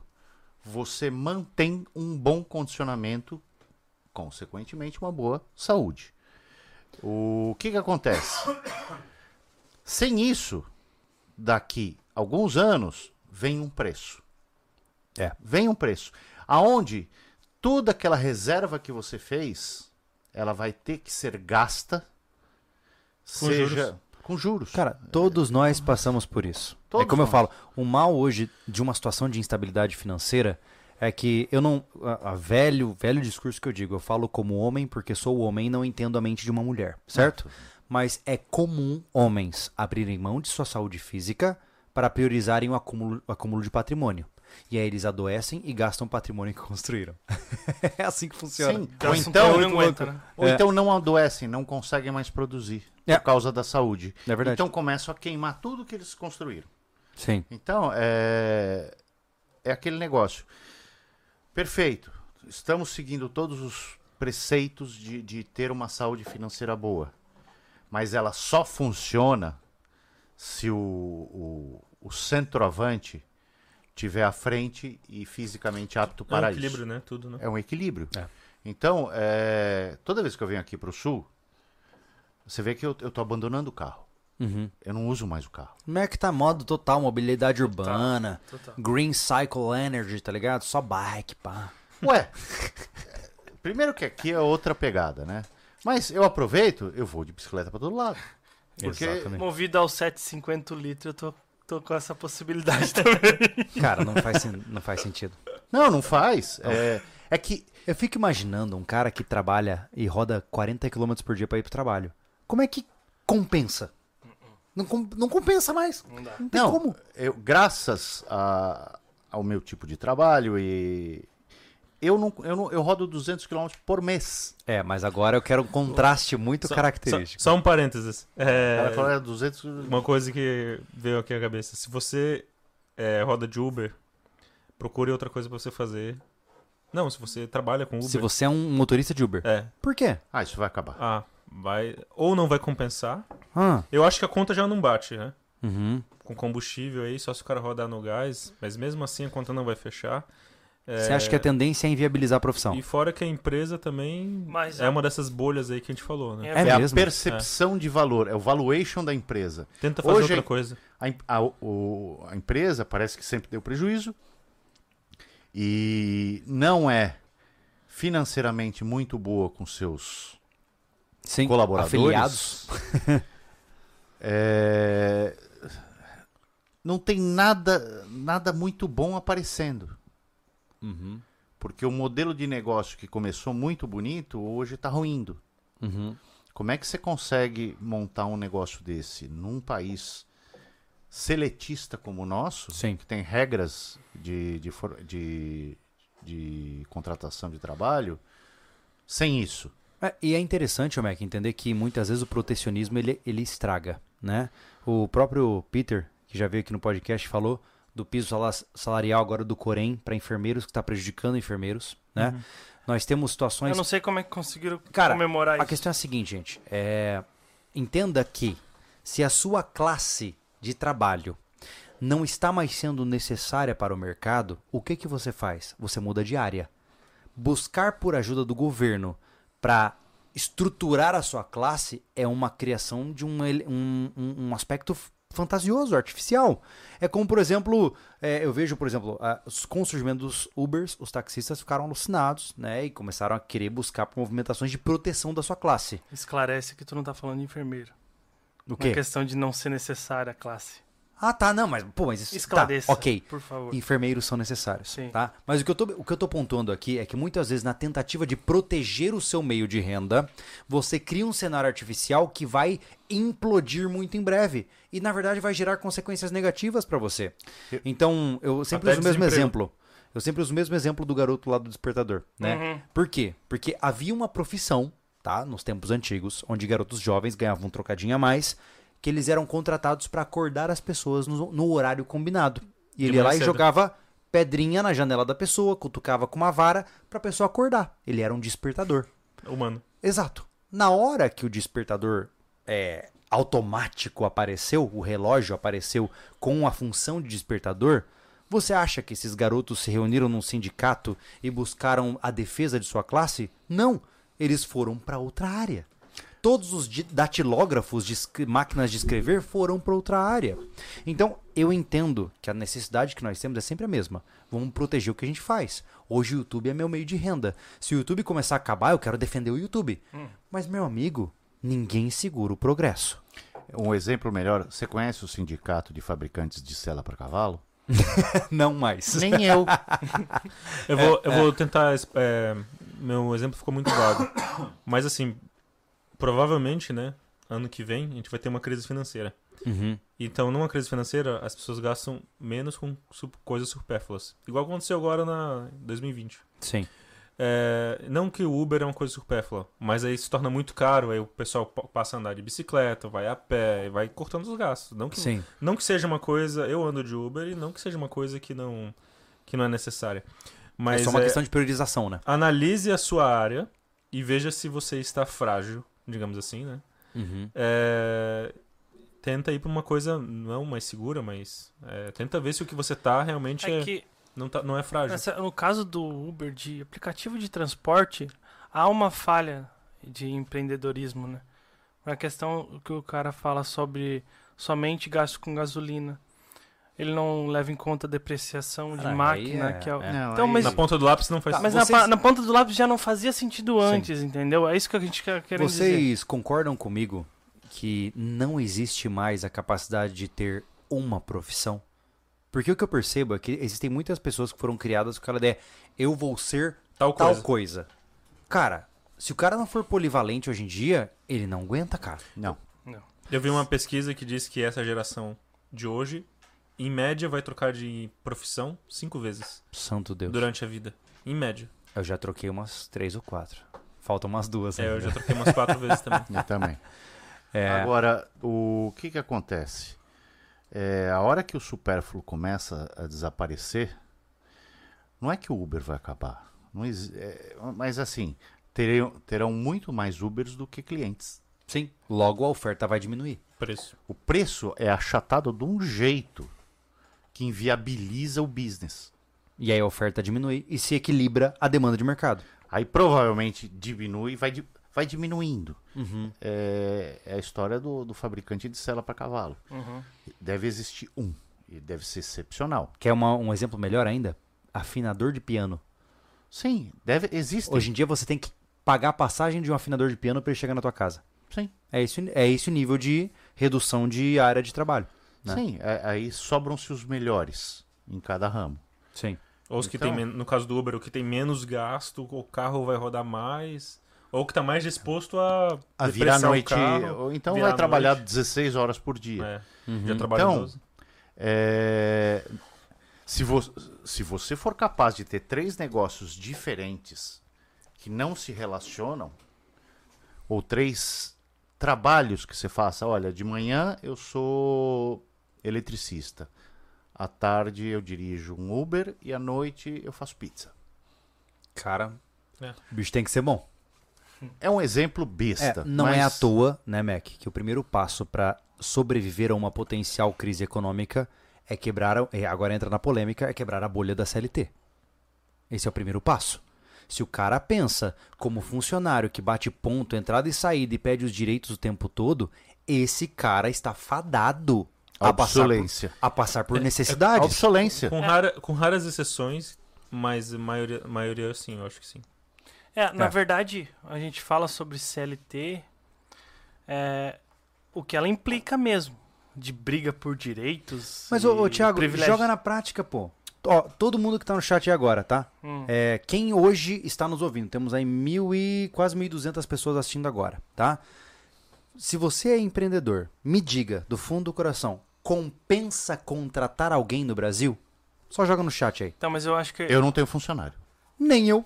[SPEAKER 3] você mantém um bom condicionamento, consequentemente, uma boa saúde. O que, que acontece? Sem isso, daqui alguns anos, vem um preço.
[SPEAKER 1] É.
[SPEAKER 3] Vem um preço. Aonde toda aquela reserva que você fez, ela vai ter que ser gasta
[SPEAKER 4] Com
[SPEAKER 3] seja
[SPEAKER 4] juros.
[SPEAKER 3] com juros.
[SPEAKER 1] Cara, todos nós passamos por isso.
[SPEAKER 3] Todos
[SPEAKER 1] é como eu
[SPEAKER 3] nós.
[SPEAKER 1] falo, o mal hoje de uma situação de instabilidade financeira é que eu não. A, a velho, velho discurso que eu digo, eu falo como homem porque sou homem e não entendo a mente de uma mulher, certo? Mas é comum homens abrirem mão de sua saúde física para priorizarem o acúmulo, o acúmulo de patrimônio. E aí eles adoecem e gastam o patrimônio que construíram. é assim que funciona.
[SPEAKER 3] Sim.
[SPEAKER 2] Então,
[SPEAKER 3] Ou então,
[SPEAKER 2] não aguenta, né?
[SPEAKER 3] Ou
[SPEAKER 1] É.
[SPEAKER 3] então não adoecem, não conseguem mais produzir
[SPEAKER 1] É.
[SPEAKER 3] por causa da saúde.
[SPEAKER 1] É verdade.
[SPEAKER 3] Então começam a queimar tudo que eles construíram.
[SPEAKER 1] Sim.
[SPEAKER 3] Então, é, é aquele negócio. Perfeito. Estamos seguindo todos os preceitos de, de ter uma saúde financeira boa. Mas ela só funciona se o, o, o centroavante tiver à frente e fisicamente apto
[SPEAKER 4] É um
[SPEAKER 3] para isso.
[SPEAKER 4] equilíbrio, né? Tudo, né?
[SPEAKER 3] É um equilíbrio.
[SPEAKER 1] É.
[SPEAKER 3] Então, é, toda vez que eu venho aqui para o sul, você vê que eu, eu tô abandonando o carro.
[SPEAKER 1] Uhum.
[SPEAKER 3] Eu não uso mais o carro.
[SPEAKER 1] Como é que tá modo total, mobilidade urbana,
[SPEAKER 2] total.
[SPEAKER 1] green cycle energy, tá ligado? Só bike, pá.
[SPEAKER 3] Ué, primeiro que aqui é outra pegada, né? Mas eu aproveito, eu vou de bicicleta para todo lado. Porque
[SPEAKER 1] Exatamente.
[SPEAKER 2] Movido aos 7,50 litros, eu tô, tô com essa possibilidade também.
[SPEAKER 1] Cara, não faz, sen- não faz sentido.
[SPEAKER 3] não, não faz. É, é que
[SPEAKER 1] Eu fico imaginando um cara que trabalha e roda 40 km por dia pra ir pro trabalho. Como é que compensa? Não, com- não compensa mais. Não,
[SPEAKER 2] dá.
[SPEAKER 1] tem
[SPEAKER 3] não,
[SPEAKER 1] como.
[SPEAKER 3] Eu, graças a- ao meu tipo de trabalho e Eu, não, eu, não, eu rodo 200 km por mês.
[SPEAKER 1] É, mas agora eu quero um contraste muito É
[SPEAKER 4] Só,
[SPEAKER 1] característico.
[SPEAKER 4] só um parênteses. É,
[SPEAKER 3] O cara falou, é 200... km.
[SPEAKER 4] Uma coisa que veio aqui à cabeça. Se você é, roda de Uber, procure outra coisa pra você fazer. Não, se você trabalha com Uber.
[SPEAKER 1] Se você é um motorista de Uber.
[SPEAKER 4] É.
[SPEAKER 1] Por quê?
[SPEAKER 3] Ah, isso vai acabar.
[SPEAKER 4] Ah, vai. Ou não vai compensar.
[SPEAKER 1] Ah,
[SPEAKER 4] Eu acho que a conta já não bate, né?
[SPEAKER 1] uhum.
[SPEAKER 4] Com combustível aí, só se o cara rodar no gás. Mas mesmo assim a conta não vai fechar. É,
[SPEAKER 1] Você acha que a tendência é inviabilizar a profissão?
[SPEAKER 4] E fora que a empresa também
[SPEAKER 2] Mas
[SPEAKER 4] é uma dessas bolhas aí que a gente falou, né?
[SPEAKER 1] É
[SPEAKER 3] É, a
[SPEAKER 1] mesmo?
[SPEAKER 3] percepção de valor, é o valuation da empresa.
[SPEAKER 4] Tenta fazer
[SPEAKER 3] Hoje-
[SPEAKER 4] outra coisa.
[SPEAKER 3] A, em- a- o- a empresa parece que sempre deu prejuízo e não é financeiramente muito boa com seus
[SPEAKER 1] Sim.
[SPEAKER 3] colaboradores.
[SPEAKER 1] Afiliados?
[SPEAKER 3] É, Não tem nada, nada muito bom aparecendo.
[SPEAKER 1] Uhum.
[SPEAKER 3] Porque o modelo de negócio que começou muito bonito, hoje está ruindo.
[SPEAKER 1] Uhum.
[SPEAKER 3] Como é que você consegue montar um negócio desse num país seletista como o nosso,
[SPEAKER 1] Sim.
[SPEAKER 3] que tem regras de, de, for- de- de contratação de trabalho, sem isso?
[SPEAKER 1] É, e é interessante, Mac, entender que muitas vezes o protecionismo ele, ele estraga, né? O próprio Peter, que já veio aqui no podcast, falou do piso sala- salarial agora do Corém para enfermeiros, que está prejudicando enfermeiros, né? Nós temos situações...
[SPEAKER 2] Uhum. Eu não sei como é que conseguiram
[SPEAKER 1] Cara,
[SPEAKER 2] comemorar
[SPEAKER 1] A
[SPEAKER 2] isso.
[SPEAKER 1] questão é a seguinte, gente. É, Entenda que se a sua classe de trabalho não está mais sendo necessária para o mercado, o que, que você faz? Você muda de área. Buscar por ajuda do governo para estruturar a sua classe é uma criação de um, ele- um, um- um aspecto f- fantasioso, artificial. É como, por exemplo, é, eu vejo, por exemplo, a- os- com o surgimento dos Ubers, os taxistas ficaram alucinados, né? E começaram a querer buscar por movimentações de proteção da sua classe.
[SPEAKER 2] Esclarece que tu não tá falando de enfermeiro.
[SPEAKER 1] O
[SPEAKER 2] Na
[SPEAKER 1] quê?
[SPEAKER 2] questão de não ser necessária a classe.
[SPEAKER 1] Ah, tá, não, mas, pô, mas isso...
[SPEAKER 2] Esclareça,
[SPEAKER 1] Tá, ok.
[SPEAKER 2] por favor.
[SPEAKER 1] enfermeiros são necessários,
[SPEAKER 2] Sim.
[SPEAKER 1] tá? Mas o que, eu tô, o que eu tô pontuando aqui é que muitas vezes na tentativa de proteger o seu meio de renda, você cria um cenário artificial que vai implodir muito em breve e na verdade vai gerar consequências negativas pra você.
[SPEAKER 3] Eu-
[SPEAKER 1] Então, eu sempre
[SPEAKER 4] Até
[SPEAKER 1] uso o mesmo
[SPEAKER 4] desemprego.
[SPEAKER 1] exemplo. Eu sempre uso o mesmo exemplo do garoto lá do despertador, né?
[SPEAKER 4] Uhum.
[SPEAKER 1] Por quê? Porque havia uma profissão, tá, nos tempos antigos, onde garotos jovens ganhavam um trocadinho a mais, que eles eram contratados pra acordar as pessoas no, no horário combinado. E ele ia lá
[SPEAKER 4] manhã
[SPEAKER 1] e
[SPEAKER 4] cedo.
[SPEAKER 1] jogava pedrinha na janela da pessoa, cutucava com uma vara pra pessoa acordar. Ele era um despertador.
[SPEAKER 4] Humano.
[SPEAKER 1] Exato. Na hora que o despertador é, automático apareceu, o relógio apareceu com a função de despertador, você acha que esses garotos se reuniram num sindicato e buscaram a defesa de sua classe? Não. Eles foram para outra área. Todos os di- datilógrafos de escre- máquinas de escrever foram para outra área. Então, eu entendo que a necessidade que nós temos é sempre a mesma. Vamos proteger o que a gente faz. Hoje o YouTube é meu meio de renda. Se o YouTube começar a acabar, eu quero defender o YouTube. Mas, meu amigo, ninguém segura o progresso.
[SPEAKER 3] Um exemplo melhor, você conhece o sindicato de fabricantes de sela para cavalo?
[SPEAKER 1] Não mais.
[SPEAKER 3] Nem eu.
[SPEAKER 4] Eu vou, eu vou tentar. es- é, meu exemplo ficou muito vago. Mas assim, provavelmente, né? Ano que vem, a gente vai ter uma crise financeira.
[SPEAKER 1] Uhum.
[SPEAKER 4] Então, numa crise financeira, as pessoas gastam menos com su- coisas supérfluas. Igual aconteceu agora na 2020.
[SPEAKER 1] Sim.
[SPEAKER 4] É, não que o Uber é uma coisa supérflua, mas aí se torna muito caro, aí o pessoal po- passa a andar de bicicleta, vai a pé, e vai cortando os gastos. Não que
[SPEAKER 1] Sim.
[SPEAKER 4] não que seja uma coisa, eu ando de Uber e não que seja uma coisa que não que não é necessária. Mas
[SPEAKER 1] é só uma questão de priorização, né?
[SPEAKER 4] analise a sua área e veja se você está frágil, digamos assim, né?
[SPEAKER 1] Uhum.
[SPEAKER 4] É, tenta ir para uma coisa não mais segura, mas é, tenta ver se o que você tá realmente
[SPEAKER 2] É
[SPEAKER 4] é-
[SPEAKER 2] que,
[SPEAKER 4] não tá, não é frágil.
[SPEAKER 2] nessa- no caso do Uber, de aplicativo de transporte, há uma falha de empreendedorismo, né? Na questão que o cara fala sobre somente gasto com gasolina. Ele não leva em conta a depreciação de
[SPEAKER 1] Cara, aí
[SPEAKER 2] máquina,
[SPEAKER 1] é-
[SPEAKER 2] que é, o-
[SPEAKER 1] é.
[SPEAKER 3] Não,
[SPEAKER 2] Então,
[SPEAKER 3] aí-
[SPEAKER 2] mas-
[SPEAKER 4] Na ponta do lápis não faz
[SPEAKER 1] Tá,
[SPEAKER 2] Mas
[SPEAKER 4] sentido.
[SPEAKER 1] vocês-
[SPEAKER 2] na, pa- na ponta do lápis já não fazia sentido
[SPEAKER 1] Sim.
[SPEAKER 2] antes, entendeu? É isso que a gente quer querendo dizer.
[SPEAKER 1] Vocês concordam comigo que não existe mais a capacidade de ter uma profissão? Porque o que eu percebo é que existem muitas pessoas que foram criadas com aquela ideia, eu vou ser
[SPEAKER 4] tal
[SPEAKER 2] tá
[SPEAKER 1] tal
[SPEAKER 4] coisa.
[SPEAKER 1] coisa. Cara, se o cara não for polivalente hoje em dia, ele não aguenta, cara.
[SPEAKER 3] Não.
[SPEAKER 4] Eu vi uma pesquisa que diz que essa geração de hoje, em média, vai trocar de profissão cinco vezes
[SPEAKER 1] Santo Deus.
[SPEAKER 4] durante a vida. Em média.
[SPEAKER 1] Eu já troquei umas três ou quatro. Faltam umas duas.
[SPEAKER 4] É, eu
[SPEAKER 1] ainda.
[SPEAKER 4] já troquei umas quatro vezes também.
[SPEAKER 3] Eu também.
[SPEAKER 1] É,
[SPEAKER 3] Agora, o que que acontece? É, a hora que o supérfluo começa a desaparecer, não é que o Uber vai acabar. Não exi- é, mas assim, terão, terão muito mais Ubers do que clientes.
[SPEAKER 1] Sim. Logo a oferta vai diminuir.
[SPEAKER 4] Preço.
[SPEAKER 3] O preço é achatado de um jeito que inviabiliza o business.
[SPEAKER 1] E aí a oferta diminui e se equilibra a demanda de mercado.
[SPEAKER 3] Aí provavelmente diminui, vai, di- vai diminuindo. É, é a história do, do fabricante de sela para cavalo. Deve existir um. E deve ser excepcional.
[SPEAKER 1] Quer uma- um exemplo melhor ainda? Afinador de piano.
[SPEAKER 3] Sim, deve, existe.
[SPEAKER 1] Hoje em dia você tem que pagar a passagem de um afinador de piano para ele chegar na tua casa.
[SPEAKER 3] Sim,
[SPEAKER 1] É isso, é esse o nível de redução de área de trabalho. Né?
[SPEAKER 3] sim. A- Aí sobram-se os melhores em cada ramo.
[SPEAKER 1] Sim.
[SPEAKER 4] Ou os que
[SPEAKER 3] Então-
[SPEAKER 4] tem, men- no caso do Uber, o que tem menos gasto, o carro vai rodar mais, ou o que tá mais disposto a,
[SPEAKER 3] A virar
[SPEAKER 4] depreciar o
[SPEAKER 3] noite.
[SPEAKER 4] carro,
[SPEAKER 3] ou então
[SPEAKER 4] virar
[SPEAKER 3] vai trabalhar
[SPEAKER 4] noite.
[SPEAKER 3] 16 horas por dia.
[SPEAKER 4] É, já trabalha
[SPEAKER 3] Então,
[SPEAKER 4] 12.
[SPEAKER 3] É, se, vo- se você for capaz de ter três negócios diferentes que não se relacionam, ou três trabalhos que você faça, olha, de manhã eu sou eletricista, à tarde eu dirijo um Uber e à noite eu faço pizza.
[SPEAKER 1] Cara,
[SPEAKER 4] É.
[SPEAKER 1] o bicho tem que ser bom.
[SPEAKER 3] É um exemplo besta.
[SPEAKER 1] É, não
[SPEAKER 3] mas
[SPEAKER 1] é à toa, né, Mac, que o primeiro passo para sobreviver a uma potencial crise econômica é quebrar, a- é, agora entra na polêmica, é quebrar a bolha da CLT. Esse é o primeiro passo. Se o cara pensa como funcionário que bate ponto, entrada e saída e pede os direitos o tempo todo, esse cara está fadado
[SPEAKER 3] A
[SPEAKER 1] a passar por, Ah,
[SPEAKER 3] obsolência. É,
[SPEAKER 1] a passar por
[SPEAKER 3] A
[SPEAKER 1] necessidades.
[SPEAKER 3] obsolência.
[SPEAKER 4] Com, rara- com raras exceções, mas a maioria, a maioria sim, eu acho que sim.
[SPEAKER 2] É, na
[SPEAKER 1] É.
[SPEAKER 2] verdade, a gente fala sobre CLT, é, o que ela implica mesmo, de briga por direitos.
[SPEAKER 1] Mas,
[SPEAKER 2] e
[SPEAKER 1] ô, ô Thiago,
[SPEAKER 2] privilégios.
[SPEAKER 1] joga na prática, pô. Ó, todo mundo que tá no chat aí agora, tá?
[SPEAKER 2] Hum.
[SPEAKER 1] É, quem hoje está nos ouvindo? Temos aí mil e quase 1.200 pessoas assistindo agora, tá? Se você é empreendedor, me diga do fundo do coração, compensa contratar alguém no Brasil? Só joga no chat aí.
[SPEAKER 2] Então, mas eu acho que.
[SPEAKER 3] Eu não tenho funcionário.
[SPEAKER 1] Nem eu.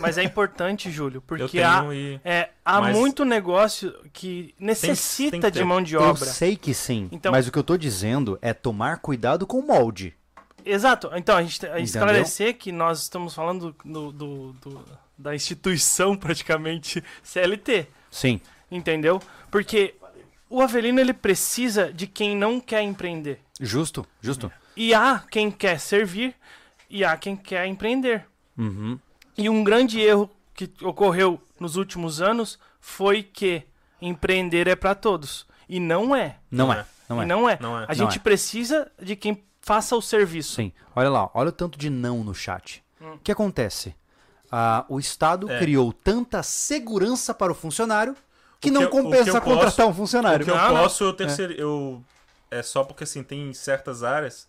[SPEAKER 2] Mas é importante, Júlio,
[SPEAKER 4] eu
[SPEAKER 2] porque
[SPEAKER 4] tenho
[SPEAKER 2] há,
[SPEAKER 4] e.
[SPEAKER 2] é, há
[SPEAKER 4] mas-
[SPEAKER 2] muito negócio que necessita
[SPEAKER 4] tem que
[SPEAKER 2] de
[SPEAKER 4] ter.
[SPEAKER 2] mão de
[SPEAKER 1] Eu
[SPEAKER 2] obra.
[SPEAKER 1] sei que sim,
[SPEAKER 2] Então-
[SPEAKER 1] mas o que eu tô dizendo é tomar cuidado com o molde.
[SPEAKER 2] Exato. Então, a gente, a gente
[SPEAKER 1] Entendeu?
[SPEAKER 2] esclarecer que nós estamos falando do, do- do- da instituição praticamente CLT,
[SPEAKER 1] Sim.
[SPEAKER 2] entendeu? Porque o Avelino ele precisa de quem não quer empreender.
[SPEAKER 1] Justo, justo.
[SPEAKER 2] E há quem quer servir e há quem quer empreender.
[SPEAKER 1] Uhum.
[SPEAKER 2] E um grande erro que ocorreu nos últimos anos foi que empreender é para todos. E não é.
[SPEAKER 1] Não,
[SPEAKER 4] Não
[SPEAKER 1] é.
[SPEAKER 4] é.
[SPEAKER 1] Não é.
[SPEAKER 2] E não é.
[SPEAKER 4] Não é.
[SPEAKER 2] A
[SPEAKER 4] Não
[SPEAKER 2] gente
[SPEAKER 1] é.
[SPEAKER 2] precisa de quem faça o serviço.
[SPEAKER 1] Sim. Olha lá, olha o tanto de não no chat. O que acontece? Ah, o Estado
[SPEAKER 4] Hum. É.
[SPEAKER 1] criou tanta segurança para o funcionário que
[SPEAKER 4] O que
[SPEAKER 1] não
[SPEAKER 4] eu- o que eu
[SPEAKER 1] compensa
[SPEAKER 4] posso-
[SPEAKER 1] contratar um
[SPEAKER 4] O
[SPEAKER 1] funcionário.
[SPEAKER 4] que eu
[SPEAKER 2] Ah, Não, não.
[SPEAKER 4] posso, eu terceiro. Eu, é só porque assim, tem certas áreas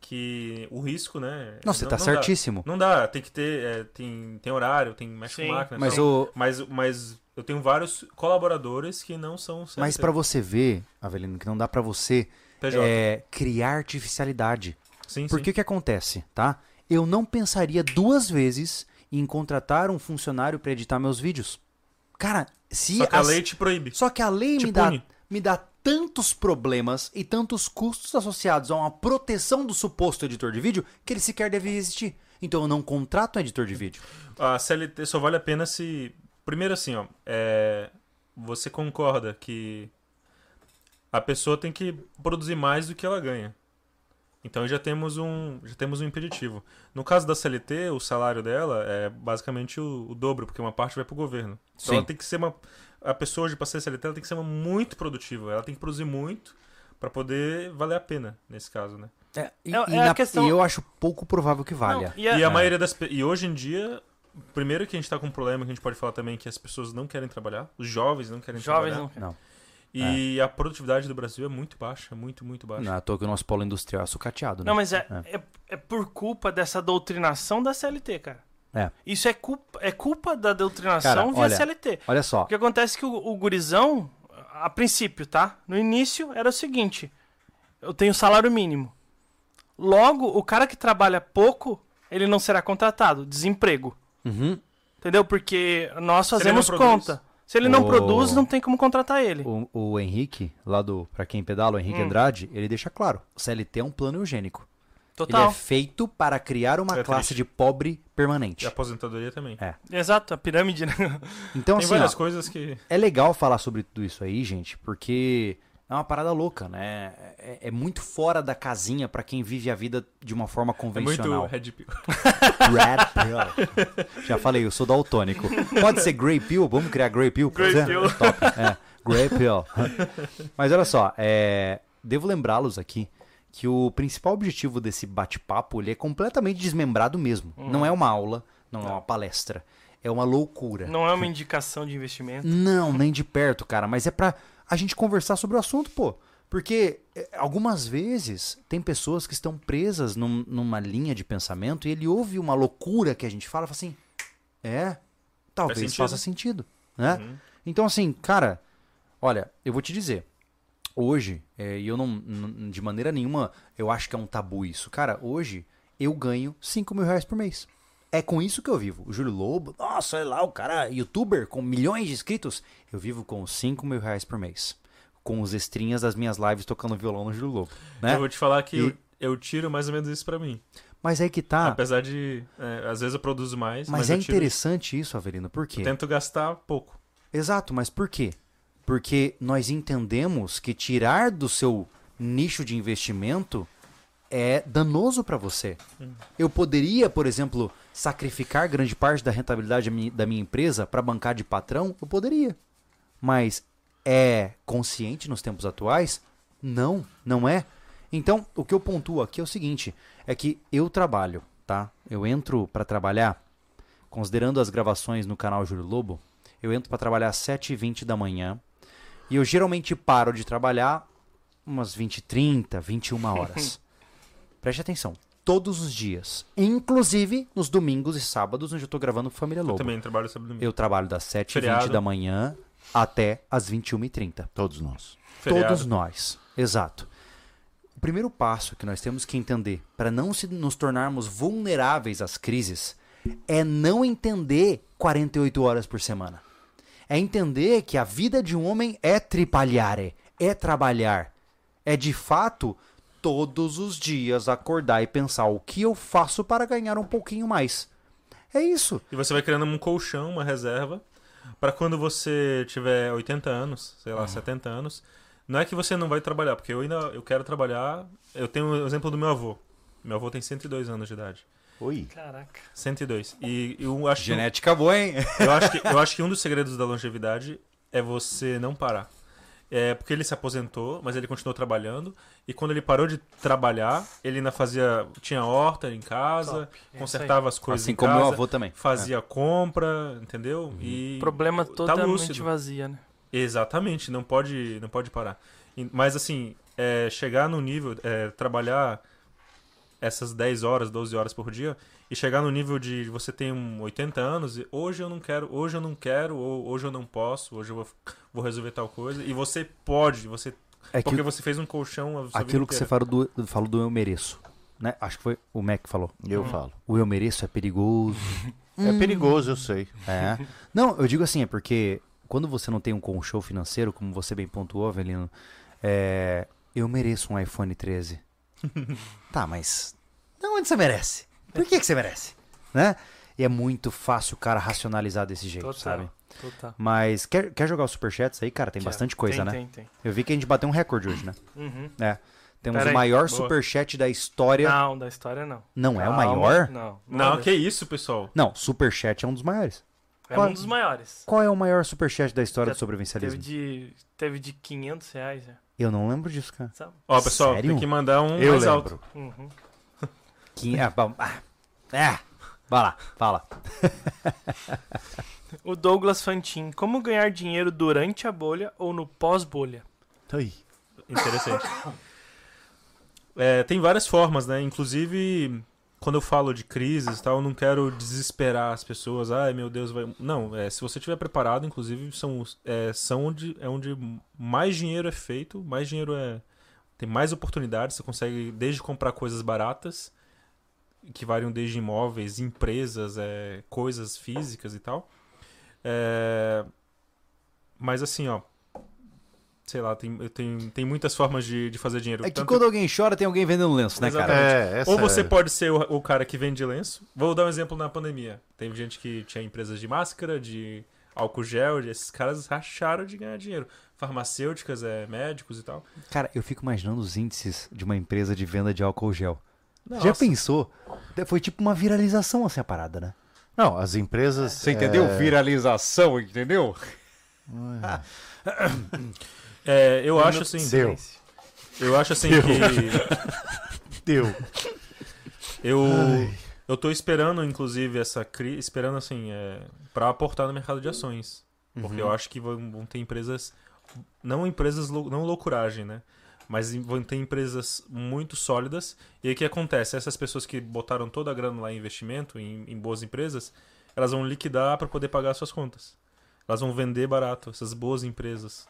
[SPEAKER 4] que o risco, né?
[SPEAKER 1] Não, você tá certíssimo.
[SPEAKER 4] Dá, não dá, tem que ter. é, tem, tem horário, tem mexe
[SPEAKER 2] Sim.
[SPEAKER 4] com máquina.
[SPEAKER 1] Mas
[SPEAKER 4] tal.
[SPEAKER 1] o-
[SPEAKER 4] mas, mas eu tenho vários colaboradores que não são CLT.
[SPEAKER 1] Mas para você ver, Avelino, que não dá para você
[SPEAKER 4] PJ.
[SPEAKER 1] é, criar artificialidade.
[SPEAKER 4] Sim,
[SPEAKER 1] Porque
[SPEAKER 4] sim.
[SPEAKER 1] o que acontece, tá? Eu não pensaria duas vezes em contratar um funcionário para editar meus vídeos. Cara, se
[SPEAKER 4] Só que a
[SPEAKER 1] as-
[SPEAKER 4] lei te proíbe.
[SPEAKER 1] Só que a lei
[SPEAKER 4] Te
[SPEAKER 1] me dá,
[SPEAKER 4] pune.
[SPEAKER 1] me dá tantos problemas e tantos custos associados a uma proteção do suposto editor de vídeo que ele sequer deve existir. Então eu não contrato um editor de vídeo.
[SPEAKER 4] A CLT só vale a pena se. Primeiro assim, ó. é, Você concorda que a pessoa tem que produzir mais do que ela ganha. Então já temos um. Já temos um impeditivo. No caso da CLT, o salário dela é basicamente o, o dobro, porque uma parte vai pro governo. Então
[SPEAKER 1] Sim.
[SPEAKER 4] ela tem que ser uma. A pessoa hoje pra ser CLT ela tem que ser uma muito produtiva. Ela tem que produzir muito pra poder valer a pena, nesse caso, né?
[SPEAKER 1] e,
[SPEAKER 2] É-
[SPEAKER 1] e
[SPEAKER 2] é a
[SPEAKER 1] na-
[SPEAKER 2] questão-
[SPEAKER 1] e eu acho pouco provável que
[SPEAKER 2] Não,
[SPEAKER 1] valha.
[SPEAKER 2] e é- a-
[SPEAKER 4] E é a maioria das pe- e hoje em dia, primeiro que a gente tá com um problema que a gente pode falar também que as pessoas não querem trabalhar, os jovens não querem
[SPEAKER 2] Jovens
[SPEAKER 4] trabalhar.
[SPEAKER 2] não.
[SPEAKER 1] Não,
[SPEAKER 4] E a produtividade do Brasil é muito baixa, muito, muito baixa.
[SPEAKER 1] É. não é à toa que o nosso polo industrial é sucateado, né?
[SPEAKER 2] Não, mas é, é. é por culpa dessa doutrinação da CLT, cara.
[SPEAKER 1] É.
[SPEAKER 2] Isso é culpa, é culpa da doutrinação
[SPEAKER 1] Cara,
[SPEAKER 2] via
[SPEAKER 1] olha,
[SPEAKER 2] CLT.
[SPEAKER 1] olha só.
[SPEAKER 2] O que acontece é que o, o gurizão, a princípio, tá? No início era o seguinte: eu tenho salário mínimo. Logo, o cara que trabalha pouco, ele não será contratado. Desemprego.
[SPEAKER 1] Uhum.
[SPEAKER 2] Entendeu? Porque nós
[SPEAKER 4] ele não
[SPEAKER 2] fazemos
[SPEAKER 4] produz.
[SPEAKER 2] conta. Se ele não
[SPEAKER 1] O-
[SPEAKER 2] produz, não tem como contratar ele.
[SPEAKER 1] O, o Henrique, lá do Pra Quem Pedala, o Henrique
[SPEAKER 2] Hum.
[SPEAKER 1] Andrade, ele deixa claro: o CLT é um plano eugênico. Ele
[SPEAKER 2] Total.
[SPEAKER 1] é feito para criar uma
[SPEAKER 4] É
[SPEAKER 1] classe
[SPEAKER 4] triste.
[SPEAKER 1] de pobre
[SPEAKER 4] E
[SPEAKER 1] permanente.
[SPEAKER 4] a aposentadoria também.
[SPEAKER 1] É.
[SPEAKER 2] Exato, a pirâmide, né?
[SPEAKER 1] Então,
[SPEAKER 4] Tem
[SPEAKER 1] assim,
[SPEAKER 4] várias
[SPEAKER 1] ó,
[SPEAKER 4] coisas que.
[SPEAKER 1] é legal falar sobre tudo isso aí, gente, porque é uma parada louca, né? É, é muito fora da casinha pra quem vive a vida de uma forma
[SPEAKER 4] É muito
[SPEAKER 1] convencional.
[SPEAKER 4] Red Pill.
[SPEAKER 1] Red pill. Já falei, eu sou daltônico. Pode ser Grey Pill? Vamos criar Grey Pill? por
[SPEAKER 2] Grey
[SPEAKER 1] exemplo?
[SPEAKER 2] pill.
[SPEAKER 1] Top. É, Grey Pill. Mas olha só, é, devo lembrá-los aqui que o principal objetivo desse bate-papo ele é completamente desmembrado mesmo. Não é uma aula, não, é uma palestra. É uma loucura.
[SPEAKER 2] Não é uma indicação de investimento.
[SPEAKER 1] Não, nem de perto, cara, mas é pra a gente conversar sobre o assunto, pô. Porque eh, algumas vezes tem pessoas que estão presas num- numa linha de pensamento e ele ouve uma loucura que a gente fala e fala assim: é, talvez
[SPEAKER 4] sentido.
[SPEAKER 1] faça sentido, né? Então, assim, cara, olha, eu vou te dizer. Hoje, eh, e eu não, n- de maneira nenhuma, eu acho que é um tabu isso. Cara, hoje eu ganho 5 mil reais por mês. É com isso que eu vivo. O Júlio Lobo, nossa, olha lá, o cara youtuber com milhões de inscritos. Eu vivo com 5 mil reais por mês. Com os estrinhas das minhas lives tocando violão no Júlio Lobo, né?
[SPEAKER 4] Eu vou te falar que
[SPEAKER 1] E-
[SPEAKER 4] eu, eu tiro mais ou menos isso pra mim.
[SPEAKER 1] Mas aí que tá.
[SPEAKER 4] Apesar de. é, às vezes eu produzo mais, mas,
[SPEAKER 1] Mas é
[SPEAKER 4] eu tiro,
[SPEAKER 1] interessante isso, Avelino, por quê?
[SPEAKER 4] tento gastar pouco.
[SPEAKER 1] Exato, mas por quê? Porque nós entendemos que tirar do seu nicho de investimento é danoso para você. Eu poderia, por exemplo, sacrificar grande parte da rentabilidade da minha- da minha empresa para bancar de patrão? Eu poderia. Mas é consciente nos tempos atuais? Não, não é. Então, o que eu pontuo aqui é o seguinte: é que eu trabalho, tá? Eu entro para trabalhar, considerando as gravações no canal Júlio Lobo, eu entro para trabalhar às 7h20 da manhã. E eu geralmente paro de trabalhar umas 20h30, 21 horas. Preste atenção. Todos os dias. Inclusive nos domingos e sábados, onde eu tô gravando com Família
[SPEAKER 4] Eu
[SPEAKER 1] Lobo.
[SPEAKER 4] também trabalho sobre domingo.
[SPEAKER 1] Eu trabalho das 7h20
[SPEAKER 4] Feriado.
[SPEAKER 1] da manhã até as 21h30.
[SPEAKER 3] Todos nós.
[SPEAKER 4] Feriado.
[SPEAKER 1] Todos nós. Exato. O primeiro passo que nós temos que entender para não se- nos tornarmos vulneráveis às crises é não entender 48 horas por semana. É entender que a vida de um homem é tripalhare, é trabalhar. É de fato todos os dias acordar e pensar o que eu faço para ganhar um pouquinho mais. É isso.
[SPEAKER 4] E você vai criando um colchão, uma reserva, pra quando você tiver 80 anos, sei lá,
[SPEAKER 1] Uhum.
[SPEAKER 4] 70 anos, não é que você não vai trabalhar, porque eu ainda eu quero trabalhar. Eu tenho o exemplo do meu avô. Meu avô tem 102 anos de idade.
[SPEAKER 3] Oi.
[SPEAKER 2] Caraca.
[SPEAKER 4] 102. E eu acho, que, um,
[SPEAKER 1] Genética boa, hein?
[SPEAKER 4] eu acho que eu acho que um dos segredos da longevidade é você não parar. É porque ele se aposentou, mas ele continuou trabalhando. E quando ele parou de trabalhar, ele ainda fazia. Tinha horta em casa,
[SPEAKER 2] Top. É isso aí.
[SPEAKER 4] consertava as coisas.
[SPEAKER 1] Assim
[SPEAKER 4] em
[SPEAKER 1] como meu
[SPEAKER 4] casa,
[SPEAKER 1] avô também.
[SPEAKER 4] fazia compra, entendeu?
[SPEAKER 1] Uhum.
[SPEAKER 4] E
[SPEAKER 2] Problema
[SPEAKER 4] tá
[SPEAKER 2] totalmente
[SPEAKER 4] lúcido.
[SPEAKER 2] vazia, né?
[SPEAKER 4] Exatamente, não pode, não pode parar. E- Mas assim, é, chegar no nível, é, trabalhar essas 10 horas, 12 horas por dia e chegar no nível de você tem um 80 anos e hoje eu não quero, hoje eu não quero, ou hoje eu não posso, hoje eu vou, vou resolver tal coisa e você pode, você
[SPEAKER 1] É que
[SPEAKER 4] porque
[SPEAKER 1] o-
[SPEAKER 4] você fez um colchão a sua
[SPEAKER 1] aquilo
[SPEAKER 4] vida
[SPEAKER 1] que você
[SPEAKER 4] inteira.
[SPEAKER 1] falou do, do- falou do eu mereço. Né? Acho que foi o Mac que falou.
[SPEAKER 3] Eu falo.
[SPEAKER 1] O eu mereço é perigoso. Hum.
[SPEAKER 3] É perigoso, eu sei.
[SPEAKER 1] É. Não, eu digo assim, é porque quando você não tem um colchão financeiro, como você bem pontuou, Avelino, é, eu mereço um iPhone 13. tá, mas de onde você merece? Por que, que você merece? Né? E é muito fácil o cara racionalizar desse jeito,
[SPEAKER 2] Total.
[SPEAKER 1] sabe?
[SPEAKER 2] Total.
[SPEAKER 1] Mas quer, quer jogar os superchats aí, cara? Tem bastante coisa,
[SPEAKER 2] tem,
[SPEAKER 1] né?
[SPEAKER 2] Tem, tem.
[SPEAKER 1] Eu vi que a gente bateu um recorde hoje, né?
[SPEAKER 2] Uhum.
[SPEAKER 1] É. Temos
[SPEAKER 2] Pera
[SPEAKER 1] o
[SPEAKER 2] aí.
[SPEAKER 1] maior
[SPEAKER 4] Boa.
[SPEAKER 1] superchat da história.
[SPEAKER 2] Não, da história não.
[SPEAKER 1] Não é o
[SPEAKER 2] Calma.
[SPEAKER 1] maior?
[SPEAKER 2] Não.
[SPEAKER 4] Não,
[SPEAKER 2] é.
[SPEAKER 4] que isso, pessoal.
[SPEAKER 1] Não, superchat é um dos maiores.
[SPEAKER 2] É um dos maiores.
[SPEAKER 1] Qual é o maior superchat da história
[SPEAKER 2] Já
[SPEAKER 1] do
[SPEAKER 2] Teve
[SPEAKER 1] sobrevivencialismo?
[SPEAKER 2] de, teve de 500 reais, é. já.
[SPEAKER 1] Eu não lembro disso, cara.
[SPEAKER 2] sabe?
[SPEAKER 4] Ó, pessoal,
[SPEAKER 1] Sério?
[SPEAKER 4] tem que mandar um
[SPEAKER 3] Eu
[SPEAKER 4] mais
[SPEAKER 3] lembro.
[SPEAKER 4] alto.
[SPEAKER 2] Uhum.
[SPEAKER 1] Quem... Ah, bom, ah, é, vai lá, fala.
[SPEAKER 2] O Douglas Fantin. Como ganhar dinheiro durante a bolha ou no pós-bolha?
[SPEAKER 3] Oi.
[SPEAKER 4] Interessante. É, tem várias formas, né? Inclusive, quando eu falo de crises e tal, eu não quero desesperar as pessoas. Ai, meu Deus, vai. Não, é, se você estiver preparado, inclusive, são, os- é, são onde, é onde mais dinheiro é feito, mais dinheiro é. Tem mais oportunidades, você consegue desde comprar coisas baratas que variam desde imóveis, empresas, é, coisas físicas e tal. É, mas assim, ó. Sei lá, tem, tem, tem muitas formas de, de fazer dinheiro.
[SPEAKER 1] É que
[SPEAKER 4] Tanto-
[SPEAKER 1] quando alguém chora, tem alguém vendendo lenço, né, cara?
[SPEAKER 3] É, essa
[SPEAKER 4] tipo, Ou você
[SPEAKER 3] é-
[SPEAKER 4] pode ser o, o cara que vende lenço. Vou dar um exemplo na pandemia. Teve gente que tinha empresas de máscara, de álcool gel, de- esses caras racharam de ganhar dinheiro. Farmacêuticas, é, médicos e tal.
[SPEAKER 1] Cara, eu fico imaginando os índices de uma empresa de venda de álcool gel. Já
[SPEAKER 4] Nossa.
[SPEAKER 1] pensou? Foi tipo uma viralização assim a parada, né?
[SPEAKER 3] Não, as empresas.
[SPEAKER 1] Você entendeu?
[SPEAKER 3] é,
[SPEAKER 1] Viralização, entendeu?
[SPEAKER 4] É, eu acho assim.
[SPEAKER 3] Seu.
[SPEAKER 4] Eu acho assim
[SPEAKER 3] Deu.
[SPEAKER 4] que.
[SPEAKER 3] Deu.
[SPEAKER 4] Uhum. Eu. Eu tô esperando, inclusive, essa crise. Esperando, assim, é, para aportar no mercado de ações. Porque eu acho que vão, vão ter empresas. Não empresas. lou- Não loucuragem, né? Mas em- vão ter empresas muito sólidas. E aí o que acontece? Essas pessoas que botaram toda a grana lá em investimento, em, em boas empresas, elas vão liquidar para poder pagar suas contas. Elas vão vender barato, essas boas empresas.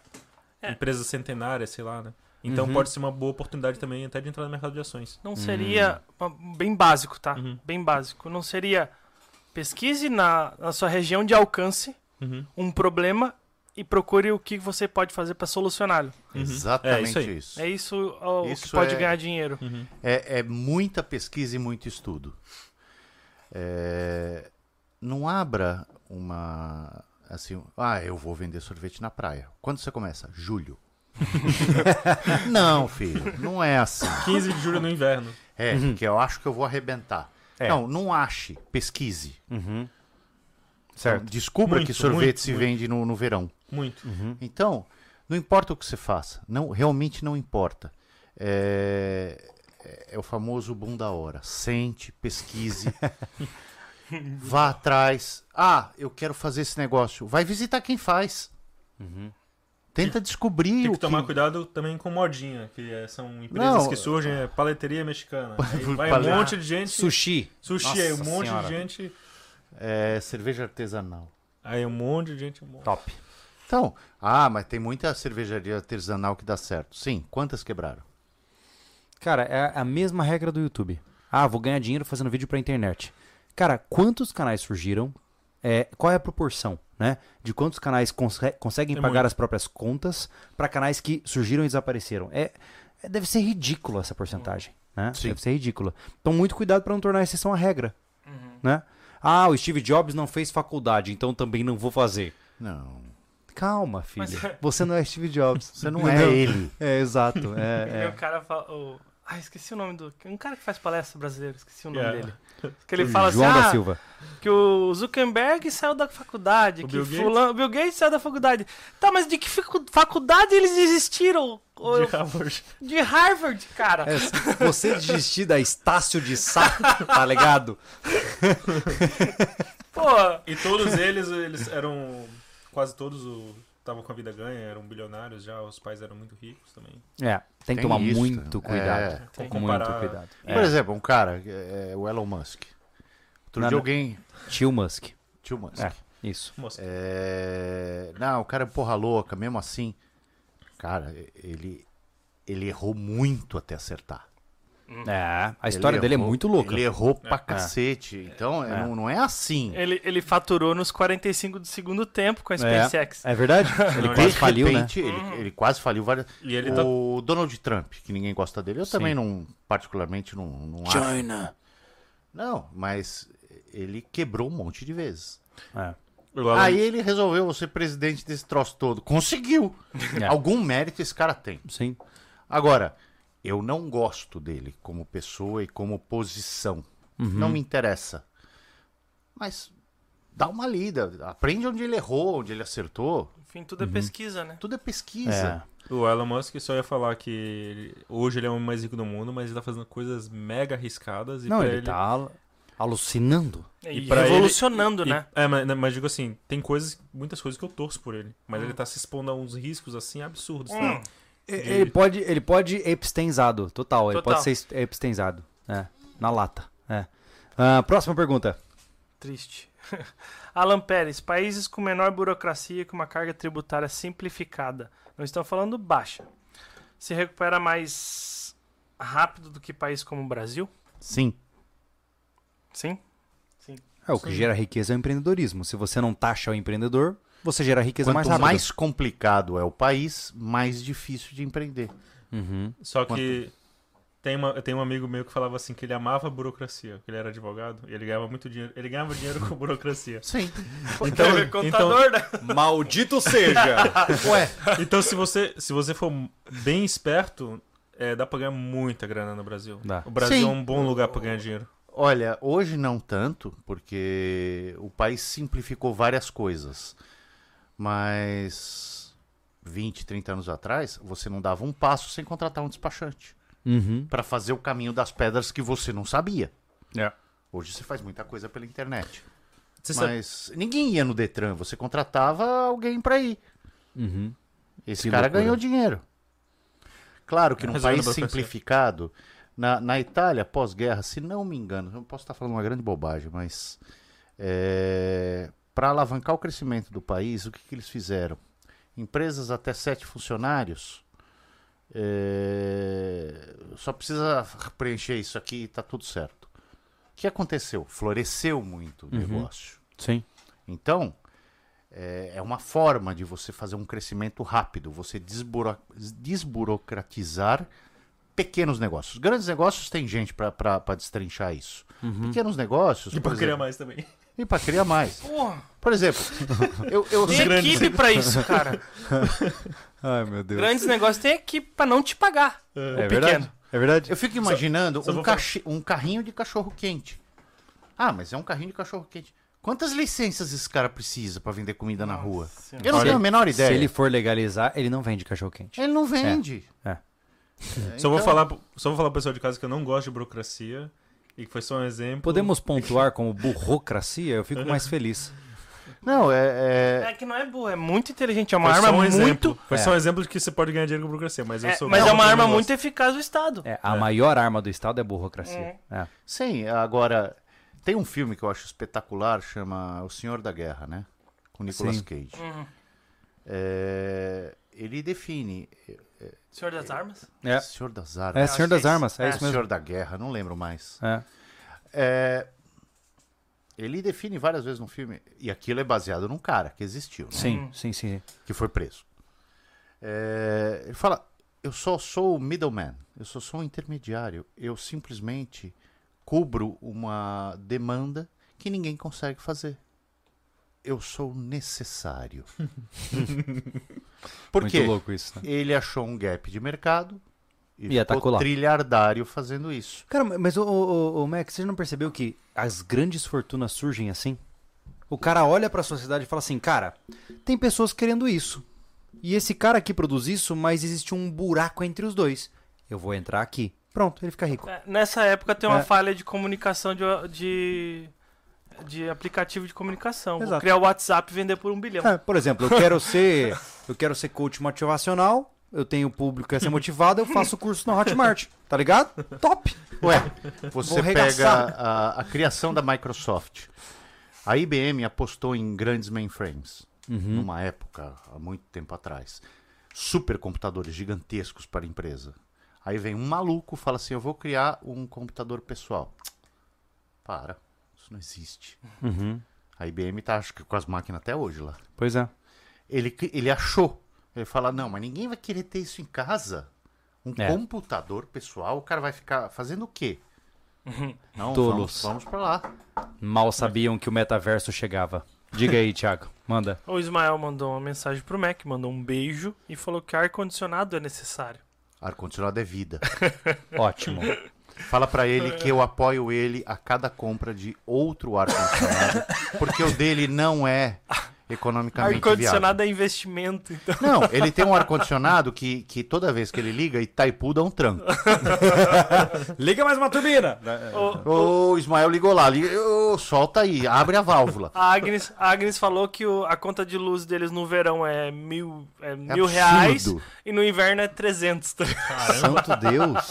[SPEAKER 2] É.
[SPEAKER 4] Empresas centenárias, sei lá, né? Então pode ser uma boa oportunidade também até de entrar no mercado de ações.
[SPEAKER 1] Hum.
[SPEAKER 2] Não seria. Bem básico, tá?
[SPEAKER 4] Uhum.
[SPEAKER 2] Bem básico. Não seria. Pesquise na, na sua região de alcance
[SPEAKER 4] Uhum.
[SPEAKER 2] um problema e procure o que você pode fazer pra solucioná-lo.
[SPEAKER 4] É,
[SPEAKER 3] Exatamente
[SPEAKER 4] isso aí.
[SPEAKER 3] isso.
[SPEAKER 2] É isso, ó, o que
[SPEAKER 3] Isso
[SPEAKER 2] pode
[SPEAKER 3] é-
[SPEAKER 2] ganhar dinheiro.
[SPEAKER 1] Uhum.
[SPEAKER 3] É, é muita pesquisa e muito estudo. É, não abra uma. Assim, ah, eu vou vender sorvete na praia. Quando você começa? Julho. não, filho, não é assim.
[SPEAKER 4] 15 de julho no inverno.
[SPEAKER 3] É,
[SPEAKER 4] Uhum.
[SPEAKER 3] porque eu acho que eu vou arrebentar.
[SPEAKER 4] É.
[SPEAKER 3] Não, não ache, pesquise. Então,
[SPEAKER 1] Certo.
[SPEAKER 3] descubra
[SPEAKER 4] Uhum. Muito,
[SPEAKER 3] que sorvete
[SPEAKER 4] muito,
[SPEAKER 3] se
[SPEAKER 4] muito.
[SPEAKER 3] vende no, no verão.
[SPEAKER 4] Muito.
[SPEAKER 3] Então, não importa o que você faça, não, realmente não importa. É, é o famoso bom da hora. Sente, pesquise, vá atrás. Ah, eu quero fazer esse negócio. Vai visitar quem faz. Tenta descobrir
[SPEAKER 4] Uhum. Tem
[SPEAKER 3] o
[SPEAKER 4] que
[SPEAKER 3] que...
[SPEAKER 4] tomar cuidado também com modinha, que é- são empresas
[SPEAKER 3] Não,
[SPEAKER 4] que surgem, é paleteria mexicana. Aí vai
[SPEAKER 3] Pale-
[SPEAKER 4] um monte de gente.
[SPEAKER 1] Sushi.
[SPEAKER 4] Sushi,
[SPEAKER 1] Nossa
[SPEAKER 4] aí um monte
[SPEAKER 1] senhora.
[SPEAKER 4] de gente.
[SPEAKER 3] É, cerveja artesanal.
[SPEAKER 4] Aí um monte de gente. Um monte.
[SPEAKER 1] Top.
[SPEAKER 3] Então, ah, mas tem muita cervejaria artesanal que dá certo. Sim, quantas quebraram?
[SPEAKER 1] Cara, é a mesma regra do YouTube. Ah, vou ganhar dinheiro fazendo vídeo pra internet. Cara, quantos canais surgiram? É, qual é a proporção, né? De quantos canais conse- conseguem
[SPEAKER 4] Tem
[SPEAKER 1] pagar
[SPEAKER 4] muito.
[SPEAKER 1] as próprias contas pra canais que surgiram e desapareceram? É, é- deve ser ridícula essa porcentagem, né?
[SPEAKER 3] Sim.
[SPEAKER 1] Deve ser ridícula. Então, muito cuidado pra não tornar a exceção a regra, né? Ah, o Steve Jobs não fez faculdade, então também não vou fazer.
[SPEAKER 3] Não,
[SPEAKER 1] Calma, filho. Você não é Steve Jobs.
[SPEAKER 3] você não é ele.
[SPEAKER 1] É, exato.
[SPEAKER 2] E
[SPEAKER 1] É,
[SPEAKER 2] o cara fala. o- Ah, esqueci o nome do. Um cara que faz palestra brasileiro, esqueci o nome
[SPEAKER 4] Yeah.
[SPEAKER 2] dele. Que ele
[SPEAKER 1] é.
[SPEAKER 2] fala
[SPEAKER 1] João
[SPEAKER 2] assim:
[SPEAKER 1] da
[SPEAKER 2] ah,
[SPEAKER 1] Silva.
[SPEAKER 2] que o Zuckerberg saiu da faculdade,
[SPEAKER 4] O
[SPEAKER 2] que
[SPEAKER 4] Bill Gates?
[SPEAKER 2] fulano, Bill Gates saiu da faculdade. Tá, mas de que ficu- faculdade eles desistiram? Ô,
[SPEAKER 4] De
[SPEAKER 2] eu-
[SPEAKER 4] Harvard.
[SPEAKER 2] De, Harvard, cara.
[SPEAKER 1] É, se você desistir da Estácio de Sá, tá ligado?
[SPEAKER 2] Pô,
[SPEAKER 4] E todos eles, eles eram. Quase todos estavam com a vida ganha, eram bilionários já, os pais eram muito ricos também.
[SPEAKER 1] É, tem que
[SPEAKER 3] Tem
[SPEAKER 1] tomar
[SPEAKER 3] isso,
[SPEAKER 1] muito
[SPEAKER 3] é.
[SPEAKER 1] cuidado.
[SPEAKER 4] Tem que
[SPEAKER 1] Muito
[SPEAKER 4] comparar-
[SPEAKER 1] cuidado.
[SPEAKER 3] Por exemplo, um cara, é, é o Elon Musk. Outro
[SPEAKER 1] Não,
[SPEAKER 3] dia
[SPEAKER 1] não.
[SPEAKER 3] alguém.
[SPEAKER 1] É. Tio Musk.
[SPEAKER 3] Tio Musk.
[SPEAKER 1] É, isso.
[SPEAKER 4] Moça.
[SPEAKER 3] É, Não, o cara é porra louca, mesmo assim. Cara, ele, ele errou muito até acertar.
[SPEAKER 1] É, a história dele é
[SPEAKER 3] Hum. errou-
[SPEAKER 1] muito louca.
[SPEAKER 3] Ele errou
[SPEAKER 4] É.
[SPEAKER 3] pra cacete. Então, é, Não, não é assim.
[SPEAKER 2] ele, ele faturou nos 45 do segundo tempo com a SpaceX.
[SPEAKER 1] É verdade? Ele
[SPEAKER 4] De
[SPEAKER 1] quase faliu, né?
[SPEAKER 3] repente, ele, ele quase faliu várias.
[SPEAKER 4] E ele tá.
[SPEAKER 3] o Donald Trump, que ninguém gosta dele, eu também não, particularmente, não, não acho.
[SPEAKER 1] China.
[SPEAKER 3] Não, mas ele quebrou um monte de vezes.
[SPEAKER 1] É.
[SPEAKER 4] o Elon-
[SPEAKER 3] Aí ele resolveu ser presidente desse troço todo. Conseguiu!
[SPEAKER 1] É.
[SPEAKER 3] Algum mérito esse cara tem.
[SPEAKER 1] Sim.
[SPEAKER 3] Agora, eu não gosto dele como pessoa e como posição.
[SPEAKER 1] Uhum.
[SPEAKER 3] Não me interessa. Mas dá uma lida. Aprende onde ele errou, onde ele acertou.
[SPEAKER 2] Enfim, tudo
[SPEAKER 4] Uhum.
[SPEAKER 2] é pesquisa, né?
[SPEAKER 3] Tudo é
[SPEAKER 1] É.
[SPEAKER 3] pesquisa.
[SPEAKER 4] O Elon Musk só ia falar que ele- hoje ele é o mais rico do mundo, mas ele tá fazendo coisas mega arriscadas. E
[SPEAKER 1] Não,
[SPEAKER 4] pra
[SPEAKER 1] ele tá al- alucinando.
[SPEAKER 2] E,
[SPEAKER 4] E pra ele-
[SPEAKER 2] revolucionando,
[SPEAKER 4] E-
[SPEAKER 2] né?
[SPEAKER 4] É, mas, mas digo assim, tem coisas, muitas coisas que eu torço por ele. Mas
[SPEAKER 3] Hum.
[SPEAKER 4] ele tá se expondo a uns riscos assim absurdos. né?
[SPEAKER 1] E- Ele pode, ele pode epstenzado, total. Ele
[SPEAKER 2] Total.
[SPEAKER 1] pode ser epstenzado. É, na lata. É. Ah, próxima pergunta.
[SPEAKER 2] Triste. Alan Pérez, países com menor burocracia e com uma carga tributária simplificada. Não estão falando baixa. Se recupera mais rápido do que países como o Brasil?
[SPEAKER 3] Sim.
[SPEAKER 2] Sim?
[SPEAKER 1] É, o que gera riqueza é o empreendedorismo. Se você não taxa o empreendedor, você gera riqueza
[SPEAKER 3] Quanto
[SPEAKER 1] mais
[SPEAKER 3] mais,
[SPEAKER 1] rápido.
[SPEAKER 3] complicado é o país, mais difícil de empreender.
[SPEAKER 1] Uhum.
[SPEAKER 4] Só que tem, uma, tem um amigo meu que falava assim que ele amava a burocracia, que ele era advogado, e ele ganhava muito dinheiro. Ele ganhava dinheiro com burocracia.
[SPEAKER 3] Sim.
[SPEAKER 4] Então,
[SPEAKER 2] Ele é
[SPEAKER 4] então,
[SPEAKER 2] contador, né?
[SPEAKER 1] Maldito seja!
[SPEAKER 3] Ué,
[SPEAKER 4] então se, você, se você for bem esperto, é, dá pra ganhar muita grana no Brasil.
[SPEAKER 1] Dá.
[SPEAKER 4] O Brasil é
[SPEAKER 3] Sim.
[SPEAKER 4] um bom lugar pra ganhar dinheiro.
[SPEAKER 3] Olha, hoje não tanto, porque o país simplificou várias coisas. Mas 20, 30 anos atrás, você não dava um passo sem contratar um despachante
[SPEAKER 1] uhum.
[SPEAKER 3] para fazer o caminho das pedras que você não sabia.
[SPEAKER 1] É.
[SPEAKER 3] Hoje você faz muita coisa pela internet.
[SPEAKER 4] Você sabe-
[SPEAKER 3] Mas ninguém ia no Detran, você contratava alguém para ir.
[SPEAKER 1] Uhum.
[SPEAKER 3] Esse
[SPEAKER 1] Que
[SPEAKER 3] cara
[SPEAKER 1] loucura. Tá
[SPEAKER 3] ganhou dinheiro. Claro que
[SPEAKER 4] É,
[SPEAKER 3] num
[SPEAKER 4] mas olha
[SPEAKER 3] país
[SPEAKER 4] o Brasil.
[SPEAKER 3] simplificado, na, na Itália, pós-guerra, se não me engano, eu posso estar falando uma grande bobagem, mas para alavancar o crescimento do país, o que, que eles fizeram? Empresas até sete funcionários, é, só precisa preencher isso aqui e está tudo certo. O que aconteceu? Floresceu muito o
[SPEAKER 1] Uhum.
[SPEAKER 3] negócio.
[SPEAKER 1] Sim.
[SPEAKER 3] Então, é, é uma forma de você fazer um crescimento rápido, você desburo- desburocratizar pequenos negócios. Grandes negócios tem gente para destrinchar isso.
[SPEAKER 1] Uhum.
[SPEAKER 3] Pequenos negócios.
[SPEAKER 4] E
[SPEAKER 3] por
[SPEAKER 4] pra criar
[SPEAKER 3] exemplo-
[SPEAKER 4] mais também.
[SPEAKER 3] E para criar mais.
[SPEAKER 2] Porra,
[SPEAKER 3] Por exemplo, eu, eu
[SPEAKER 2] tem
[SPEAKER 4] grandes-
[SPEAKER 2] equipe pra isso, cara.
[SPEAKER 1] Ai, meu Deus.
[SPEAKER 2] Grandes negócios tem equipe pra não te pagar.
[SPEAKER 1] É
[SPEAKER 2] o
[SPEAKER 1] verdade?
[SPEAKER 2] pequeno.
[SPEAKER 1] É verdade?
[SPEAKER 3] Eu fico imaginando
[SPEAKER 4] só
[SPEAKER 3] um,
[SPEAKER 4] vou falar-
[SPEAKER 3] cachi- um carrinho de cachorro quente. Ah, mas é um carrinho de cachorro quente. Quantas licenças esse cara precisa para vender comida na rua?
[SPEAKER 2] Senhora.
[SPEAKER 3] Eu não
[SPEAKER 1] Olha,
[SPEAKER 3] tenho a menor ideia.
[SPEAKER 1] Se ele
[SPEAKER 3] Ele...
[SPEAKER 1] for legalizar, ele não vende cachorro-quente.
[SPEAKER 3] não vende.
[SPEAKER 1] É. É.
[SPEAKER 4] Só, vou
[SPEAKER 3] então-
[SPEAKER 4] falar, pro- só vou falar pro pessoal de casa que eu não gosto de burocracia e que foi só um exemplo.
[SPEAKER 1] Podemos pontuar como burocracia? Eu fico mais feliz.
[SPEAKER 3] Não, é- é,
[SPEAKER 2] É que não é burro, é muito inteligente. É uma
[SPEAKER 4] Foi só
[SPEAKER 2] arma
[SPEAKER 4] um
[SPEAKER 2] muito.
[SPEAKER 4] exemplo. um Foi
[SPEAKER 1] É.
[SPEAKER 4] só um exemplo de que você pode ganhar dinheiro com burocracia, mas eu
[SPEAKER 2] É,
[SPEAKER 4] sou.
[SPEAKER 2] mas é uma
[SPEAKER 4] eu
[SPEAKER 2] arma
[SPEAKER 4] não
[SPEAKER 2] muito
[SPEAKER 4] gosto.
[SPEAKER 2] eficaz do Estado.
[SPEAKER 1] É, a maior arma do Estado é a burocracia. É.
[SPEAKER 3] Sim, agora tem um filme que eu acho espetacular, chama O Senhor da Guerra, né? Com Nicolas
[SPEAKER 1] Sim.
[SPEAKER 3] Cage. É, ele define
[SPEAKER 2] Senhor das Armas?
[SPEAKER 1] É.
[SPEAKER 3] Senhor das
[SPEAKER 1] É,
[SPEAKER 3] Armas,
[SPEAKER 1] Senhor das
[SPEAKER 2] É,
[SPEAKER 1] Armas, é,
[SPEAKER 3] é,
[SPEAKER 1] isso mesmo.
[SPEAKER 3] Senhor da Guerra, não lembro mais.
[SPEAKER 1] É.
[SPEAKER 3] É, ele define várias vezes no filme e aquilo é baseado num cara que existiu, né?
[SPEAKER 1] Sim, sim, sim.
[SPEAKER 3] que foi preso. É, ele fala: eu só sou o middleman, eu só sou um intermediário, eu simplesmente cubro uma demanda que ninguém consegue fazer. Eu sou necessário. Por
[SPEAKER 1] Muito
[SPEAKER 3] quê?
[SPEAKER 1] louco isso, né?
[SPEAKER 3] Ele achou um gap de mercado e,
[SPEAKER 1] E atacou
[SPEAKER 3] ficou
[SPEAKER 1] lá.
[SPEAKER 3] trilhardário fazendo isso.
[SPEAKER 1] Cara, mas o, o, Mac, você não percebeu que as grandes fortunas surgem assim? O cara olha pra sociedade e fala assim, cara, tem pessoas querendo isso. E esse cara aqui produz isso, mas existe um buraco entre os dois. Eu vou entrar aqui. Pronto, ele fica rico.
[SPEAKER 2] É, Nessa época tem uma
[SPEAKER 1] É.
[SPEAKER 2] falha de comunicação de, de, de aplicativo de comunicação. Vou
[SPEAKER 1] Exato.
[SPEAKER 2] criar o WhatsApp e vender por um bilhão.
[SPEAKER 1] É, por exemplo, eu quero ser, eu quero ser coach motivacional, eu tenho público que quer ser motivado, eu faço curso na Hotmart, tá ligado? Top.
[SPEAKER 3] Ué, você
[SPEAKER 1] Vou
[SPEAKER 3] pega
[SPEAKER 1] arregaçar.
[SPEAKER 3] a, a criação da Microsoft. A IBM apostou em grandes mainframes, numa época, há muito tempo atrás. Supercomputadores gigantescos para a empresa. Aí vem um maluco e fala assim: Eu vou criar um computador pessoal. Para, isso não existe. A IBM tá, acho que, com as máquinas até hoje lá.
[SPEAKER 1] Pois é.
[SPEAKER 3] Ele, cri- ele achou. Ele fala: Não, mas ninguém vai querer ter isso em casa. Um
[SPEAKER 1] É.
[SPEAKER 3] computador pessoal, o cara vai ficar fazendo o quê? Não,
[SPEAKER 1] Tolos.
[SPEAKER 3] vamos, vamos pra lá.
[SPEAKER 1] Mal sabiam que o metaverso chegava. Diga aí, Thiago. Manda.
[SPEAKER 2] O Ismael mandou uma mensagem pro Mac, mandou um beijo e falou que ar-condicionado é necessário.
[SPEAKER 3] Ar-condicionado é vida.
[SPEAKER 1] Ótimo.
[SPEAKER 3] Fala pra ele que eu apoio ele a cada compra de outro ar-condicionado, porque o dele não é economicamente
[SPEAKER 2] Ar-condicionado é investimento, então.
[SPEAKER 3] viável. Não, ele tem um ar-condicionado que, que toda vez que ele liga, Itaipu dá um tranco.
[SPEAKER 1] Liga mais uma turbina.
[SPEAKER 4] É,
[SPEAKER 2] O-
[SPEAKER 3] Ô, Ismael ligou lá, liga, ô, solta aí, abre a válvula.
[SPEAKER 2] a, Agnes, a Agnes falou que o- a conta de luz deles no verão é mil, é mil
[SPEAKER 3] absurdo.
[SPEAKER 2] reais e no inverno é 300. tá ligado?
[SPEAKER 3] Santo Deus.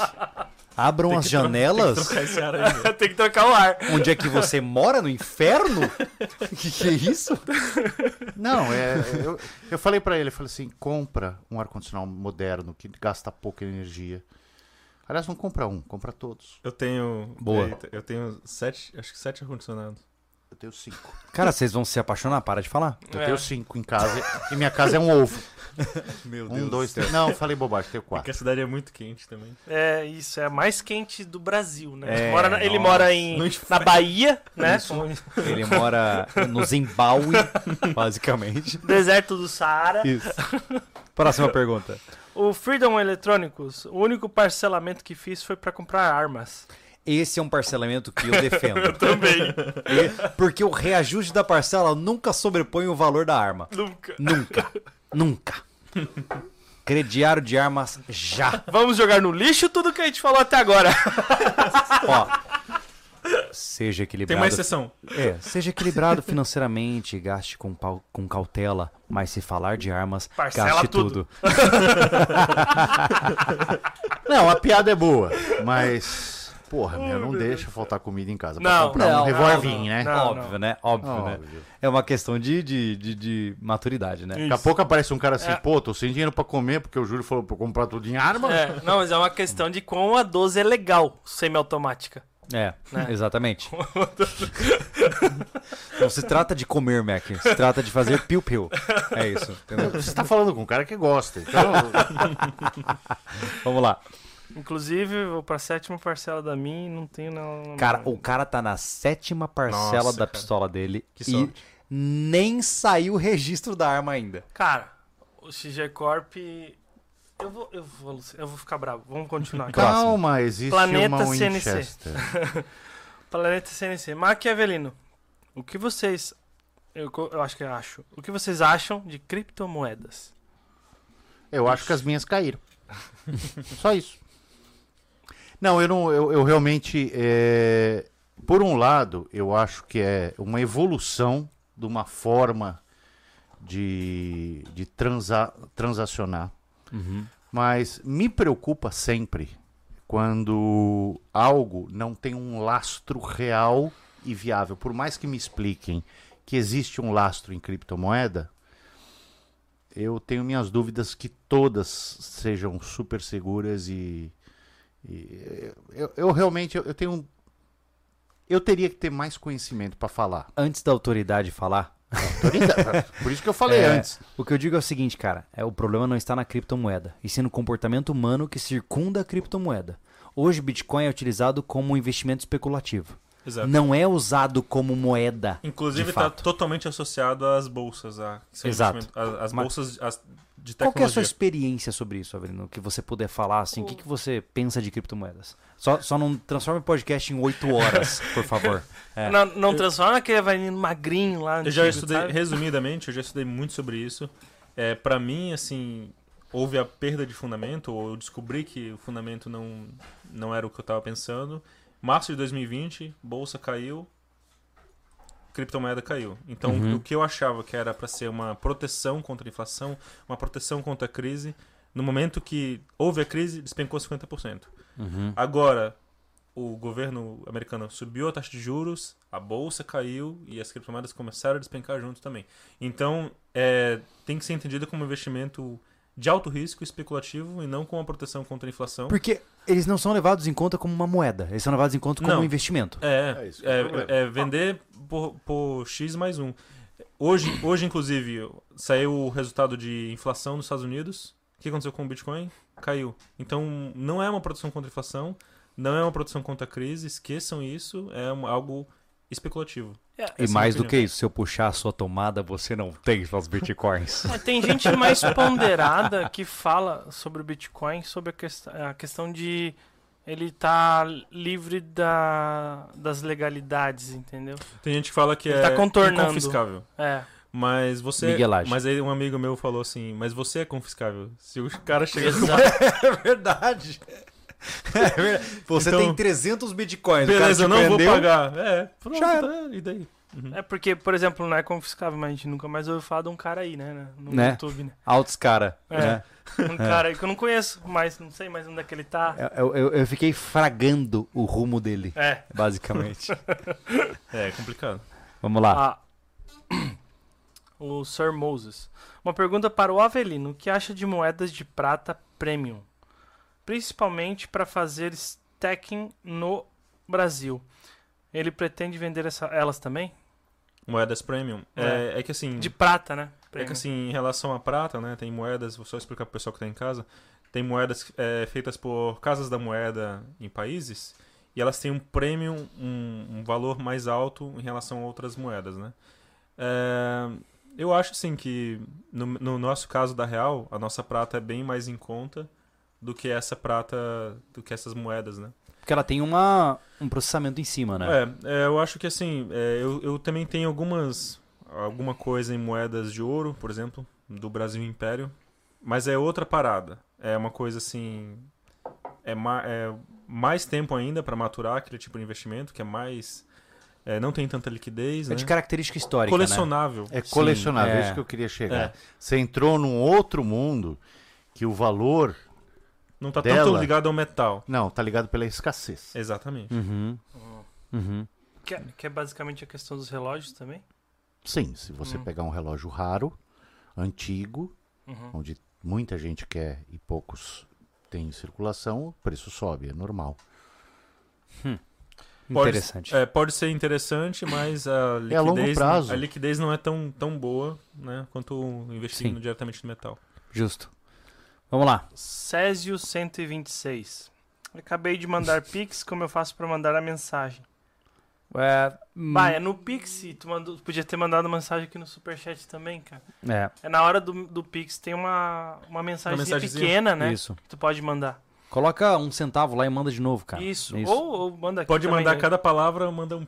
[SPEAKER 1] Abram as janelas?
[SPEAKER 4] Trocar esse ar aí.
[SPEAKER 2] Tem que trocar o ar.
[SPEAKER 1] Onde é que você mora? No inferno? que, que é isso?
[SPEAKER 3] Não, é, eu, eu falei pra ele, eu falei assim, compra um ar-condicionado moderno que gasta pouca energia. Aliás, não compra um, compra todos.
[SPEAKER 4] Eu tenho.
[SPEAKER 1] Boa.
[SPEAKER 4] Eita, eu tenho sete. Acho que sete ar-condicionados.
[SPEAKER 3] Eu tenho cinco.
[SPEAKER 1] Cara, vocês vão se apaixonar, para de falar.
[SPEAKER 3] Eu
[SPEAKER 2] É.
[SPEAKER 3] tenho cinco em casa e minha casa é um ovo.
[SPEAKER 4] Meu
[SPEAKER 3] Um, dois, três. Não, falei bobagem, tenho
[SPEAKER 4] Porque
[SPEAKER 3] quatro.
[SPEAKER 4] a cidade é muito quente também.
[SPEAKER 2] É, isso, é a mais quente do Brasil, né?
[SPEAKER 3] É,
[SPEAKER 2] Mora na- ele
[SPEAKER 3] nossa.
[SPEAKER 2] mora em,
[SPEAKER 4] No
[SPEAKER 2] na Bahia, né?
[SPEAKER 1] Ele mora no Zimbábue, basicamente.
[SPEAKER 2] Deserto do Saara.
[SPEAKER 1] Isso. Próxima pergunta.
[SPEAKER 2] O Freedom Eletrônicos, o único parcelamento que fiz foi pra comprar armas.
[SPEAKER 1] Esse é um parcelamento que eu defendo.
[SPEAKER 2] Também.
[SPEAKER 1] E- Porque o reajuste da parcela nunca sobrepõe o valor da arma.
[SPEAKER 2] Nunca.
[SPEAKER 1] Nunca. Nunca. Crediário de armas já.
[SPEAKER 2] Vamos jogar no lixo tudo que a gente falou até agora.
[SPEAKER 1] Ó. Seja
[SPEAKER 4] Tem
[SPEAKER 1] equilibrado.
[SPEAKER 4] uma exceção.
[SPEAKER 1] É, seja equilibrado financeiramente, gaste com, pau- com cautela, mas se falar de armas,
[SPEAKER 2] Parcela
[SPEAKER 1] gaste
[SPEAKER 2] tudo.
[SPEAKER 1] tudo.
[SPEAKER 3] Não, a piada é boa, mas. Porra, meu, não deixa faltar comida em casa. Pra
[SPEAKER 2] Não,
[SPEAKER 3] comprar
[SPEAKER 1] não,
[SPEAKER 3] um revolvinho, né?
[SPEAKER 2] não.
[SPEAKER 1] Óbvio, né? Óbvio, né?
[SPEAKER 3] Óbvio.
[SPEAKER 1] É uma questão de, de, de, de maturidade, né?
[SPEAKER 3] Daqui a pouco aparece um cara assim, pô, tô sem dinheiro pra comer, porque o Júlio falou pra eu comprar tudo em arma.
[SPEAKER 2] É, não, mas é uma questão de quão a 12 é legal, semiautomática.
[SPEAKER 1] É, exatamente. não se trata de comer, Mac. Se trata de fazer piu-piu. É isso, entendeu?
[SPEAKER 3] Você tá falando com um cara que gosta. Então,
[SPEAKER 1] Vamos lá.
[SPEAKER 2] Inclusive, eu vou pra sétima parcela da minha e não tenho na. na
[SPEAKER 1] Cara,
[SPEAKER 2] mão.
[SPEAKER 1] o cara tá na sétima parcela
[SPEAKER 4] Nossa,
[SPEAKER 1] da
[SPEAKER 4] cara.
[SPEAKER 1] pistola dele
[SPEAKER 4] Que
[SPEAKER 1] e
[SPEAKER 4] sorte.
[SPEAKER 1] nem saiu o registro da arma ainda.
[SPEAKER 2] Cara, o XG Corp. Eu vou, eu vou, eu vou ficar bravo. Vamos continuar. Tá? aqui.
[SPEAKER 1] Próximo.
[SPEAKER 3] calma, existe
[SPEAKER 2] Planeta
[SPEAKER 3] uma
[SPEAKER 2] CNC.
[SPEAKER 3] Winchester.
[SPEAKER 2] Planeta CNC. Maquiavelino, o que vocês. Eu, co- eu acho que eu acho. O que vocês acham de criptomoedas?
[SPEAKER 3] Eu acho que as minhas caíram. Só isso. Não, eu não. Eu, eu realmente. é, Por um lado, eu acho que é uma evolução de uma forma de, de transa, transacionar. Mas me preocupa sempre quando algo não tem um lastro real e viável. Por mais que me expliquem que existe um lastro em criptomoeda, eu tenho minhas dúvidas que todas sejam super seguras e, e- eu, eu realmente eu, eu tenho um, eu teria que ter mais conhecimento para falar.
[SPEAKER 1] Antes da autoridade falar,
[SPEAKER 3] Autoridade. Por isso que eu falei
[SPEAKER 1] É,
[SPEAKER 3] antes.
[SPEAKER 1] O que eu digo é o seguinte, cara, é o problema não está na criptomoeda, e sim no comportamento humano que circunda a criptomoeda. Hoje Bitcoin é utilizado como um investimento especulativo.
[SPEAKER 4] Exato.
[SPEAKER 1] Não é usado como moeda.
[SPEAKER 4] Inclusive
[SPEAKER 1] de
[SPEAKER 4] tá
[SPEAKER 1] fato.
[SPEAKER 4] totalmente associado às bolsas. A, que são
[SPEAKER 1] Exato.
[SPEAKER 4] investimento- a- As
[SPEAKER 1] Mas-
[SPEAKER 4] bolsas as de
[SPEAKER 1] Qual que é a sua
[SPEAKER 4] tecnologia.
[SPEAKER 1] experiência sobre isso, Avelino? Que você puder falar, assim, o que, que você pensa de criptomoedas? Só, só não transforme o podcast em oito horas, por favor. É.
[SPEAKER 2] Não, não transforma aquele Evanino magrinho lá.
[SPEAKER 4] Eu já
[SPEAKER 2] antigo,
[SPEAKER 4] estudei,
[SPEAKER 2] sabe?
[SPEAKER 4] resumidamente, eu já estudei muito sobre isso. É, para mim, assim, houve a perda de fundamento, ou eu descobri que o fundamento não, não era o que eu tava pensando. Março de 2020, bolsa caiu, criptomoeda caiu. Então, o que eu achava que era para ser uma proteção contra a inflação, uma proteção contra a crise, no momento que houve a crise, despencou 50%.
[SPEAKER 1] Uhum.
[SPEAKER 4] Agora, o governo americano subiu a taxa de juros, a bolsa caiu e as criptomoedas começaram a despencar junto também. Então, é, tem que ser entendido como um investimento de alto risco especulativo e não com uma proteção contra a inflação.
[SPEAKER 1] Porque eles não são levados em conta como uma moeda, eles são levados em conta como
[SPEAKER 4] Não.
[SPEAKER 1] um investimento.
[SPEAKER 4] É,
[SPEAKER 3] É isso que é o problema.
[SPEAKER 4] é, é vender por, por X mais um. Hoje, hoje, inclusive, saiu o resultado de inflação nos Estados Unidos. O que aconteceu com o Bitcoin? Caiu. Então, não é uma produção contra a inflação, não é uma produção contra a crise, esqueçam isso, é um- algo especulativo.
[SPEAKER 1] E
[SPEAKER 4] Essa é a
[SPEAKER 1] mais
[SPEAKER 4] minha
[SPEAKER 1] do que isso, se eu puxar a sua tomada, você não tem suas bitcoins.
[SPEAKER 2] É, tem gente mais ponderada que fala sobre o Bitcoin, sobre a, quest- a questão de ele tá livre da, das legalidades, entendeu?
[SPEAKER 4] Tem gente que fala que
[SPEAKER 2] Ele
[SPEAKER 4] é
[SPEAKER 2] tá contornando.
[SPEAKER 4] confiscável.
[SPEAKER 2] É.
[SPEAKER 4] Mas você.
[SPEAKER 1] Miguelagem.
[SPEAKER 4] Mas aí um amigo meu falou assim: Mas você é confiscável. Se o cara chega com
[SPEAKER 1] É verdade. É verdade. Você
[SPEAKER 4] Então-
[SPEAKER 1] tem 300 bitcoins. o cara
[SPEAKER 4] Beleza,
[SPEAKER 1] te
[SPEAKER 4] eu não
[SPEAKER 1] prendeu.
[SPEAKER 4] vou pagar. É, pronto,
[SPEAKER 1] Já
[SPEAKER 4] é, e daí?
[SPEAKER 2] É porque, por exemplo, não é confiscável, mas a gente nunca mais ouviu falar de um cara aí, né? né, No
[SPEAKER 1] Né?
[SPEAKER 2] YouTube, né?
[SPEAKER 1] Altos cara.
[SPEAKER 2] É.
[SPEAKER 1] né?
[SPEAKER 2] Um cara aí que eu não conheço mais, não sei mais onde é que ele tá.
[SPEAKER 1] Eu, eu- eu fiquei fragando o rumo dele,
[SPEAKER 2] É.
[SPEAKER 1] basicamente.
[SPEAKER 4] É, complicado.
[SPEAKER 1] Vamos lá.
[SPEAKER 2] Ah. O Sir Moses. Uma pergunta para o Avelino: o que acha de moedas de prata premium? principalmente para fazer stacking no Brasil. Ele pretende vender essa- elas também?
[SPEAKER 4] Moedas premium. É, é que assim.
[SPEAKER 2] De prata, né?
[SPEAKER 4] É que assim, em relação à prata, né? Tem moedas, vou só explicar pro pessoal que tá em casa. Tem moedas é, feitas por casas da moeda em países e elas têm um premium, um, um valor mais alto em relação a outras moedas, né? É, eu acho assim que no, no nosso caso da real, a nossa prata é bem mais em conta do que essa prata, do que essas moedas, né?
[SPEAKER 1] Porque ela tem uma, um processamento em cima, né?
[SPEAKER 4] É, é, eu acho que assim, é, eu, eu também tenho algumas alguma coisa em moedas de ouro, por exemplo, do Brasil Império, mas é outra parada. É uma coisa assim, é, ma- é mais tempo ainda para maturar aquele tipo de investimento, que é mais é, não tem tanta liquidez,
[SPEAKER 1] É,
[SPEAKER 4] né?
[SPEAKER 1] de característica histórica, né?
[SPEAKER 4] colecionável.
[SPEAKER 3] É colecionável,
[SPEAKER 1] é.
[SPEAKER 3] é isso que eu queria chegar.
[SPEAKER 4] É.
[SPEAKER 3] Você entrou num outro mundo que o valor.
[SPEAKER 4] Não tá tanto
[SPEAKER 3] dela.
[SPEAKER 4] ligado ao metal.
[SPEAKER 3] Não, tá ligado pela escassez.
[SPEAKER 4] Exatamente.
[SPEAKER 3] Hum.
[SPEAKER 1] Uhum. Uhum.
[SPEAKER 2] Que
[SPEAKER 4] hum.
[SPEAKER 2] é, que é basicamente a questão dos relógios também?
[SPEAKER 3] Sim, se você pegar um relógio raro, antigo,
[SPEAKER 2] Uhum.
[SPEAKER 3] onde muita gente quer e poucos têm em circulação, o preço sobe, é normal.
[SPEAKER 4] Pode-
[SPEAKER 1] Interessante.
[SPEAKER 4] é, pode ser interessante, mas a liquidez,
[SPEAKER 3] É a longo prazo.
[SPEAKER 4] a liquidez não é tão, tão boa né, quanto investindo
[SPEAKER 1] Sim.
[SPEAKER 4] diretamente no metal.
[SPEAKER 1] Justo. Vamos lá.
[SPEAKER 2] Césio 126. Acabei de mandar Pix, como eu faço pra mandar a mensagem?
[SPEAKER 1] É,
[SPEAKER 4] Hum.
[SPEAKER 2] Bah, é no Pix, e tu mandou, tu podia ter mandado mensagem aqui no Superchat também, cara.
[SPEAKER 1] é,
[SPEAKER 2] É na hora do, do Pix, tem uma, uma mensagem
[SPEAKER 4] mensagenzinha.
[SPEAKER 2] pequena, né?
[SPEAKER 1] isso.
[SPEAKER 2] Que tu pode mandar.
[SPEAKER 1] Coloca um centavo lá e manda de novo, cara. É
[SPEAKER 2] isso. Ou, ou manda aqui
[SPEAKER 4] é Pode
[SPEAKER 2] também,
[SPEAKER 4] mandar
[SPEAKER 2] né?
[SPEAKER 4] cada palavra, manda um. Não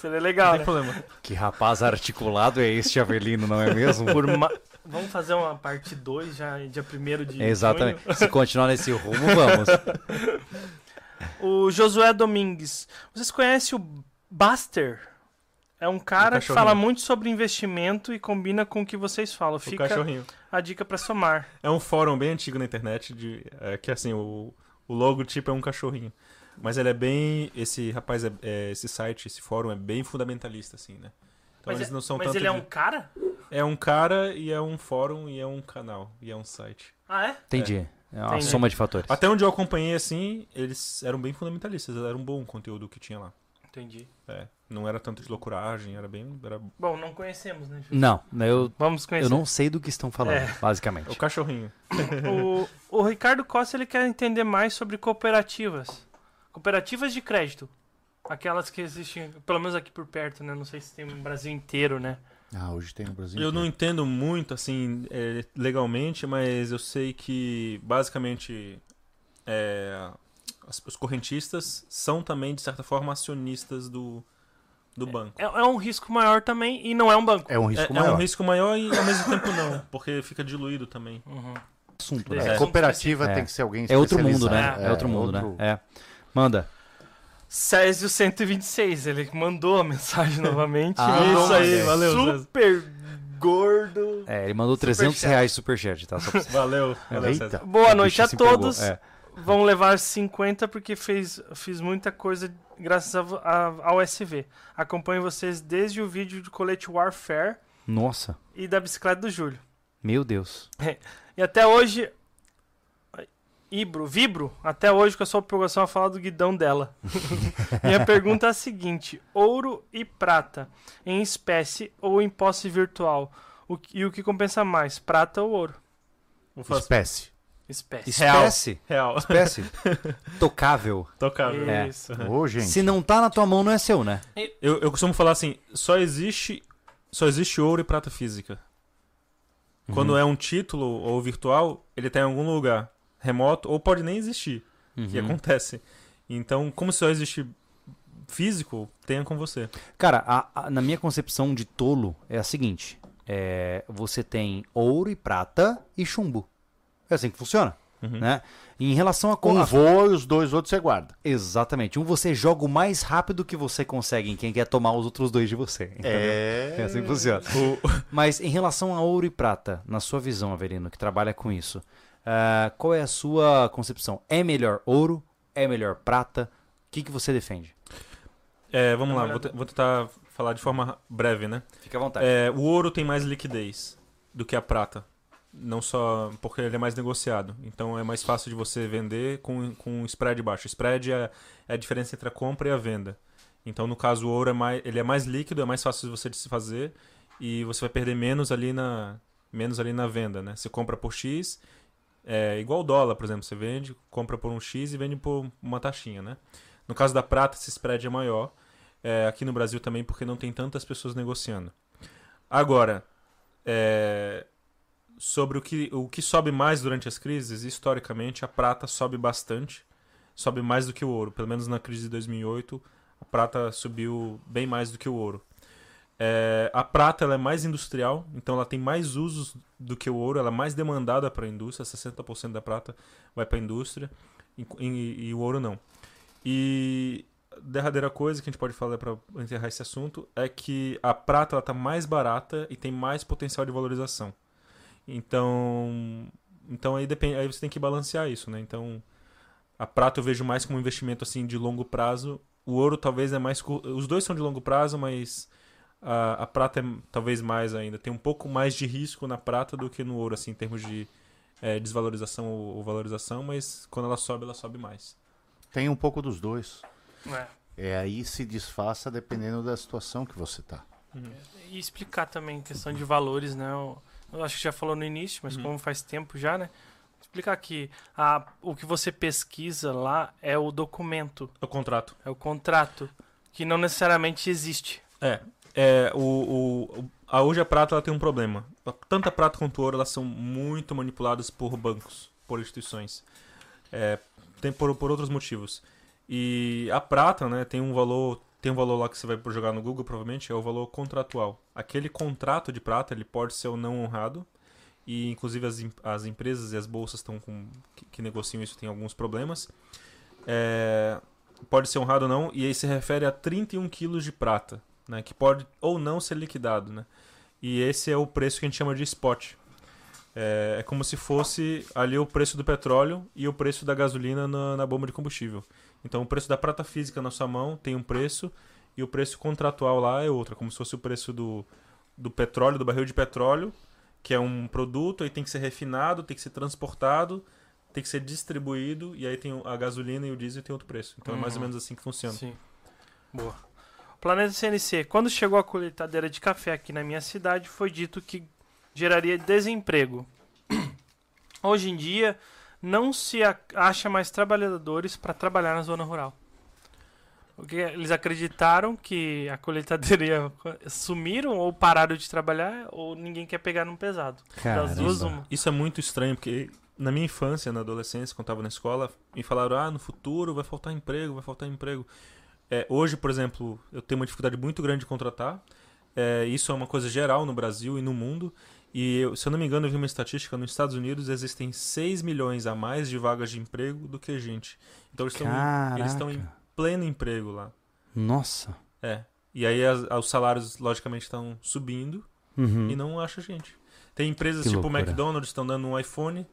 [SPEAKER 2] Seria legal,
[SPEAKER 4] tem
[SPEAKER 2] né?
[SPEAKER 4] problema.
[SPEAKER 1] Que rapaz articulado é este, Avelino, não é mesmo?
[SPEAKER 2] Por ma- Vamos fazer uma parte 2 já, dia 1 de
[SPEAKER 1] Exatamente.
[SPEAKER 2] junho?
[SPEAKER 1] Se continuar nesse rumo, vamos.
[SPEAKER 2] O Josué Domingues. Vocês conhecem o Buster? É um cara
[SPEAKER 4] O
[SPEAKER 2] que
[SPEAKER 4] cachorrinho.
[SPEAKER 2] fala muito sobre investimento e combina com o que vocês falam.
[SPEAKER 4] O
[SPEAKER 2] Fica
[SPEAKER 4] cachorrinho.
[SPEAKER 2] a dica pra somar.
[SPEAKER 4] É um fórum bem antigo na internet de é, que assim o, o logotipo é um cachorrinho, mas ele é bem esse rapaz é, é- esse site, esse fórum é bem fundamentalista assim, né? Então
[SPEAKER 2] mas
[SPEAKER 4] eles
[SPEAKER 2] é-
[SPEAKER 4] não são
[SPEAKER 2] mas
[SPEAKER 4] tanto.
[SPEAKER 2] ele é
[SPEAKER 4] de-
[SPEAKER 2] um cara?
[SPEAKER 4] é um cara e é um fórum e é um canal e é um site.
[SPEAKER 2] Ah, é?
[SPEAKER 1] Entendi. É uma
[SPEAKER 2] Entendi.
[SPEAKER 1] soma de fatores.
[SPEAKER 4] Até onde eu acompanhei assim, eles eram bem fundamentalistas, era um bom conteúdo que tinha lá.
[SPEAKER 2] Entendi.
[SPEAKER 4] É, não era tanto de loucuragem, era bem era
[SPEAKER 2] Bom, não conhecemos, né?
[SPEAKER 4] Hum.
[SPEAKER 2] Ju?
[SPEAKER 1] Não, eu,
[SPEAKER 2] Vamos
[SPEAKER 1] eu
[SPEAKER 2] conhecer.
[SPEAKER 1] não sei do que estão falando,
[SPEAKER 2] É.
[SPEAKER 1] basicamente.
[SPEAKER 4] o cachorrinho.
[SPEAKER 2] O, o Ricardo Costa ele quer entender mais sobre cooperativas. Cooperativas de crédito. Aquelas que existem, pelo menos aqui por perto, né? Não sei se tem no Brasil inteiro, né?
[SPEAKER 3] Ah, hoje tem no Brasil.
[SPEAKER 4] Eu não
[SPEAKER 3] inteiro.
[SPEAKER 4] entendo muito, assim, é, legalmente, mas eu sei que, basicamente, é, as- os correntistas são também, de certa forma, acionistas do, do banco.
[SPEAKER 2] É, é um risco maior também e não é um banco.
[SPEAKER 3] É um
[SPEAKER 4] É,
[SPEAKER 3] risco
[SPEAKER 4] é um
[SPEAKER 3] maior.
[SPEAKER 4] risco maior e, ao mesmo tempo, não, porque fica diluído também.
[SPEAKER 2] Uhum.
[SPEAKER 1] Assunto,
[SPEAKER 2] É.
[SPEAKER 1] né?
[SPEAKER 3] É, cooperativa
[SPEAKER 1] É.
[SPEAKER 3] tem que ser alguém
[SPEAKER 1] É outro mundo,
[SPEAKER 3] especializado.
[SPEAKER 1] né? É, outro mundo,
[SPEAKER 3] outro-
[SPEAKER 1] né? É. Manda.
[SPEAKER 2] Césio 126, ele mandou a mensagem novamente.
[SPEAKER 1] Ah,
[SPEAKER 2] Mandou
[SPEAKER 1] isso
[SPEAKER 2] um
[SPEAKER 1] aí,
[SPEAKER 4] valeu,
[SPEAKER 2] Super gordo.
[SPEAKER 1] É, ele mandou 300 reais de superchat, tá? Só pra...
[SPEAKER 4] Valeu, valeu
[SPEAKER 3] Eita.
[SPEAKER 4] César.
[SPEAKER 2] Boa
[SPEAKER 1] O
[SPEAKER 2] noite
[SPEAKER 1] bicho
[SPEAKER 2] a
[SPEAKER 1] se empolgou,
[SPEAKER 2] todos.
[SPEAKER 1] é.
[SPEAKER 2] Vão levar 50 porque fez, fiz muita coisa graças a vo- a- ao SV. Acompanho vocês desde o vídeo do colete Warfare
[SPEAKER 1] Nossa,
[SPEAKER 2] e da bicicleta do Júlio.
[SPEAKER 1] meu Deus.
[SPEAKER 2] E até hoje. Ibro, Vibro, até hoje com a sua progressão a falar do guidão dela. Minha pergunta é a seguinte: ouro e prata, em espécie ou em posse virtual? O que- e o que compensa mais, prata ou ouro?
[SPEAKER 4] Vou falar
[SPEAKER 3] Espécie.
[SPEAKER 2] Espécie.
[SPEAKER 4] Real.
[SPEAKER 1] Espécie.
[SPEAKER 4] real,
[SPEAKER 1] Espécie. Tocável.
[SPEAKER 4] tocável.
[SPEAKER 1] É.
[SPEAKER 2] Isso.
[SPEAKER 3] Ô, gente.
[SPEAKER 1] Se não tá na tua mão, não é seu, né?
[SPEAKER 4] Eu, eu costumo falar assim, só existe, só existe ouro e prata física. Quando é um título ou virtual, ele tá em algum lugar remoto ou pode nem existir, que acontece. Então, como só existe físico, tenha com você.
[SPEAKER 1] Cara, a- a- na minha concepção de tolo é a seguinte: é, você tem ouro e prata e chumbo. É assim que funciona,
[SPEAKER 2] Uhum.
[SPEAKER 1] né? Em relação a
[SPEAKER 3] Um
[SPEAKER 1] como
[SPEAKER 3] voa e os dois outros você guarda.
[SPEAKER 1] exatamente, um você joga o mais rápido que você consegue em quem quer tomar os outros dois de você. entendeu? É assim que funciona. Mas em relação a ouro e prata, na sua visão, Averino, que trabalha com isso, ah, qual é a sua concepção? É melhor ouro? É melhor prata? O que, que você defende?
[SPEAKER 4] É, vamos lá, vou, te- vou tentar falar de forma breve, né?
[SPEAKER 1] Fica à vontade.
[SPEAKER 4] É, o ouro tem mais liquidez do que a prata. Não só porque ele é mais negociado. Então é mais fácil de você vender com, com spread baixo. Spread é, é a diferença entre a compra e a venda. Então, no caso, o ouro é mais, ele é mais líquido, é mais fácil de você de se fazer e você vai perder menos ali na, menos ali na venda, né? Você compra por X, é igual o dólar, por exemplo, você vende, compra por um X e vende por uma taxinha, né? No caso da prata, esse spread é maior. É, aqui no Brasil também, porque não tem tantas pessoas negociando. Agora, é, sobre o que, o que sobe mais durante as crises, historicamente, a prata sobe bastante. Sobe mais do que o ouro. Pelo menos na crise de 2008, a prata subiu bem mais do que o ouro. É, a prata ela é mais industrial, então ela tem mais usos do que o ouro, ela é mais demandada para a indústria, 60% da prata vai para a indústria e, e- e o ouro não. E derradeira coisa que a gente pode falar para encerrar esse assunto é que a prata está mais barata e tem mais potencial de valorização. Então, então aí, depende, aí você tem que balancear isso, né? Então, a prata eu vejo mais como um investimento assim de longo prazo. O ouro talvez é mais cur- os dois são de longo prazo, mas a, a prata é talvez mais ainda. Tem um pouco mais de risco na prata do que no ouro, assim, em termos de eh, desvalorização ou, ou valorização, mas quando ela sobe, ela sobe mais.
[SPEAKER 3] Tem um pouco dos dois.
[SPEAKER 2] É.
[SPEAKER 3] É aí se disfarça dependendo da situação que você tá.
[SPEAKER 2] E explicar também a questão de valores, né? Eu, eu acho que já falou no início, mas como faz tempo já, né? Explicar que a, o que você pesquisa lá é o documento,
[SPEAKER 4] O contrato.
[SPEAKER 2] é o contrato, que não necessariamente existe.
[SPEAKER 4] É. é o, o, o- a, hoje a prata ela tem um problema. Tanto a prata quanto o ouro elas são muito manipuladas por bancos, por instituições. É, tem por, por outros motivos. E a prata, né, tem um valor. Tem um valor lá que você vai jogar no Google, provavelmente, é o valor contratual. Aquele contrato de prata, ele pode ser ou não honrado. E inclusive as, em- as empresas e as bolsas estão com. Que, que negociam isso tem alguns problemas. É, pode ser honrado ou não, e aí se refere a 31 quilos de prata, né? Que pode ou não ser liquidado, né? E esse é o preço que a gente chama de spot. É, é como se fosse ali o preço do petróleo e o preço da gasolina na, na bomba de combustível. Então o preço da prata física na sua mão tem um preço e o preço contratual lá é outro, é como se fosse o preço do, do petróleo, do barril de petróleo, que é um produto, aí tem que ser refinado, tem que ser transportado, tem que ser distribuído, e aí tem o- a gasolina e o diesel tem outro preço. Então é mais ou
[SPEAKER 2] Uhum.
[SPEAKER 4] menos assim que funciona.
[SPEAKER 2] Sim. Boa. Planeta CNC. Quando chegou a colheitadeira de café aqui na minha cidade, foi dito que geraria desemprego. Hoje em dia, não se a- acha mais trabalhadores para trabalhar na zona rural. O que eles acreditaram que a colheitadeira ia sumiram ou pararam de trabalhar ou ninguém quer pegar num pesado. Das duas
[SPEAKER 1] Caramba.
[SPEAKER 2] uma.
[SPEAKER 4] Isso é muito estranho, porque na minha infância, na adolescência, quando estava na escola, me falaram, ah, no futuro vai faltar emprego, vai faltar emprego. É, hoje, por exemplo, eu tenho uma dificuldade muito grande de contratar. É, isso é uma coisa geral no Brasil e no mundo. E, eu- se eu não me engano, eu vi uma estatística, nos Estados Unidos existem 6 milhões a mais de vagas de emprego do que gente. Então eles estão em- eles estão em
[SPEAKER 1] Caraca.
[SPEAKER 4] pleno emprego lá.
[SPEAKER 1] Nossa.
[SPEAKER 4] É. E aí as- os salários, logicamente, estão subindo
[SPEAKER 1] Uhum.
[SPEAKER 4] e não acha gente. Tem empresas
[SPEAKER 1] Que
[SPEAKER 4] tipo o
[SPEAKER 1] loucura.
[SPEAKER 4] McDonald's estão dando um iPhone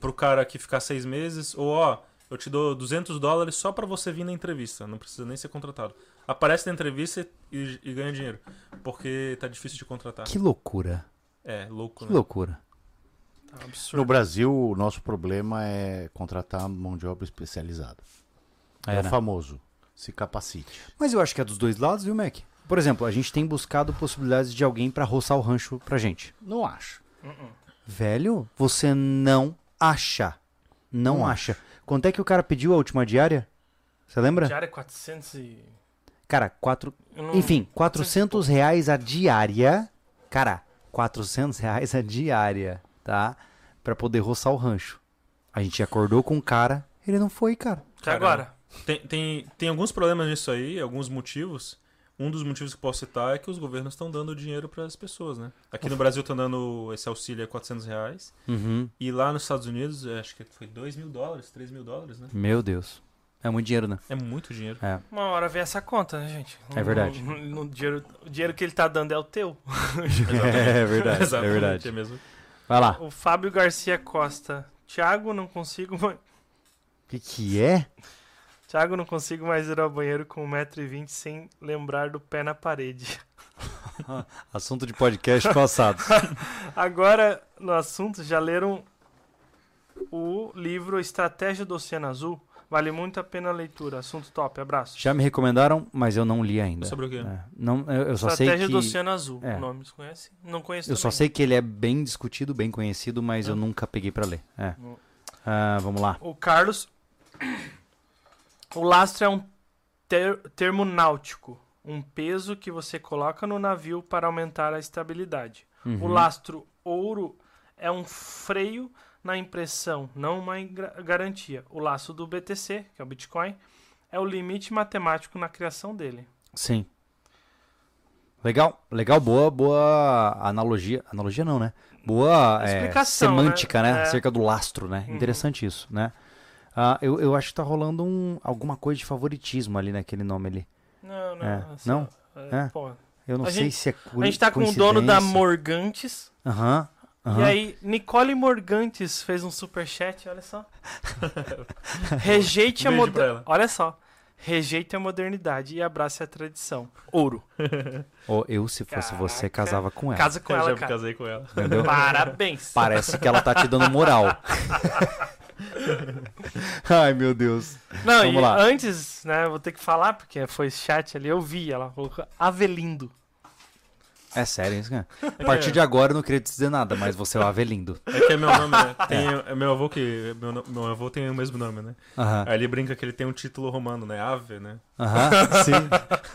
[SPEAKER 4] pro cara que ficar seis meses, ou ó, eu te dou 200 dólares só pra você vir na entrevista, não precisa nem ser contratado. Aparece na entrevista e, e ganha dinheiro, porque tá difícil de contratar.
[SPEAKER 1] Que loucura.
[SPEAKER 4] É, louco,
[SPEAKER 1] Que
[SPEAKER 4] né?
[SPEAKER 1] loucura.
[SPEAKER 2] Tá um absurdo.
[SPEAKER 3] No Brasil, o nosso problema é contratar mão de obra especializada. É,
[SPEAKER 1] É,
[SPEAKER 3] o
[SPEAKER 1] né?
[SPEAKER 3] famoso. Se capacite.
[SPEAKER 1] Mas eu acho que é dos dois lados, viu, Mac? Por exemplo, a gente tem buscado possibilidades de alguém pra roçar o rancho pra gente.
[SPEAKER 3] Não acho.
[SPEAKER 2] Uh-uh.
[SPEAKER 1] Velho, você não acha. Não
[SPEAKER 3] Não
[SPEAKER 1] acha. Quanto é que o cara pediu a última diária? Você lembra?
[SPEAKER 2] Diário é 400 e...
[SPEAKER 1] Cara, quatro.
[SPEAKER 2] eu não-
[SPEAKER 1] Enfim, 400 reais a diária. Cara, 400 reais a diária, tá? Pra poder roçar o rancho. A gente acordou com o cara, ele não foi, cara.
[SPEAKER 2] Até agora.
[SPEAKER 4] Tem, tem, tem alguns problemas nisso aí, alguns motivos. Um dos motivos que eu posso citar é que os governos estão dando dinheiro para as pessoas, né? Aqui no Brasil estão dando esse auxílio a 400 reais.
[SPEAKER 1] Uhum.
[SPEAKER 4] E lá nos Estados Unidos, eu acho que foi 2 mil dólares, 3 mil dólares, né?
[SPEAKER 1] Meu Deus. É muito dinheiro, né?
[SPEAKER 4] É muito dinheiro.
[SPEAKER 1] É.
[SPEAKER 2] Uma hora vem essa conta, né, gente?
[SPEAKER 1] É verdade.
[SPEAKER 2] No- no- no dinheiro- o dinheiro que ele tá dando é o teu.
[SPEAKER 1] É verdade, é
[SPEAKER 4] Exatamente,
[SPEAKER 1] verdade.
[SPEAKER 4] é mesmo.
[SPEAKER 1] Vai lá.
[SPEAKER 2] O Fábio Garcia Costa. Tiago, não consigo mais.
[SPEAKER 1] O que, que é?
[SPEAKER 2] um Tiago, não consigo mais ir ao banheiro com 1,20m sem lembrar do pé na parede.
[SPEAKER 1] Assunto de podcast passado.
[SPEAKER 2] Agora, no assunto, já leram o livro Estratégia do Oceano Azul? Vale muito a pena a leitura. Assunto top, abraço.
[SPEAKER 1] Já me recomendaram, mas eu não li ainda.
[SPEAKER 4] Sobre o quê?
[SPEAKER 1] É, não, eu, eu só
[SPEAKER 2] Estratégia
[SPEAKER 1] sei que
[SPEAKER 2] do Oceano Azul.
[SPEAKER 1] É.
[SPEAKER 2] O nome, você conhece? Não conheço
[SPEAKER 1] eu só
[SPEAKER 2] também. Ah.
[SPEAKER 1] sei que ele é bem discutido, bem conhecido, mas eu nunca peguei pra ler. É.
[SPEAKER 2] Hum.
[SPEAKER 1] Ah, vamos lá.
[SPEAKER 2] O Carlos. O lastro é um ter- termo náutico. Um peso que você coloca no navio para aumentar a estabilidade.
[SPEAKER 1] Uhum.
[SPEAKER 2] O lastro ouro é um freio na impressão, não uma ingra- garantia. O laço do BTC, que é o Bitcoin, é o limite matemático na criação dele.
[SPEAKER 1] Sim. Legal, legal, boa, boa analogia. Analogia não, né? Boa é,
[SPEAKER 2] Explicação,
[SPEAKER 1] semântica, né?
[SPEAKER 2] né? É. Uhum.
[SPEAKER 1] Acerca do lastro, né? Interessante isso, né? Ah, eu, eu acho que tá rolando um, alguma coisa de favoritismo ali naquele nome ali.
[SPEAKER 2] Não, não.
[SPEAKER 1] É.
[SPEAKER 2] essa-
[SPEAKER 1] Não?
[SPEAKER 2] é,
[SPEAKER 1] É.
[SPEAKER 2] pô.
[SPEAKER 1] Eu não
[SPEAKER 2] A
[SPEAKER 1] sei
[SPEAKER 2] gente-
[SPEAKER 1] se é
[SPEAKER 2] A gente tá com o dono da Morgantes.
[SPEAKER 1] Aham.
[SPEAKER 2] E
[SPEAKER 1] aham.
[SPEAKER 2] aí, Nicole Morgantes fez um superchat, olha só. Rejeite a
[SPEAKER 4] Beijo pra
[SPEAKER 2] modernidade.
[SPEAKER 4] ela.
[SPEAKER 2] Olha só. Rejeite a modernidade e abrace a tradição. Ouro.
[SPEAKER 1] Ô, eu, se fosse você,
[SPEAKER 2] Caraca.
[SPEAKER 1] casava com ela.
[SPEAKER 2] Casa com
[SPEAKER 4] Eu
[SPEAKER 2] ela,
[SPEAKER 4] já me
[SPEAKER 2] cara.
[SPEAKER 4] casei com ela.
[SPEAKER 1] Entendeu?
[SPEAKER 2] Parabéns.
[SPEAKER 1] Parece que ela tá te dando moral. Ai, meu Deus.
[SPEAKER 2] Não,
[SPEAKER 1] Vamos
[SPEAKER 2] e
[SPEAKER 1] lá.
[SPEAKER 2] antes, né, vou ter que falar, porque foi chat ali, eu vi, ela colocou Avelindo.
[SPEAKER 1] É sério isso, cara? A partir de agora eu não queria te dizer nada, mas você é o Avelindo.
[SPEAKER 4] É que é meu nome, né? Tem, é meu avô que. Meu, no- meu avô tem o mesmo nome, né?
[SPEAKER 1] Aham.
[SPEAKER 4] Aí ele brinca que ele tem um título romano, né? Ave, né?
[SPEAKER 1] Aham, sim.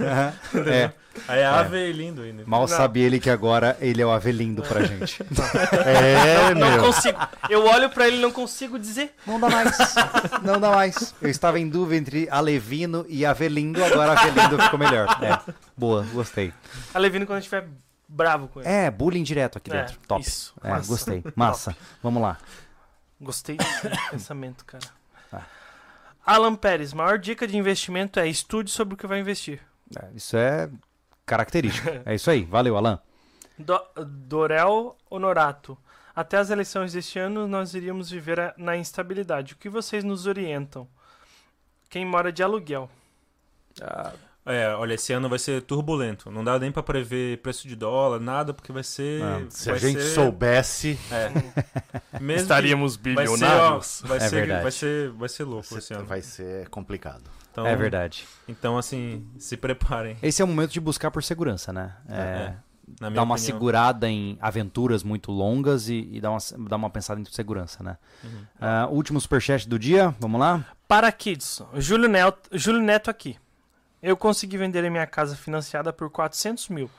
[SPEAKER 1] Aham. É,
[SPEAKER 4] Aí é ave e lindo ainda.
[SPEAKER 1] mal
[SPEAKER 2] Não.
[SPEAKER 1] sabe ele que agora ele é o Avelindo pra gente.
[SPEAKER 3] É,
[SPEAKER 2] Não
[SPEAKER 3] meu.
[SPEAKER 2] consigo. Eu olho pra ele e não consigo dizer.
[SPEAKER 1] Não dá mais. Não dá mais. Eu estava em dúvida entre Alevino e Avelindo, agora Avelindo ficou melhor. É. Boa, gostei.
[SPEAKER 2] Alevino quando a gente estiver bravo com ele.
[SPEAKER 1] É, bullying direto aqui dentro.
[SPEAKER 2] É,
[SPEAKER 1] Top.
[SPEAKER 2] isso.
[SPEAKER 1] É,
[SPEAKER 2] Massa.
[SPEAKER 1] gostei. Massa. Vamos lá.
[SPEAKER 2] Gostei do pensamento, cara. Alan Pérez, maior dica de investimento é estude sobre o que vai investir.
[SPEAKER 1] É, Isso é característico. É isso aí. Valeu, Alan.
[SPEAKER 2] Do- Dorel Honorato, até as eleições deste ano nós iríamos viver a- na instabilidade. O que vocês nos orientam? Quem mora de aluguel?
[SPEAKER 4] É, olha, esse ano vai ser turbulento. Não dá nem pra prever preço de dólar, nada, porque vai ser.
[SPEAKER 1] Não,
[SPEAKER 3] Se a
[SPEAKER 4] vai
[SPEAKER 3] gente
[SPEAKER 4] ser- É.
[SPEAKER 3] soubesse,
[SPEAKER 4] mesmo que- vai ser, ó, Vai
[SPEAKER 1] um É
[SPEAKER 4] ser,
[SPEAKER 1] verdade.
[SPEAKER 4] vai ser, vai ser louco esse ano.
[SPEAKER 3] vai ser complicado.
[SPEAKER 4] Então,
[SPEAKER 1] É verdade.
[SPEAKER 4] Então, assim, se preparem.
[SPEAKER 1] Esse é o momento de buscar por segurança, né? É,
[SPEAKER 4] Na minha
[SPEAKER 1] dar uma
[SPEAKER 4] opinião.
[SPEAKER 1] segurada em aventuras muito longas e, e dar, uma, dar uma pensada em segurança, né?
[SPEAKER 4] Uhum.
[SPEAKER 1] Ah, último superchat do dia, vamos lá?
[SPEAKER 2] Para Kids, Júlio Neto, Júlio Neto aqui. Eu consegui vender a minha casa financiada por 400 mil.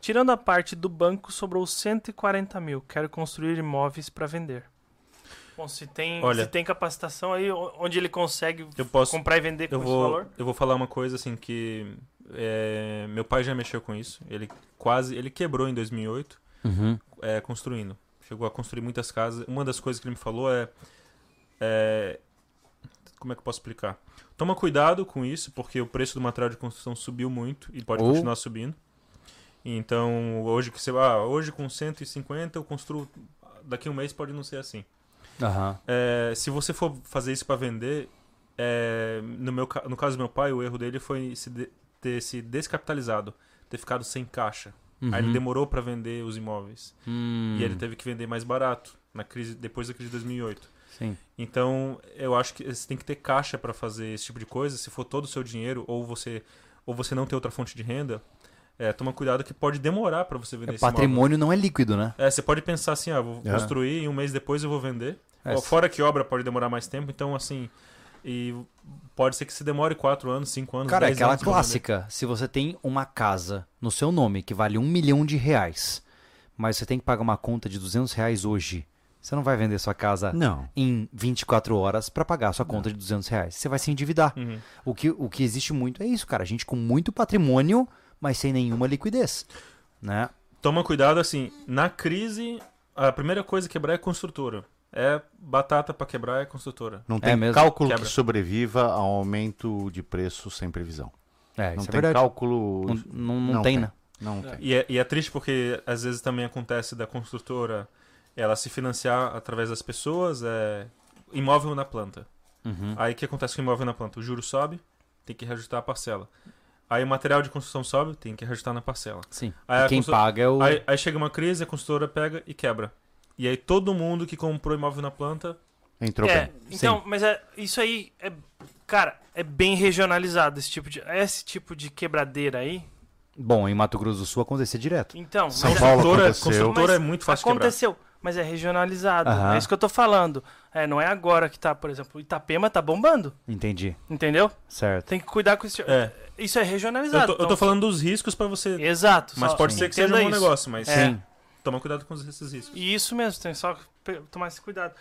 [SPEAKER 2] Tirando a parte do banco, sobrou 140 mil. Quero construir imóveis para vender. Bom, se tem,
[SPEAKER 4] Olha.
[SPEAKER 2] se tem capacitação aí, o- onde ele consegue
[SPEAKER 4] Eu posso-
[SPEAKER 2] comprar e vender com
[SPEAKER 4] Eu
[SPEAKER 2] esse
[SPEAKER 4] vou,
[SPEAKER 2] valor?
[SPEAKER 4] eu vou falar uma coisa assim que é, meu pai já mexeu com isso. Ele quase, ele quebrou em 2008 é, construindo. Chegou a construir muitas casas. Uma das coisas que ele me falou é, é, como é que eu posso explicar? Toma cuidado com isso porque o preço do material de construção subiu muito e pode
[SPEAKER 1] Ou-
[SPEAKER 4] continuar subindo. Então hoje que você ah, hoje com 150 eu construo daqui a um mês pode não ser assim.
[SPEAKER 1] Aham.
[SPEAKER 4] É, se você for fazer isso pra vender, é, no, meu, ca- no caso do meu pai, o erro dele foi se de- ter se descapitalizado, ter ficado sem caixa. Aí
[SPEAKER 1] Uhum.
[SPEAKER 4] ele demorou pra vender os imóveis.
[SPEAKER 1] Hum,
[SPEAKER 4] E ele teve que vender mais barato na crise depois da crise de 2008.
[SPEAKER 1] Sim.
[SPEAKER 4] Então, eu acho que você tem que ter caixa pra fazer esse tipo de coisa. Se for todo o seu dinheiro ou você ou você não tem outra fonte de renda, é, toma cuidado que pode demorar pra você vender
[SPEAKER 1] É,
[SPEAKER 4] esse imóvel.
[SPEAKER 1] patrimônio não é líquido, né?
[SPEAKER 4] É, você pode pensar assim, ah, vou
[SPEAKER 3] É.
[SPEAKER 4] construir e um mês depois eu vou vender.
[SPEAKER 1] É,
[SPEAKER 4] Ó,
[SPEAKER 1] sim.
[SPEAKER 4] Fora que obra pode demorar mais tempo, então assim. E pode ser que se demore 4 anos, 5 anos,
[SPEAKER 1] Cara, é
[SPEAKER 4] 10
[SPEAKER 1] aquela
[SPEAKER 4] anos pra vender.
[SPEAKER 1] clássica. Se você tem uma casa no seu nome que vale um milhão de reais, mas você tem que pagar uma conta de 200 reais hoje, você não vai vender sua casa
[SPEAKER 3] Não.
[SPEAKER 1] em 24 horas pra pagar sua conta de 200 reais. Você vai se endividar.
[SPEAKER 4] Hum. Uhum.
[SPEAKER 1] O, que, o que existe muito é isso, cara. Gente com muito patrimônio, mas sem nenhuma liquidez. Né?
[SPEAKER 4] Toma cuidado, assim, na crise, a primeira coisa a quebrar é construtora. É batata pra quebrar é construtora.
[SPEAKER 3] Não tem
[SPEAKER 1] mesmo.
[SPEAKER 3] cálculo
[SPEAKER 4] Quebra.
[SPEAKER 3] que sobreviva a aumento de preço sem previsão.
[SPEAKER 1] É,
[SPEAKER 3] Não
[SPEAKER 1] isso é
[SPEAKER 3] tem
[SPEAKER 1] verdade.
[SPEAKER 3] cálculo.
[SPEAKER 1] Não, não, não
[SPEAKER 3] Não
[SPEAKER 1] tem,
[SPEAKER 3] tem.
[SPEAKER 1] né?
[SPEAKER 3] Não tem.
[SPEAKER 4] E é, e é triste porque às vezes também acontece da construtora ela se financiar através das pessoas, é imóvel
[SPEAKER 3] Uhum.
[SPEAKER 4] na planta. Aí o que acontece com o imóvel na planta? O juro sobe, tem que reajustar a parcela. Aí o material de construção sobe, tem que reajustar na parcela.
[SPEAKER 1] Sim.
[SPEAKER 4] Aí
[SPEAKER 1] E
[SPEAKER 4] a
[SPEAKER 1] quem
[SPEAKER 4] constru-
[SPEAKER 1] paga é o.
[SPEAKER 4] Aí, aí chega uma crise, a construtora pega e quebra. E aí todo mundo que comprou imóvel na planta.
[SPEAKER 3] Entrou
[SPEAKER 2] É,
[SPEAKER 3] bem.
[SPEAKER 2] então, mas é, isso aí é. Cara, é bem regionalizado esse tipo de. Esse tipo de quebradeira aí.
[SPEAKER 1] Bom, em Mato Grosso do Sul acontecer direto.
[SPEAKER 2] Então, mas
[SPEAKER 3] São
[SPEAKER 2] é-
[SPEAKER 3] Paulo
[SPEAKER 4] Construtora,
[SPEAKER 3] aconteceu.
[SPEAKER 4] construtora é
[SPEAKER 2] Mas
[SPEAKER 4] muito fácil quebrar.
[SPEAKER 2] aconteceu, mas é regionalizado.
[SPEAKER 1] Aham.
[SPEAKER 2] É isso que eu tô falando. É, não é agora que tá, por exemplo, Itapema tá bombando,
[SPEAKER 1] Entendi.
[SPEAKER 4] É.
[SPEAKER 2] é então,
[SPEAKER 4] um
[SPEAKER 2] É. Ah,
[SPEAKER 1] É né?
[SPEAKER 2] um
[SPEAKER 1] um tá? tá? um tá? tá né, é assim, Ah, um
[SPEAKER 2] né?
[SPEAKER 1] É, é
[SPEAKER 4] É, tá é
[SPEAKER 1] Então, tá tipo, tá
[SPEAKER 2] É
[SPEAKER 1] É um é um Uhum, é, uhum. é um
[SPEAKER 4] é, né? É, tá assim. É, né? É, tipo. Então, né? é
[SPEAKER 1] tá né? tá um
[SPEAKER 2] É um tá assim.
[SPEAKER 1] Então, um Tá